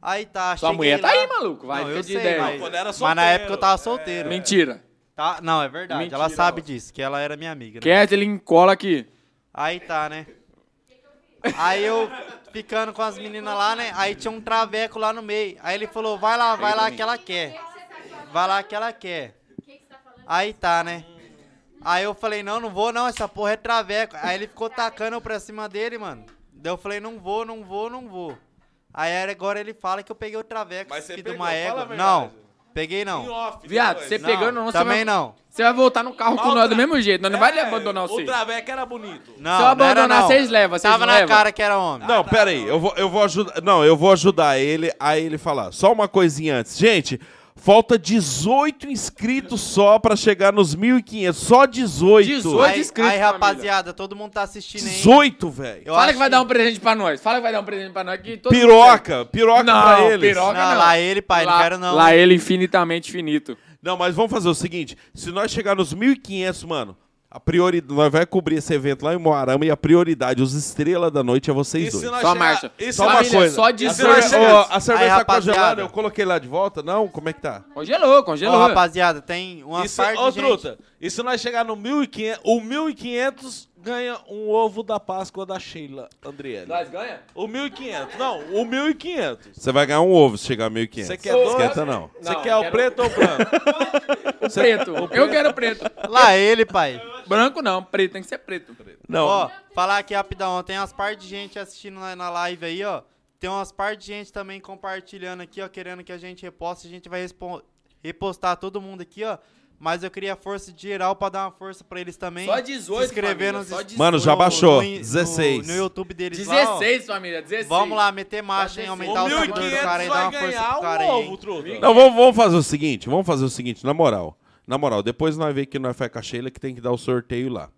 Aí tá, Sua cheguei mulher tá lá- aí, maluco, vai, não, fica eu de sei, ideia. Mas, Não, quando era mas na solteiro. É. época eu tava É. solteiro. Mentira. Tá, não, é verdade. ela Mentira, sabe ó. disso, que ela era minha amiga. Né? Kathleen encola aqui. Aí tá, né? Aí eu ficando com as meninas lá, né? Aí tinha um traveco lá no meio. Aí ele falou, vai lá, vai lá que ela quer. Vai lá que ela quer. Aí tá, né? Aí eu falei, não, não vou não, essa porra é traveco. Aí ele ficou tacando eu pra cima dele, mano. Daí eu falei, não vou, não vou, não vou. Aí agora ele fala que eu peguei o traveco, Mas você filho de pegou, uma fala a égua. verdade. Não, peguei Em não. off, Viado, depois. você Não, pegou, não, você também vai- não. Você vai voltar no carro com nós Maltra- do mesmo jeito, nós não vai É, abandonar O vocês. Traveca era bonito. Não, Se eu não era, abandonar, não. vocês levam, vocês Tava não na levam? cara que era Ah, homem. tá, Não, pera aí, eu vou, eu vou ajudar. Não, eu vou ajudar ele a ele falar. Só uma coisinha antes. Gente, falta 18 inscritos só pra chegar nos 1.500. Só 18. 18? Aí, inscritos, aí, família. rapaziada, todo mundo tá assistindo aí. 18, velho. Eu Fala acho que vai dar um presente pra nós. Fala que vai dar um presente pra nós. Que todo mundo Piroca, piroca Não, pra eles. piroca. Não, lá ele, pai, não quero não. Lá ele infinitamente finito. Não, mas vamos fazer o seguinte: se nós chegar nos 1.500, mano, a prioridade. Nós vai cobrir esse evento lá em Moarama e a prioridade, os estrelas da noite, é vocês dois. nós Só a chegar- marcha. e se Só nós uma Família, coisa. só a, dezoito cerve... inscritos. ó, a cerveja tá rapaziada. congelada, eu coloquei lá de volta. Não? Como é que tá? Congelou, Ô, congelou. rapaziada, tem uma E é se, parte é- ô, de gente... truta, e se nós chegar no 1.500, o 1.500 ganha um ovo da Páscoa da Sheila Andriele. Nós ganha? O 1.500, não, o 1.500. Você vai ganhar um ovo se chegar a 1.500. Você quer Não dois? Esquenta, não. Você Não, quer o quero- preto ou o branco? Preto. Eu quero preto. Lá ele, pai. Branco não, preto, tem que ser preto. Não. ó, falar aqui rapidão, ó, tem umas par de gente assistindo na, na live aí, ó. Tem umas par de gente também compartilhando aqui, ó, querendo que a gente reposte. A gente vai respon- repostar todo mundo aqui, ó. Mas eu queria a força de geral pra dar uma força pra eles também. Só 18, Se inscrever família, nos- só 18. Mano, já no- baixou. no- no- 16. No, YouTube deles lá, ó. 16, família, 16. Vamos lá, meter marcha, hein? Pode O ser Então Aumentar o tá seguidor do 1.500 cara e dar vai uma força pro ganhar cara um aí, ovo, hein? truta. Não, vamos, vamos fazer o seguinte, vamos fazer o seguinte, na moral. Na moral, depois nós vê que nós faz com a Sheila que tem que dar o sorteio lá.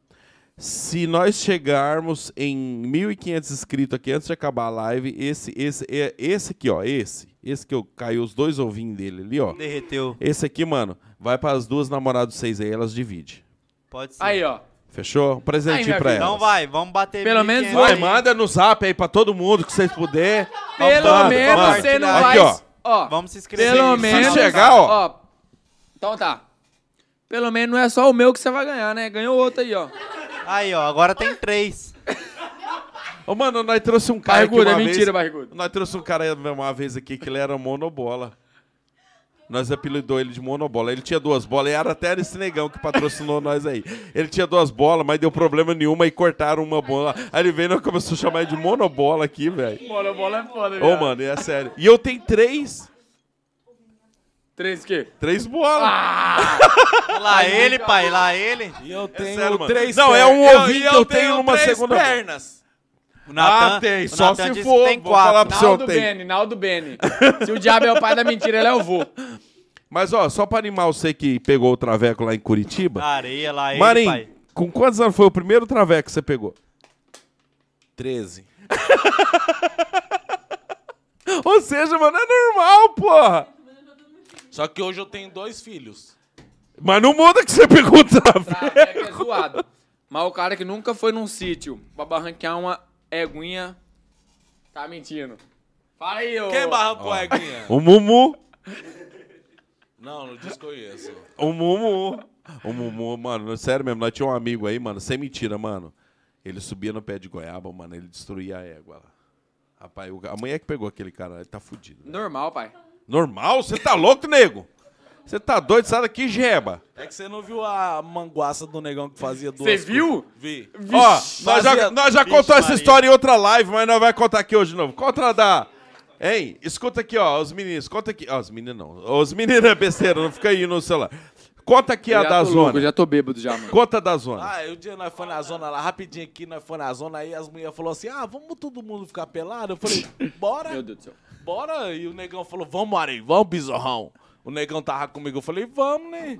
Se nós chegarmos em 1.500 inscritos aqui antes de acabar a live, esse, esse, é- esse aqui, ó, esse, esse que eu caiu os dois ovinhos dele ali, ó. Derreteu. Esse aqui, mano, vai para as duas namoradas de vocês aí, elas dividem. Pode ser. Aí, ó. Fechou? Um Aí, presentinho meu pra filho, elas. Então vai, vamos bater Pelo 1.500 menos Vai, aí. manda no zap aí pra todo mundo que vocês puderem. Pelo Manda, menos manda. você não Aqui, vai... ó. ó, Vamos se inscrever. Pelo Se menos... chegar, ó. Então tá. Pelo menos não é só o meu que você vai ganhar, né? Ganhou outro aí, ó. Aí, ó, agora tem três. Ô, mano, nós trouxe um cara Barrigudo, aqui é uma mentira, vez... barrigudo. Nós trouxemos um cara uma vez aqui que ele era monobola. Nós apelidou ele de monobola. Ele tinha duas bolas. E era até esse negão que patrocinou nós aí. Ele tinha duas bolas, mas deu problema nenhuma e cortaram uma bola. Aí ele veio e nós começou a chamar ele de monobola aqui, velho. Bola, bola é foda, Ô, mano, é sério. E eu tenho três. Três o quê? Três bolas. Ah! Lá ele, pai, lá ele. E eu tenho sério, mano. três Não, é um pernas. ovinho E que eu tenho numa três segunda- pernas. O Natan- ah, tem. o Só Natan se disse for. que Tem vou falar quatro. pro senhor, Naldo tem. Bene, Naldo Bene. Se o diabo é o pai da mentira, ele é o vô. Mas, ó, só pra animar você que pegou o traveco lá em Ah, Curitiba. Areia lá, ele, Marim, pai. com quantos anos foi o primeiro traveco que você pegou? 13. Ou seja, mano, é normal, porra. Só que hoje eu tenho dois filhos. Mas não muda que você pegou o traveco. Traveco é zoado. Mas o cara que nunca foi num sítio pra barranquear uma eguinha, tá mentindo. Fala aí, ô. Quem barrancou a Eguinha? O Mumu. Não, não desconheço. O Mumu. O Mumu, mano, sério mesmo, nós tínhamos um amigo aí, mano, sem mentira, mano. Ele subia no pé de goiaba, mano, ele destruía a égua lá. Rapaz, o- a mulher que pegou aquele cara, ele tá fudido. velho. Normal, pai. Normal? Você tá louco, nego? Você tá doido? Sai daqui, jeba. É que você não viu a manguaça do negão que fazia duas Você viu? coisas? Vi. Ó, nós já, fazia- nós já Vixe, contamos essa Maria. história em outra live, mas nós vai contar aqui hoje de novo. Conta da... Hein, escuta aqui, ó, os meninos, conta aqui... Ó, os meninos não, os meninos é besteira, não fica aí no celular. Conta aqui a Já da tô louco, zona. já tô bêbado já, mano. Conta da zona. Ah, o dia nós foi na zona lá, rapidinho aqui, nós foi na zona, aí as mulheres falaram assim, ah, vamos todo mundo ficar pelado? Eu falei, bora, Meu Deus do céu. bora. E o negão falou, vamos, Ari, vamos, bizorrão. O negão tava comigo, eu falei, vamos, né?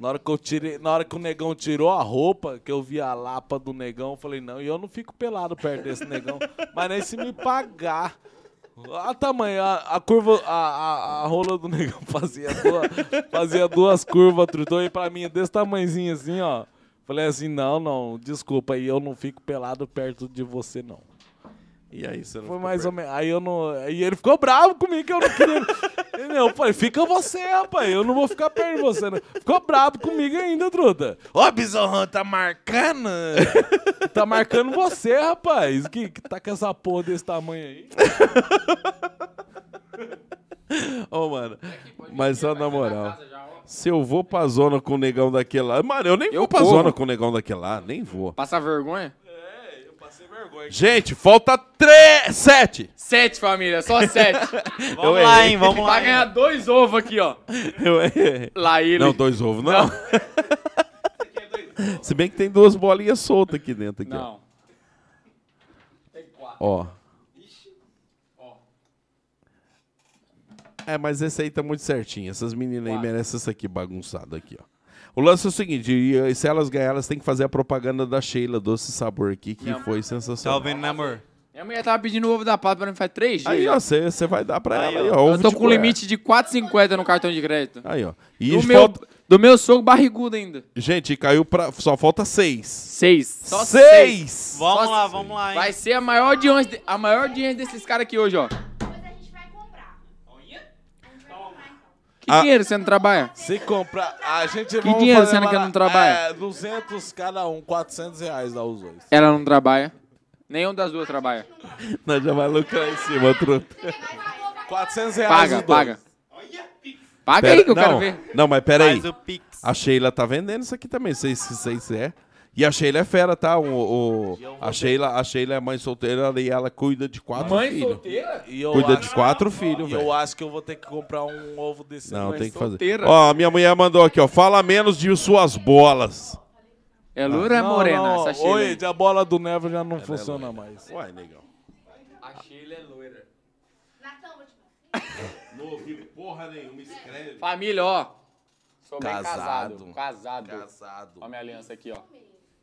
Na hora, que eu tirei, na hora que o negão tirou a roupa, que eu vi a lapa do negão, eu falei, não, e eu não fico pelado perto desse negão. Mas nem se me pagar. A tamanho, a, a curva, a, a, a rola do negão fazia duas, fazia duas curvas, trutou, e pra mim é desse tamanhozinho assim, ó. Falei assim, não, não, desculpa, aí eu não fico pelado perto de você, não. E aí, você não Foi ficou mais perto? ou menos. Aí eu não. Aí ele ficou bravo comigo que eu não queria. Entendeu? Eu falei, fica você, rapaz. Eu não vou ficar perto de você. Não. Ficou bravo comigo ainda, truta. Ó, Bizarrão, tá marcando? Tá marcando você, rapaz. Que, que tá com essa porra desse tamanho aí. Ô, mano, mas só na moral, se eu vou pra zona com o negão daquele lá... Mano, eu nem Eu vou pra corro. zona com o negão daquele lá, nem vou. Passa vergonha? Gente, falta três... Sete! Sete, família, só sete. Vamos Eu lá, errei. hein, vamos lá. Vai hein. ganhar dois ovos aqui, ó. Eu errei. Lá ele. Não, dois ovos, não. Se bem que tem duas bolinhas soltas aqui dentro. Aqui, Não. Ó. Ó. É, mas esse aí tá muito certinho. Essas meninas aí merecem isso aqui bagunçado aqui, ó. O lance é o seguinte, e, e se elas ganharem, elas têm que fazer a propaganda da Sheila Doce Sabor aqui, que foi Tá sensacional. ouvindo, né, amor? Minha mulher tava pedindo ovo da pata pra mim faz três dias. Aí, já. ó, você vai dar pra Aí, ela aí, ó. ó. ovo eu tô de com um colher. limite de 4,50 no cartão de crédito. Aí, ó. E Do meu, falta... do meu sogro barrigudo ainda. Gente, caiu pra... Só falta seis. Seis. Só seis! Vamos Só lá, se- vamos lá, hein. Vai ser a maior audiência, a maior audiência desses caras aqui hoje, ó. Mas a gente vai comprar. então. Que Ah. dinheiro você não trabalha? Se comprar. A gente Que dinheiro sendo que ela não trabalha? É, 200 cada um, 400 reais dá os dois. Ela não trabalha. Nenhum das duas trabalha. Nós já vai lucrar em cima, truta. 400 reais os Paga, dois. paga. Paga Pera- aí que eu não, quero ver. Não, mas peraí. Faz o Pix. A Sheila tá vendendo isso aqui também, sei se sei se é. E a Sheila é fera, tá? O, o- a, Sheila, a Sheila é mãe solteira e ela cuida de quatro filhos. solteira? E eu Cuida acho- de quatro filhos, E velho. eu acho que eu vou ter que comprar um ovo desse Não, aí. tem que fazer. solteira. Ó, a minha mulher mandou aqui, ó. Fala menos de suas bolas. É loura ou é morena? não, Essa Sheila. Oi, a bola do Nevo já não funciona mais. Uai, negão. A Sheila é loira. Natão, vou te mostrar. Não ouvi porra nenhuma, escreve. Família, ó. Sou Casado. bem casado. Casado. Casado. Ó minha aliança aqui, ó.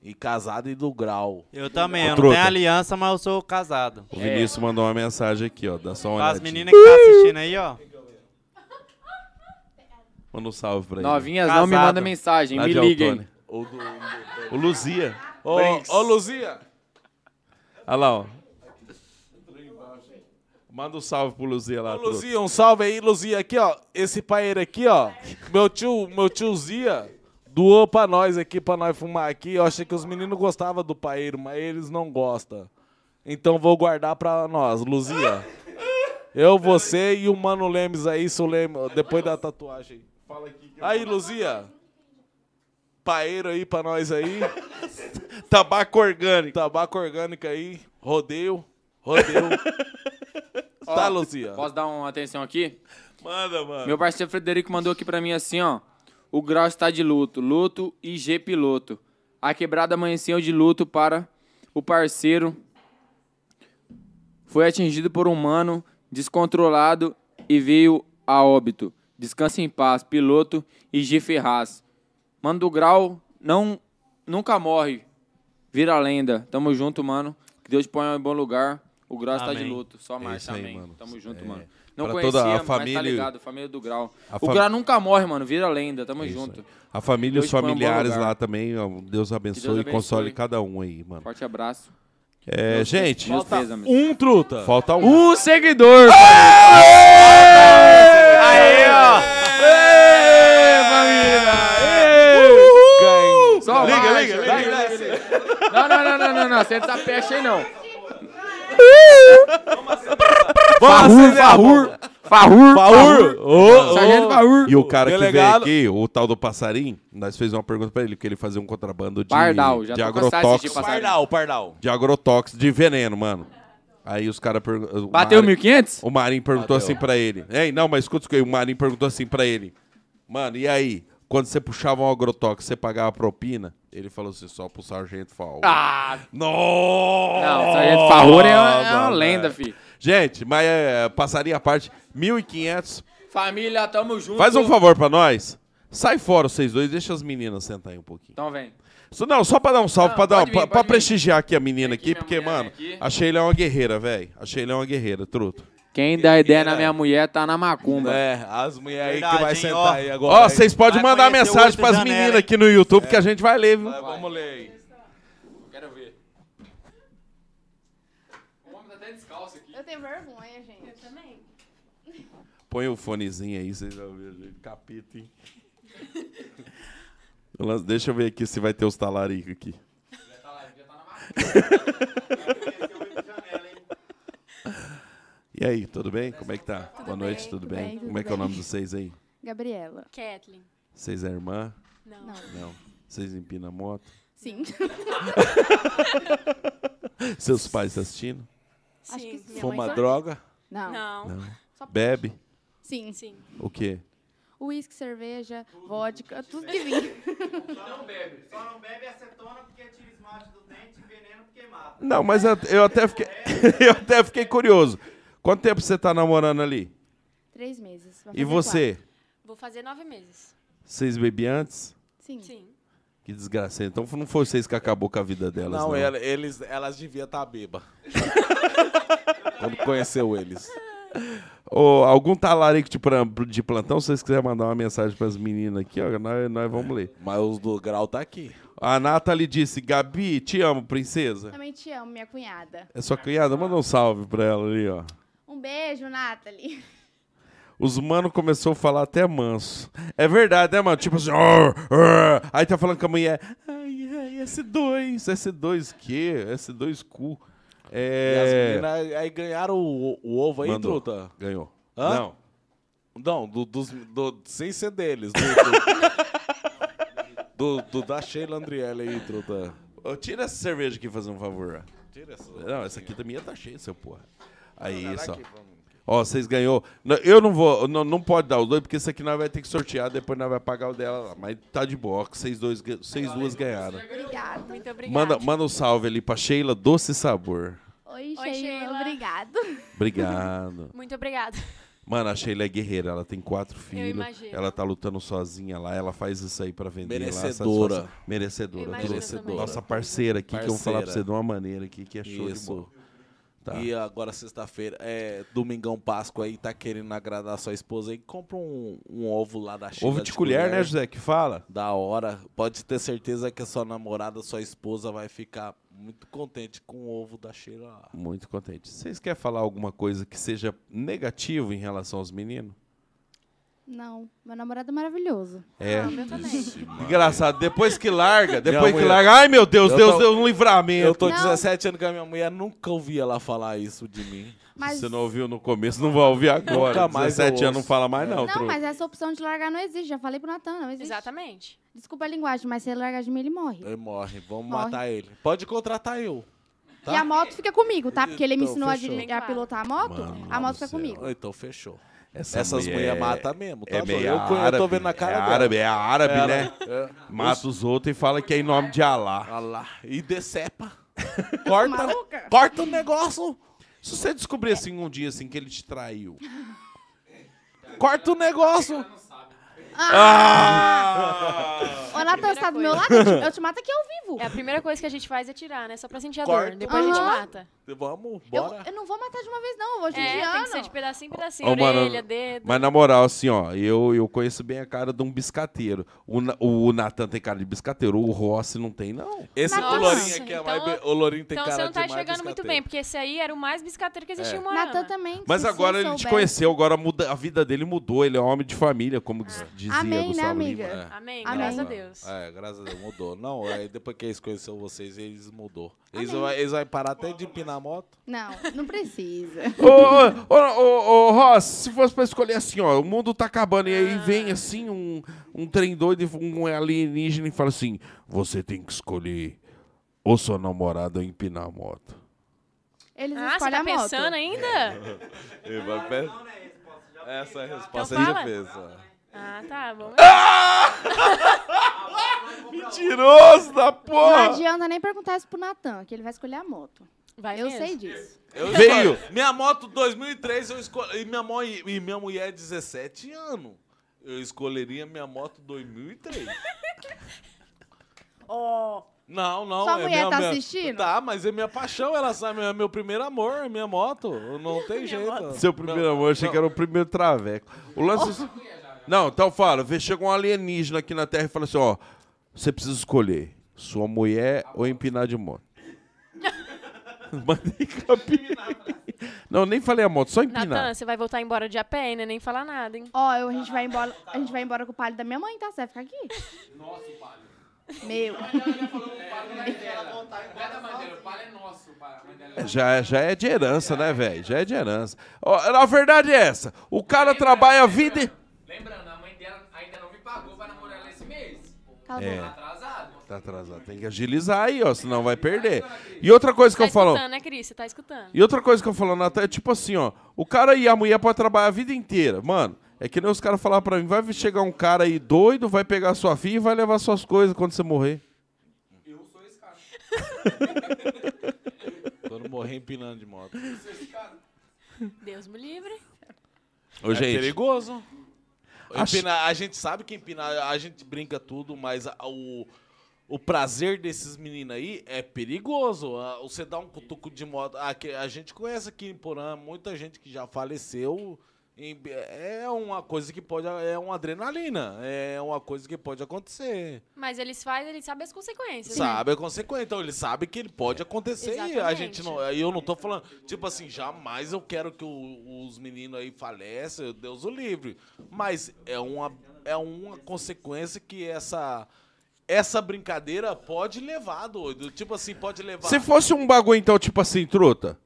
E casado e do grau. Eu também, eu não truta. tenho aliança, mas eu sou casado. O Vinícius mandou uma mensagem aqui, ó. Dá só uma As olhadinha. meninas que tá assistindo aí, ó. Manda um salve pra ele. Novinhas, não me Casado. mandam mensagem, Lá me de liguem. Altone. O Luzia. Ô, ô Luzia! Olha lá, ó. Manda um salve pro Luzia lá. Ô, truta. Luzia, um salve aí, Luzia. Aqui, ó. Esse paeiro aqui, ó. Meu tio, meu tio Zia doou pra nós aqui, pra nós fumar aqui. Eu achei que os meninos gostavam do paeiro, mas eles não gostam. Então vou guardar pra nós, Luzia. Eu, você e o Mano Lemes aí, se o Lemes, depois da tatuagem. Aí, Luzia. Paeiro aí pra nós aí. Tabaco orgânico. Tabaco orgânico aí, rodeio, rodeio. tá, Luzia? Posso dar uma atenção aqui? Manda, mano. Meu parceiro Frederico mandou aqui pra mim assim, ó. O grau está de luto, luto e G piloto. A quebrada amanheceu de luto para o parceiro foi atingido por um humano descontrolado e veio a óbito. Descanse em paz, piloto e G. Ferraz. Mano do Grau não, nunca morre. Vira lenda. Tamo junto, mano. Que Deus te ponha em bom lugar. O Grau está de Amém. luto. Só marcha, É isso aí, amém. mano. Tamo junto, É. mano. Não Pra conhecia, toda a mas família- tá ligado. Família do Grau. A O fam- Grau nunca morre, mano. Vira lenda. Tamo junto. A família e os Deus te põe em um bom familiares lugar. lá também, ó, Deus abençoe e abençoe. console cada um aí, mano. Forte abraço. É, gente, Meus pêsames. Um truta. falta um. Um seguidor! Aê, ó! Só Liga, marcha, liga, liga, Não, não, não, não, não, não. Você tá peste aí, não. Vamos, Farrur. Farrur. Farrur. Ô, ô. Sargento Baur. E o cara Delegado. que veio aqui, o tal do passarim, nós fez uma pergunta pra ele, que ele fazia um contrabando de, Pardal, já de tô cansado de agrotóxico, assistir passarinho. Pardal, pardal. de agrotóxico, de veneno, mano. Aí os caras perguntaram... Bateu 1.500? O Marinho perguntou Bateu. assim pra ele. Ei, não, mas escuta isso aí. O Marinho perguntou assim pra ele. Mano, e aí? Quando você puxava um agrotóxico, você pagava propina? Ele falou assim, só pro Sargento Fal. Ah, Nossa! não. Sargento Farrur é uma, é uma Não, não, lenda, é. fi. Gente, mas é, passaria a parte, 1.500. Família, tamo junto. Faz um favor pra nós. Sai fora vocês dois, deixa as meninas sentar aí um pouquinho. Então vem. Só- Não, só pra dar um salve, Não, pra, dar, pode vir, pra, pode pra vir. prestigiar aqui a menina aqui, Aqui, minha porque, mulher mano, aqui. a Sheila é uma guerreira, velho. A Sheila é uma guerreira, truto. Quem dá ideia na minha mulher tá na macumba. É, as mulheres aí que Verdade, vai hein, sentar ó. aí agora. Ó, hein. vocês podem Vai mandar conhecer o mensagem outro pras janela, meninas hein? aqui no YouTube que a gente É. vai ler, viu? Vai, Vamos ler aí. Quero ver. O homem tá até descalço aqui. Eu tenho vergonha, gente. Eu também. Põe o fonezinho aí, vocês vão ver, gente. Capeta, hein? Lance, Deixa eu ver aqui se vai ter os talaricos aqui. E aí, tudo bem? Como é que tá? Boa noite, bem, tudo tudo bem? bem, tudo Como é que é o bem. nome de vocês aí? Gabriela. Kathleen. Vocês é irmã? Não. Não. Vocês empinam a moto? Sim. Seus pais tá assistindo? Sim. Acho que sim. Minha Fuma mãe- droga. Não. Não. Bebe? Sim. Sim. O quê? Uísque, cerveja, vodka, tudo que vinha. Só não Então bebe acetona porque tira esmalte do dente e veneno porque mata. Não, mas eu- eu até fiquei, eu até fiquei curioso. Quanto tempo você tá namorando ali? Três meses. vai E fazer você? Vou fazer nove meses. Vocês bebiam antes? quatro. Sim. Sim. Que desgraça. Então não foi vocês que acabou com a vida delas, não. Não, ela- eles, elas deviam tá estar bêbadas. Quando conheceu eles. Ô, algum talarico de, pra- de plantão, se vocês quiserem mandar uma mensagem pras meninas aqui, ó, nós, nós vamos ler. Mas os do grau tá aqui. A Nathalie disse, Gabi, te amo, princesa. Também te amo, minha cunhada. É sua cunhada, manda um salve pra ela ali, ó. Um beijo, Nathalie. Os mano começou a falar até manso. É verdade, né, mano? Tipo assim, "Arr, arr". aí tá falando com a mulher, ai, ai, S2, S2 que? S2 cu. E É... as meninas aí ganharam o, o ovo aí, Mandou. truta? Ganhou. Hã? Não. Não, do, dos, do, sem ser deles. Do, do, do- da Sheila Andriela aí, truta. Ô, tira essa cerveja aqui, fazer um favor. ó. Tira essa. Não, essa aqui também tá cheia, seu porra. Aí, só. Ó, vocês ganhou. Não, eu não vou, não, não pode dar os dois, porque isso aqui nós vai ter que sortear, depois nós vai pagar o dela lá. Mas tá de boa, que vocês, dois, gan- vocês duas ganharam. Obrigada. Muito obrigada. Manda, manda um salve ali pra Sheila Doce Sabor. Oi, Sheila. Oi, Sheila. Obrigado. Obrigado. Muito obrigada. Mano, a Sheila é guerreira, ela tem quatro filhos. imagino. Ela tá lutando sozinha lá, ela faz isso aí pra vender. Merecedora. Lá, satisfação. Merecedora. Eu imagino tudo. Merecedora. Nossa parceira aqui, que eu vou falar pra você Parceira. de uma maneira aqui que é show de Isso. bola. Tá. E agora sexta-feira, é domingão Páscoa aí, tá querendo agradar sua esposa aí, compra um, um ovo lá da Sheila. Ovo de colher, né, José? Que fala? Da hora. Pode ter certeza que a sua namorada, sua esposa vai ficar muito contente com o ovo da Sheila lá. Muito contente. Vocês querem falar alguma coisa que seja negativo em relação aos meninos? Não, meu namorado é maravilhoso. É. Não, meu também. Engraçado, depois que larga, depois que mulher- larga. Ai, meu Deus, Eu Deus tô- deu um livramento. Eu tô Não. 17 anos com a minha mulher, nunca ouvia ela falar isso de mim. Mas... Se não ouviu no começo, não vai ouvir agora. Nunca mais eu 17 anos ouço. não fala mais, não. Não, truta. mas essa opção de largar não existe. Já falei pro Natan, não existe. Exatamente. Desculpa a linguagem, mas se ele largar de mim, ele morre. Ele morre, vamos Morre. matar ele. Pode contratar eu. tá. E a moto fica comigo, tá? Porque ele me Então, ensinou a, fechou. dirigir- a pilotar a moto, Mano é a do moto fica céu. comigo. Então fechou. Essa Essas mulher mulheres matam mesmo, tá É doido? meio eu, co- eu árabe, tô vendo na cara é dela. árabe, é árabe, Ela- né? é. Mata os outros e fala que é em nome de Alá. Olha lá. E decepa. Corta, Maluca? corta o negócio. Se você descobrir assim um dia assim que ele te traiu. Corta o negócio. Ah! Ah! Ô, Natan, você tá do meu lado? Eu te, eu te mato aqui ao vivo. É a primeira coisa que a gente faz é tirar, né? Só pra sentir a Corta. dor. Depois a gente Aham. mata. Vamos, Eu, bora. eu não vou matar de uma vez, não. Eu vou É, tem que judiando. ser de pedacinho em pedacinho. Ó, mano, orelha, dedo. Mas na moral, assim, ó, eu, eu conheço bem a cara de um biscateiro. O, Na- o Natan tem cara de biscateiro, o Rossi não tem, não. Esse Nossa, Lourinho aqui é mais. então- be- O Lourinho tem Então cara você não tá de mais enxergando muito biscateiro. bem, porque esse aí era o mais biscateiro que um existia em Moarama. Natan também. Mas se agora você ele te souber. conheceu, agora muda, a vida dele mudou, ele é um homem de família, como diz- dizia Amém, né, Gustavo amiga? Lima. É. Amém, Amém. graças a Deus. Ah, É, graças a Deus, mudou. Não, aí depois que eles conheceram vocês, eles mudou. Eles vão eles vai parar até de empinar a moto. Não, não precisa. Ô, ô, ô, ô, ô, Ross, se fosse pra escolher assim, ó, o mundo tá acabando e aí vem assim um, um trem doido, e um alienígena e fala assim, você tem que escolher ou sua namorada ou empinar a moto. Eles Ah, você escolhem tá a moto. pensando ainda? Ele vai pensar. Essa é resposta Então ele já fala. fez. ó. Ah, tá bom. Mentiroso da Não porra! adianta nem perguntar isso pro Natan, que ele vai escolher a moto. Vai eu mesmo. sei disso. Eu Veio. escolhi- Minha moto 2003 eu escolhi. E minha, mó, e minha mulher é 17 anos. Eu escolheria minha moto 2003. Não, não. Sua é mulher minha- tá minha- assistindo? Tá, mas é minha paixão. Ela sabe, é meu primeiro amor, é minha moto. Eu É Não tem jeito. Seu primeiro amor, achei que era o primeiro traveco. O lance. Não, então fala, vê, chega um alienígena aqui na Terra e fala assim: ó, você precisa escolher sua mulher ou empinar de moto. Mandei capir. Não, nem falei a moto, só Natan, empinar. você vai voltar embora de a pé ainda, nem falar nada, hein? Ó, eu- a gente vai embora, a gente vai embora com o palho da minha mãe, tá? Você vai ficar aqui? Nossa, o palho. Meu. Já, já é de herança, né, velho? Já é de herança. Ó, na verdade é essa: o cara trabalha a vida. e- Lembrando, a mãe dela ainda não me pagou pra namorar ela esse mês. Cala a É. boca. Atrasado. Tá atrasado, tem que agilizar aí, ó, senão vai perder. E outra coisa que Tá eu falo. escutando, né, Cris? Você tá escutando. E outra coisa que eu falo, Natan, é tipo assim, ó. O cara e a mulher podem trabalhar a vida inteira. Mano, é que nem os caras falaram pra mim, vai chegar um cara aí doido, vai pegar sua filha e vai levar suas coisas quando você morrer. Quando morrer empinando de moto. Deus me livre. Ô, É gente, perigoso. Acho- Empinar- a gente sabe que empinar, a gente brinca tudo, mas a- o, o prazer desses meninos aí é perigoso. A- Você dá um cutuco de moto. A, que- a gente conhece aqui em Porã muita gente que já faleceu. em- É uma coisa que pode. É uma adrenalina. É uma coisa que pode acontecer. Mas eles fazem, eles sabem as consequências. né? Sabe a consequência. Então ele sabe que ele pode acontecer. E a Exatamente. gente não. e Eu não tô falando. Tipo assim, jamais eu quero que o- os meninos aí falecem, Deus o livre. Mas é uma, é uma consequência que essa. Essa brincadeira pode levar, doido. Tipo assim, pode levar. se fosse um bagulho, então, tipo assim, truta.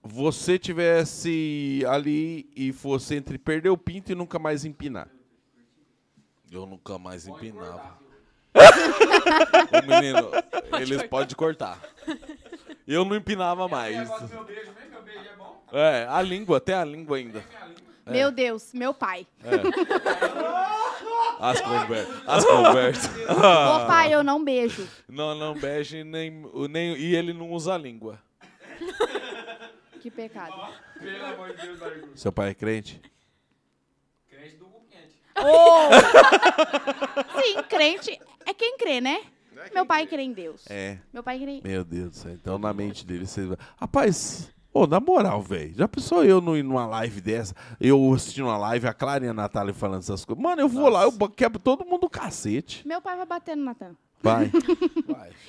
Você tivesse ali e fosse entre perder o pinto e nunca mais empinar. Eu nunca mais empinava. o menino, eles podem cortar. Eu não empinava mais. É, a língua, até a língua ainda. É. Meu Deus, meu pai. As conversas. As conversas. Ah. Ô, pai, eu não beijo. Não, não bege nem, o- nem. E ele não usa a língua. Que pecado. Seu pai é crente? Crédito do quente. Sim, crente é quem crê, né? é Meu pai crê em Deus. É. Meu pai crê em... Meu Deus do céu. Então, na mente dele, você. Rapaz, ô, na moral, velho. Já pensou eu não ir numa live dessa? Eu assistindo uma live, a Clara e a Natália falando essas coisas. Mano, eu vou lá, eu bo- quebro todo mundo o cacete. Meu pai vai bater no Natan. Vai.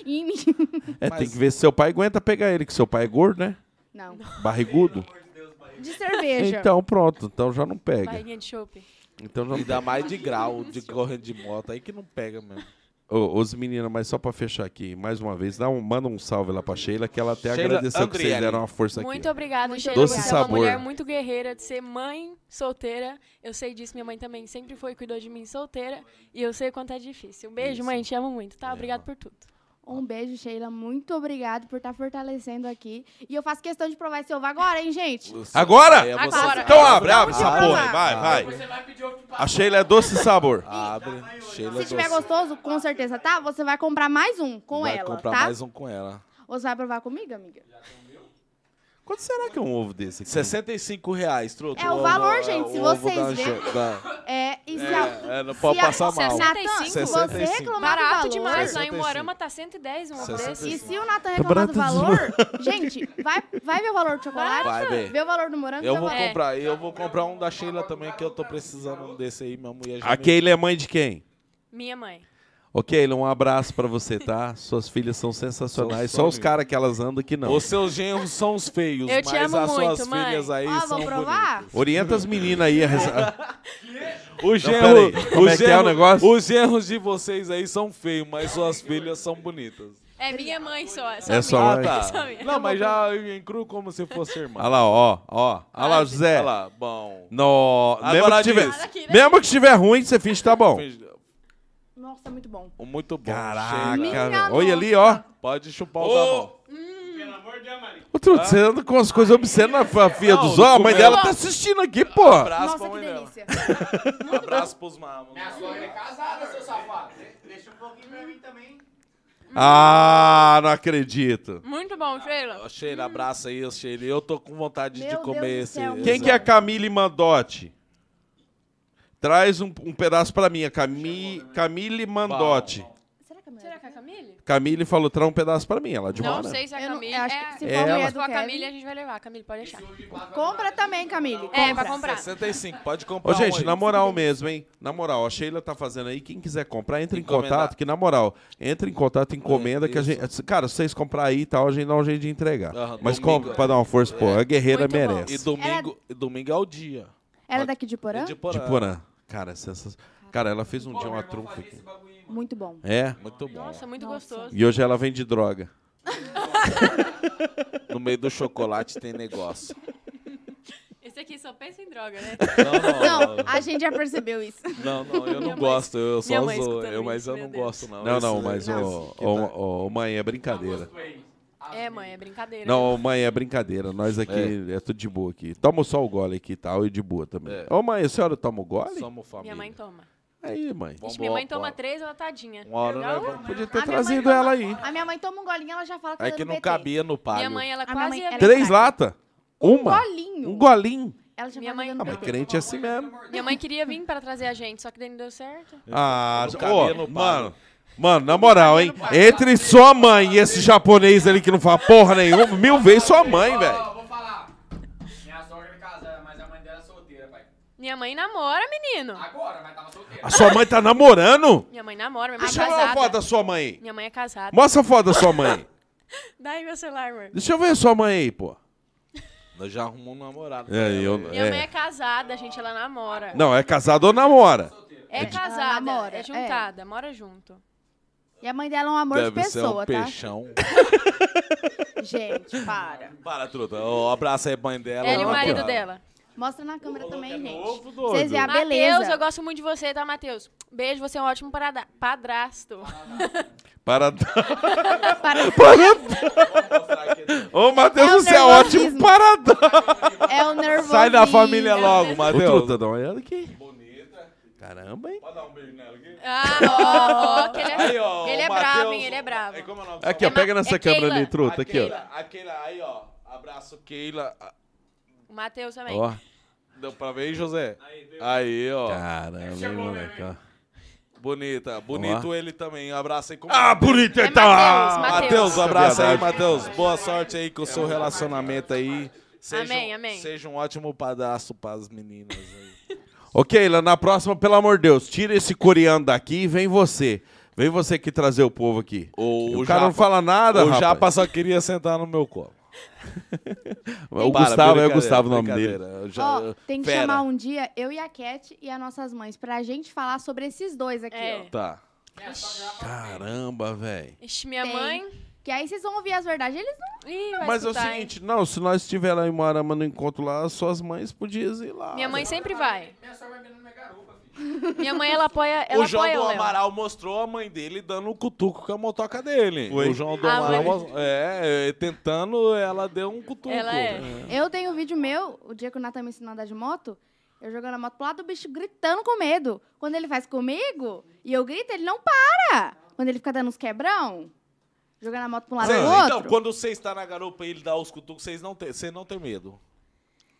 E em mim. É, tem que ver se seu pai aguenta pegar ele, que seu pai é gordo, né? Não. Barrigudo. De cerveja. Então, pronto. Então já não pega. Barriguinha de chope. Então já não E pega. dá mais de grau, de correndo de moto, aí que não pega mesmo. Ô, os meninas, mas só pra fechar aqui, mais uma vez, dá um, manda um salve lá pra Sheila, que ela até Sheila agradeceu que vocês Andriele. deram uma força Tá aqui. Muito obrigada, Muito Sheila. Doce você é uma sabor. mulher muito guerreira de ser mãe solteira. Eu sei disso, minha mãe também sempre foi, cuidou de mim solteira. E eu sei o quanto é difícil. Um beijo, mãe, te amo muito, tá? Obrigado por tudo. Um beijo, Sheila. Muito obrigado por estar fortalecendo aqui. E eu faço questão de provar esse ovo agora, hein, gente? Agora? Aí é você- Agora. Então abre, abre Vamos essa pra porra lá. aí, vai, vai. Você vai pedir outro A Sheila é doce sabor. Abre, Sheila Se tiver doce. gostoso, com certeza, tá? Você vai comprar mais um com Vai ela, comprar tá? mais um com ela. Ou você vai provar comigo, amiga? Quanto será que é um ovo desse aqui? 65 reais, troco. É o ovo- valor, gente, se o ovo vocês da- verem. da- É, e se a- É, não pode se a- passar mal. se a- Natan, 65. você reclamar do Barato valor, demais. Lá em 65. Moarama tá 110 um ovo E desse. se o Nathan reclamar do valor, gente, vai, vai ver o valor do chocolate, Vai ver. vê o valor do morango, Eu vê o vou valor- comprar, eu vou comprar um da Sheila também, que eu tô precisando um desse aí, minha mulher já me- A Keila é mãe de quem? Minha mãe. Ô, Keila, um abraço pra você, tá? Suas filhas são sensacionais. Só os caras que elas andam que não. Os seus genros são os feios, Eu mas te amo as suas muito, mãe. filhas aí Ó, são vou provar. bonitas. Orienta as meninas aí. a reza- pera O genro, aí, como o é que é o genro- negócio? Os genros de vocês aí são feios, mas suas filhas são bonitas. É minha mãe só. É só, É Ah, só minha. tá. uma- É só minha. Não, mas já eu incluo como se fosse irmã. Olha lá, ó, ó. Olha lá, José. Ah, Olha lá, bom. No... Mesmo, Agora que tiver... diz. Aqui, né? Mesmo que tiver ruim, você finge que tá bom. Nossa, muito bom. um Muito tá bom. Sheila. Caraca, olha ali, ó. Pode chupar o Ô, da mão. Ô, Truto, você anda com as coisas obscenas na fa- filha Não, dos ó. A não mãe comeu. dela tá assistindo aqui, pô. Abraço Nossa, pra que mãe dela. delícia. Abraço pros mamos. Ah, não acredito. Muito bom, Sheila. Ó, Sheila, abraça aí, ó, Sheila. Eu tô com vontade de Meu comer Deus do esse. céu. Quem esse- que é a Camille Mandotti? Traz um, um pedaço pra mim, a Cami... Camille Mandotti. Será que é Será melhor? que é a Camille? Camille falou, traz um pedaço pra mim, ela de né? Não Mora. sei se é a Eu não- Camille. eu acho é- que se for a mulher do se for a Kevin- Camille, a gente vai levar. Camille, pode deixar. Compra também, Camille. É, pra comprar. 65, pode comprar Ô, um gente, aí. na moral mesmo, hein? Na moral, a Sheila tá fazendo aí. Quem quiser comprar, entra em Encomendar. contato, que na moral, entra em contato, encomenda, que a isso. gente. Cara, se vocês comprar aí e tal, a gente dá um jeito de entregar. Aham, Mas domingo. é. compra pra dar uma força, pô. A guerreira Muito bom. merece. E domingo, e domingo é o dia. Ela é daqui de Porã? De Porã. De Porã. Cara, sensa... Cara, ela fez um dia uma trunfa aqui. Muito bom. É. Muito bom. Nossa, muito gostoso. E hoje ela vende droga. No meio do chocolate tem negócio. Esse aqui só pensa em droga, né? Não, É, Não, não. a gente já percebeu isso. Não, não, eu Minha não mãe- gosto. Eu só minha mãe zoo. escutando Eu, mas isso, eu meu não Deus. gosto, Não, não. Esse- é tá- não, mas ô, esse- ô, ô, ô, mãe, é Tá brincadeira. É, mãe, é brincadeira. Não, ô, mãe, é brincadeira. Nós aqui é, tudo de boa aqui. Toma só o gole aqui e tal, e de boa também. É. Ô, mãe, a senhora toma o gole? Somos família. Minha mãe toma. Aí, mãe. Ixi, minha mãe toma três, ela tadinha. Uma hora né? nós vamos- Podia A minha ter mãe trazido toma- ela aí. A minha mãe toma um golinho, ela já fala que É ela que do não PT. cabia no palho. Minha mãe, ela A minha quase mãe- ia ela- Três craque. latas? Uma? Golinho. Um golinho. Ela já Minha fala que mãe- ela Ah, é do mas PT. crente é assim mesmo. Minha mãe queria vir pra trazer a gente, só que daí não deu certo. Ah, não ô, cabia no mano. palio. Mano, na moral, hein? Entre sua mãe e esse japonês ali que não fala porra nenhuma, mil vezes sua mãe, velho. vou falar. Minha sogra é casada, mas a mãe dela é solteira, pai. Minha mãe namora, menino. Agora, mas tava solteira. A sua mãe tá namorando? Minha mãe namora, minha mãe é Deixa eu ver a foto casada. da sua mãe. aí. Minha mãe é casada. Mostra a foto da sua mãe. Dá aí meu celular, amor. Deixa eu ver a sua mãe aí, pô. Nós já arrumamos um namorado. É, né? eu- Minha É. mãe é casada, gente, ela namora. Não, é casado ou namora? É Ela casada, namora, é juntada, mora junto. E a mãe dela é um amor Deve de pessoa, ser um tá? peixão. Gente, para. Para, truta. Ô, abraça aí a mãe dela. Ela e o Vamos marido lá. dela. Mostra na câmera também, gente. é novo, doido. Vocês veem a Matheus, Ah, beleza. eu gosto muito de você, tá, Matheus? Beijo, você é um ótimo parada- padrasto. Para. Para- Ô, Matheus, É o você é ótimo nervosismo. paradão. É o nervoso. Sai da família logo, Ô, Matheus. Truta, dá uma olhada aqui. Bonita. Caramba, hein? Ah, ó, ó, que ele é, Aí, ó, ele o é Matheus- bravo, hein? Ele é bravo. Aí, como é o nome Aqui, ó, É pega Ma- nessa é câmera Keila. ali, truta, aqui, ó. Keila. Aquela aí, ó. Abraço, Keila. Ah, O Matheus também. Ó, Deu pra ver, hein, José? Aí, ó. caramba, né, hein, moleque, ó. Bonita. Bonito Ó. ele também. Abraço aí com Ah, bonito, É então! Matheus, Matheus. Matheus, Nossa, abraço aí, verdade. Matheus. Boa sorte aí com o seu relacionamento aí. Seja, Amém, um- amém. Seja um ótimo padrasto pras meninas aí. Ok, lá na próxima, pelo amor de Deus, tira esse coreano daqui e vem você. Vem você aqui trazer o povo aqui. O, O, cara não fala nada, O rapaz. Japa só queria sentar no meu colo. O Para, Gustavo, é o brincadeira, Gustavo o nome dele. brincadeira. Eu já- Ó, tem que fera. chamar um dia eu e a Cat e as nossas mães pra gente falar sobre esses dois aqui, É. ó. Tá. Caramba, velho. Ixi, minha Tem. mãe. Que aí vocês vão ouvir as verdades. Eles não. Ih, vai Mas é o escutar, hein? seguinte, não, se nós estiver lá em Moarama no encontro lá, suas mães podiam ir lá. Minha mãe sempre vai. Minha mãe, ela apoia, ela o João apoia do o Léo. Amaral mostrou a mãe dele dando um cutuco com a motoca dele. Foi. O João do Ah, Amaral, mas- mos- é, é, tentando, ela deu um cutuco. Ela é. Eu tenho um vídeo meu, o dia que o Nathan me ensinou a andar de moto, eu jogando a moto pro lado, o bicho gritando com medo. Quando ele faz comigo e eu grito, ele não para. Quando ele fica dando uns quebrão. Jogando a moto pra um lado Cê- ou pro então, outro. quando você está na garupa e ele dá os cutucos, vocês não tem, você não tem medo.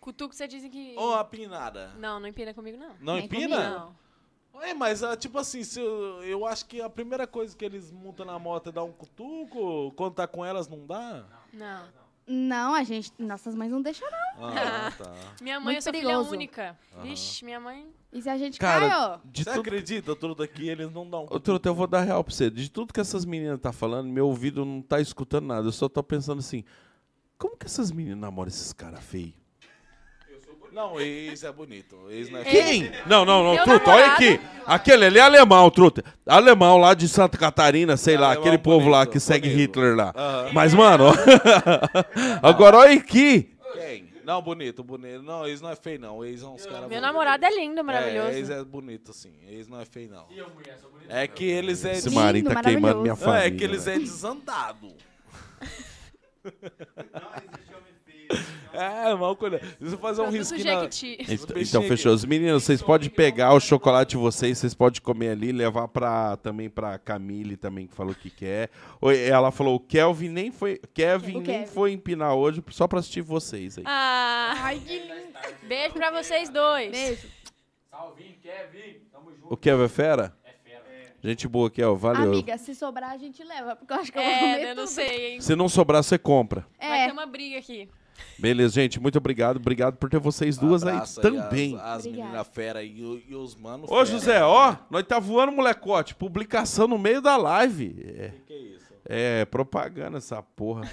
Cutuco, você dizem que. Ou a pinada. Não, não empina comigo, não. Não Nem empina? Não. É, mas ah, tipo assim, se eu, eu acho que a primeira coisa que eles montam na moto é dar um cutuco, quando tá com elas não dá? Não. Não, a gente. Nossas mães não deixam, não. Ah, tá. Minha mãe, Muito eu sou perigoso. filha única. Vixe, minha mãe. E se a gente Cara, cai, ó. de você tudo acredita, tudo aqui, eles não dão. um Ô, Truta, eu vou dar real pra você. De tudo que essas meninas tá falando, meu ouvido não tá escutando nada. Eu só tô pensando assim, como que essas meninas namoram esses caras feios? Não, ex é bonito. Ex não é Quem? Não, não, não, Meu Truta, olha namorado. aqui. Aquele ali é alemão, Truta. Alemão lá de Santa Catarina, sei lá, É Alemão aquele povo lá bonito, que segue bonito. Hitler lá. Aham. Mas, mano, agora olha aqui. é Quem? Não, bonito, bonito. Não, ex não é feio, não. Ex é uns caras Meu namorado é lindo, É, ex maravilhoso. é bonito, sim. Ex não é feio, não. E eu, mulher, sou bonito. É que eles é... Esse Lindo, marido tá queimando maravilhoso. minha Não, família. né? é que eles velho. é desandado. Não existe homem feio. É, mal coisa. Deixa eu fazer um Produto risquinho na... Jequiti. Então, bichinhos então, aqui. fechou. Os meninos, vocês podem pegar o chocolate de vocês, vocês podem comer ali, levar pra, também pra Camille, também, que falou que quer. Oi, Ela falou, o Kelvin nem foi. Kevin O nem Kevin. foi empinar hoje só pra assistir vocês aí. Ah, Beijo pra vocês dois. Beijo. Salvinho, Kevin, tamo junto. O Kevin é fera? É fera. Gente boa, Kel, valeu. Amiga, se sobrar, a gente leva. Porque eu acho que eu vou É, comer eu não tudo. sei, hein? Se não sobrar, você compra. Vai É, ter uma briga aqui. Beleza, gente. Muito obrigado. Obrigado por ter vocês duas Abraço aí também. As, as Obrigada. meninas fera e, o- e os manos Ô, José, ó, nós tá voando, molecote. Publicação no meio da live. É, Que isso? é propaganda essa porra.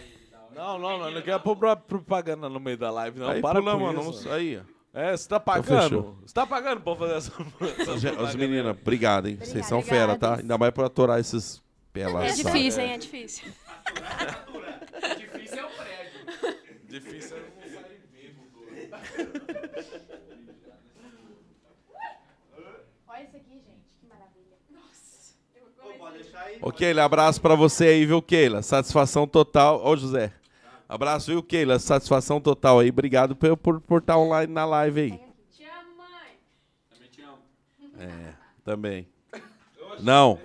Não, não, não. Não quero pôr pra- propaganda no meio da live, não. aí Para pula, com mano. isso. anúncio Aí, ó. É, você tá fechou. pagando? Você tá pagando pra fazer essa. Os, ge- os meninas, obrigado, hein? Vocês são Obrigada. fera, tá? Ainda mais por atorar esses É pelados. difícil, hein? É difícil. Difícil é o prédio. Difícil eu não sair bêbado. Olha isso aqui, gente. Que maravilha. Ô, pode deixar aí. Ô, Keila, abraço pra você aí, viu, Keila? Satisfação total. Ô, José. Abraço, viu, Keila? Satisfação total aí. Obrigado por por por estar online na live aí. Te amo, mãe. Também te amo. Também. Não.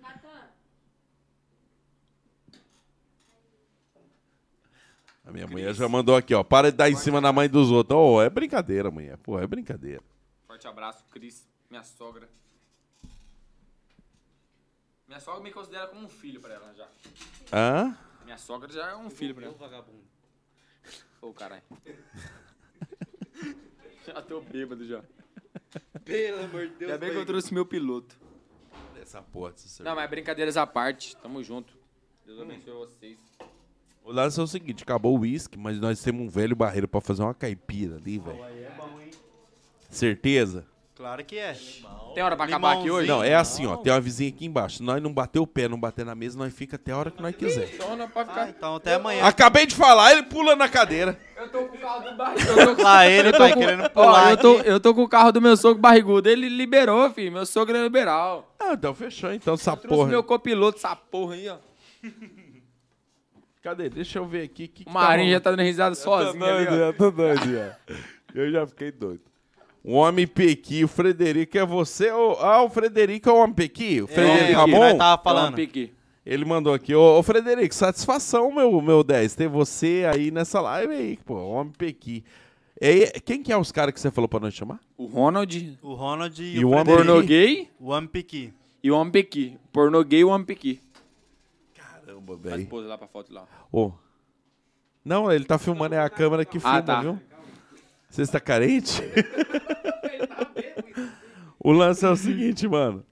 Natan. A minha mulher já mandou aqui, ó. Para de dar em cima da mãe dos outros. Ô, é brincadeira, mulher. Pô, é brincadeira. Forte abraço, Cris, minha sogra. Minha sogra me considera como um filho pra ela já. Hã? Minha sogra já é um filho pra Ô, ela. vagabundo. Ô, caralho. já tô bêbado já. Pelo amor de Deus. Ainda bem que eu velho. trouxe meu piloto. Essa porra, essa Não, mas brincadeiras à parte, tamo junto. Deus abençoe vocês. O lance é o seguinte, acabou o uísque, mas nós temos um velho barreiro pra fazer uma caipira ali, velho. Aí é bom, hein? Certeza? Claro que é. Tem hora pra acabar aqui hoje? Não, é assim, ó. Tem uma vizinha aqui embaixo. Nós não bater o pé, não bater na mesa, nós fica até a hora que nós quiser. Então não pode Ah, ficar. então até amanhã. Acabei de falar, ele pula na cadeira. Eu tô com o carro do barrigudo. Lá ele tá querendo pular. eu, tô, aqui. eu tô com o carro do meu sogro barrigudo. Ele liberou, filho. Meu sogro é liberal. Ah, então fechou então essa Trouxe porra. meu copiloto, essa porra aí, ó. Cadê? Deixa eu ver aqui. o Que que O Marinho já rolando. tá dando risada sozinho ali, ó. tô doido, já. Eu já fiquei doido. O homem Pequi, o Frederico é você? ou- Ah, o Frederico é o homem Pequi? O Frederico É, o que Ramon? nós tava Dá um falando. pique. Ele mandou aqui. Ô, ô, Frederico, satisfação, meu, meu 10, ter você aí nessa live aí, pô. Homem Pequi. E- quem que é os caras que você falou pra nós chamar? O Ronald, O Ronald e, E o o homem- Frederico. pornô gay O homem Piqui. e o homem pequi. Pornô gay e o homem pequi. Caramba, Faz velho. pose lá pra foto lá. Ô. Não, ele tá filmando, é a câmera que filma, tá. viu? Você está carente? o lance é o seguinte, mano.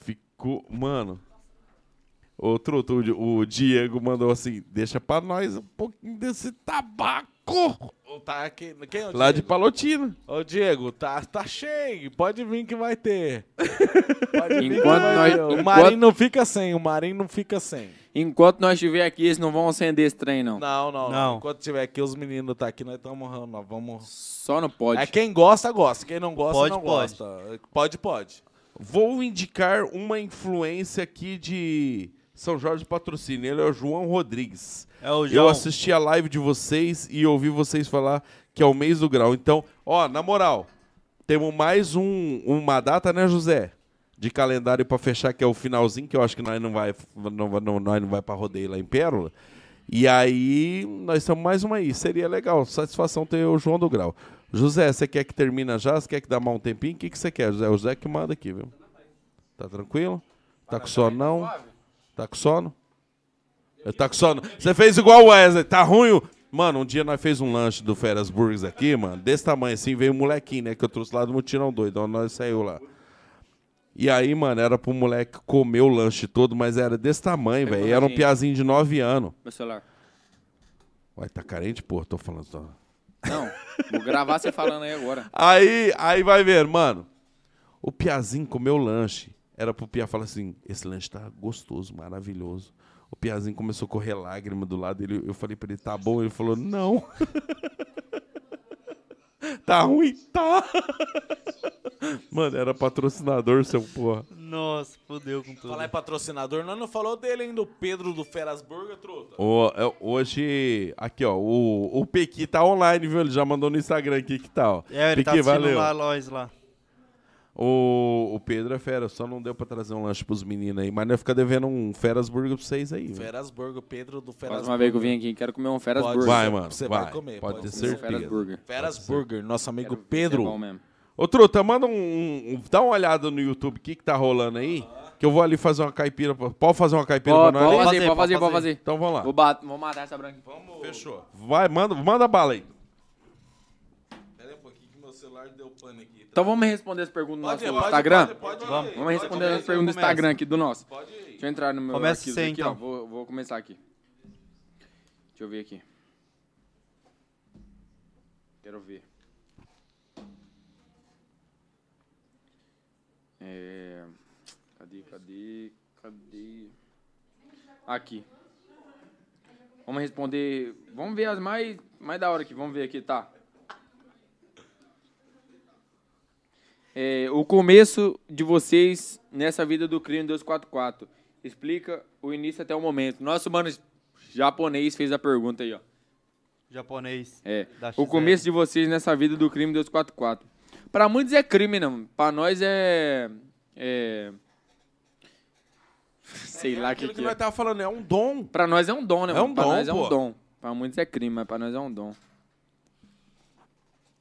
Ficou. Mano. Ô, Truto, o Di- o Diego mandou assim: deixa pra nós um pouquinho desse tabaco Tá aqui. Quem é o lá de Diego? Palotina. Ô, Diego, tá, tá cheio. Pode vir que vai ter. Pode vir que Enquanto vai nós- ter. O enquanto- Marinho não fica sem. O Marinho não fica sem. Enquanto nós estiver aqui, eles não vão acender esse trem, não. Não, não, não. Não. Enquanto tiver aqui, os meninos tá aqui, nós estamos. Nós vamos. Só não pode. É quem gosta, gosta. Quem não gosta, Pode, não pode. gosta. Pode, pode. Vou indicar uma influência aqui de São Jorge Patrocínio. Ele é o João Rodrigues. É o Eu João. assisti a live de vocês e ouvi vocês falar que é o mês do grau. Então, ó, na moral, temos mais um, uma data, né, José? de calendário pra fechar, que é o finalzinho, que eu acho que nós não vai, não, vai- não, nós não vai pra rodeio lá em Pérola. E aí, nós temos mais uma aí. Seria legal, satisfação ter o João do Grau. José, você quer que termina já? Você quer que dá mal um tempinho? O que, que você quer, José? O José que manda aqui, viu? Tá tranquilo? Tá com sono não? Tá com sono? Eu tá com sono. Você fez igual o Wesley, tá ruim? o- Mano, um dia nós fez um lanche do Feras Burgers aqui, mano, desse tamanho assim, veio um molequinho, né, que eu trouxe lá do Mutirão Doido, onde nós saiu lá. E aí, mano, era pro moleque comer o lanche todo, mas era desse tamanho, velho. e Era um lanche. piazinho de 9 anos. Meu celular. Ué, tá carente, pô, tô falando. Tô... Não, vou gravar você falando aí agora. Aí, aí vai ver, mano. O Piazinho comeu lanche. Era pro Pia falar assim: esse lanche tá gostoso, maravilhoso. O Piazinho começou a correr lágrima do lado dele. Eu falei pra ele: tá bom? Ele falou: não. tá ruim? Tá. mano, era patrocinador, seu porra. Nossa, fodeu com tudo. Falar em patrocinador, nós não falou dele ainda, o Pedro do Feras Burger, truta. Ô, é, hoje, aqui ó, o, o Pequi tá online, viu? Ele já mandou no Instagram aqui que tal. É, ele tá Pequi, assistindo lá, nós lá. O, o Pedro é fera, só não deu pra trazer um lanche pros meninos aí, mas nós fica devendo um Feras Burger pra vocês aí. velho. Feras Burger, Pedro do Feras Próxima vez que eu vim aqui, quero comer um Feras Pode. Burger. Vai, mano, Você vai. vai comer, Pode pode ter comer. Comer um Feras certeza. Burger. Feras Burger, nosso amigo É bom Pedro. mesmo. Ô, Truta, manda um, um- Dá uma olhada no YouTube, o que que tá rolando aí, que eu vou ali fazer uma caipira. pra- Pode fazer uma caipira Pode, pra nós pode ali? fazer, pode fazer, pode fazer. Então vamos lá. Vou, bat- vou matar essa branca. Fechou. Vai, manda, manda bala aí. Então vamos responder as perguntas do nosso Pode ir, pode ir, Instagram? pode ir, pode ir. vamos. Vamos responder as perguntas do começa. Instagram aqui do nosso. Pode ir. Deixa eu entrar no meu Começa arquivo você, aqui, então. ó. Vou, vou começar aqui. Deixa eu ver aqui. Quero ver. É... Cadê, cadê, cadê? Aqui. Vamos responder. Vamos ver as mais, mais da hora aqui. Vamos ver aqui, tá? É, o começo de vocês nessa vida do crime 244. Explica o início até o momento. Nosso mano japonês fez a pergunta aí, ó. Japonês. É. Da O XR. começo de vocês nessa vida do crime 244. Pra muitos é crime, não. Pra nós é. É. Sei lá o que, Aquilo que que é. nós tava falando é um dom. Pra nós é um dom, né? É mano? um pra dom, nós é pô. um dom. Pra muitos é crime, mas pra nós é um dom.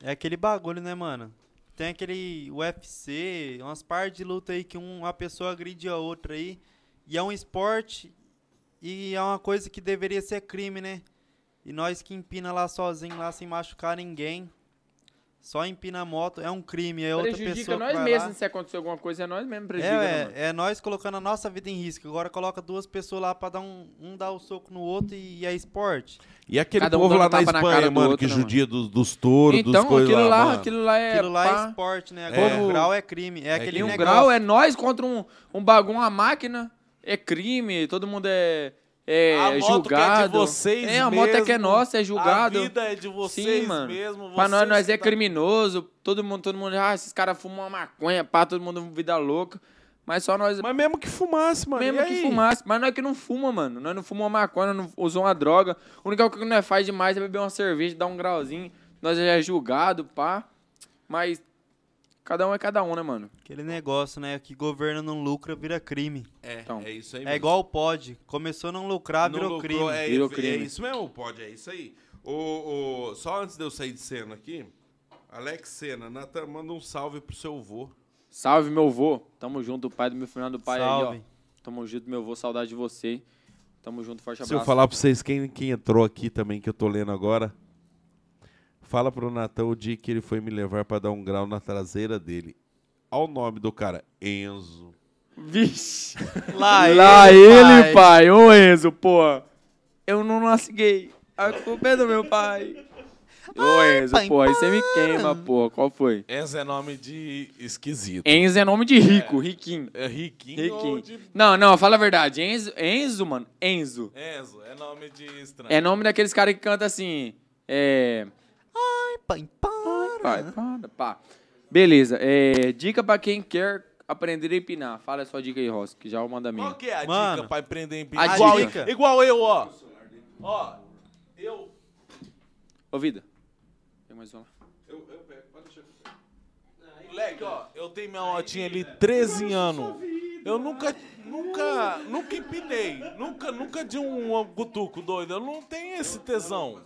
É aquele bagulho, né, mano? Tem aquele UFC, umas partes de luta aí que um, uma pessoa agride a outra aí. E é um esporte e é uma coisa que deveria ser crime, né? E nós que empina lá sozinho, lá sem machucar ninguém. Só empina a moto, é um crime, é outra prejudica pessoa que nós vai mesmos. lá. Se acontecer alguma coisa, é nós mesmos prejudica. né, É, mano? é, é nós colocando a nossa vida em risco. Agora coloca duas pessoas lá pra dar um, um dar o soco no outro e, e é esporte. E aquele Cada um povo dando lá na tapa na Espanha, cara do mano, outro, que né, mano? judia dos, dos touros, dos Então, coisas aquilo lá, lá, mano. aquilo lá é. Aquilo lá pá. é esporte, né? Agora É. um grau é crime. É, aquele E um negócio. grau é nós contra um, um bagulho, uma máquina. É crime, todo mundo é, é A moto que é de julgado. vocês é, a moto é que é mesmo. nossa, é A julgado. vida é de vocês Sim, mano. mesmo. Pra nós, vocês nós que é tá- criminoso. Todo mundo, todo mundo, ah, esses caras fumam uma maconha, pá, todo mundo vida louca. Mas só nós, Mas mesmo que fumasse, mano. mesmo e que aí? fumasse. Mas nós que não fuma, mano. Nós não fumamos maconha, nós não usamos uma droga. O único que nós faz demais é beber uma cerveja, dar um grauzinho. Nós já é julgado, pá. Mas cada um é cada um, né, mano? Aquele negócio, né? Que governo não lucra, vira crime. É, Então. é isso aí É mesmo. igual o pod. Começou a não lucrar, Não virou lucrou, crime. É, Virou é crime. isso mesmo, pode, é isso aí. O, o- só antes de eu sair de cena aqui, Alex Senna, Natan, manda um salve pro seu avô. Salve, meu vô. Tamo junto, pai do meu final do pai aí, Salve. ó. Tamo junto, meu vô. Saudade de você. Tamo junto, forte abraço. Se eu falar pra vocês quem, quem entrou aqui também, que eu tô lendo agora, fala pro Natan o dia que ele foi me levar pra dar um grau na traseira dele. Olha o nome do cara, Enzo. Vixe. Lá, Lá ele, pai. Ô, Enzo, pô. Eu não nasci gay. A culpa é do meu pai. Ô, Enzo, pai, pô. Aí você me queima, pô. Qual foi? Enzo é nome de esquisito. Enzo é nome de rico, riquinho. É riquinho, ou Riquinho. de... Não, não, fala a verdade. Enzo, Enzo mano. Enzo. Enzo, é nome de estranho. É nome daqueles caras que canta assim. É. Pai, para. Vai, para, pá. Beleza, é, dica pra quem quer aprender a empinar. Fala a sua dica aí, Ross, que já eu mando a minha. Qual que é a dica Mano, pra empreender em a igual, dica- igual eu, ó. Ó, eu... Ô, vida. Tem mais uma. Tipo Eu, pego, pode deixar. Aí Moleque, ó, eu tenho minha motinha ali 13 anos. Eu nunca, nunca, nunca empinei. Nunca, nunca de um gutuco doido. Eu não tenho esse tesão.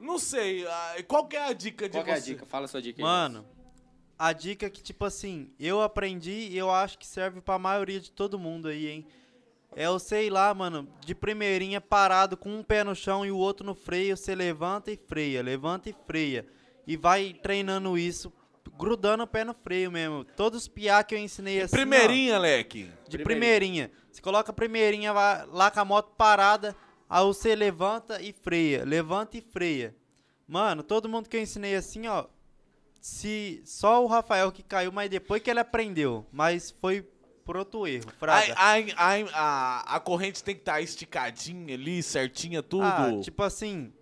Não sei. ah, Qual que é a dica de Qual que você? é a dica? Fala a sua dica aí. Mano, a dica é que, tipo assim, eu aprendi e eu acho que serve pra maioria de todo mundo aí, hein? É o, sei lá, mano, de primeirinha parado com um pé no chão e o outro no freio, você levanta e freia, levanta e freia. E vai treinando isso, grudando o pé no freio mesmo. Todos os piá que eu ensinei assim. ó, Primeirinha, leque. de primeirinha. Você coloca a primeirinha lá, lá com a moto parada, aí você levanta e freia, levanta e freia. Mano, todo mundo que eu ensinei assim, ó, se só o Rafael que caiu, mas depois que ele aprendeu, mas foi por outro erro, fraga. A, a, a, a, a corrente tem que estar esticadinha ali, certinha, tudo. Ah, tipo assim,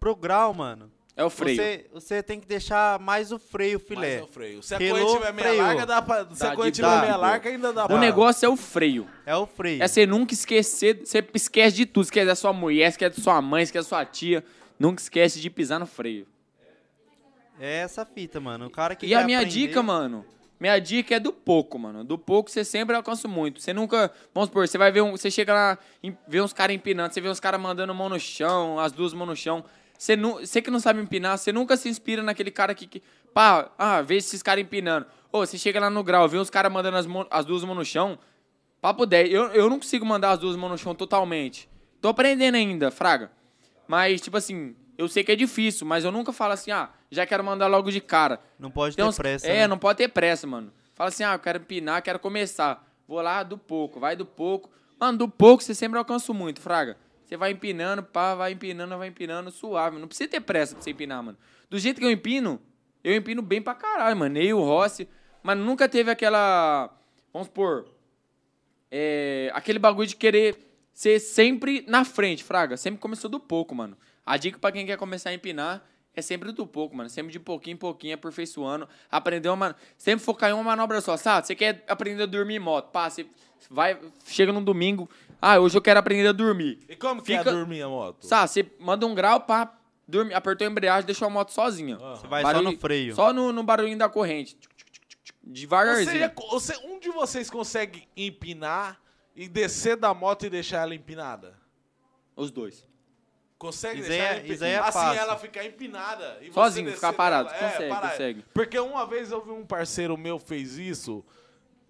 pro grau, mano. É o freio. Você, você tem que deixar mais o freio filé. Mas é o freio. Se a Relou, corrente tiver meia freou. larga, dá pra. Se a Dá corrente de tiver dar, meia pô. larga, ainda dá pra. O negócio é o freio. É o freio. É você nunca esquecer, você esquece de tudo. Esquece da sua mulher, esquece da sua mãe, esquece da sua tia. Nunca esquece de pisar no freio. É essa fita, mano. O cara que e a quer minha aprender- dica, mano, minha dica é do pouco, mano. Do pouco você sempre alcança muito. Você nunca, vamos supor, você vai ver um, você chega lá, em- vê uns caras empinando, você vê uns caras mandando mão no chão, as duas mãos no chão. Você, nu, você que não sabe empinar, você nunca se inspira naquele cara que, que pá, ah, vê esses caras empinando. Ô, você chega lá no grau, vê uns caras mandando as, mão- as duas mãos no chão, papo 10. Eu, eu não consigo mandar as duas mãos no chão totalmente. Tô aprendendo ainda, fraga. Mas, tipo assim, eu sei que é difícil, mas eu nunca falo assim, ah, já quero mandar logo de cara. Não pode Tem ter uns- pressa. É, né? não pode ter pressa, mano. Fala assim, ah, eu quero empinar, quero começar. Vou lá do pouco, vai do pouco. Mano, do pouco você sempre alcança muito, fraga. Você vai empinando, pá, vai empinando, vai empinando, suave. Não precisa ter pressa pra você empinar, mano. Do jeito que eu empino, eu empino bem pra caralho, mano. Eu, o Rossi. Mas nunca teve aquela. Vamos supor, é, aquele bagulho de querer ser sempre na frente, Fraga. Sempre começou do pouco, mano. A dica pra quem quer começar a empinar é sempre do pouco, mano. Sempre de pouquinho em pouquinho, aperfeiçoando. Aprender uma. man- Sempre focar em uma manobra só, sabe? Você quer aprender a dormir em moto. Pá, você vai. Chega num domingo. Ah, hoje eu quero aprender a dormir. E como que Fica- é dormir a moto? Sabe? Você manda um grau, pá. Dorme, apertou a embreagem, deixou a moto sozinha. Você vai só Barulho- no freio. Só no, no barulhinho da corrente. Tchuc, tchuc, tchuc, tchuc, tchuc. Ou Devagarzinho. seja, co- você- um de vocês consegue empinar e descer da moto e deixar ela empinada? Os dois. Consegue Isso deixar aí é- ela empinada? isso aí é assim fácil. ela ficar empinada. E você Sozinho, descer ficar parado. dela. É, Consegue, parado. consegue. Porque uma vez eu vi um parceiro meu fez isso.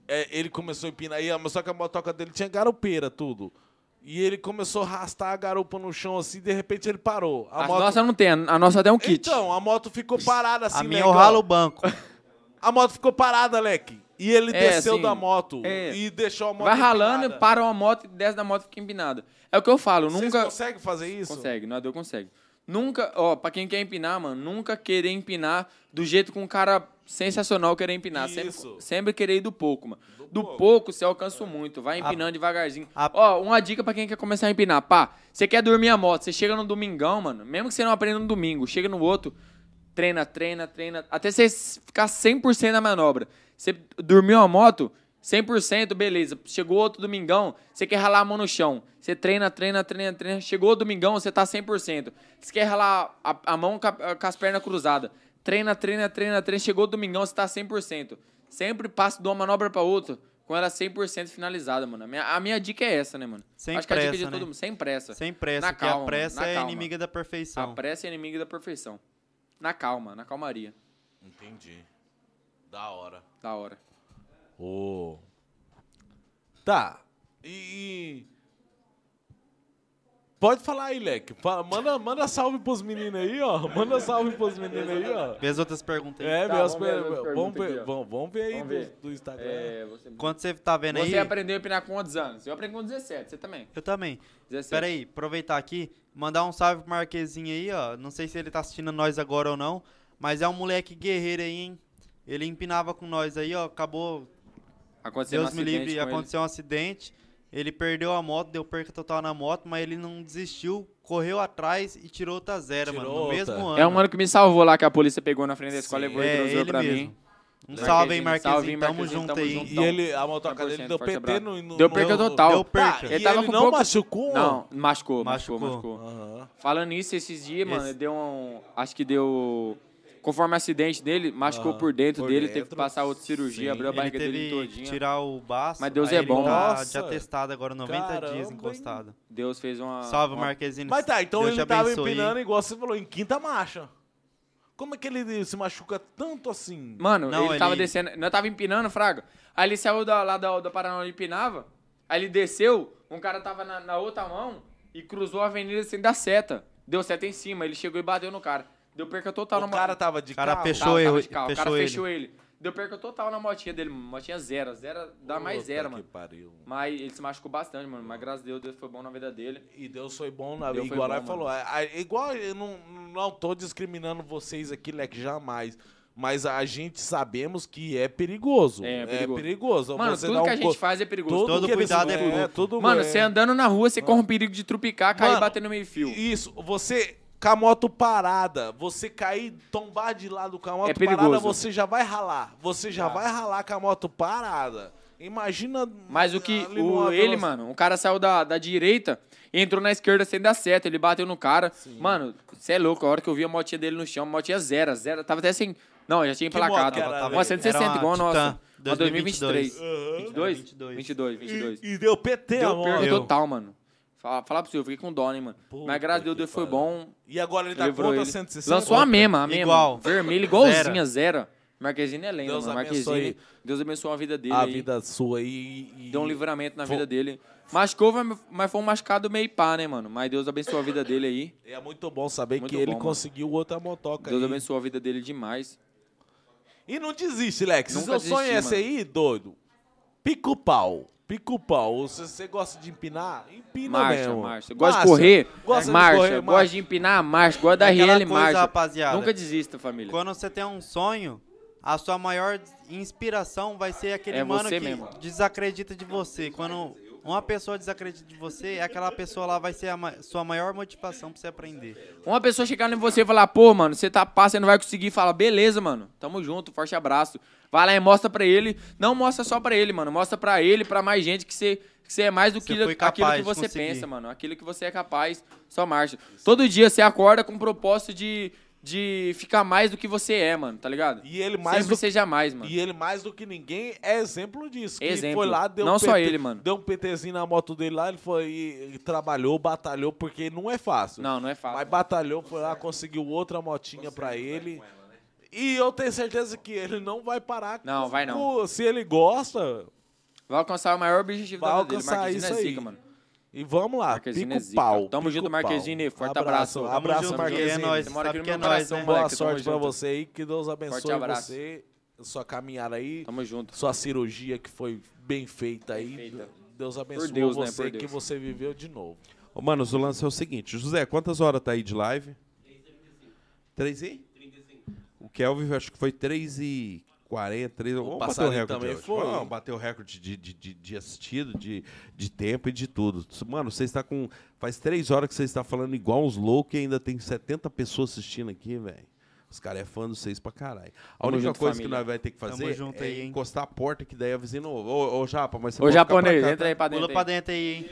é, ele começou a empinar, e a- mas só que a motoca dele tinha garupeira, tudo. E ele começou a arrastar a garupa no chão assim, e de repente ele parou. A A moto- nossa não tem, a nossa até é um kit. Então, a moto ficou parada assim, a minha né, legal. eu ralo o banco. A moto ficou parada, Leque. E ele É, desceu assim, da moto é. e deixou a moto Vai ralando, empinada. para uma moto, desce da moto e fica empinada. É o que eu falo, Vocês nunca. conseguem fazer isso? Consegue, nós dois consegue. Nunca, ó, pra quem quer empinar, mano, nunca querer empinar do jeito que um cara sensacional querer empinar. Isso. Sempre, sempre querer ir do pouco, mano. Do, pouco. você alcança muito, vai empinando devagarzinho. a- Ó, uma dica pra quem quer começar a empinar, pá. Você quer dormir a moto, você chega no domingão, mano, mesmo que você não aprenda no domingo, chega no outro, treina, treina, treina, até você s- ficar 100% na manobra. Você dormiu a moto, 100%, beleza. Chegou outro domingão, você quer ralar a mão no chão. Você treina, treina, treina, treina. Chegou o domingão, você tá 100%. Você quer ralar a, a mão com, a- com as pernas cruzadas. Treina, treina, treina, treina. Chegou o domingão, você tá 100%. Sempre passa de uma manobra pra outra com ela 100% finalizada, mano. A minha, a minha dica é essa, né, mano? Sem Acho que a dica pressa, de todo né? mundo, sem pressa. Sem pressa, Na porque calma, a pressa na é calma. inimiga da A perfeição. pressa é inimiga da perfeição. Na calma, na calmaria. Entendi. Da hora. Da hora. Ô. Tá. E. e- Pode falar aí, Leque. Fa- Manda, manda salve pros meninos aí, ó. Manda salve pros meninos aí, ó. Vê as outras perguntas aí. É, Tá, meus vamos ver as per- perguntas vamos, ver, aqui, ó. vamos, vamos ver aí do- Vamos ver. Do, Instagram. É, você Quando você tá vendo aí. Você aprendeu a empinar com quantos anos? Eu aprendi com 17, você também. Eu também. 17. Pera aí, aproveitar aqui, mandar um salve pro Marquezinho aí, ó. Não sei se ele tá assistindo nós agora ou não, mas é um moleque guerreiro aí, hein? Ele empinava com nós aí, ó. Acabou, Aconteceu Deus um me acidente livre, com ele. aconteceu um acidente. Ele perdeu a moto, deu perca total na moto, mas ele não desistiu, correu atrás e tirou outra zero, Tirou mano. No outra. mesmo ano. É um mano que me salvou lá, que a polícia pegou na frente da escola Sim. e levou É, e transou ele pra mesmo. mim. Um salve aí, Marquezinho, Marquezinho. salve aí, tamo Marquezinho, junto tamo aí. junto. E Então, ele, a motoca dele 100% deu forte PT abraço. no, no. Deu perca no- total. deu perca. Tá, Ele e ele, tava com não pouco- machucou? Não, machucou, machucou, Machucou. machucou. Aham. Falando isso, esses dias, mano, Esse- deu um. Acho que deu. conforme o acidente dele, machucou por dentro por dele, teve dentro. que passar outra cirurgia, abriu a Ele barriga teve dele que todinha. tirar o baço. Mas Deus aí é ele bom. Tá de Nossa. atestado agora, 90 dias Caramba, hein? encostado. Deus fez uma. Salve, uma- Marquezine. Mas tá, então Deus te ele tava abençoe, hein? empinando, igual você falou, em quinta marcha. Como é que ele se machuca tanto assim? Mano, Não, ele, ele- tava descendo. Nós tava empinando, Fraga. Aí ele saiu da, lá da, da Paraná onde empinava. Aí ele desceu, um cara tava na, na outra mão e cruzou a avenida sem dar seta. Deu seta em cima, ele chegou e bateu no cara. Deu perca total na o cara tava de O cara carro. fechou Tava, tava ele. de carro, o Fechou cara ele. fechou ele. Deu perca total na motinha dele, mano. Motinha zero, zero, dá mais Puta zero, que mano. pariu. Mas ele se machucou bastante, mano. Mas graças a Deus, Deus foi bom na vida dele. E Deus foi bom na Deus foi Igual bom, ela mano. falou. a- a- igual eu não, não tô discriminando vocês aqui, Leque, jamais. Mas a gente sabemos que é perigoso. É, é É perigoso. perigoso. Mano, Você tudo dá que a um gente co- faz é perigoso. Tudo Todo que eles- cuidado é é perigoso. tudo Mano, é- você andando na rua, você corre um perigo de trupicar, cair e Mano, bater no meio-fio. Isso, você com a moto parada, você cair, tombar de lado com a moto É parada, perigoso. Ah. você já vai ralar. Você já vai ralar com a moto parada. Imagina. Mas o que. ali O, numa ele, velocidade- mano, o cara saiu da, da direita e entrou na esquerda sem dar seta. Ele bateu no cara. Mano, você é louco. A hora que eu vi a motinha dele no chão, a motinha zero, zero. Tava até sem. Não, já tinha Que moto emplacado. que era, Tava velho? uma 160, Era uma igual a nossa. Titan, Uma 2023. 2022. 22? 22. 22, 22. E é, deu PT, Deu amor. perda Deu. total, mano. Fala, fala pra você, eu fiquei com dó, né, mano. Mas graças a Deus, Deus foi bom. E agora ele tá Livrou contra ele. 160. Lançou a mesma, a mesma. Igual. Vermelha, igualzinha, zero. Marquezine é lenda, Deus mano. abençoe. Marquezine. Deus abençoe a vida dele. a aí. vida sua e, e- Deu um livramento na Foi- vida dele. Machucou, mas- mas foi um machucado meio pá, né, mano? Mas Deus abençoou a vida dele aí. É muito bom saber Muito que ele bom, mano. conseguiu outra motoca. Deus aí. abençoou a vida dele demais. E não desiste, Lex. Se Nunca seu sonho é esse desisti, aí, doido, pica o pau. Pica o pau. Se você gosta de empinar, empina Marcha, mesmo. marcha. Gosta de correr? Gosta de marcha. correr, Gosta marcha. de empinar? Marcha. Gosta da Aquela RL? coisa, Marcha. rapaziada. Nunca desista, família. Quando você tem um sonho, a sua maior inspiração vai ser aquele É mano você que mesmo. desacredita de você. Quando uma pessoa desacredita de você, é aquela pessoa lá vai ser a ma- sua maior motivação pra você aprender. Uma pessoa chegar em você e falar, pô, mano, você tá pá, você não vai conseguir. Fala, beleza, mano. Tamo junto, forte abraço. Vai lá e mostra pra ele. Não mostra só pra ele, mano. Mostra pra ele, pra mais gente que você, que você é mais do que Você foi capaz aquilo que de você conseguir. pensa, mano. Aquilo que você é capaz, só marcha. Todo dia você acorda com o propósito de, de ficar mais do que você é, mano, tá ligado? E ele mais Sempre do seja mais, mano. E ele, mais do que ninguém, é exemplo disso. Que Exemplo. foi lá, deu Não um só ele, mano. Deu um PTzinho na moto dele lá, ele foi e, e trabalhou, batalhou, porque não é fácil. Não, não é fácil. Mas batalhou, foi lá, conseguiu outra motinha pra ele. E eu tenho certeza que ele não vai parar. Não, vai não. Pô, Se ele gosta, Vai alcançar o maior objetivo Vai da vida dele. alcançar Marquezine é isso aí. zica, mano. e vamos lá, Marquezine pica é o zica. pau. Tamo pica junto, o Marquezine. pau. Forte abraço. Abraço, abraço junto, Marquezine. É nóis. Você mora Sabe aqui que no é meu nóis, coração, né? Boa um moleque. Tamo sorte pra junto. você aí, que Deus abençoe abraço. você, sua caminhada aí. Tamo junto. sua cirurgia que foi bem feita aí. Bem feita. Deus abençoe Deus, né? você Por que Deus. você viveu de novo. Ô, Mano, o lance é o seguinte. José, quantas horas tá aí de live? 3 e? 35. O Kelvin, eu acho que foi 3 e 40, 3 Vamos bater passarinho também hoje. foi. Vamos bater o recorde de, de, de, de assistido, de, de tempo e de tudo. Mano, você está com... Faz 3 horas que você está falando igual uns loucos e ainda tem 70 pessoas assistindo aqui, velho. Os caras é fã de vocês pra caralho. A Tamo única junto, coisa que família. nós vai ter que fazer junto é aí, hein? encostar a porta que daí a vizinha não ouve. Ô, ô, Japa, mas você Ô, pode ficar pra japonês, cá, tá? entra aí pra dentro. Pula aí. pra dentro aí, hein?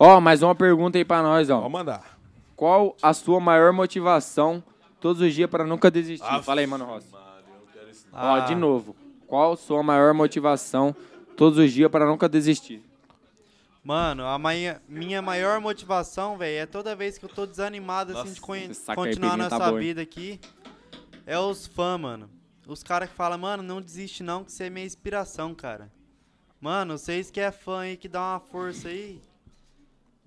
Ó, mais uma pergunta aí pra nós, ó. Pode mandar. Qual a sua maior motivação todos os dias pra nunca desistir? Fala aí, mano Rossi. Ó, Ah. de novo. Qual sua maior motivação todos os dias pra nunca desistir? Mano, a mai- minha maior motivação, velho, é toda vez que eu tô desanimado, assim, de conhe- essa continuar caipirinha tá nessa boa, hein? vida aqui, é os fãs, mano. Os caras que falam, mano, não desiste não, que você é minha inspiração, cara. Mano, vocês que é fã aí, que dá uma força aí.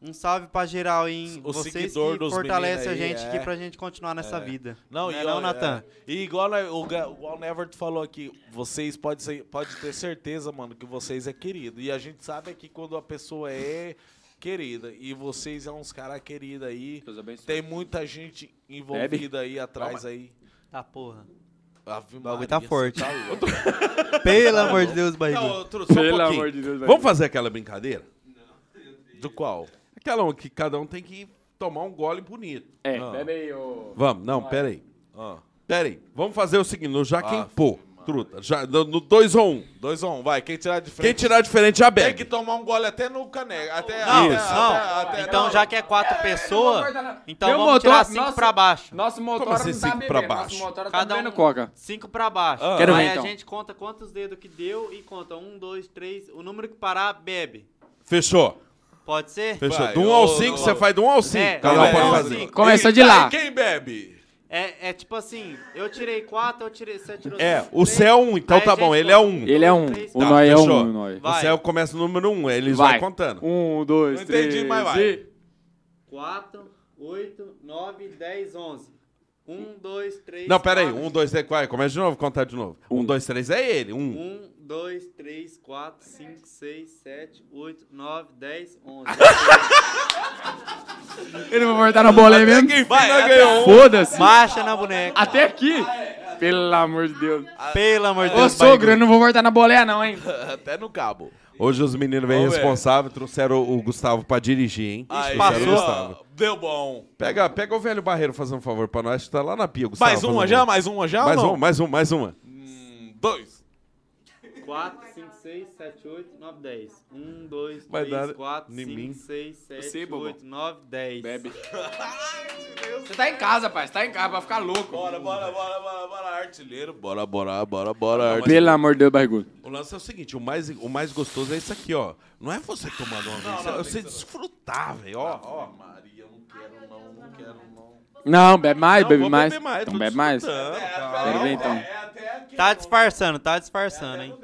Um salve pra geral, hein? O vocês seguidor que dos fortalecem a menino aí, gente é. aqui pra gente continuar nessa vida. Não, é e não, olha, Natan? é, e igual né, o, Ga- o Al Nevert falou aqui, vocês podem ser, pode ter certeza, mano, que vocês é querido. E a gente sabe aqui quando a pessoa é querida. E vocês é uns caras queridos aí. Deus abençoe. Tem muita gente envolvida aí atrás aí. Tá porra. Ave O bagulho tá Ah, Maria, forte. você louco. Pelo amor de Deus, barrigudo. um Pelo amor de Deus, velho. Vamos fazer aquela brincadeira? Do qual? Aquela que cada um tem que tomar um gole bonito. É, bebe aí, ô. Ah. Vamos, não, peraí. Peraí, vamos fazer o seguinte, no Já Quem Pô. Truta. Já, no 2 ou 1. Um. 2 a 1 vai. Quem tirar de Quem frente tirar diferente é já tem bebe. que tomar um gole até no caneco. Até, Não, até- Isso. não. até- até- então, não. já que é quatro pessoas, então Meu vamos motor- tirar cinco nossa- pra baixo. Nosso motor assim não tá cinco bebendo, pra nosso baixo? motor tá Cada um- bebendo coca. Cinco pra baixo. Quero Aí ver, então. a gente conta quantos dedos que deu e conta um, dois, três. O número que parar, bebe. Fechou. Pode ser? Fechou. Vai, do 1 um ao ô, 5, ô, você faz do 1 um ao 5. É, Cada um é, pode um ao assim. fazer. cinco. Então, assim, Começa E de aí, lá. Quem bebe? É, é tipo assim, eu tirei quatro, eu tirei... Você tirou É, cinco, o três. céu é 1, um, então Aí tá a gente bom. Ele é conta. 1. Um. Ele é um. Três, O tá, Noi é fechou. um. o Noi. O Vai. céu começa no número 1, um, eles vão Vai. contando. Um, dois, Não três. entendi, mas vai. e- 4, 8, 9, 10, 11. 1, 2, 3, Não, um, pera aí. 1, 2, 3, 4. Começa de novo, contar de novo. 1, 2, 3 é ele. 1. Um. 1, 2, 3, 4, 5, 6, 7, 8, 9, 10, 11. Ele vai voltar na bola aí mesmo? Vai, ganhou um. Foda-se. Baixa na boneca. Até aqui. Pelo amor de Deus. Pelo amor de Ô, Deus. sogro, eu não vou voltar na boleia, não, hein? Até no cabo. Hoje os meninos vêm Ô, velho. responsáveis, trouxeram o o Gustavo pra dirigir, hein? Aí, Trouxeram o ó, Gustavo. Deu bom. Pega, pega o velho Barreiro fazendo um favor pra nós, que tá lá na pia, Gustavo. Mais uma fazendo- já? Mais uma já? Mais ou uma, não? mais uma, mais uma. Hum, dois. 4, 5, 6, 7, 8, 9, 10. 1, 2, Vai 3, dar 4, em mim. é 5, 6, Você, 7, Bobo. 8, 9, 10. Bebe. Você tá em casa, pai. Você tá em casa pra ficar louco. Bora, bora, bora, bora, bora, artilheiro. Bora, bora, bora, bora, Pelo amor de Deus, barrigudo. O lance é o seguinte, o mais, o mais gostoso é isso aqui, ó. Não é você tomar de uma vez, é você desfrutar, velho, ó, ó. Maria, não quero não, não quero não. Não, bebe mais, Não, bebe vou mais. beber mais, Então tô bebe mais. desfrutando, é. cara. Quero ver então. Tá disfarçando, tá disfarçando, hein?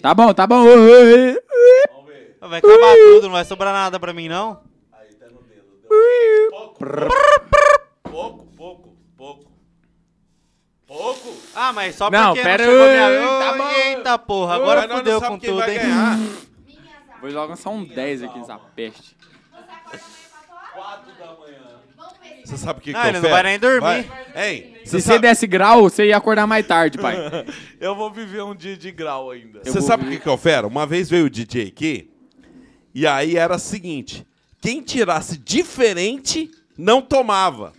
Tá bom, tá bom. Ô, ô, ô. Vai acabar tudo, não vai sobrar nada pra mim, não? Pouco, pouco, pouco. Pouco? Ah, mas só Não, porque pera não chegou aí, minha... tá Ô, bom. Eita porra, agora Mas nós fudeu sabe com quem tudo, vai hein? ganhar. Vou jogar só um 10 aqui nessa peste. Você sabe o que, Não, que eu ele não vai nem dormir. Vai. Hein, Se você você sabe, desse grau, você ia acordar mais tarde, pai. Eu vou viver um dia de grau ainda. você sabe o que que eu fero? Uma vez veio o DJ aqui, e aí era o seguinte, quem tirasse diferente não tomava.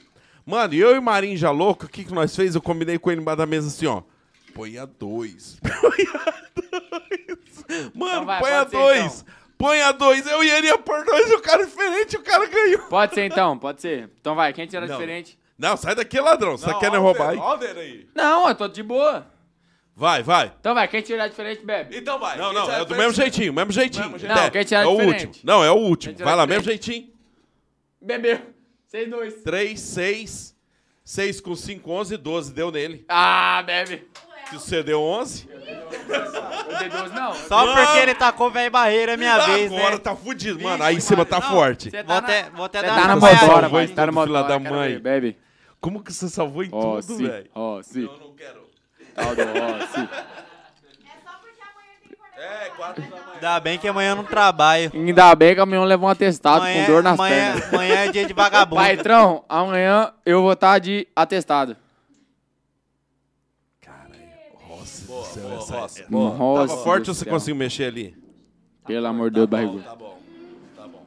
Mano, e eu e o Marinho já louco, o que, que nós fez? Eu combinei com ele embaixo da mesa assim, ó. Põe a dois. Põe a dois. Mano, Então vai, põe a pode ser, dois. Põe a dois. Eu e ele ia por dois, o cara diferente, o cara ganhou. Pode ser então, pode ser. Então vai, quem tira Não. diferente? Não, sai daqui, ladrão. Você tá querendo roubar aí? aí. Não, eu tô de boa. Vai, vai. Então vai, quem tirar diferente bebe. Então vai. Não, quem não, tirar é do diferente- mesmo jeitinho, mesmo jeitinho. Mesmo jeitinho. Não, quem tirar é o diferente. último. Não, é o último. Quem tirar Vai lá, mesmo diferente. jeitinho. Bebeu. Vocês dois. 3, 6, 6 com 5, 11, 12. Deu nele. Ah, bebe. Se você deu 11, Eu dei 12 não. Tá Só porque ele tacou velho barreira é minha vez, agora né? tá fudido. Mano, aí em cima tá forte. Você Vou tá até, na... vou até Você dar tá na uma olhada. motora, salvou em vai. Tá na tudo, motora. filha da quero mãe. ver, Bebe. Como que você salvou em Ó, tudo, sim. velho? Ó, sim. Eu não quero. Aldo, ó, sim. É, quatro da manhã. Ainda bem que amanhã eu não trabalho. Ainda bem que amanhã eu levo um atestado Amanhã, com dor nas amanhã, pernas. amanhã é dia de vagabundo. Paitrão, amanhã eu vou estar de atestado. Nossa, Nossa, é Tava forte ou Deus você do céu. conseguiu mexer ali? Pelo amor de Deus, barrigudo. tá bom, tá bom.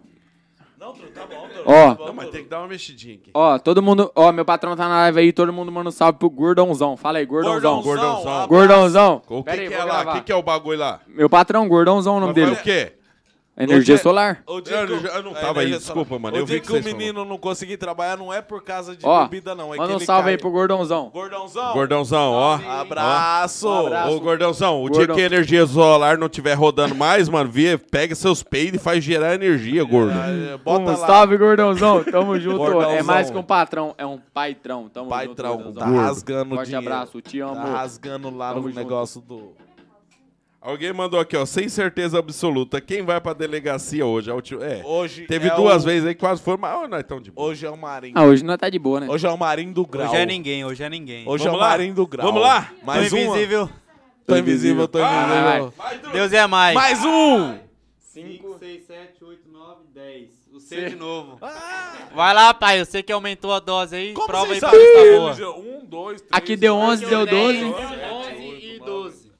Não, Tru, tá bom, Tru. Ó. tá bom, Não, mas Tru. tem que dar uma mexidinha aqui. Ó, todo mundo. Ó, meu patrão tá na live aí, todo mundo manda um salve pro Gordãozão. Fala aí, Gordãozão. Gordãozão. abraço. Gordãozão. O que, Pera aí, que vou é lá? O gravar. que, que é o bagulho lá? Meu patrão, Gordãozão, é o nome Mas dele. faz o quê? Energia Hoje é- solar. O Eu, eu, eu não tava aí, energia desculpa, solar. mano. O Eu dia vi que, que o vocês falaram. menino não conseguir trabalhar não é por causa de Ó, bebida, não. É que manda um ele salve cai. aí pro Gordãozão. é Gordãozão. um Gordãozão, ó. Um Abraço. Ó. Ô, Gordãozão, o dia Gordão. que a energia solar não tiver rodando mais, mano, via, pega seus peitos e faz gerar energia, gordo. É, Bota Um lá. salve, Gordãozão. Tamo junto. Gordãozão. É mais que um patrão, é um patrão. Tamo Paitrão, junto. tá Gordãozão. rasgando Forte dinheiro. abraço, te amo. Tá rasgando lá Tamo no junto. negócio do... Alguém mandou aqui, ó, sem certeza absoluta. Quem vai pra delegacia hoje? É, o tio- é, Hoje teve é duas o- vezes aí, quase foi, mas ó, nós estamos de boa. Hoje é o Marinho. Ah, hoje não tá de boa, né? Hoje é o Marinho do Grau. Hoje é ninguém, hoje é ninguém. Hoje é Vamos o lá? Marinho do Grau. Vamos lá? Mais tô um. invisível. Tô invisível, Ah, Ah, tô Vai, invisível. Deus é mais. Mais um! 5, 6, 7, 8, 9, 10. O seu de novo. Ah! Vai lá, pai. Você que aumentou a dose aí. Como prova vocês aí pra sabem ver se tá que boa. ele- Um, dois, três... Aqui deu 11, deu 12. 11 e 12.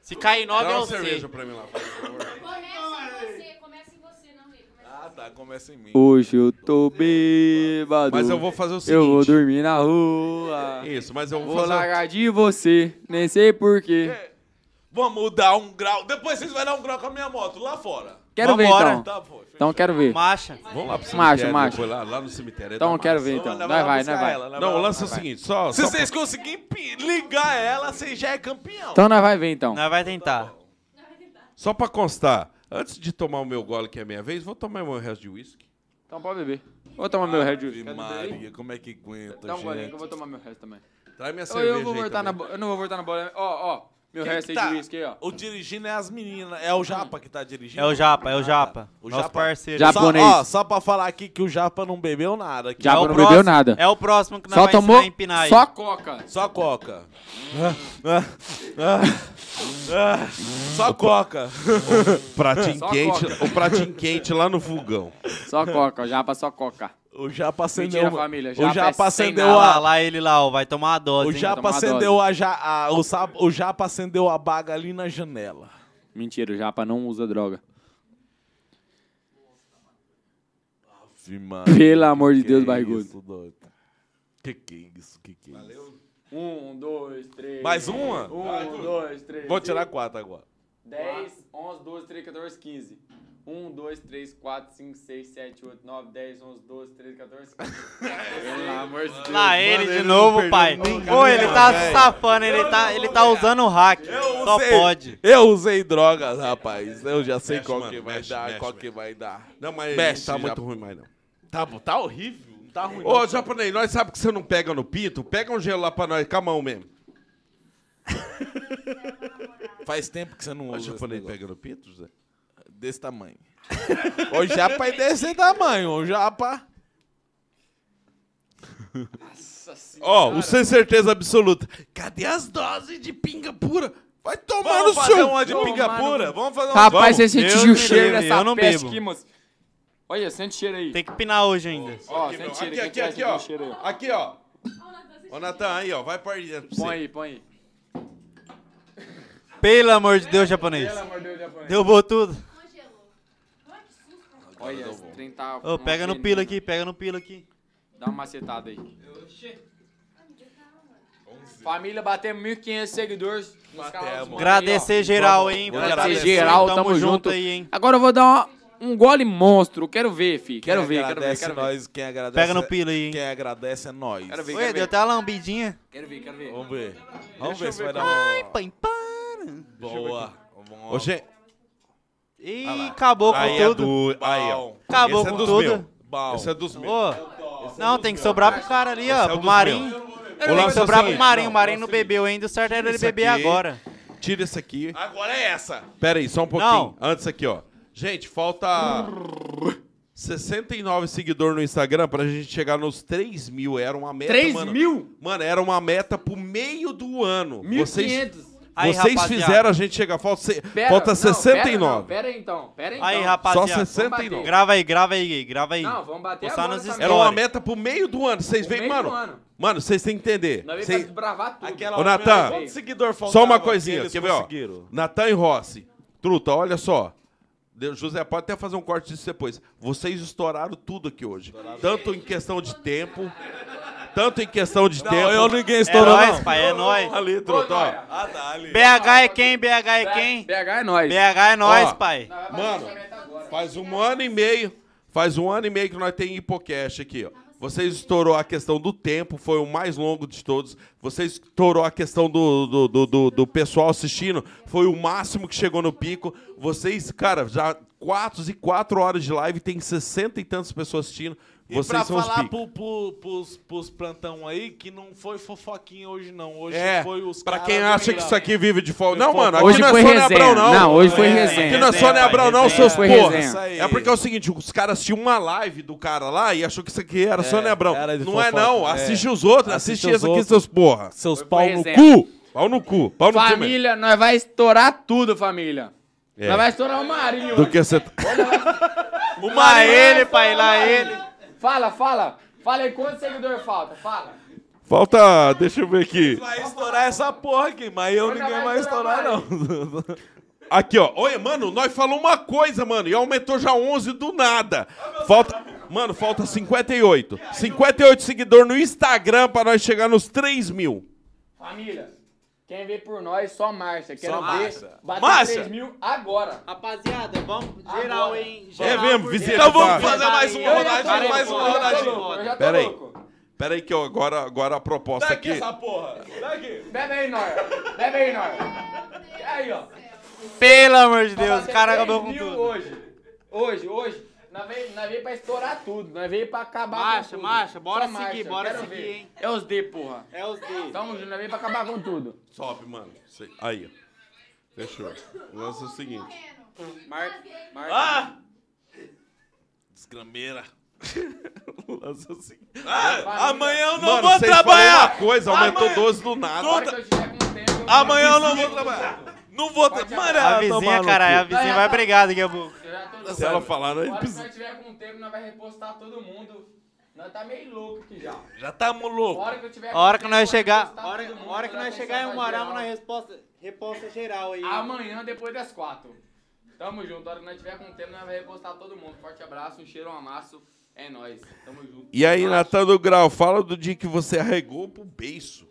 Se cair 9 Dá é uma o C. cerveja pra mim lá. Começa em você, começa em você, não eu. Começa em você. lá, Ah, tá, começa em mim. Hoje eu tô bêbado. Mas eu vou fazer o seguinte. Eu vou dormir na rua. Isso, mas eu vou Vou fazer. largar de você, nem sei porquê. Vamos dar um grau. Depois vocês vão dar um grau com a minha moto lá fora. Quero ver Vambora. então. Tá, foi. Então quero ver. Macha. Vamos lá pro Macho, cemitério. macho. Foi lá, lá no cemitério. é da Então massa. quero ver então. Vai, vai, né, vai, vai. né, Não, o lance é o seguinte, só. Se só- vocês conseguirem pi- ligar ela, vocês já é campeão. Então nós vai ver então. Nós vai tentar. Só pra constar, antes de tomar o meu gole, que é a minha vez, vou tomar meu resto de uísque. Então pode beber. Vou tomar meu Red Ave Maria, como é que aguenta, Dá um golinho que gente? eu vou tomar meu resto também. Traz minha Ô, cerveja eu, vou aí voltar na também. bo- eu não vou voltar na bola. Ó, ó. Meu Quem resto que aí tá? de uísque aí, ó. O dirigindo é as meninas. É o Japa que tá dirigindo. É o Japa, é o Japa. O nosso Japa. parceiro. Japa. Só, Japonês. ó, só pra falar aqui que o Japa não bebeu nada. aqui. Japa o não bebeu próximo- nada. É o próximo que nós Só vai tomou. ensinar a empinar aí. Só Coca. Só coca. Só coca. Pratinho Só quente, o pratinho quente lá no fogão. Só coca, ó, japa, só coca. O Japa acendeu. Mentira, família. o Japa é sem acendeu Olha nada. Tá lá, lá ele lá, ó, vai tomar uma dose, O hein? Japa tomar acendeu a, ja- a- o, sa- o Japa acendeu a baga ali na janela. Mentira, o japa não usa droga. Pelo amor de Deus, barrigudo. é Que que é isso? Que que é isso? Um, dois, três. Mais uma? Um, dois, três. Vou é tirar quatro agora. 10, 11, 12, 13, 14, 15. 1, 2, 3, 4, 5, 6, 7, 8, 9, 10, 11, 12, 13, 14, 15. Pelo amor de Deus. Lá ele de novo, pai. Ô, ele tá se safando, ele tá, ele tá usando o hack. Só Sei- pode. Eu usei drogas, rapaz. Eu já sei Mexe, qual mano, que vai mexe, dar, mexe, qual mexe. que vai dar. Não, mas Mexe, tá muito Japa. ruim mais não. Tá, bom, tá horrível. Não tá ruim. Ô, japonês, nós sabe que você não pega no pinto? Pega um gelo lá pra nós, com a mão mesmo. Faz tempo que você não Ô, usa esse japonês, negócio. pega no pinto, José? desse tamanho. o japa é desse tamanho, o japa. Ó, o sem certeza absoluta. Cadê as doses de pinga pura? Vai tomar Vamos no fazer seu... uma de pinga pura? Vamos fazer uma... Rapaz, você Deus sentiu o me cheiro livre, dessa eu não peste bebo. aqui, moço. Olha, sente cheiro aí. Tem que pinar hoje ainda. Ó, Aqui, meu. sente cheiro aqui, aí. aqui, quem aqui, quer ó. sentir o cheiro aí? Aqui, ó. Ô, Natan, aí, ó. Vai pra aí dentro pra Põe você. aí, põe aí. Pelo amor de Deus, japonês. Derrubou tudo. Olha, esse trem tá... Ô, uma pega no pena, pila mano. aqui, pega no pila aqui. Dá uma macetada aí. Família, batemos 1.500 seguidores. Os caras- Agradecer geral, hein? Agradecer Fortalecendo, geral, tamo, junto. aí, hein? Agora eu vou dar uma- um gole monstro. Quero ver, fi. Quero Quem ver, quero ver, agradece quero ver. nós, quem agradece. Pega no pila aí, hein? Quem agradece é nós. Quero ver, Ué, quero deu ver. até uma lambidinha. Quero ver, quero ver. Vamos ver. Vamos ver se vai dar é. uma Pam, pam. boa. Uma- Ô, gente... Ih, acabou com Aí, é tudo. do... aí, ó. Acabou Esse é com dos tudo. meus. Bom. Esse é dos meus. Ô, não, tem que sobrar pro cara ali, ó, é o pro dos Marinho. Tem que lance é o sobrar pro seguinte, Marinho, não, o Marinho não é não o seguinte. bebeu ainda, o certo era ele Isso beber aqui- agora. Tira isso aqui. Agora é essa. Pera aí, só um pouquinho. Não. Antes aqui, ó. Gente, falta 69 seguidores no Instagram pra gente chegar nos 3 mil. Era uma meta, 3 mano. mil? Mano, era uma meta pro meio do ano. Vocês, 1.500. Aí, vocês rapaziada. fizeram a gente chegar. Falta, se- Pera, falta não, 69. Pera, não, pera aí então, pera aí então. Aí, Só rapaziada. vamos 69. bater. Grava aí, grava aí, grava aí. Não, vamos bater Postar agora nos também. Era uma História. meta pro meio do ano. Vocês veem, meio mano. do ano. Mano, vocês têm que entender. Nós Vocês- veio pra desbravar tudo. Ô, Natan, Quantos seguidores faltavam? Só uma que coisinha, eles quer ver, ó? conseguiram? Natan e Rossi. Truta, olha só. Deus, José, pode até fazer um corte disso depois. Vocês estouraram tudo aqui hoje. Tanto em questão de tempo. Tanto em questão de tempo. Eu ninguém É estourou, nóis, não. pai, é nóis. Ali, Truta, ó. Ah, tá, ali. BH é quem? BH é quem? BH é nóis. BH é nóis, Ó. pai. Mano, faz um ano e meio. Faz um ano e meio que nós tem hipocast aqui, ó. Vocês estourou a questão do tempo, foi o mais longo de todos. Vocês estourou a questão do, do, do, do- do pessoal assistindo, foi o máximo que chegou no pico. Vocês, cara, já quatro e quatro horas de live, tem 60 e tantas pessoas assistindo. E Vocês pra são os falar picos. pro, pro, pros, pros plantão aí que não foi fofoquinha hoje, não. Hoje É, foi os pra caras quem do acha Mirão. que isso aqui vive de folga. Não, mano, aqui Hoje não é foi Sônia resenha. Abrão, não. Não, hoje foi Aqui resenha. não é Resenha, Sônia pai, Abrão, não, resenha. seus Foi porra. resenha. É porque é o seguinte, os caras assistiam uma live do cara lá e achou que isso aqui era Sônia Abrão. era de Não é fofoca. não, É. assiste os outros, assiste Assiste os esse aqui, outros. é seus porra. Seus Foi pau no resenha. cu. Cu! Pau no cu, pau no cu mesmo. Família, nós vai estourar tudo, família. É. Nós vai estourar o Marinho. Do que você... tá- Lá ele, pai, lá ele. Fala, fala. Fala aí quantos seguidores falta, fala. Falta, deixa eu ver aqui. Vai estourar essa porra aqui, mas eu ninguém vai estourar, não. Aqui, ó. Olha, mano, nós falamos uma coisa, mano, e aumentou já 11 do nada. Falta. Mano, falta 58. 58 seguidores no Instagram pra nós chegar nos 3 mil. Família, quem vê por nós, só Márcia. Quero Só ver Márcia. bater Márcia! 3 mil agora. Rapaziada, vamos geral, hein? É Geral, mesmo, por visita. geral. Então vamos fazer mais uma Eu já tô rodadinha, louco, mais uma eu já tô rodadinha. louco, eu já tô Pera aí. louco. Pera aí que eu agora, agora a proposta Daqui aqui. porra. Daqui. Bebe aí, Nora. Bebe aí, Nora. Aí, ó. Pelo amor de Pra Deus, bater o cara 3 acabou com mil tudo. hoje. Hoje, hoje. Nós veio, nós veio pra estourar tudo. Nós veio pra acabar Marcha, com tudo. marcha, bora Só seguir, marcha, bora quero seguir, ver. hein. É os D, porra. É os D. Tamo junto, nós veio pra acabar com tudo. Sobe, mano. Sei. Aí, ó. Fechou. O lance é o seguinte. Marca, marca. Ah! Desgrameira. O lance é o seguinte. Ah, amanhã eu não Mano, vou vocês trabalhar. falaram uma coisa, aumentou Amanhã- 12 do nada. Conta- Olha Amanhã eu não vou trabalhar. Não vou trabalhar. Mano, é, A eu tô vizinha, maluco. caralho, a vizinha vai brigar daqui a pouco. Se ela falar, é Agora, nós se nós tiver com um tempo, nós vai repostar todo mundo. Nós tá meio louco aqui já. Já tá A louco. hora que eu tiver A hora que com nós tempo, eu vou chegar, postar a hora, todo mundo, a hora que vai nós postar chegar em uma hora, geral. vamos na resposta, resposta geral aí. Amanhã, depois das quatro. Tamo junto. A hora que nós tiver com um tempo, nós vai repostar todo mundo. Forte abraço, um cheiro, um amasso. É nóis. Tamo junto. E aí, Natan do Grau, fala do dia que você arregou pro beiço.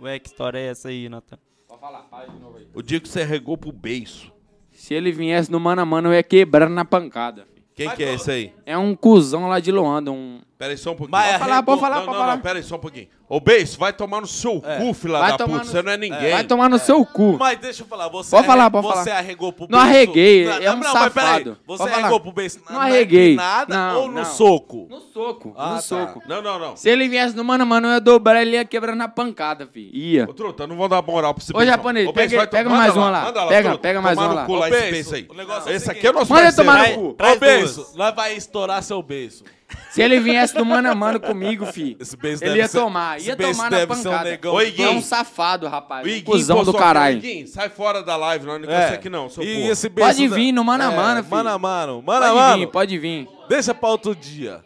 Ué, que história é essa aí, Natan? Pode falar, fala de novo aí. O dia que você arregou pro beiço. Se ele viesse no mano a mano, eu ia quebrar na pancada. Quem que é esse aí? É um cuzão lá de Loanda, um... Pera aí só um pouquinho. Vai Pode falar, arregou- pode falar, não, pode não, falar. É. Não, pera aí só um pouquinho. Ô, beiço, vai tomar no seu cu, fila Vai da tomar puta. no- Você não é ninguém. Vai tomar no seu cu. Mas deixa eu falar, você, Pode falar, arre- pode você falar. arreguou pro Não beiço? arreguei, é um mas peraí, safado. Você Pode falar. arregou pro beijo na, Não arreguei. na nada Não, ou no não. soco? No soco, Ah, no tá. soco. Não, não, não. Se ele viesse no mano a mano, eu ia dobrar, ele ia quebrar na pancada, fi. Ia. Ô, truta, não vou dar moral pra esse Ô, beijo, não. japonês, beijo, pega- vai pega manda mais uma lá. manda Pega- truta. pega mais Tomar uma no lá. cu Ô, lá, esse beijo, beijo aí. o negócio é o Esse aqui seguinte. é nosso Manda parceiro. tomar no Vai. cu. Ô, Traz beijo, duas. nós vai estourar seu beijo. Se ele viesse no mano a mano comigo, fi, Esse beijo ele deve ia ser- tomar, esse ia beijo tomar na deve ser um pancada. negão Oi, Gui. é um safado, rapaz. O Um Iguinho cuzão do postou aqui, caralho. Iguinho, sai fora da live, não é negócio aqui não, seu e porra. esse beijo Pode vir no mano a mano, fi. É, Mano a mano, mano a Pode vir, mano. pode vir. Deixa pra outro dia.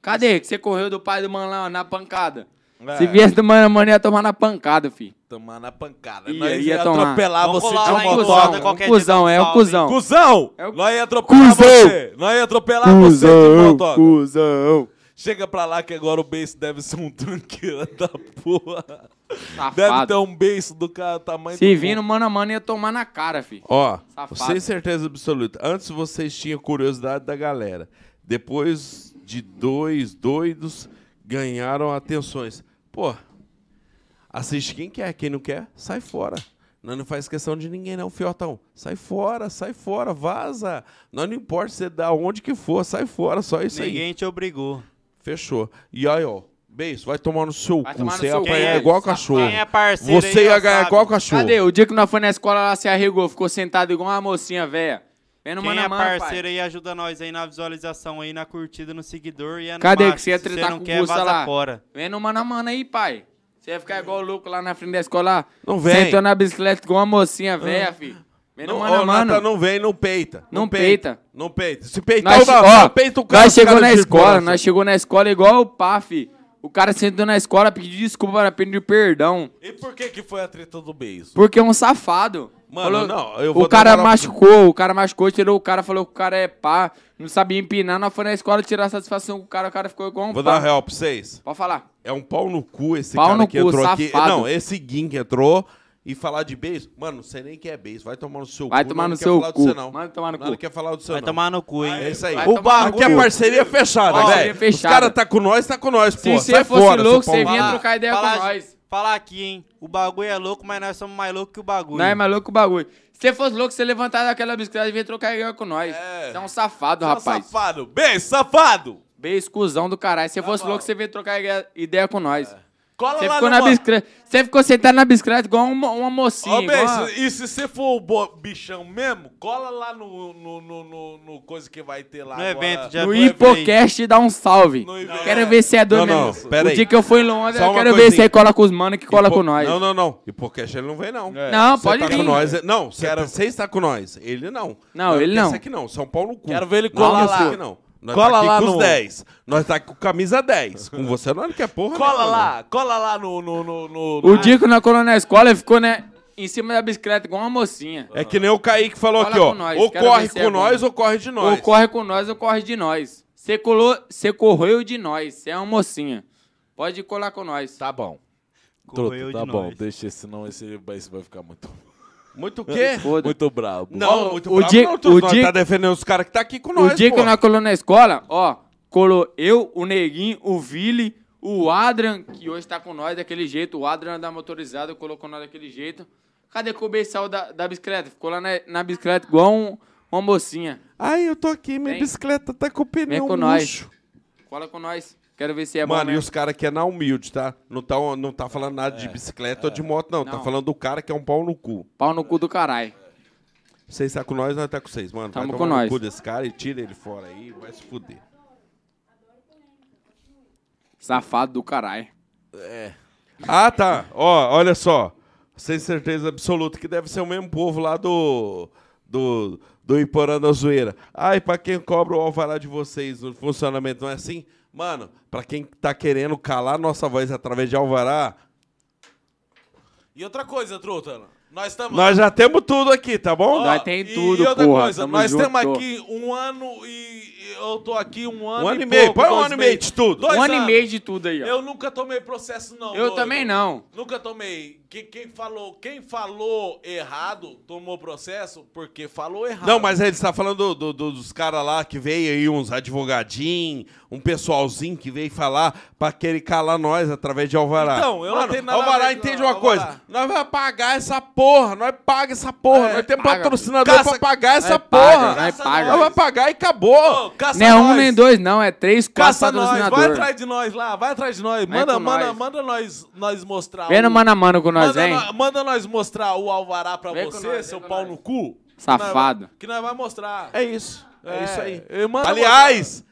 Cadê? Que você correu do pai do mano lá na pancada. É. Se viesse do mano a mano, ia tomar na pancada, fi. Tomar na pancada. Ia- nós ia ia tomar. atropelar Vamos você colar de lá em é um moto. Cusão. cuzão, moda, é um qualquer dia cuzão, dá um é um salve. cuzão. Cusão! É o- Nós ia atropelar você! Nós ia atropelar você de motoca. cuzão. Chega pra lá que agora o beijo deve ser um tranqueira da porra. Deve ter Safado. um beijo do cara tamanho Se do vir no mundo. mano a mano, ia tomar na cara, fi. Ó, Safado. sem certeza absoluta. Antes vocês tinham curiosidade da galera. Depois de dois doidos ganharam atenções. Pô, assiste quem quer, quem não quer, sai fora. Nós não faz questão de ninguém não, fiotão. Sai fora, sai fora, vaza. Nós não importa se é da onde que for, sai fora, só isso aí. Ninguém te obrigou. Fechou. E aí, ó, beijo, vai tomar no seu Vai cu. tomar no Você ia seu cu, apanhar é, igual safado. cachorro. Quem é parceiro Você aí ia já ganhar sabe. igual cachorro. Cadê? O dia que nós foi na escola, ela se arregou, ficou sentado igual uma mocinha velha. Vem no Quem mano a é mano, pai. parceiro aí ajuda nós aí na visualização aí, na curtida, no seguidor e é no Cadê macho. que você ia Se tretar não com o quer, Gusta vaza lá? fora. Vem no mano a mano aí, pai. Você ia ficar igual o louco lá na frente da escola. Não vem. Ah. Sentou na bicicleta igual uma mocinha velha, fi. Vem no Não, mano ó, a mano. Nata, não vem, não peita. é um Não peita. Não peita. Se peitar, Nós, o da- ó, peita o cara. nós os chegou caras na de escola, coração. nós chegou na escola igual o PAF. O cara sentou na escola, pediu desculpa, pediu perdão. E por que que foi a treta do beijo? Porque é um safado. Mano, não, eu vou o cara dar moral- machucou, o cara machucou, tirou o cara, falou que o cara é pá, não sabia empinar, nós foi na escola tirar satisfação com o cara, o cara ficou igual um Vou pá. dar real pra vocês. Pode falar. É um pau no cu esse Pau cara no que cu, entrou aqui. safado. Não, esse guin que entrou e falar de beijo. Mano, não sei nem que é beijo. Vai tomar no seu Vai cu. tomar não no quer seu falar cu. Do seu, não. Vai tomar no Não, não cu. quer falar do seu, Vai não. tomar no cu, hein? É isso aí. Vai O tomar no barco é cu. parceria fechada, Parceria velho. Os fechada. caras tá com nós, tá com nós, pô. Se você Sai fosse fora, seu louco, pau você no cu. vinha trocar ideia com nós. Falar aqui, hein? O bagulho é louco, mas nós somos mais loucos que o bagulho. Não é mais louco o bagulho. Se você fosse louco, você levantar daquela bicicleta e vir trocar ideia com nós. Você é um safado, Seu rapaz. Safado, beijo, safado! Beijo, cuzão do caralho. Se É você fosse louco, você veio trocar ide- ideia com nós. Cola Você lá ficou no na mano. bicicleta. Você ficou sentado na bicicleta igual uma, uma Ó, mocinha. igual beijo, uma- e se você for o bo- bichão mesmo, cola lá no, no, no, no- no coisa que vai ter lá No agora. evento, já No foi evento. Hipocast dá um salve. No evento. Quero ver se é doido Não, não, mesmo. pera o aí. dia que eu for em Londres, Só eu uma quero ver se coisinha. ele cola com os manos que cola com nós. Não, não, não. E porque ele não vem, não. Não, Você pode tá vir. com nós. é- Não, você tá- você está com nós. Ele não. Não, ele quer não. ser Aqui não. São Paulo cu. Quero ver ele Não, colar esse lá. aqui não. Nós Cola tá aqui lá com os no- 10. Nós tá com camisa 10. Com você nós não quer porra. Cola nenhuma, lá, cola lá no. no, no, no- O dia que nós colou na escola, ele ficou, né? Em cima da bicicleta, igual uma mocinha. É que nem o Kaique falou Fala aqui, ó. com nós, ou quero corre ver se com é bom. nós ou corre de nós. Ou corre com nós ou corre de nós. Você colou, você correu de nós, você é uma mocinha. Pode colar com nós. Tá bom. Truta, tá bom, deixa esse não, esse, esse vai ficar muito. Muito o quê? É. Muito brabo. Não, muito o bravo dia- não, o tu dia- tá defendendo os caras que tá aqui com o nós, dia que pô. eu nós colou na escola, ó, colou eu, o Neguinho, o Vili, o Adrian, que hoje tá com nós daquele jeito, o Adrian da motorizada colocou nós daquele jeito. Cadê que o Beissal da, da bicicleta? Ficou lá na, na bicicleta igual um- uma mocinha. Ai, eu tô aqui, minha Vem. bicicleta tá com o Vem pneu com nós. murcho. Cola com nós. Quero ver se é bom Mano, e mesmo. os caras que é na humilde, tá? Não tá, não tá falando nada de bicicleta ou de moto, não. Tá É. Não. falando do cara que é um pau no cu. Pau no cu do caralho. Vocês tá com nós, nós tá com vocês, mano. Tamo Vai com tomar no nós. cu desse cara e tira ele fora aí, vai se fuder. Safado do caralho. É. Ah, tá. Ó, olha só. Sem certeza absoluta que deve ser o mesmo povo lá do. Do, do Iporã da Zoeira. Ai, pra quem cobra o alvará de vocês no funcionamento, não é assim? Mano, pra quem tá querendo calar nossa voz através de alvará, E outra coisa, truta, nós estamos. nós já temos tudo aqui, tá bom? Ó, e- E outra coisa, nós temos aqui um ano e e eu tô aqui um ano Um ano e e meio, pouco, põe um dois ano e meio de tudo. Dois Um ano e anos. meio de tudo aí, ó. Eu nunca tomei processo, não. Eu também não. Nunca tomei. Que- Quem, falou, quem falou errado tomou processo porque falou errado. Não, mas é, ele está falando do- do- dos caras lá que veio aí, uns advogadinhos, um pessoalzinho que veio falar pra querer calar nós através de Alvará. Então, eu não Mano, tenho nada a Alvará ver com- entende uma Alvará. coisa. Nós vamos pagar essa porra, nós paga essa porra. nós temos patrocinador Caça- É, pra pagar essa Nós é paga, porra. nós paga. vamos pagar e acabou. caça Não é um nem dois, não. É três, quatro Caça nós, vai patrocinadores. atrás de nós lá, vai atrás de nós. Vai Manda, com manda, nós. manda nós, nós mostrar. Vem no mano a mano com nós, um. manda, hein? nó- manda nós mostrar o alvará pra Vem com você, nós, vem seu com pau nós. no cu. Safado. Que nós vai mostrar. É isso. É, É, isso aí. eu mando- Aliás,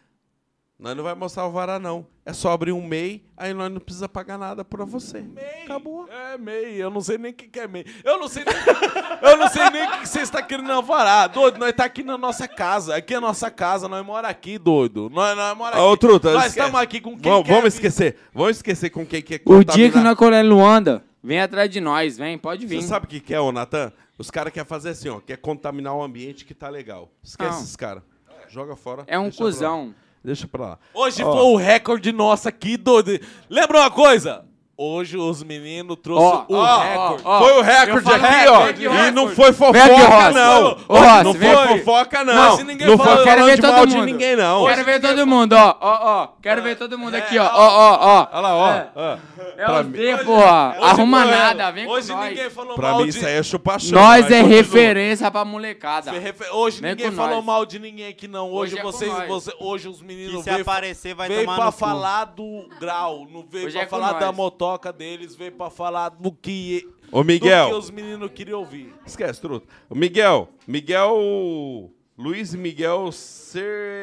nós não vai mostrar Alvará, não. É só abrir um MEI, aí nós não precisa pagar nada pra você. Acabou. É MEI, eu não sei nem o que, que é MEI. Eu não sei nem, eu não sei nem o que que você está querendo alvará. Doido, nós tá aqui na nossa casa. Aqui é a nossa casa, nós mora aqui, doido. Nós, nós mora aqui. Ô, Truta, nós Ah, tá, esquece. estamos aqui com quem Vamos, quer vamos vir. esquecer. Vamos esquecer com quem quer O dia que contaminar. nós colher em Luanda, vem atrás de nós, vem. Pode vir. Você sabe o que, que é, ô Natan? Os caras querem fazer assim, ó. Quer contaminar o ambiente que tá legal. Esquece Não. esses caras. Joga fora. Ah. É um deixa pra lá. cuzão. Deixa pra lá. Hoje Ó. foi o recorde nosso aqui, doido. Lembra uma coisa? Hoje os meninos trouxeram Ó, o ó, recorde. ó, ó. Foi o recorde Eu falo aqui, ó. recorde, E recorde. não foi fofoca, Vem aqui, Rossi. não. Ô, Rossi, não vem foi aqui. fofoca, não. Mas Não, se ninguém não fala- foi Quero falando ver de mal todo de mundo. ninguém, não. Quero ver todo mundo, ó, ó, ó. Quero ver todo mundo aqui, ó, ó, ó, ó. Olha lá, ó. ó. É Pra o mim- D, porra. Hoje Arruma foi- nada, vem com Hoje nós. ninguém falou Pra mal mim de... isso aí é chupar chão, Nós mas é continua. referência pra molecada. Refe- Hoje Vem ninguém com falou nós. mal de ninguém aqui, não. Hoje, Hoje é com vocês, nós. você- hoje os meninos Que se veio- aparecer, vai veio tomar pra no cu. falar do grau, não veio Hoje pra é com falar nós. da motoca deles, veio pra falar do que, Ô, do que Miguel. os meninos queriam ouvir. Esquece, truta. O Miguel. Miguel. Luiz Miguel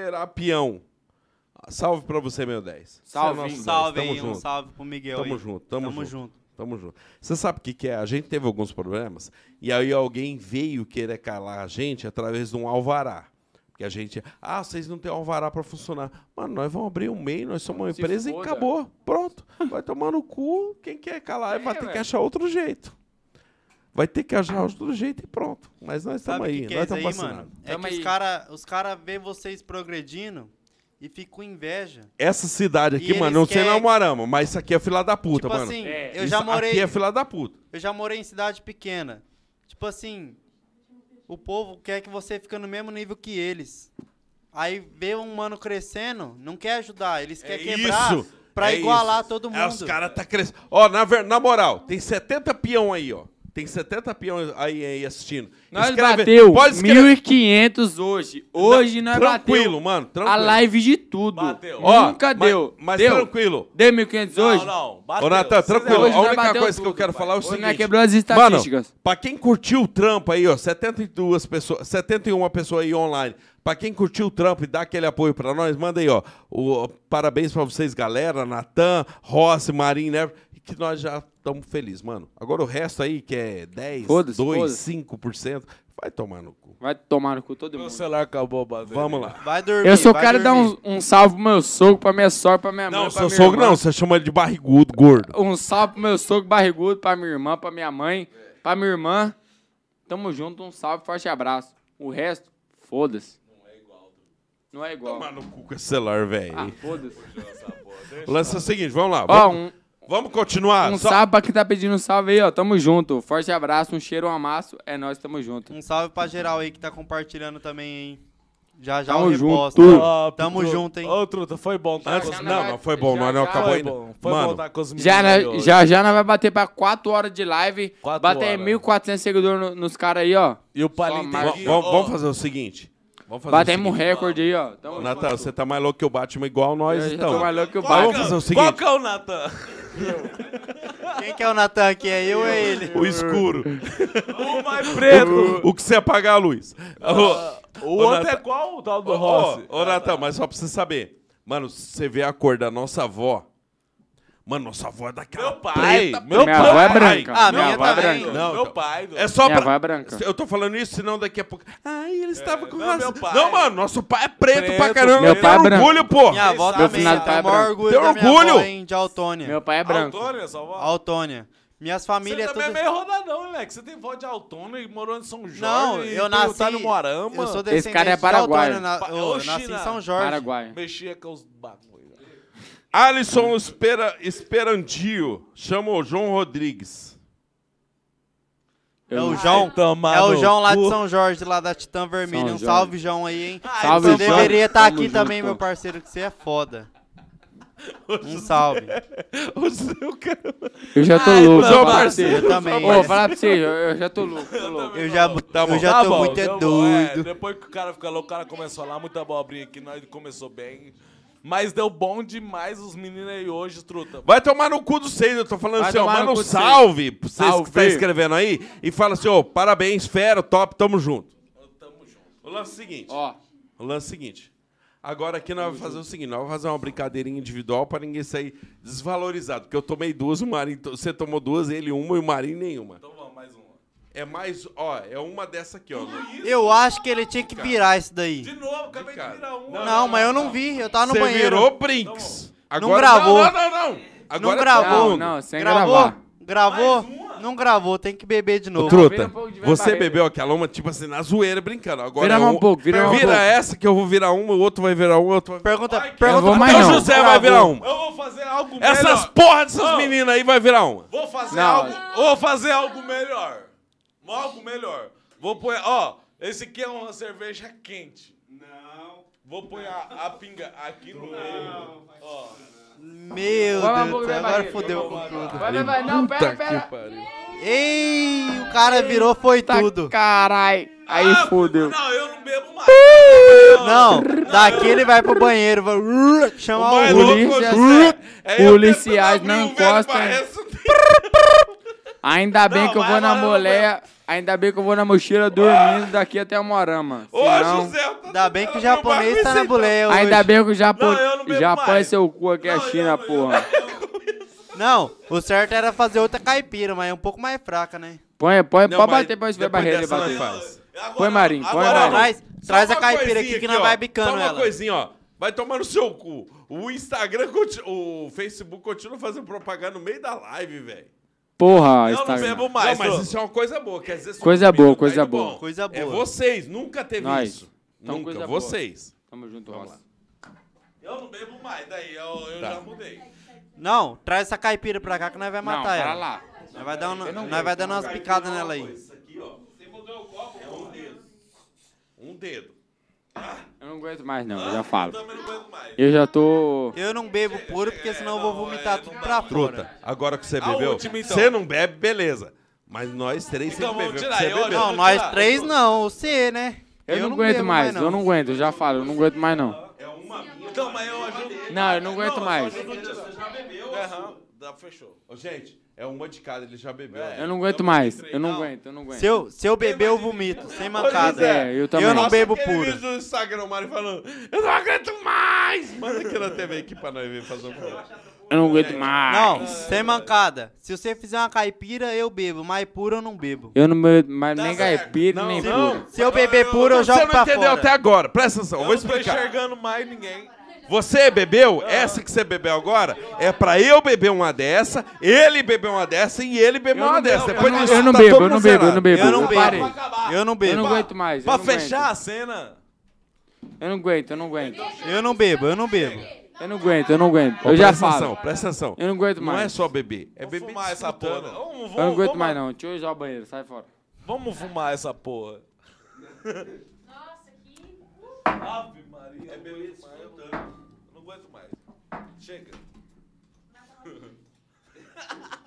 Serapião. Salve pra você, meu 10. Você é Salve, nosso 10. Salve Tamo aí, um junto. salve pro Miguel Tamo aí. junto, tamo, Tamo junto. junto. Tamo junto. Você sabe o que, que é? A gente teve alguns problemas e aí alguém veio querer calar a gente através de um alvará. Porque a gente. Ah, vocês não têm alvará pra funcionar. Mano, nós vamos abrir um MEI, nós somos uma Se empresa e foda. acabou. Pronto. Vai tomar no cu. Quem quer calar vai ter que velho. achar outro jeito. Vai ter que achar outro jeito e pronto. Mas nós estamos Sabe o aí, que, que é nós isso aí, estamos mano? vacinando. É Tamo que os aí. caras os cara vê vocês progredindo e ficam com inveja. Essa cidade E aqui, eles mano, não sei querem- lá o Arama, mas isso aqui é fila da puta, tipo mano. assim, É. eu Isso já morei. Aqui é fila da puta. Eu já morei em cidade pequena. Tipo assim, o povo quer que você fique no mesmo nível que eles. Aí vê um mano crescendo, não quer ajudar, eles querem quebrar É isso, pra é igualar isso. todo mundo. É, os caras tá crescendo. Ó, na, ver- na moral, tem 70 peão aí, ó. Tem 70 peão aí, aí assistindo. Nós Escreve- bateu Pode escrever. 1.500 hoje. Hoje nós Tranquilo, bateu mano. a Tranquilo. live de tudo. Bateu. Ó, Nunca mas- deu. Mas deu. tranquilo. Deu 1.500 Não, hoje? não, Ô, bateu. Natan, Vocês tranquilo. hoje A nós única bateu coisa que eu tudo, quero pai. falar é o Hoje nós seguinte. quebrou as Mano, estatísticas. pra quem curtiu o trampo aí, ó, 72 pessoas, 71 pessoas aí online. Pra quem curtiu o trampo e dá aquele apoio pra nós, manda aí, ó. O, parabéns pra vocês, galera. Natan, Rossi, Marinho, né? Que nós já estamos felizes, mano. Agora o resto aí, que é 10, Foda-se, 2, foda-se. 5%, vai tomar no cu. Vai tomar no cu todo Meu mundo. celular acabou a bateria. Vamos lá. Vai dormir. Eu só vai quero dar dormir. um, um salve pro meu sogro, pra minha sogra, pra minha mãe, Não, pra seu minha sogro irmã. não, você chama ele de barrigudo, gordo. Um salve pro meu sogro barrigudo, pra minha irmã, pra minha mãe. Pra minha irmã, tamo junto, um salve, forte abraço. O resto, foda-se. Não é igual. Não é igual. Com esse celular, velho. Ah, foda-se. O lance é o seguinte, vamos lá. Ó, vamos, um, vamos continuar. um Só- salve pra quem tá pedindo salve aí, ó. Tamo junto. Forte abraço, um cheiro, um amasso. É nós, tamo junto. Um salve pra geral aí que tá compartilhando também, hein? Já já Tamo o reposta. junto. Tamo Tru- junto, hein? Ô, Truta, foi bom. Tá Antes- com- não, não, foi bom. nós não acabou foi ainda. bom, foi Mano, bom tá com os Já, meninos né, hoje. já, já nós vai bater pra 4 horas de live. Quatro bater horas. 1.400 seguidores no- nos caras aí, ó. E o Palim Só tem mais- que- vamos, Ó, vamos fazer o seguinte. Vamos fazer o Batemos um seguinte. recorde aí, ó. Tamo Natan, você tá mais louco que o Batman igual nós, Eu já então. tô mais louco que o Mas Batman. Vamos fazer o Qual seguinte. que é o Natan? Quem que é o Natan aqui? É eu ou é ele? O escuro. O mais preto. o que você apagar a luz. O outro é Natan- qual o tal do Ô, Rossi? Ô, ô Natan, mas só pra você saber. Mano, você vê a cor da nossa avó. Mano, nossa avó é daquela Meu pai. preta. Meu Minha pai. avó é branca. Ah, minha minha avó é também. branca. Não, Meu então- pai. do- É só Minha avó pra... é branca. Eu tô falando isso, senão daqui a pouco... Ai, ele estava com É, não, razão. meu pai. Não, mano, nosso pai é preto, Preto, pra caramba. meu tem um pai é branco. orgulho, pô. Minha avó Meu também. finado eu tá tenho o branco. maior orgulho Tem da minha orgulho? avó, hein? De Altônia. Meu pai é branco. Autônia, sua avó? Altônia. Minhas Você famílias é também tudo... é meio rodadão, né? Que você tem voz de Altona e morou em São Jorge. Não, e eu tem o nasci... Tálio Morama. Eu sou Esse cara é descendente de paraguaio. Altônia, na- Pa- Eu Oxi, nasci em na- São Jorge. Paraguai. Mexia com os bagulho. Alisson Espera, Esperandio chama o João Rodrigues. É o Eu- João. Tomar É o no João lá de cu. São Jorge, lá da Titã Vermelha. São um Jorge. salve, João, aí, hein? Ah, Salve, Você João. deveria estar Tamo aqui junto. também, meu parceiro, que você é foda. Um salve. O seu cara- Eu já tô Ai, louco. não, Ô, Eu parceiro. também. Ô, falar pra você, eu, eu já tô louco, tô louco. Eu já, eu já Tá tô bom, muito tá bom, doido. é, depois que o cara fica louco, o cara começou lá, muita abobrinha aqui, nós começou bem. Mas deu bom demais os meninos aí hoje, truta. Vai tomar no cu do seis, eu tô falando Vai assim, ó, tomar no manda um cu do salve pra vocês Salve. que tá escrevendo aí e fala assim, ó, parabéns, fera, top, tamo junto. Tamo junto. O lance é o seguinte, Ó, o lance é o seguinte. Agora aqui nós vamos fazer o seguinte, nós vamos fazer uma brincadeirinha individual pra ninguém sair desvalorizado, porque eu tomei duas, o Marinho, to- você tomou duas, ele uma e o Marinho nenhuma. Então vamos, mais uma. É mais, ó, é uma dessa aqui, ó. Eu acho que ele tinha que virar isso daí. De novo, acabei de cara. virar um. Não, mas eu não vi, eu Tá tava no Você banheiro. virou Brinks. gravou. Não, não, não. não. Agora Não é gravou. todo mundo. Não, não, sem Gravou? gravar. Gravou? Mais uma? Não gravou, tem que beber de novo. vira Truta, um pouco de você barreira. bebeu aquela uma, tipo assim, na zoeira, brincando. Agora Vira é mais um pouco, vira mais um pouco. essa que eu vou virar uma, o outro vai virar uma, o outro vai virar Pergunta, Eu pergunta vou uma. mais Até o não. José vai virar uma. Eu vou fazer algo Essas melhor. porra dessas Ô. meninas aí vai virar uma. Vou fazer Não. algo. Vou fazer algo melhor. Algo melhor. Vou pôr. Ó, esse aqui é uma cerveja quente. Não. Vou pôr a, a pinga aqui no meio. Ó. Meu Vai lá, Deus, vou do céu, beber agora barriga. fudeu com tudo. Vai, vai, vai. Não, pera, pera. Ei, o cara virou foi tá tudo. Carai. Aí Ah, fudeu. Não, eu não bebo mais. Não, daqui ele vai pro banheiro, vai uh, chamar o Mais Hulk. louco, é polícia- José. É eu policiais tentando abrir não o velho encostam. parece um- Ainda bem Não, que eu vai, vou na vai, vai, moleia. Ainda bem que eu vou na mochila dormindo daqui até o Morama. Ô, Senão, José, tá eu tô Ainda bem que o tentando abrir o japonês bagulho é tá sem- na buleia hoje. ainda bem que o Japão, Não, eu não bebo Japão é mais. seu cu aqui, é a Não, eu China, não- eu porra. Não, o certo era fazer outra caipira, mas é um pouco mais fraca, né? Põe, põe, Não, pode mas bater É pra ver depois barreira e dessa bater. nós faz. Agora- Põe, Marinho, põe, agora Marinho. não. Traz, traz Só a uma caipira coisinha aqui que nós ó. vai bicando Só uma ela. coisinha, ó. Vai tomar no seu cu. O Instagram, conti- o Facebook continua fazendo propaganda no meio da live, velho. Porra, Eu não Instagram. bebo mais. Não, mas truta. isso é uma coisa boa. Quer dizer, Coisa subindo, boa, tá coisa indo boa. bom. Coisa É boa. vocês, nunca teve Nós. isso. Então, nunca, coisa boa. vocês. Tamo junto, Ross. Eu não bebo mais, daí eu, eu Tá. já mudei. Não, traz essa caipira pra cá que nós vai Não, matar para ela. lá. Nós vai dar, um, nós vai dar umas picadas nela aí. É Um dedo. Eu não aguento mais, não, eu já falo. Também não bebo mais. Eu já tô. Eu não bebo puro porque senão eu vou vomitar tudo pra Truta, fora. agora que você A bebeu, última, então. você não bebe, beleza. Mas nós três Então, sempre bebemos. vamos tirar Você aí, ó, bebeu. Não, vamos nós tirar. três não, você, né? Eu, não aguento bebo mais, eu não aguento, eu já falo, eu não aguento mais, não. Então, mas eu ajudo. Não, eu não aguento mais. Você já bebeu? Aham. Dá, fechou. Ô, Gente, é uma de cada, ele já bebeu. Eu não aguento mais, eu não aguento, eu não aguento. Se eu, se eu beber, eu vomito, sem mancada. é, eu também. não Nossa, bebo Aquele vídeo puro. do Instagram, o Mário falando, eu não aguento mais! Manda aqui na TV aqui pra nós ver fazer um programa. Eu não aguento mais. Não, sem mancada. Se você fizer uma caipira, eu bebo, mas puro eu não bebo. Eu não bebo mais nem certo. caipira, nem puro. Se eu beber puro, eu Você jogo não pra entendeu tá? fora. até agora, presta atenção, eu Eu vou não tô explicar. enxergando mais ninguém. Você bebeu? Essa que você bebeu agora é pra eu beber uma dessa, ele beber uma dessa e ele beber uma dessa. Depois não- disso eu não tá bebo, todo eu não mundo bebo, eu zerado. não bebo. Eu não Eu parei. bebo. Eu não bebo. Eu não aguento mais. Pra eu não aguento. fechar a cena. Eu não aguento, eu não aguento. Eu não bebo, eu não bebo. Eu não aguento, eu não aguento. Ó, Eu já presta atenção, falo. presta atenção. Eu não aguento Não é mais. só beber, é beber fumar essa disputando. porra. Vamos, Eu não vamos, aguento vamos- mais, não. Deixa eu usar o banheiro, sai fora. Vamos fumar essa porra. Ave Maria, é beber disputando. Eu Não aguento mais. Chega.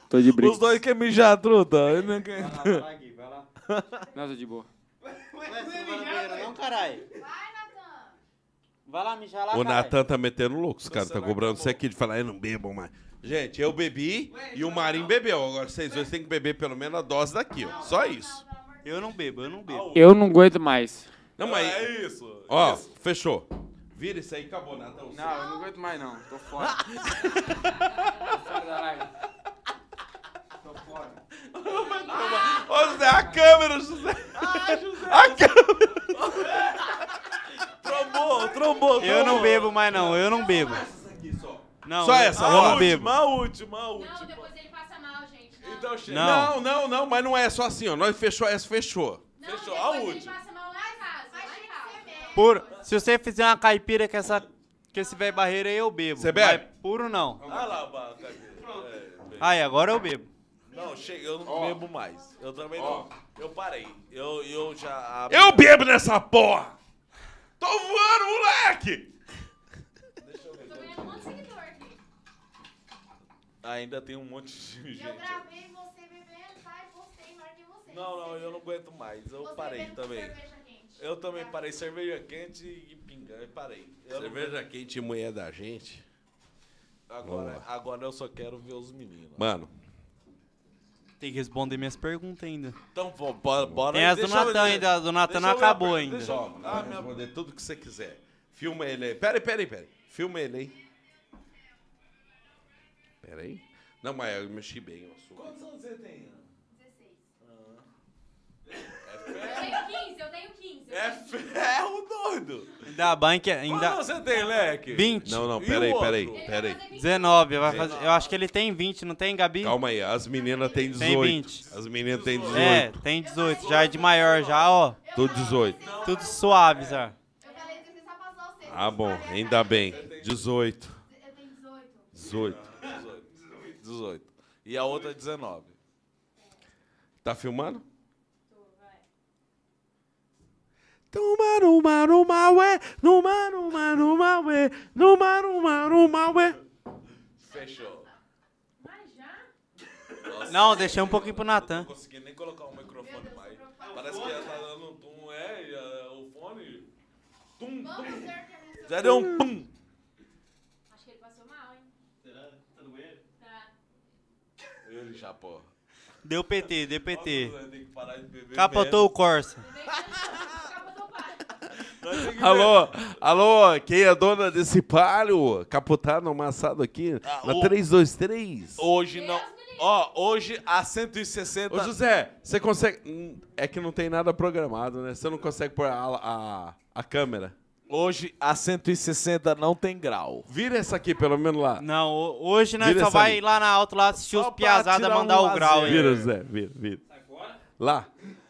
Tô de brinco. Os dois querem é mijar, truta. Eu não aguento. Não, tô de boa. Ué, você não vai no banheiro não, caralho? Vai, Natan. Vai lá, mijar lá, O caralho. Natan tá metendo louco, os caras tá cobrando você aqui de falar, eu não bebo mais. Gente, eu bebi e o Marinho bebeu. Agora vocês dois têm que beber pelo menos a dose daqui, ó. Só isso. Eu não bebo, eu não bebo. Eu não aguento mais. Não, mas. É isso. Ó, fechou. Vira isso aí, acabou, Natão. Não, eu não aguento mais, não. Tô fora. Tô fora da live. Tô fora. Ô, José, a câmera, José! A câmera! Trombou, trombou. Eu não bebo mais não, eu não bebo. Não, Só eu- essa, eu rola. não bebo. A última, a Tipo, última. Então chega. Não. Não. não, não, mas não é só assim, ó. Nós fechou essa, fechou. Fechou, a última. Puro. Se você fizer uma caipira com essa com esse velho barreiro aí eu bebo. Você bebe? Mas puro não. Ah lá, baca. É. Aí agora eu bebo. Não, chega, eu não bebo mais. Eu também não. Eu parei. Eu, eu já. a- Eu bebo nessa porra! Tô voando, moleque! um Ainda tem um monte de gente. aqui. tá? Não, não, eu não aguento mais. Eu parei também. Eu Tá? também parei. Cerveja quente e pinga. Eu parei. Eu não- Cerveja quente e mulher da gente. Agora, Vamos agora eu só quero ver os meninos. Mano, Tem que responder minhas perguntas ainda. Então, pô, bora. bora Tem as do deixa eu- Natan ainda, as do Natan não deixa eu ver a acabou per- ainda. deixa eu- vai Ah, minha- responder tudo que você quiser. Filma ele aí. Pera aí, pera aí, pera aí. Filma ele aí. Pera aí. Não, mas eu mexi bem o assunto. Quantos anos você tem? Ana? É ferro doido. Ainda bem que Quantos ainda anos você tem, Leque? 20, Não, não, E pera o aí, outro? pera aí, pera aí. 19, vai fazer. Eu acho que ele tem 20, não tem, Gabi? Calma aí, as meninas têm 18. 20. As meninas têm 18. É, tem 18, já é de maior já, ó. Tô 18. Tudo suave, já. Ah, bom, ainda bem. 18. 18. 18. 18. E a outra é 19. Tá filmando? Numa, numa, numa, ué. Numa, numa, numa, ué. Numa, numa, numa, ué. Fechou. Não, deixei um pouquinho pro Natan. Não consegui nem colocar o microfone mais. Parece que já tá dando um tum, é, já- o fone. Tum, tum. Já deu um tum. Ele já, porra. Deu PT, deu PT. Nós tem que parar de beber. Capotou o Corsa. Alô, alô, quem é dona desse palio? Capotado, amassado aqui. Ah, na o- 323. Hoje não. Ó, hoje a 160. tá- Ô, José, você consegue. Hum, É que não tem nada programado, né? Você não consegue pôr a, a, a câmera. Hoje a 160 não tem grau. Vira essa aqui, pelo menos lá. Não, ho- hoje nós Vira só essa vai ali. lá na alto lá assistir Só os pra piazada tirar um mandar o grau lazer. aí. Vira, José, vira, vira. Lá. um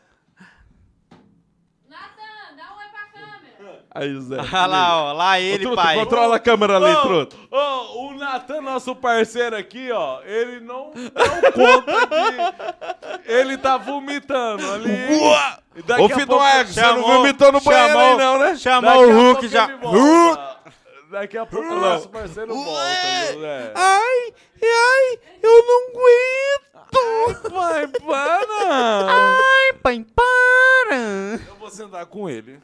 Aí, José. Olha lá, ó, lá Ô, ele, Truta, pai. Controla a câmera ali, Truta. Ô, ô, o Natan, nosso parceiro aqui, ó, ele não, não conta que ele tá vomitando ali. Ua! E daqui Ô, a Fidon pouco- Egg, você não Chamou- vomitou no banheiro chamou- aí, não, né? daqui a Chamar o pouco Hulk ele já. volta. Daqui a pouco o nosso parceiro volta, José. Ai, ai, eu não aguento. Vai, para! Ai, pai, para! Eu vou sentar com ele.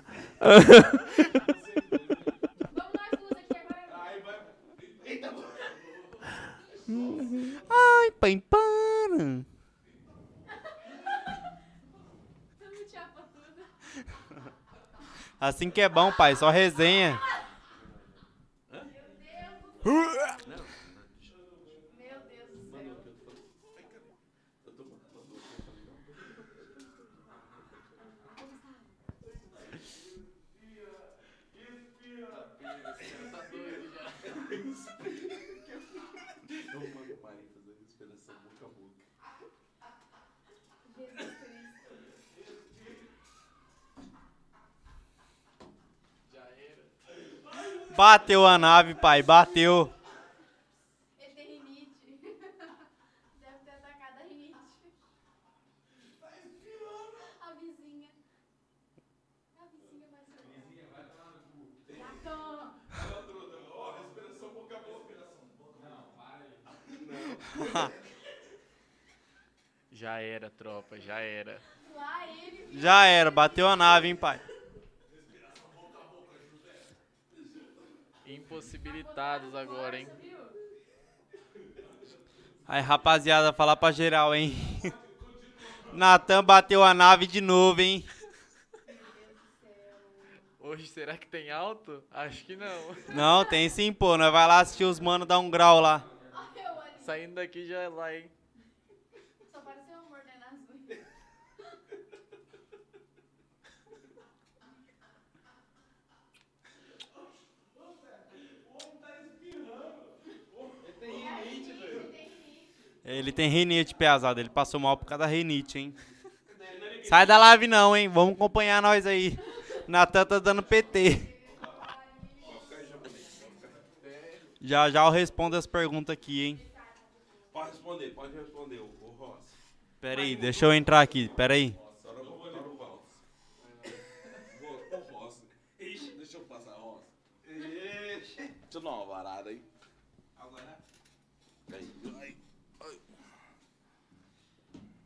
Ai, pai, para! Assim que é bom, pai, só resenha. Maricas aí, esperança boca a boca. Jesus Cristo. Bateu a nave, pai, bateu. Ele tem rinite. Deve ter atacado a rinite. Tá espirando. A vizinha. A vizinha vai ser. A vizinha vai tomar no cu. Gatão. Ó, respiração boca a boca. Não, para Já era, tropa, já era. Lá ele. Já era, bateu a nave, hein, pai. Impossibilitados agora, hein? Aí, rapaziada, falar pra geral, hein? Natan bateu a nave de novo, hein? Hoje será que tem alto? Acho que não. Não, tem sim, pô. Nós vai lá assistir os mano dar um grau lá. Saindo daqui já é lá, hein? Só pareceu um mordenazo. Ele tem rinite, pesado. Ele passou mal por causa da rinite, hein? Sai da live não, hein? Vamos acompanhar nós aí. Natan tá dando PT. Já já eu respondo as perguntas aqui, hein? Pode responder, pode responder, o, o Ross. Pera aí, deixa eu entrar aqui. Pera aí. Nossa, agora eu vou ali pro Valls. Vou, o Ross. Ixi, deixa eu passar, Ross. Ixi. Deixa eu dar uma varada aí. Agora. Aí, ai.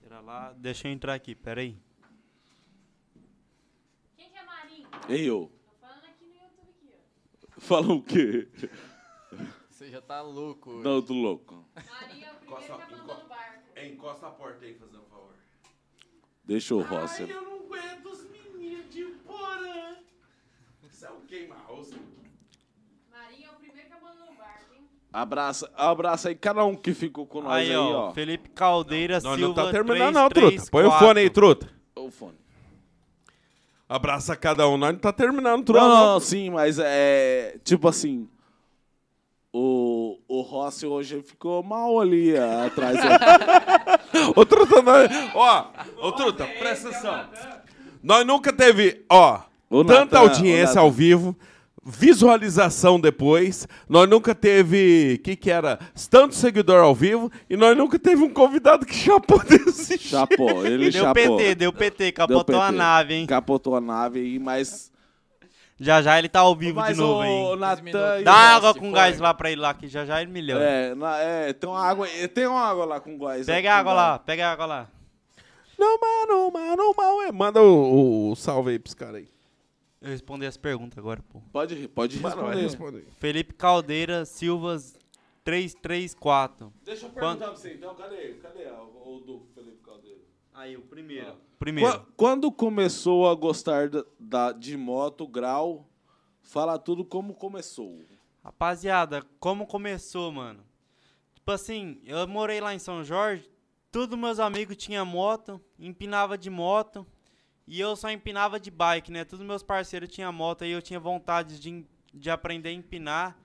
Pera lá, deixa eu entrar aqui. Pera aí. Quem que é Marinho? Ei, eu. Tô falando aqui no YouTube aqui, ó. Fala o quê? Você já tá louco. hoje. Não, eu tô louco. Marinho é o primeiro que Encosta, abandonou o barco. encosta, encosta a porta aí, fazer um favor. Deixa o Ross. Ai, eu não aguento os meninos de porã. Isso é o queima-rosa. Marinho é o primeiro que abandonou o barco, hein? Abraça, abraça aí cada um que ficou com nós aí, Aí, ó. Felipe Caldeira Não, Silva. não tá terminando, três, não, três, truta. Põe o quatro. fone aí, truta. O fone. Abraça cada um, nós não tá terminando, truta. Não, não, sim, mas é. Tipo assim. O, o Rossi hoje ficou mal ali ah, atrás. Ô, truta, nós... Ó, ô, truta, presta atenção. Nós nunca teve, ó, Ô, tanta Natan, ô, audiência Natan. ao vivo, visualização depois, nós nunca teve, que que era, tanto seguidor ao vivo, e nós nunca teve um convidado que chapou desse jeito. chapou, ele Deu chapou. PT, deu PT. Capotou a nave, hein? Capotou a nave aí, mas. Já já ele tá ao vivo mas de novo, o hein? Natan. Dá água se com for. gás lá pra ele lá, que já já ele milhão. É, na- é, tem uma água. Tem uma água lá com gás. Pega a água lá, pega a água lá. Não, mano, mano, mano, é, manda o, o- o salve aí pros caras aí. Eu respondi as perguntas agora, pô. Pode, pode Mano, vai responder. responder. Felipe Caldeira Silvas 334. Deixa eu perguntar pra você então, cadê? Cadê o, do Felipe Caldeiro? Aí, o primeiro. Quando, Primeiro. começou a gostar da, da- de moto, grau, fala tudo como começou. Rapaziada, como começou, mano? Tipo assim, eu morei lá em São Jorge, todos meus amigos tinham moto, empinava de moto, e eu só empinava de bike, né? Todos meus parceiros tinham moto, e eu tinha vontade de, em- de aprender a empinar.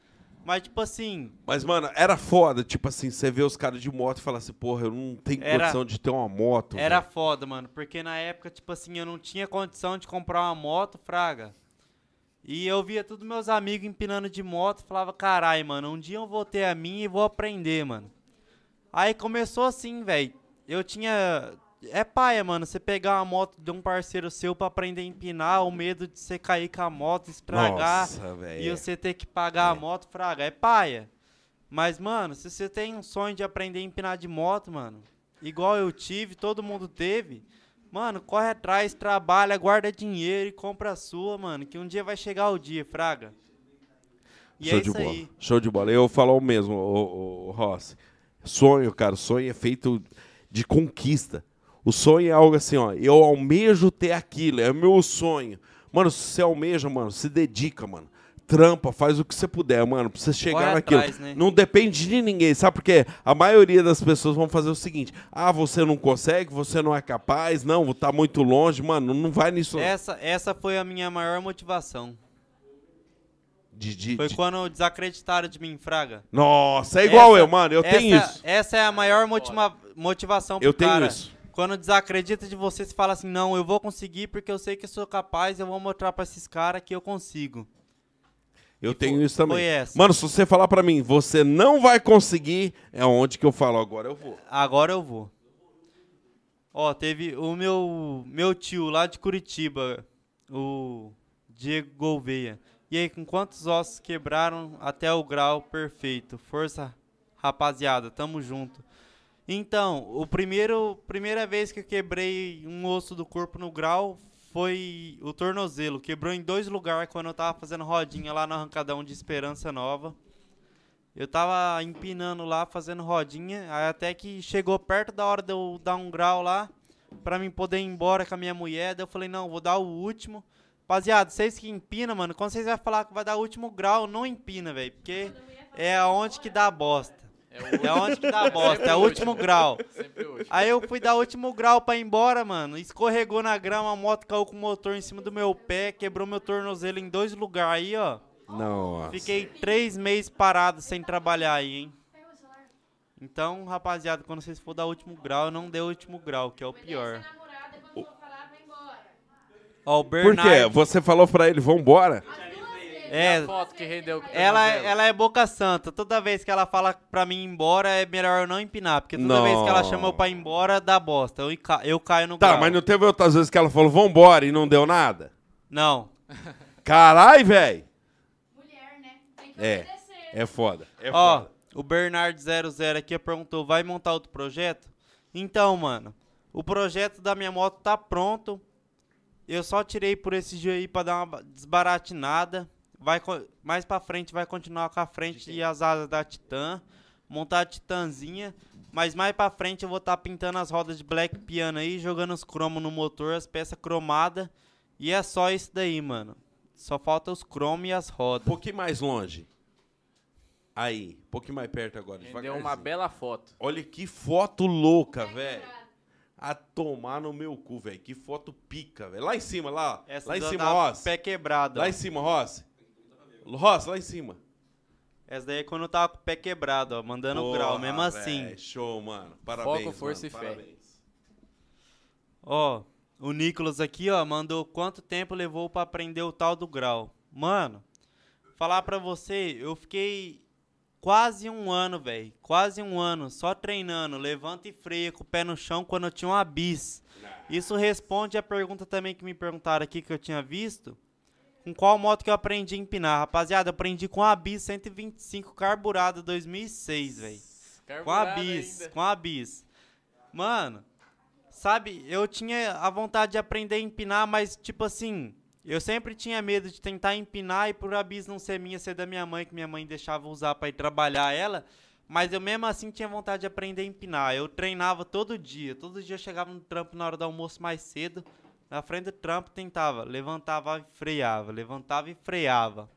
Mas, tipo assim, Mas, mano, era foda, tipo assim, você vê os caras de moto e fala assim, porra, eu não tenho Era- condição de ter uma moto. Era foda, mano, porque na época, tipo assim, eu não tinha condição de comprar uma moto, fraga. E eu via todos meus amigos empinando de moto, falava, carai, mano, um dia eu vou ter a minha e vou aprender, mano. Aí começou assim, velho. Eu tinha. É paia, mano, você pegar uma moto de um parceiro seu pra aprender a empinar, o medo de você cair com a moto, estragar. Nossa, velho, E é. você ter que pagar a moto, fraga. É paia. Mas, mano, se você tem um sonho de aprender a empinar de moto, mano, igual eu tive, todo mundo teve, mano, corre atrás, trabalha, guarda dinheiro e compra a sua, mano, que um dia vai chegar o dia, fraga. E Show é de isso bola. aí. Show de bola. Eu falo o mesmo, o, Rossi. Sonho, cara, sonho é feito de conquista. O sonho é algo assim, ó. Eu almejo ter aquilo, é o meu sonho. Mano, se você almeja, mano, se dedica, mano. Trampa, faz o que você puder, mano, pra você chegar Corre naquilo. atrás, né? Não depende de ninguém, sabe por quê? A maioria das pessoas vão fazer o seguinte: ah, você não consegue, você não é capaz, não, tá muito É, longe, mano, não vai nisso. não. Essa, essa foi a minha maior motivação. De, de- Foi de- quando desacreditaram de mim, Fraga. Nossa, é igual eu, mano. Eu essa- tenho isso. Essa é a maior motiva- motivação pro Eu tenho cara. isso. Quando desacredita de você, você fala assim, não, eu vou conseguir porque eu sei que eu sou capaz, eu vou mostrar pra esses caras que eu consigo. Eu tenho isso também. foi essa. Mano, se você falar pra mim, você não vai conseguir, é onde que eu falo agora. Eu vou. Agora eu vou. Ó, teve o meu meu tio lá de Curitiba, o Diego Gouveia. E aí, com quantos ossos quebraram até o grau perfeito? Força, rapaziada, tamo junto. Então, o primeiro primeira vez que eu quebrei um osso do corpo no grau foi o tornozelo. Quebrou em dois lugares quando eu tava fazendo rodinha lá no arrancadão de Esperança Nova. Eu tava empinando lá, fazendo rodinha, aí até que chegou perto da hora de eu dar um grau lá, pra mim poder ir embora com a minha mulher. Daí eu falei, não, vou dar o último. Rapaziada, vocês que empinam, mano, quando vocês vão falar que vai dar o último grau, não empina, velho, porque é aonde que dá bosta. último. É onde que dá bosta, Sempre é o o último último. grau. Sempre o último. Aí eu fui dar o último grau pra ir embora, mano. Escorregou na grama, a moto caiu com o motor em cima do meu pé, quebrou meu tornozelo em dois lugares aí, ó. Não. Fiquei três meses parado sem trabalhar aí, hein? Então, rapaziada, quando vocês for dar o último grau, eu não dê o último grau, que é o pior. Ó, o Por Bernardo. quê? Você falou pra ele, vambora? É, A foto que rendeu com o ela, tornozelo. ela é boca santa. Toda vez que ela fala pra mim ir embora, é melhor eu não empinar. Porque toda vez que ela chama eu pra ir embora, dá bosta. Eu, ca- eu caio no Tá, grau. mas não teve outras vezes que ela falou, vambora e não deu nada? Não. Carai, velho. Mulher, né? É. É foda. É Ó, foda. o Bernard00 aqui perguntou: vai montar outro projeto? Então, mano, o projeto da minha moto tá pronto. Eu só tirei por esse dia aí pra dar uma ba- desbaratinada. Vai, co- mais pra frente vai continuar com a frente e as asas da Titan. Montar a Titanzinha. Mas mais pra frente eu vou estar pintando as rodas de Black Piano aí, jogando os cromos no motor, as peças cromadas. E é só isso daí, mano. Só falta os cromos e as rodas. Um pouquinho mais longe. Aí, um pouquinho mais perto agora. Rendeu uma bela foto. Olha que foto louca, velho. A tomar no meu cu, velho. Que foto pica, velho. Lá em cima, lá. Essa lá em da- cima, da Rossi. pé quebrado, Lá ó. em cima, Rossi. Rossi, lá em cima. Essa daí é quando eu tava com o pé quebrado, ó, mandando Porra, um grau, mesmo véi, assim. Show, mano. Parabéns, Foco, mano. força e fé. Parabéns. Ó, o Nicolas aqui, ó, mandou quanto tempo levou pra aprender o tal do grau. Mano, falar pra você, eu fiquei quase um ano, velho. Quase um ano, só treinando, levanta e freia com o pé no chão quando eu tinha uma bis. Isso responde a pergunta também que me perguntaram aqui que eu tinha visto. Com qual moto que eu aprendi a empinar? Rapaziada, eu aprendi com um a bis 125 carburada 2006, velho. Com a Carburada bis, ainda. com a bis. Mano, sabe, eu tinha a vontade de aprender a empinar, mas tipo assim, eu sempre tinha medo de tentar empinar e por a bis não ser minha, ser da minha mãe, que minha mãe deixava eu usar pra ir trabalhar ela. Mas eu mesmo assim tinha vontade de aprender a empinar. Eu treinava todo dia. Todo dia eu chegava no trampo na hora do almoço mais cedo. Na frente do trampo tentava. Levantava e freava. Levantava e freava.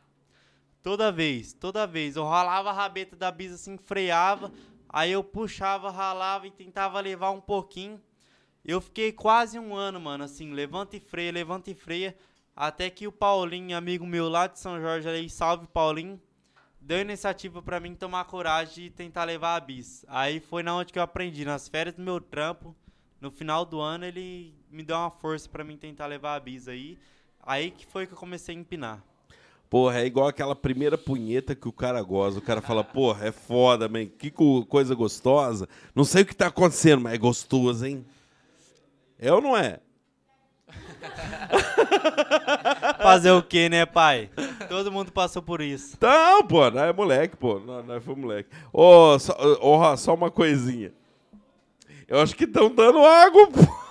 Toda vez, toda vez. Eu ralava a rabeta da bisa assim, freava. Aí eu puxava, ralava e tentava levar um pouquinho. Eu fiquei quase um ano, mano, assim, levanta e freia, levanta e freia. Até que o Paulinho, amigo meu lá de São Jorge, aí, salve Paulinho, deu iniciativa pra mim tomar coragem e tentar levar a bis. Aí foi na onde que eu aprendi, nas férias do meu trampo. No final do ano ele me deu uma força pra mim tentar levar a bis aí. Aí que foi que eu comecei a empinar. Porra, é igual aquela primeira punheta que o cara goza. O cara fala, porra, é foda, man. Que co- coisa gostosa. Não sei o que tá acontecendo, mas é gostoso, hein? É ou não é? Fazer o quê, né, pai? Todo mundo passou por isso. Então, pô, nós é moleque, pô. Nós, nós foi moleque. Ô, só, ô, Rá, só uma coisinha. Eu acho que estão dando água, pô.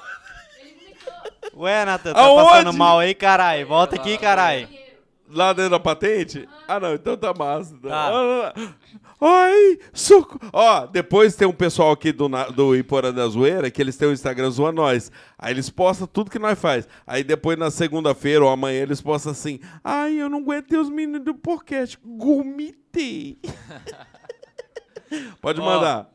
Ué, Natan, tá passando mal aí, caralho? Volta aqui, caralho. Lá dentro da patente? Ah, não, então tá massa. Tá. Ah, não, não. Ai, soco. Ó, depois tem um pessoal aqui do, na- do Iporã da Zoeira que eles têm o Instagram zoa nós. Aí eles postam tudo que nós faz. Aí depois na segunda-feira ou amanhã eles postam assim: Ai, eu não aguentei os meninos do podcast. Gomitei. Pode Ó, mandar.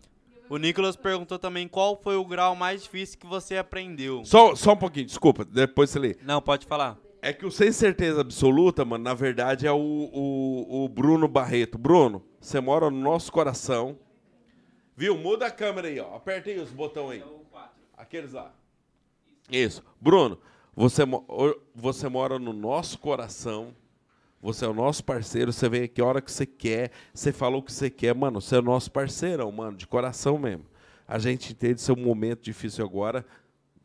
O Nicolas perguntou também qual foi o grau mais difícil que você aprendeu. Só, só um pouquinho, desculpa, depois você lê. Não, pode falar. É que o sem certeza absoluta, mano, na verdade é o, o, o Bruno Barreto. Bruno, você mora no nosso coração. Viu? Muda a câmera aí, ó. Aperta aí os botões aí. Aqueles lá. Isso. Bruno, você, mo- o- você mora no nosso coração. Você é o nosso parceiro. Você vem aqui a hora que você quer. Você fala o que você quer. Mano, você é o nosso parceirão, mano. De coração mesmo. A gente entende seu momento difícil agora.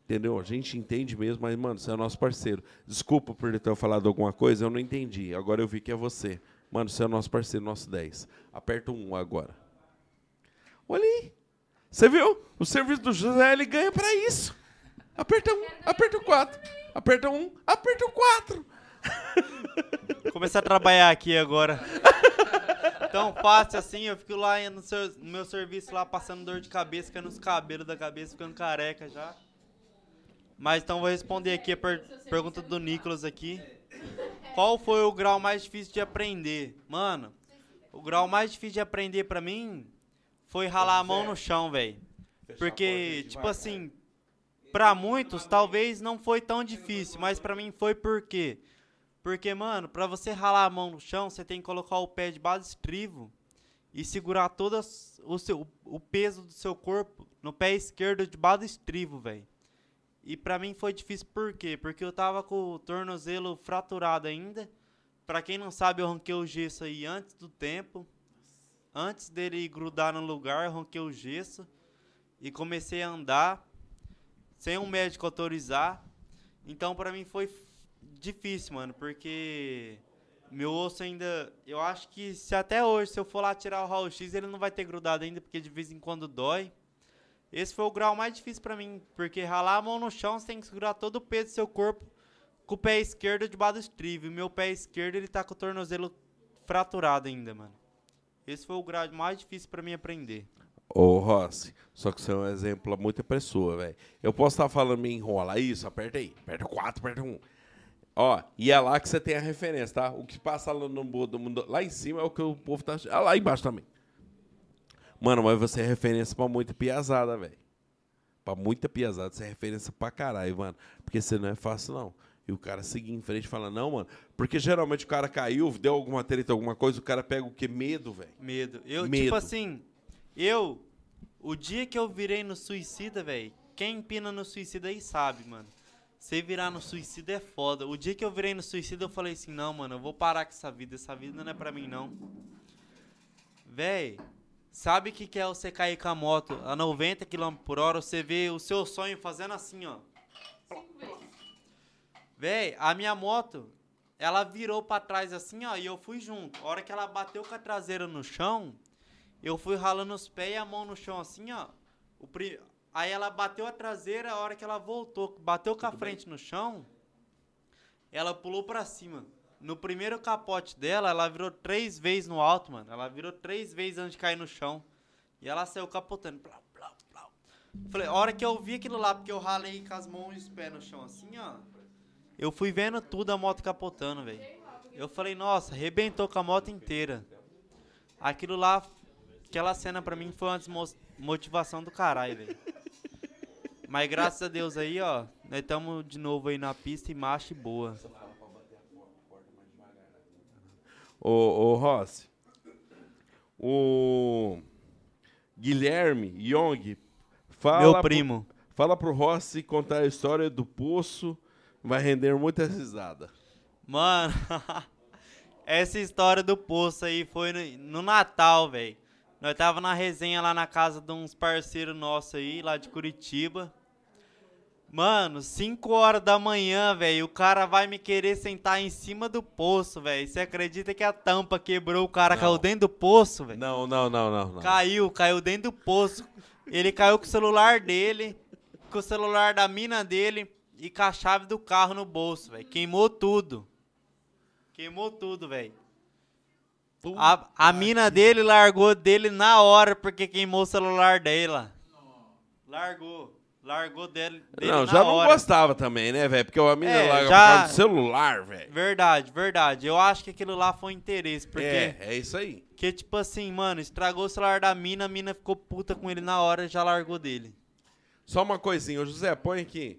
Entendeu? A gente entende mesmo, mas, mano, você é nosso parceiro. Desculpa por ele ter falado alguma coisa, eu não entendi. Agora eu vi que é você. Mano, você é nosso parceiro, nosso 10. Aperta um agora. Olha aí. Você viu? O serviço do José, ele ganha pra isso. Aperta um, aperta o 4. Aperta um, aperta o 4. Começar a trabalhar aqui agora. Tão fácil assim, eu fico lá no, seu- no meu serviço lá passando dor de cabeça, ficando os cabelos da cabeça, ficando careca já. Mas então vou responder aqui a per- pergunta do Nicolas aqui. Qual foi o grau mais difícil de aprender? Mano, o grau mais difícil de aprender pra mim foi ralar a mão no chão, velho. Porque, tipo assim, pra muitos talvez não foi tão difícil, mas pra mim foi por quê? Porque, mano, pra você ralar a mão no chão, você tem que colocar o pé debaixo do estribo e segurar todo o, seu, o peso do seu corpo no pé esquerdo debaixo do estribo, velho. E pra mim foi difícil por quê? Porque eu tava com o tornozelo fraturado ainda. Pra quem não sabe, eu ranquei o gesso aí antes do tempo. Antes dele grudar no lugar, eu ranquei o gesso. E comecei a andar sem um médico autorizar. Então, pra mim foi f- difícil, mano, porque meu osso ainda. Eu acho que se até hoje, se eu for lá tirar o raio-x, ele não vai ter grudado ainda, porque de vez em quando dói. Esse foi o grau mais difícil pra mim, porque ralar a mão no chão, você tem que segurar todo o peso do seu corpo com o pé esquerdo debaixo do estribo. E meu pé esquerdo, ele tá com o tornozelo fraturado ainda, mano. Esse foi o grau mais difícil pra mim aprender. Ô, Rossi, só que você é um exemplo muito pessoa, velho. Eu posso estar falando, me enrola isso, aperta aí. Aperta o 4, aperta o 1. Ó, e é lá que você tem a referência, tá? O que passa lá no mundo, mundo- lá em cima é o que o povo tá achando. Ah, lá embaixo também. Mano, mas você é referência pra muita piazada, velho. Pra muita piazada, você é referência pra caralho, mano. Porque você não é fácil, não. E o cara seguir em frente e fala, não, mano. Porque geralmente o cara caiu, deu alguma treta, alguma coisa, o cara pega o quê? Medo, velho. Medo. Eu, Medo. tipo assim, eu, o dia que eu virei no suicida, velho, quem pina no suicida aí sabe, mano. Você virar no suicida é foda. O dia que eu virei no suicida, eu falei assim, não, mano, eu vou parar com essa vida, essa vida não é pra mim, não. Véi, sabe o que, que é você cair com a moto a 90 km por hora, você vê o seu sonho fazendo assim, ó. Véi, a minha moto, ela virou pra trás assim, ó, e eu fui junto. A hora que ela bateu com a traseira no chão, eu fui ralando os pés e a mão no chão assim, ó. O pri- Aí ela bateu a traseira, a hora que ela voltou, bateu com a frente no chão, ela pulou pra cima. No primeiro capote dela, ela virou três vezes no alto, mano. Ela virou três vezes antes de cair no chão. E ela saiu capotando. Plau, plau, plau. Falei, a hora que eu vi aquilo lá, porque eu ralei com as mãos e os pés no chão assim, ó. Eu fui vendo tudo a moto capotando, velho. Eu falei, nossa, arrebentou com a moto inteira. Aquilo lá, aquela cena pra mim foi uma desmotivação do caralho, velho. Mas graças a Deus aí, ó, nós estamos de novo aí na pista e marcha e boa. Ô, ô Rossi, o Guilherme Young fala. Meu pro- primo. fala pro Rossi contar a história do poço. Vai render muita risada. Mano, essa história do poço aí foi no, no Natal, velho. Nós tava na resenha lá na casa de uns parceiros nossos aí, lá de Curitiba. Mano, 5 horas da manhã, velho, o cara vai me querer sentar em cima do poço, velho. Você acredita que a tampa quebrou, o cara caiu dentro do poço, velho? Não, não, não, não, não. Caiu, caiu dentro do poço. Ele caiu com o celular dele, com o celular da mina dele e com a chave do carro no bolso, velho. Queimou tudo. Queimou tudo, velho. A, a mina dele largou dele na hora porque queimou o celular dela. Largou. Largou dele, dele não, na já não hora. gostava também, né, velho? Porque a mina É, larga já- por causa do celular, velho. Verdade, verdade. Eu acho que aquilo lá foi interesse, porque... É, é isso aí. Que tipo assim, mano, estragou o celular da mina, a mina ficou puta com ele na hora e já largou dele. Só uma coisinha, ô José, põe aqui.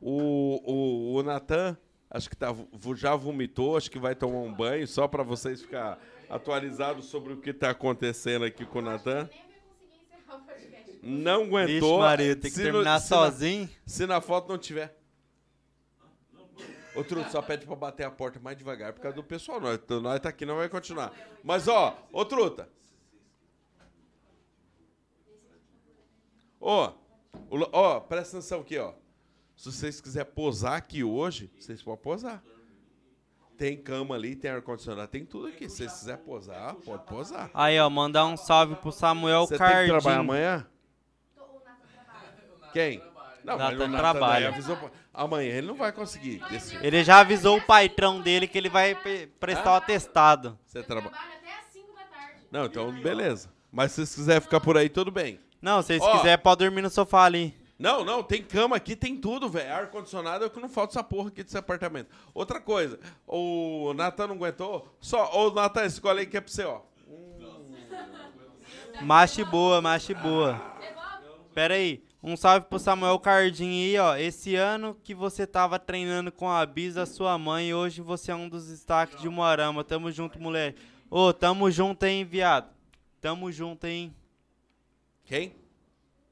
O, o, o Natan Acho que tá, vo- já vomitou, acho que vai tomar um banho, só para vocês ficar atualizados sobre o que tá acontecendo aqui com o Natan. Não aguentou. Vixe, Maria, tem que Se terminar se sozinho. se na foto não tiver. Ô, Truto, só pede pra bater a porta mais devagar por causa do pessoal. Nós, t- nós tá aqui, não vai continuar. Mas, ó, ô, Truta. Ô, o Lu- ó, presta atenção aqui, ó. Se vocês quiserem posar aqui hoje, vocês podem posar. Tem cama ali, tem ar-condicionado, tem tudo aqui. Se vocês quiserem posar, pode posar. Aí, ó, mandar um salve pro Samuel Você tem que Cardim. trabalhar amanhã? Quem? Não, mas Nathan o Nathan trabalha. daí avisou pra- Amanhã ele não vai conseguir. Esse- Ele já avisou o patrão dele que ele vai pe- prestar o Hã? atestado. Você trabalha Não, então beleza. Mas se vocês quiserem ficar por aí, tudo bem. Não, se vocês Ó. quiserem, pode dormir no sofá ali. Não, não, tem cama aqui, tem tudo, velho. Ar-condicionado é o que não falta essa porra aqui desse apartamento. Outra coisa, o Natan não aguentou? Só, ô Natan, escolhe aí que é pra você, ó. Mache boa, mache boa. Pera aí. Um salve pro Samuel Cardim aí, ó. Esse ano que você tava treinando com a Bis da sua mãe, hoje você é um dos destaques de Moarama. Tamo junto, moleque. Ô, tamo junto, hein, viado. Tamo junto, hein. Quem?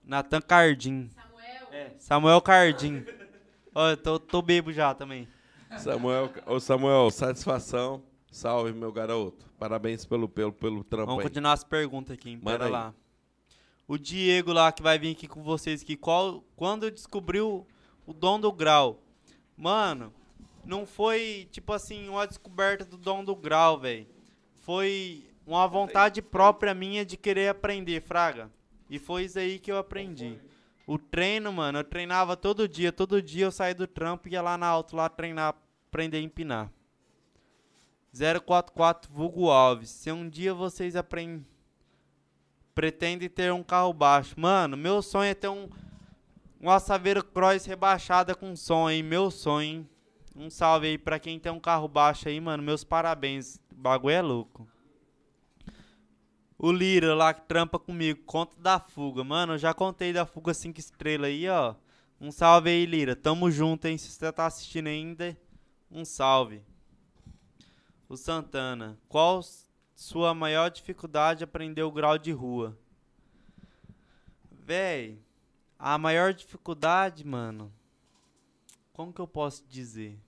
Natan Cardim. Samuel. É, Samuel Cardim. Ó, eu tô, tô bebo já também. Samuel, ô Samuel, satisfação. Salve, meu garoto. Parabéns pelo, pelo, pelo trampo Vamos aí. continuar as perguntas aqui, hein? Manda Pera aí. lá. O Diego lá que vai vir aqui com vocês que qual quando descobriu o dom do grau. Mano, não foi tipo assim uma descoberta do dom do grau, velho. Foi uma vontade própria minha de querer aprender, fraga. E foi isso aí que eu aprendi. O treino, mano, eu treinava todo dia, todo dia eu saía do trampo e ia lá na alto lá treinar, aprender a empinar. 044 Vulgo Alves. Se um dia vocês aprendem. Pretendem ter um carro baixo. Mano, meu sonho é ter um. Uma Saveiro Cross rebaixada com som, hein? Meu sonho, hein? Um salve aí pra quem tem um carro baixo aí, mano. Meus parabéns. O bagulho é louco. O Lira lá que trampa comigo. Conta da fuga. Mano, eu já contei da fuga 5 estrelas aí, ó. Um salve aí, Lira. Tamo junto, hein? Se você tá assistindo ainda, um salve. O Santana, qual s- sua maior dificuldade aprender o grau de rua? Véi, a maior dificuldade, mano. Como que eu posso dizer?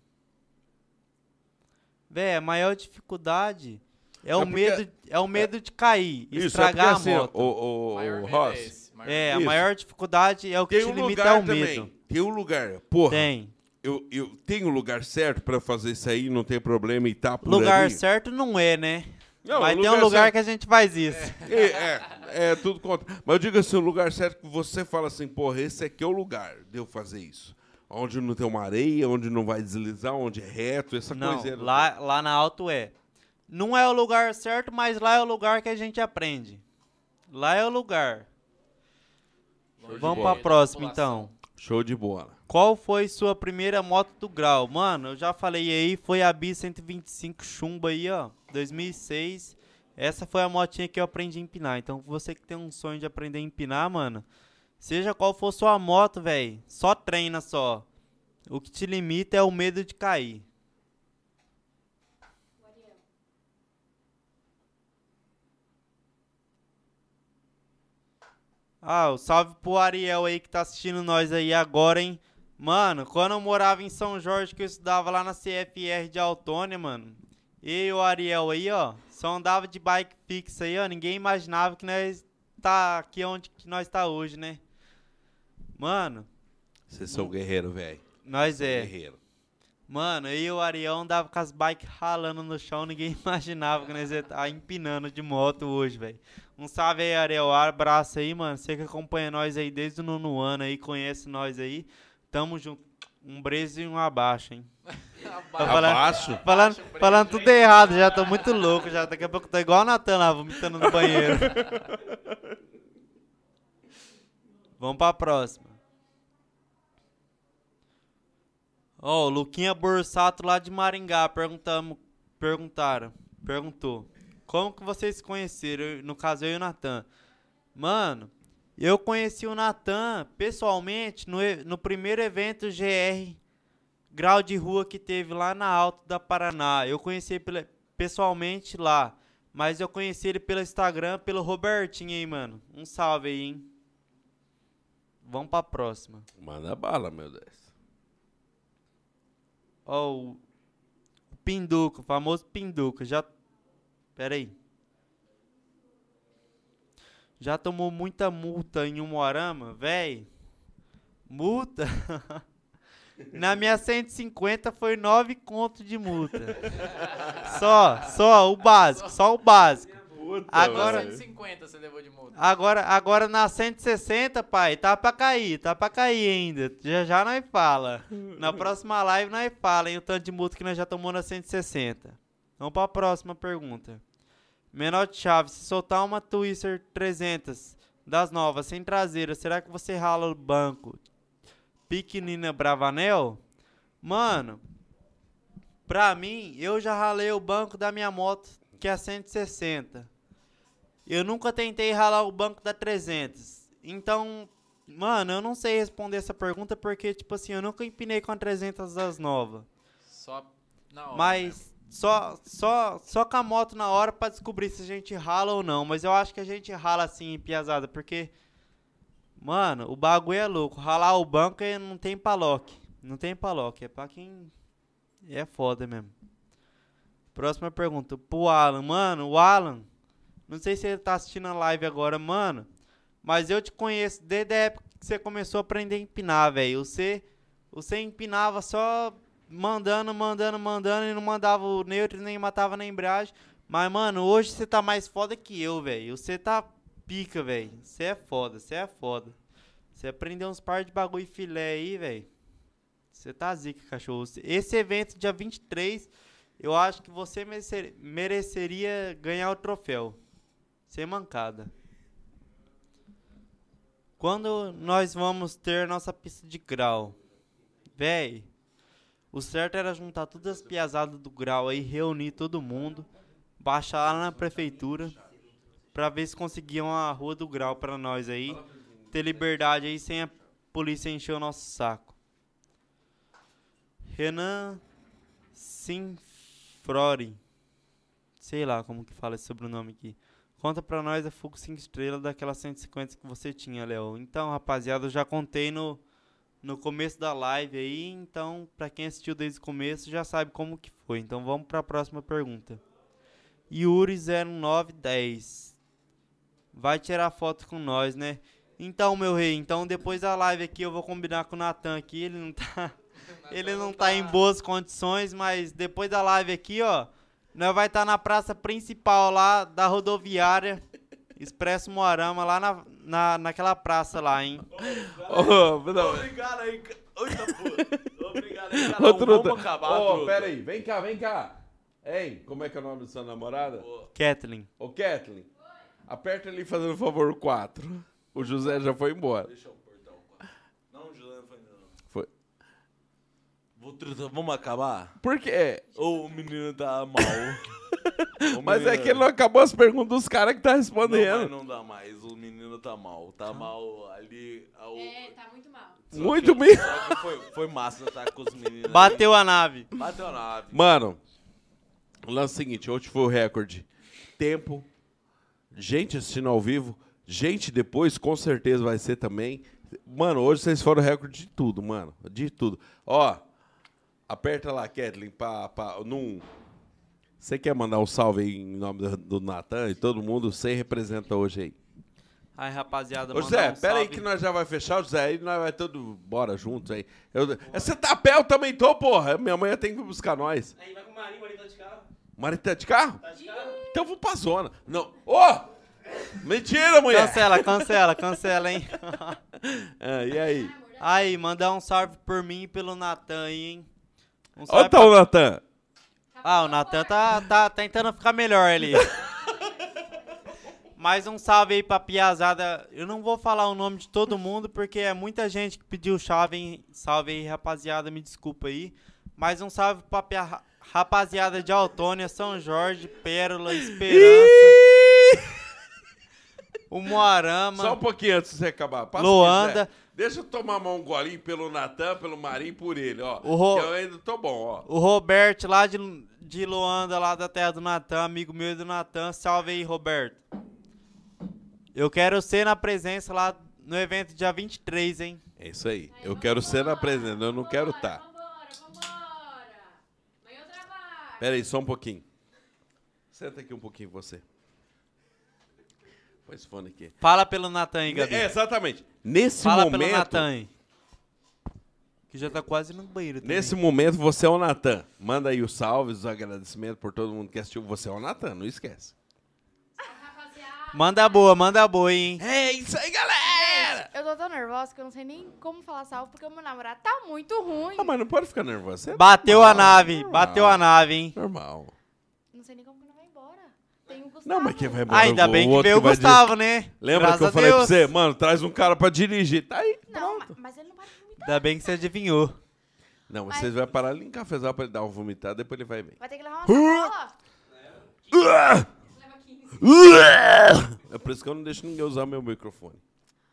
Véi, a maior dificuldade é, É o porque- medo, é o medo de cair, Isso, é estragar porque assim, a ó, moto. o- o- Maior o medo é Ross, esse, maior É, a medo. maior dificuldade é o que Tem te um limita lugar ao também. medo. Tem um lugar, porra. Tem. Eu, eu tenho o lugar certo pra fazer isso aí, não tem problema e tá por Lugar ali. certo não é, né? Não, Mas o tem um lugar lugar certo- que a gente faz isso. E, é, é tudo conta. Mas eu digo assim, o lugar certo que você fala assim, porra, esse aqui é o lugar de eu fazer isso. Onde não tem uma areia, onde não vai deslizar, onde é reto, essa Não, coisinha. lá, lá na Alto é. Não é o lugar certo, mas lá é o lugar que a gente aprende. Lá é o lugar. é Vamos pra próxima, então. Show de bola. Qual foi sua primeira moto do grau? Mano, eu já falei aí, foi a B125 Chumba aí, ó, 2006. Essa foi a motinha que eu aprendi a empinar. Então, você que tem um sonho de aprender a empinar, mano, seja qual for sua moto, velho, só treina só. O que te limita é o medo de cair. Ah, o salve pro Ariel aí que tá assistindo nós aí agora, hein? Mano, quando eu morava em São Jorge, que eu estudava lá na CFR de Altônia, mano. Eu e o Ariel aí, ó, só andava de bike fixa aí, ó. Ninguém imaginava que nós tá aqui onde que nós tá hoje, né? Mano, Vocês são guerreiro, velho. nós é. Guerreiro. Mano, eu e o Ariel andava com as bikes ralando no chão, ninguém imaginava que nós ia estar empinando de moto hoje, velho. Um salve aí, Ariel, abraço aí, mano. Você que acompanha nós aí desde o nono ano aí, conhece nós aí. Tamo junto. Um brezo e um abaixo, hein? Tô Abaixo? Falando, falando tudo errado, já tô muito louco, já. Daqui a pouco tô igual a Natan lá, vomitando no banheiro. Vamos pra próxima. Ó, o Luquinha Borsato lá de Maringá perguntamo, perguntaram, perguntou. Como que vocês se conheceram? Eu- No caso, eu e o Natan. Mano, eu conheci o Natan pessoalmente no, e- no primeiro evento GR grau de rua que teve lá na Alto da Paraná. Eu conheci ele pela- pessoalmente lá, mas eu conheci ele pelo Instagram, pelo Robertinho, hein, mano. Um salve aí, hein. Vamos pra próxima. Manda bala, meu Deus. Ó, o o Pinduco, o famoso Pinduco. Já. Pera aí. Já tomou muita multa em Umuarama, véi? Multa? Na minha 150 foi 9 conto de multa. só, só o básico, só o básico. Agora, 150 você levou de multa. agora, agora na 160, pai, tá pra cair, tá pra cair ainda. Já já nós fala. Na próxima live nós fala, hein, o tanto de multa que nós já tomamos na 160. Vamos pra próxima pergunta. Menor de chave, se soltar uma Twister 300 das novas, sem traseira, será que você rala o banco? Pequenina Bravanel? Mano, pra mim, eu já ralei o banco da minha moto, que é 160. Eu nunca tentei ralar o banco da 300. Então, mano, eu não sei responder essa pergunta porque, tipo assim, eu nunca empinei com a 300 das novas. Só na hora. né? Mas só, só, só com a moto na hora pra descobrir se a gente rala ou não. Mas eu acho que a gente rala assim, piazada, porque. Mano, o bagulho é louco. Ralar o banco é- não tem paloque. Não tem paloque. É pra quem. É foda mesmo. Próxima pergunta. Pro Alan. Mano, o Alan. Não sei se ele tá assistindo a live agora, mano. Mas eu te conheço desde a época que você começou a aprender a empinar, velho. Você, você empinava só mandando, mandando, mandando e não mandava o neutro nem matava na embreagem. Mas, mano, hoje você tá mais foda que eu, velho. Você tá pica, velho. Você é foda, você é foda. Você aprendeu uns par de bagulho filé aí, velho. Você tá zica, cachorro. Esse evento, dia 23, eu acho que você merecer- mereceria ganhar o troféu. Sem mancada. Quando nós vamos ter nossa pista de grau? Véi, o certo era juntar todas as piazadas do grau aí, reunir todo mundo, baixar lá na prefeitura, pra ver se conseguiam a rua do grau pra nós aí, ter liberdade aí sem a polícia encher o nosso saco. Renan Sinfrori. Sei lá como que fala esse sobrenome aqui. Conta pra nós a Fugo 5 estrelas daquela 150 que você tinha, Léo. Então, rapaziada, eu já contei no, no começo da live aí. Então, pra quem assistiu desde o começo, já sabe como que foi. Então, vamos pra próxima pergunta. Yuri0910. Vai tirar foto com nós, né? Então, meu rei, então depois da live aqui eu vou combinar com o Natan aqui. Ele não tá. Ele não tá em boas condições, mas depois da live aqui, ó, nós vai estar na praça principal lá da rodoviária Expresso Moarama, lá na, na, naquela praça lá, hein? Obrigado aí, ca- tá Eita, puta. Obrigado aí, Ô, Truta. Vamos acabar, Ô, Truta. pera aí. Vem cá, vem cá. Hein, como é que é o nome da sua namorada? Kathleen. Ô, Kathleen. Aperta ali fazendo um favor o 4. O José já foi embora. Não, José, não foi não. Foi. Vou truta, vamos acabar? Por quê? Ô, o menino tá mal. Ô, Mas é menino- que ele não acabou as perguntas dos caras que tá Não, respondendo. mas não dá mais, o menino tá mal. Tá mal ali. ao- É, tá muito mal. Só Muito que- bem. só que Foi, foi massa tá com os meninos. ali. Bateu a nave. Bateu a nave. Mano, o lance é o seguinte, hoje foi o recorde. Tempo, gente assistindo ao vivo, gente depois com certeza vai ser também. Mano, hoje vocês foram o recorde de tudo, mano, de tudo. Ó, aperta lá, Kathleen, pra, pra, num... um. Você quer mandar um salve aí em nome do, do Natan e todo mundo? Você representa hoje aí. Aí, rapaziada, Ô, mandar José, um pera aí salve. que nós já vai fechar, José. Aí nós vai todo... Bora juntos aí. Eu, você tá a pé, eu também tô, porra. Minha mãe tem que buscar nós. Aí vai com o Marinho, o Marinho tá de carro. Marido tá de carro? Tá de carro? Então eu vou pra zona. Não. Ô! Mentira, mulher! Cancela, cancela, cancela, hein? É, e aí? Aí, mandar um salve por mim e pelo Natan aí, hein? Um Olha salve tá o Natan. Ah, o Natan tá, tá tentando ficar melhor ali. Mais um salve aí pra Piazada. Eu não vou falar o nome de todo mundo, porque é muita gente que pediu chave, hein? Salve aí, rapaziada, me desculpa aí. Mais um salve pra pia- rapaziada de Autônia, São Jorge, Pérola, Esperança. o Moarama. Só um pouquinho antes de você acabar. Passa o Luanda. José. Deixa eu tomar mais um golinho pelo Natan, pelo Marinho, por ele, ó. O Ro- Que eu ainda tô bom, ó. O Roberto lá de, de Luanda, lá da terra do Natan, amigo meu e do Natan. Salve aí, Roberto. Eu quero ser na presença lá no evento dia 23, hein? É isso aí. Eu quero ser na presença, eu não quero estar. Tá. Pera aí, só um pouquinho. Senta aqui um pouquinho, você. Põe esse fone aqui. Fala pelo Natan aí, Gabi. É, exatamente. Nesse Fala momento. pelo Natan aí. Que já tá quase no banheiro também. Nesse momento, você é o Natan. Manda aí os salves, os agradecimentos por todo mundo que assistiu. Você é o Natan, não esquece. Manda boa, manda boa, hein? É isso aí, galera! Gente, eu tô tão nervosa que eu não sei nem como falar salve, porque o meu namorado tá muito ruim. Ah, mas não pode ficar nervoso. Você é Bateu a normal, nave, normal. bateu a nave, hein? Normal. Não sei nem como que não vai embora. Tem o Gustavo. Não, mas quem vai Ah, ainda é bem que outro veio o vai Gustavo, dirigir. né? Lembra Graças que eu a falei pra Deus. você? Mano, traz um cara pra dirigir. Tá aí. Não, ma- mas ele não vai. Ainda bem que você adivinhou. Não, vocês vão parar ali em cafezal pra ele dar um vomitado, depois ele vai bem. Vai ter que levar uma sacola. É por isso que eu não deixo ninguém usar meu microfone.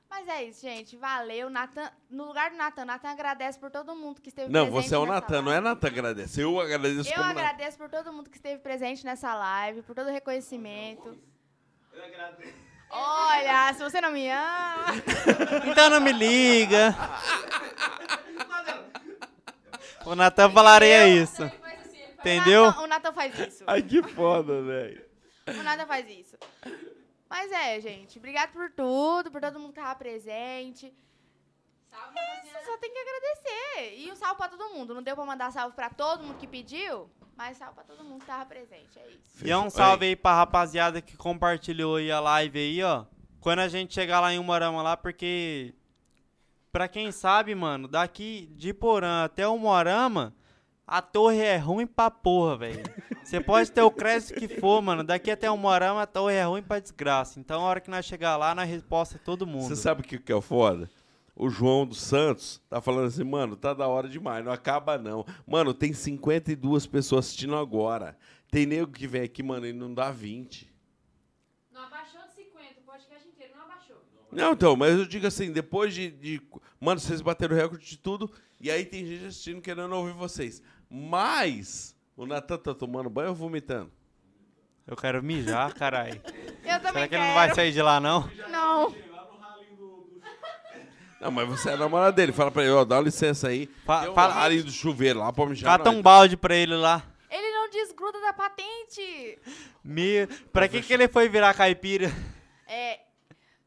Mas é isso, gente. Valeu. Natan, no lugar do Natan, Natan agradece por todo mundo que esteve Não, presente. você é o nessa Natan, não é Natan agradece. Eu agradeço Eu como Natan. agradeço por todo mundo que esteve presente nessa live, por todo o reconhecimento. Eu agradeço. Olha, se você não me ama. Então não me liga. O Natan falaria isso. assim, Entendeu? O Natan- O Natan faz isso. Ai, que foda, velho. O Natan faz isso. Mas é, gente. Obrigado por tudo, por todo mundo que estava presente. Salve, isso, só tem que agradecer. E um salve pra todo mundo. Não deu pra mandar salve pra todo mundo que pediu, mas salve pra todo mundo que tava presente. É isso. E é um salve aí pra rapaziada que compartilhou aí a live aí, ó. Quando a gente chegar lá em Umorama lá, porque. Pra quem sabe, mano, daqui de Porã até Umorama, a torre é ruim pra porra, velho. Você pode ter o crédito que for, mano. Daqui até Umorama, a torre é ruim pra desgraça. Então, a hora que nós chegar lá, nós resposta a todo mundo. Você sabe o que, que é o foda? O João dos Santos tá falando assim, mano, tá da hora demais, não acaba não. Mano, tem 52 pessoas assistindo agora. Tem nego que vem aqui, mano, e não dá 20. Não abaixou de 50, o podcast inteiro não abaixou. Não, então, mas eu digo assim, depois de. de- mano, vocês bateram o recorde de tudo, e aí tem gente assistindo querendo ouvir vocês. Mas o Natan tá tomando banho ou vomitando? Eu quero mijar, caralho. Eu também Será que ele não vai quero. sair de lá, não? Não. Não, mas você é a namorada dele. Fala pra ele, ó, dá licença aí. Fala, fala- fala ali do chuveiro lá pra mijar. Cata um nós. balde pra ele lá. Ele não desgruda da patente. Me... Pra que, que ele foi virar caipira? É.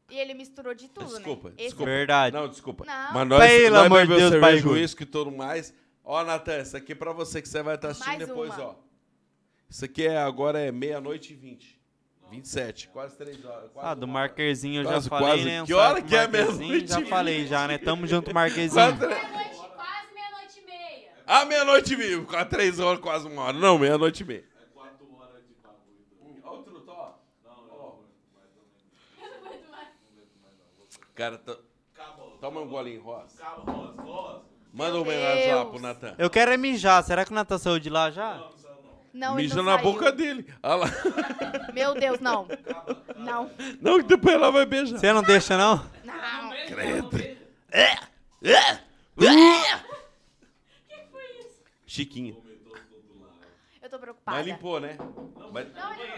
E ele misturou de tudo, Desculpa, né? Esse- desculpa. Verdade. Não, desculpa. Não. Mas nós, Pelo nós amor de bebemos Deus, cerveja, barrigudo. uísque e tudo mais. Ó, Natan, isso aqui é pra você que você vai estar assistindo Mais depois, uma. ó. Isso aqui é, agora é meia-noite e vinte. 27, quase três horas. Quase Ah, do Marquezinho eu Quase, já falei, quase. né? Um Que hora salve pro que é Marquezinho, mesmo? Já falei já, né? Tamo junto, Quase Marquezinho. três- Meia-noite, quase meia-noite e meia. né? Ah, meia-noite e meia. Quase três horas, quase uma hora. Não, meia-noite e meia. Hum, Cara, to... toma um golinho, Rosa. Manda um homenagem lá pro Natan. Eu quero é mijar. Será que o Natan saiu de lá já? Não, ele Mija não na saiu. boca dele. Olha lá. Meu Deus, não. Não. Não, que depois ela vai beijar. Você não deixa, não? Não. É, Chiquinho. Eu tô preocupada. Mas limpou, né? Mas...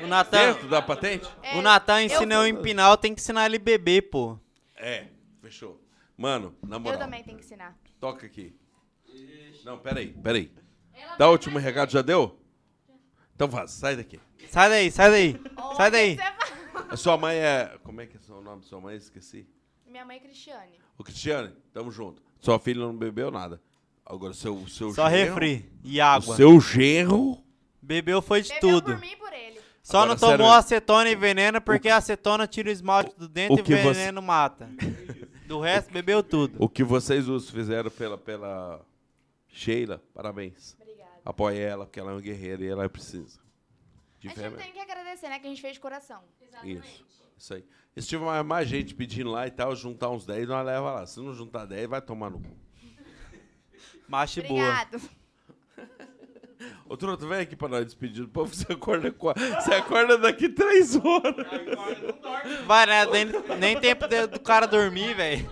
O Natan- Dentro da patente? É, O Natan eu- ensina eu empinar, eu tenho que ensinar ele beber, pô. É, fechou. Mano, na moral. Eu também tenho que ensinar. Toca aqui. Não, peraí, peraí. Dá o último recado, já deu? Então vaza, sai daqui. Sai daí, sai daí. Sai daí. é A sua mãe é. Como é que é o nome da sua mãe? Esqueci. Minha mãe é Cristiane. Ô, Cristiane, tamo junto. Sua filha não bebeu nada. Agora, seu, seu Só genro- refri e água. O seu genro. Bebeu foi de Bebeu tudo. por mim e por ele. Só Agora, não tomou sério. acetona e veneno porque a acetona tira o esmalte do dente o e que você- veneno mata. Do resto, bebeu tudo. O que vocês os fizeram pela, pela Sheila, parabéns. Obrigada. Apoie ela, porque ela é uma guerreira e ela precisa. De A gente fé não mesmo. tem que agradecer, né? Que a gente fez de coração. Isso. Isso aí. E Se tiver mais, mais gente pedindo lá e tal, juntar uns 10, nós leva lá. Se não juntar 10, vai tomar no cu. Macho e boa. Obrigado. Ô, Truto, vem aqui pra nós despedir. Pô, você acorda com a- Você acorda daqui 3 horas. Vai, né? Nem, nem tempo de- do cara dormir, velho.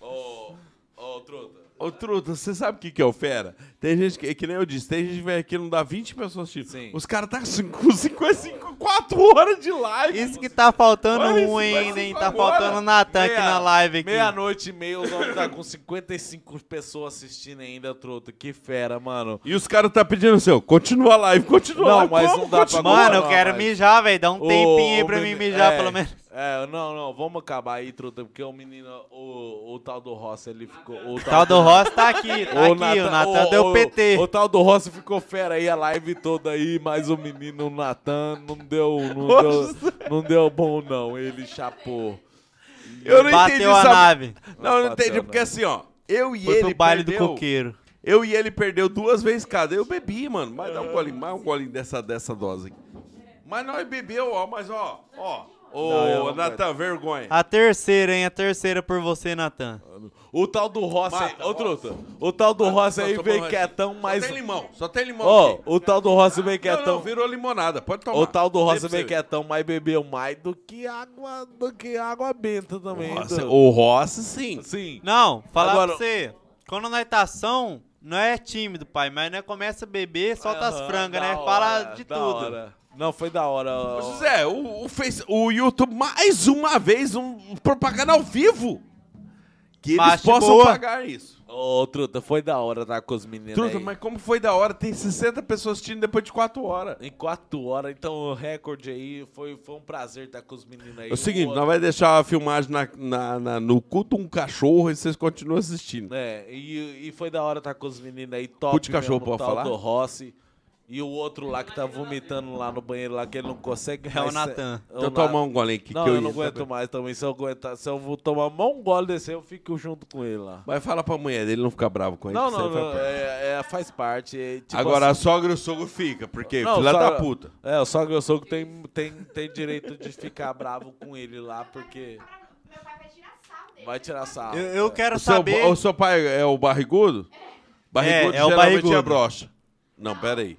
ô, Truta. Ô, Truta, você sabe o que, que é o fera? Tem gente que, que nem eu disse, tem gente que vem aqui não dá 20 pessoas assistindo. Os caras tá assim, com 55, 4 horas de live. Isso que tá faltando Olha isso, um, vai hein, se hein? Tá embora. faltando o Natan aqui Meia- na live aqui. Meia-noite e meia, os homens tá com 55 pessoas assistindo ainda, truta. Que fera, mano. E os caras tá pedindo assim, ó, continua a live, continua a live. Não, mas como não dá pra continua? Mano, eu quero mijar, velho. Dá um Ô, tempinho aí pra ô, mim meni- mijar, é, pelo menos. É, não, não, vamos acabar aí, truta, porque o menino, o, o tal do Rossi, ele ficou... O Tal do Rossi tá aqui, tá aqui, o Natan deu PT. O, tal do Rossi ficou fera aí, a live toda aí, mas o menino, o Natan, não deu, não, Nossa. deu, não deu bom não, ele chapou. Eu não entendi, sabe? Não, eu não Bateu a entendi, porque nave. assim, ó, eu e Foi pro ele baile do perdeu, coqueiro. Eu e ele perdeu duas vezes cada. Eu bebi, mano, mas dá um golinho, mais um golinho dessa, dessa dose. aqui. Mas nós bebeu, ó, mas ó, ó. Não, eu Ô, não Natan, vergonha. Ah, A terceira, hein? A terceira por você, Natan. O tal do Rossi, Mata, ô truta, o tal do Rossi Só aí tô veio falando quietão, aqui. mas... Só tem limão, só tem limão Ó, aqui. o tal do Rossi veio Não, não, quietão. virou limonada, pode tomar. O tal do Rossi Dê veio pra você quietão, mas bebeu mais do que água, do que água benta também. então. Rossi- do- o Rossi, sim. Sim. Não, falar Agora- pra você. Quando nós tá ação, não é tímido, pai, mas nós começa a beber, solta as Aham, frangas, da né? Fala hora, de da tudo. hora. Não, foi da hora. ó. Ô, José, o, o, Face- o YouTube, mais uma vez, um propaganda ao vivo. Que eles Mas de possam boa. pagar isso. Ô, Truta, foi da hora tá com os meninos Truta, aí. mas como foi da hora? Tem 60 pessoas assistindo depois de 4 horas. Em quatro horas, então o recorde aí foi, foi um prazer estar com os meninos aí. É o seguinte, Ô, nós vamos deixar a filmagem na, na- na- no culto um cachorro e vocês continuam assistindo. É, e, e foi da hora estar com os meninos aí, top Cu de cachorro, mesmo, pode o tal falar? do Rossi. E o outro lá que tá vomitando lá no banheiro lá, que ele não consegue É o mais- Natan. é o Deixa eu Na- tomar um golinho aqui Não, que eu ia eu, não aguento também. mais também. Se eu aguentar, se eu vou tomar mais um gole desse, eu fico junto com ele lá. Mas fala pra mulher dele não ficar bravo com ele. não, que isso não, aí faz não, parte. é, é- faz parte. é, tipo Agora assim- a sogra e o sogro fica, porque Não, filha o da sogra- puta. É, o sogro e o sogro tem, tem, tem direito de ficar bravo com ele lá, porque... Vai tirar sarro. Eu, eu quero o seu, saber. O seu pai é o barrigudo? Barrigudo É, é o geralmente barrigudo. Hum. é brocha. Não, peraí.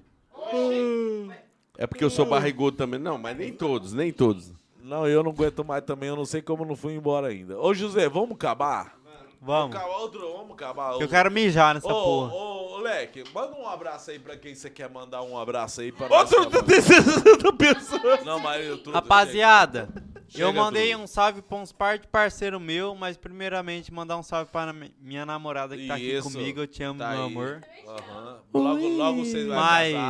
É porque eu sou barrigudo também. Não, mas nem todos, nem todos. Não, eu não aguento mais também. Eu não sei como eu não fui embora ainda. Ô, José, vamos acabar? Vamos. Acabar outro, vamos acabar. Eu quero mijar nessa Ô, porra. Ô, ô, Leque, manda um abraço aí pra quem você quer mandar um abraço aí pra Outro nós. tem 60 pessoas. Não, mas eu tô... Rapaziada, eu Chega, mandei Dudu. um salve pra uns par de parceiro meu, mas primeiramente mandar um salve para mi- minha namorada que tá aqui Isso, comigo. Eu te amo, tá meu aí. amor. Aham. Logo, logo vocês vão Mas, Logo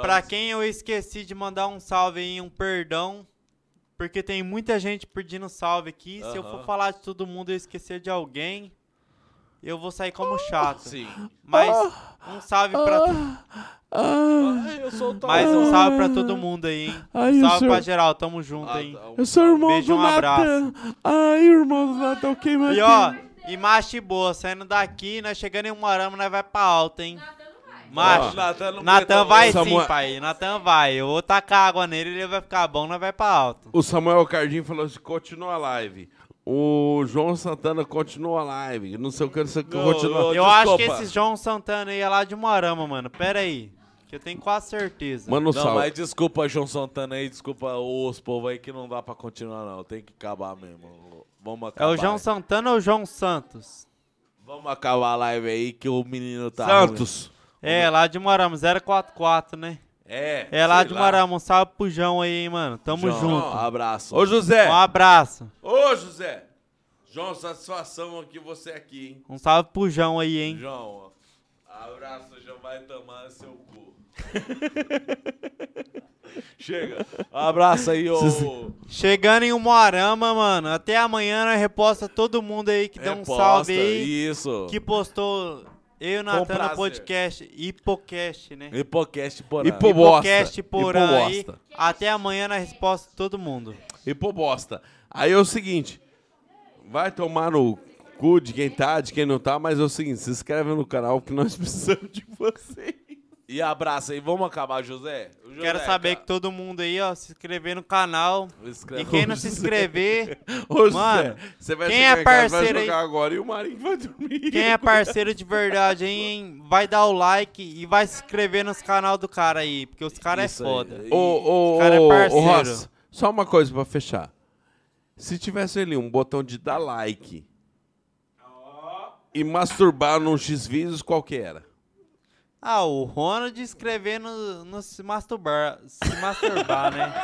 assim. pra cê- quem eu esqueci de mandar um salve aí, um perdão, porque tem muita gente pedindo salve aqui. Se eu for Aham. falar de todo mundo e eu esquecer de alguém, eu vou sair como chato. Sim. Mas Ah. um salve pra. Ai, eu sou o Tom. Mais um salve pra todo mundo aí, hein? Ah. Ai, o salve senhor- pra geral, tamo junto, hein? Eu sou irmão Beijo, do um abraço. Natan. Ai, irmão do Natan, queima E ó, imagem boa, saindo daqui, nós chegando em Moarama, nós vai pra alta, hein? Ó, Macho, Natan não Natan aguenta vai mais. sim, pai. Natan vai. Eu vou tacar água nele, ele vai ficar bom, nós vai pra alta. O Samuel Cardim falou assim: continua a live. O João Santana continua a live. Não sei o que, não sei o que, continua. Eu acho que esse João Santana aí é lá de Moarama, mano. Pera aí, que eu tenho quase certeza. Manda um Não, salve. mas desculpa, João Santana aí, desculpa os povos aí que não dá pra continuar, não. Tem que acabar mesmo. Vamos É acabar. o João Santana ou o João Santos? Vamos acabar a live aí que o menino tá. Santos. É, lá de Moarama, 044, né? É. É lá sei de Moarama, um salve pro João aí, hein, mano. Tamo João, ah, é. junto. Abraço. Ô, José. Um abraço. Ô, José. João, satisfação aqui você aqui, hein? Um salve pro João aí, hein. João, abraço, João vai tomar seu cu. Chega. Abraço aí, ô. Chegando em Umuarama, mano. Até amanhã nós reposta todo mundo aí que deu um Reposta, salve aí. Isso. Que postou eu e o Natan no prazer. podcast. Hipocast, né? Hipocast porã. Hipocast porã aí. Hipobosta. Até amanhã na resposta todo mundo. E pô, bosta. Aí é o seguinte: vai tomar no cu de quem tá, de quem não tá, mas é o seguinte: se inscreve no canal que nós precisamos de você. E abraço aí, vamos acabar, José. O José, Quero saber cara. que todo mundo aí, ó, se inscrever no canal. Inscreve- É, E quem não se José. inscrever, Ô, José, mano, você vai quem chegar é em casa, vai parceiro aí? jogar agora e o Marinho vai dormir. Quem é parceiro de verdade, aí, hein? Vai dar o like e vai se inscrever nos canal do cara aí, porque os caras é Isso aí. foda. Ô, ô, Os cara é ô, parceiro. ô, Ross, só uma coisa pra fechar. Se tivesse ali um botão de dar like, e masturbar num X-Vídeos, qual que era? Ah, o Ronald escrevendo no se masturbar, se masturbar, né?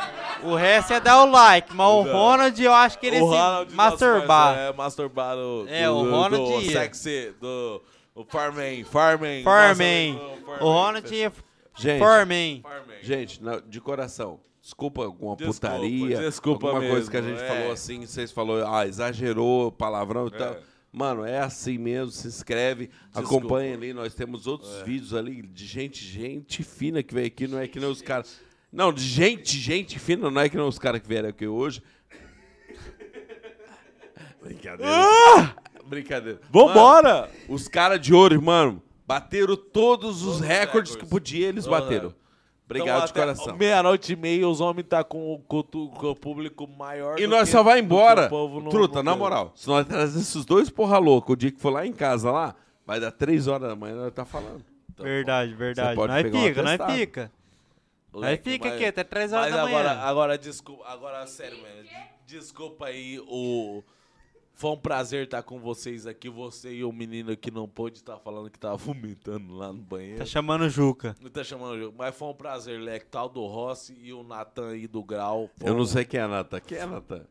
O resto é dar o like, mas o Não. Ronald eu acho que ele O se Ronald, nosso masturbar. parceiro, É, masturbar o. É, o do- Ronald do ia. sexy, do. O Farman, Farman. Farman. Nossa, do Farman. O Ronald ia Gente, Farman. Gente, na- de coração, desculpa alguma Desculpa, putaria, desculpa alguma coisa mesmo, que a gente é. falou assim, vocês falou, ah, exagerou, palavrão e tal. É. Mano, é assim mesmo, se inscreve, Desculpa. É. acompanha ali, nós temos outros vídeos ali de gente, gente fina que veio aqui, não é que nem os caras. Não, de gente, gente fina, não é que nem os caras que vieram aqui hoje. Brincadeira. Ah! Brincadeira. Vambora! Mano, os caras de ouro, mano, bateram todos os recordes que podia, eles Todos os bateram. recordes. Obrigado Então, de até coração. Meia-noite e meia, os homens tá com o, culto- com o público maior. E do nós que- só vai do que embora. o povo não- Truta, não na quer. moral, se nós trazer esses dois porra louca o dia que for lá em casa lá, vai dar três horas da manhã, nós tá falando. Verdade, verdade. pode Nós pegar um fica, nós atestado. fica. Nós Moleque, fica mas- aqui até 3 horas mas da manhã. Agora, agora, desculpa, agora, sério, mano. Desculpa aí o. Foi um prazer estar com vocês aqui. Você e o menino que não pôde estar falando que tava vomitando lá no banheiro. Tá chamando o Juca. Não tá chamando o Juca. Mas foi um prazer, Leque. Tal do Rossi e o Natan aí do Grau. Foi Eu não um- sei quem é Natan. Quem é Natan?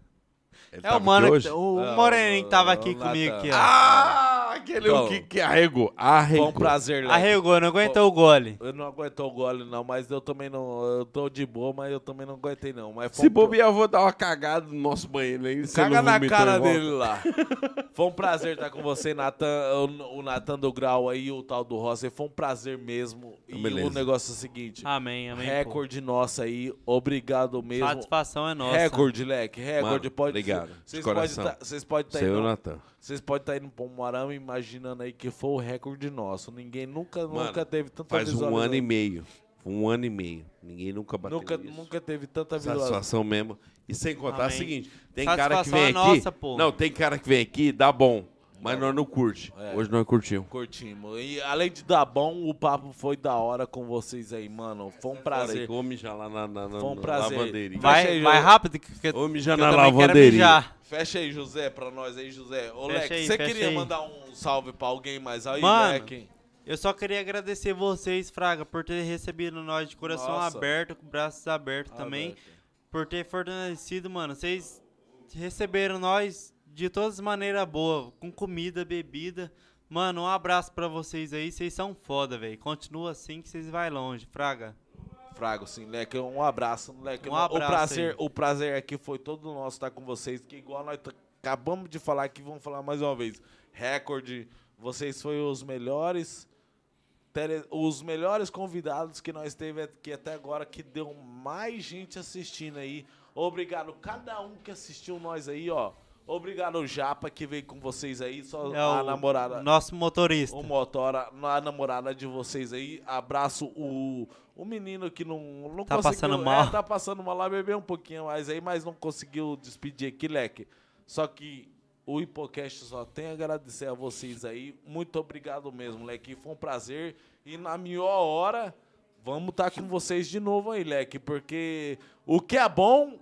Ele É tava o aqui mano, que- hoje? o Não, Moreninho que tava o aqui Natan. comigo aqui, ó. Ah, aquele Então, que, que arregou. Arregou. Foi um prazer, Leque. Arregou, não aguentou o gole. Eu não aguentou o gole, não, mas eu também não. Eu tô de boa, mas eu também não aguentei, não. Mas foi Se um pro- bobear, eu vou dar uma cagada no nosso banheiro aí. se Caga não na vomitou cara em volta. dele né? lá. Foi um prazer estar com você, Natan, o- o Natan do Grau aí, o tal do Rossi. Foi um prazer mesmo. E Beleza. o negócio é o seguinte. Amém, amém, Ah, pô. Recorde nossa aí. Obrigado mesmo. Satisfação é nossa. Recorde, leque. Recorde. Mano, pode, obrigado, de Vocês podem coração. tá- vocês podem estar Você e o indo... Natan. Vocês podem estar indo para um arame imaginando aí que foi o recorde nosso. Ninguém nunca, Mano, nunca teve tanta Faz um visualização. ano e meio. Um ano e meio. Ninguém nunca bateu Nunca, isso. nunca teve tanta visualização. Satisfação mesmo. E sem contar Amém. o seguinte, tem Satisfação cara que vem é aqui. nossa, pô. Não, tem cara que vem aqui, dá bom. Mas nós não curte. É. Hoje nós curtimos. Curtimos. E além de dar bom, o papo foi da hora com vocês aí, mano. Foi um prazer. Vou mijar lá na, na, na, Foi um na prazer. lavanderia. Vai- Fecha aí, vai José. rápido que- que- Vou mijar que eu na também quero lavanderia. mijar. Fecha aí, José, pra nós aí, José. Ô, Fecha Leque, aí, você fecha queria aí. mandar um salve pra alguém mais aí, Mano, Leque? eu só queria agradecer vocês, Fraga, por ter recebido nós de coração Nossa. Ah, aberto, com braços abertos também. Aberto. Por ter fortalecido, mano. Vocês receberam nós de todas as maneiras boas, com comida, bebida. Mano, um abraço pra vocês aí. Vocês são foda, velho. Continua assim que vocês vai longe, Fraga. Frago, sim, Leque. Um abraço, Leque. Um abraço o, prazer, aí. o prazer aqui foi todo nosso estar com vocês, que igual nós t- acabamos de falar aqui, vamos falar mais uma vez. Recorde, vocês foram os melhores, tele- os melhores convidados que nós teve aqui até agora, que deu mais gente assistindo aí. Obrigado cada um que assistiu nós aí, ó. Obrigado, Japa, que veio com vocês aí, só É a o namorada. nosso motorista. O motora, a namorada de vocês aí. Abraço o, o menino que não, não Tá conseguiu. passando mal. É, tá passando mal lá, bebeu um pouquinho mais aí, mas não conseguiu despedir aqui, leque. Só que o Hipocast só tem a agradecer a vocês aí. Muito obrigado mesmo, leque. Foi um prazer. E na melhor hora, vamos estar com vocês de novo aí, leque. Porque o que é bom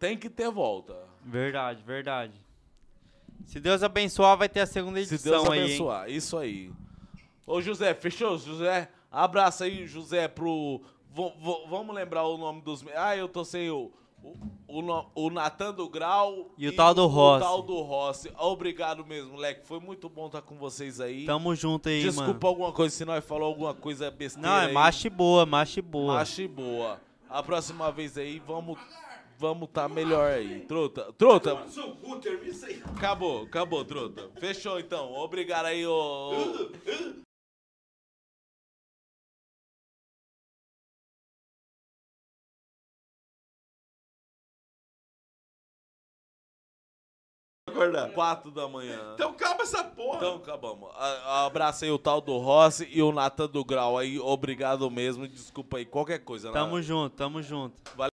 tem que ter volta. Verdade, verdade. Se Deus abençoar, vai ter a segunda edição Se Deus aí. hein? abençoar, isso aí. Ô José, fechou, José? Abraço aí, José, pro. vo- vo- vamos lembrar o nome dos. me- Ah, eu tô sem o. O, o, no- o Natan do Grau. E o tal do Rossi. O tal do Rossi. Obrigado mesmo, moleque. Foi muito bom estar com vocês aí. Tamo junto aí, Desculpa mano. alguma coisa se nós falou alguma coisa besteira. Não, é aí. macho e boa, macho e boa. Macho e boa. A próxima vez aí, vamos. Vamos tá melhor aí. Truta, truta. Acabou, acabou, truta. Fechou então. Obrigado aí, ô. ô- Acordar. 4 da manhã. Então calma essa porra. Então acabamos. A- Abraço aí o tal do Rossi e o Natan do Grau aí. Obrigado mesmo. Desculpa aí qualquer coisa. Tamo né? junto, tamo junto. Valeu.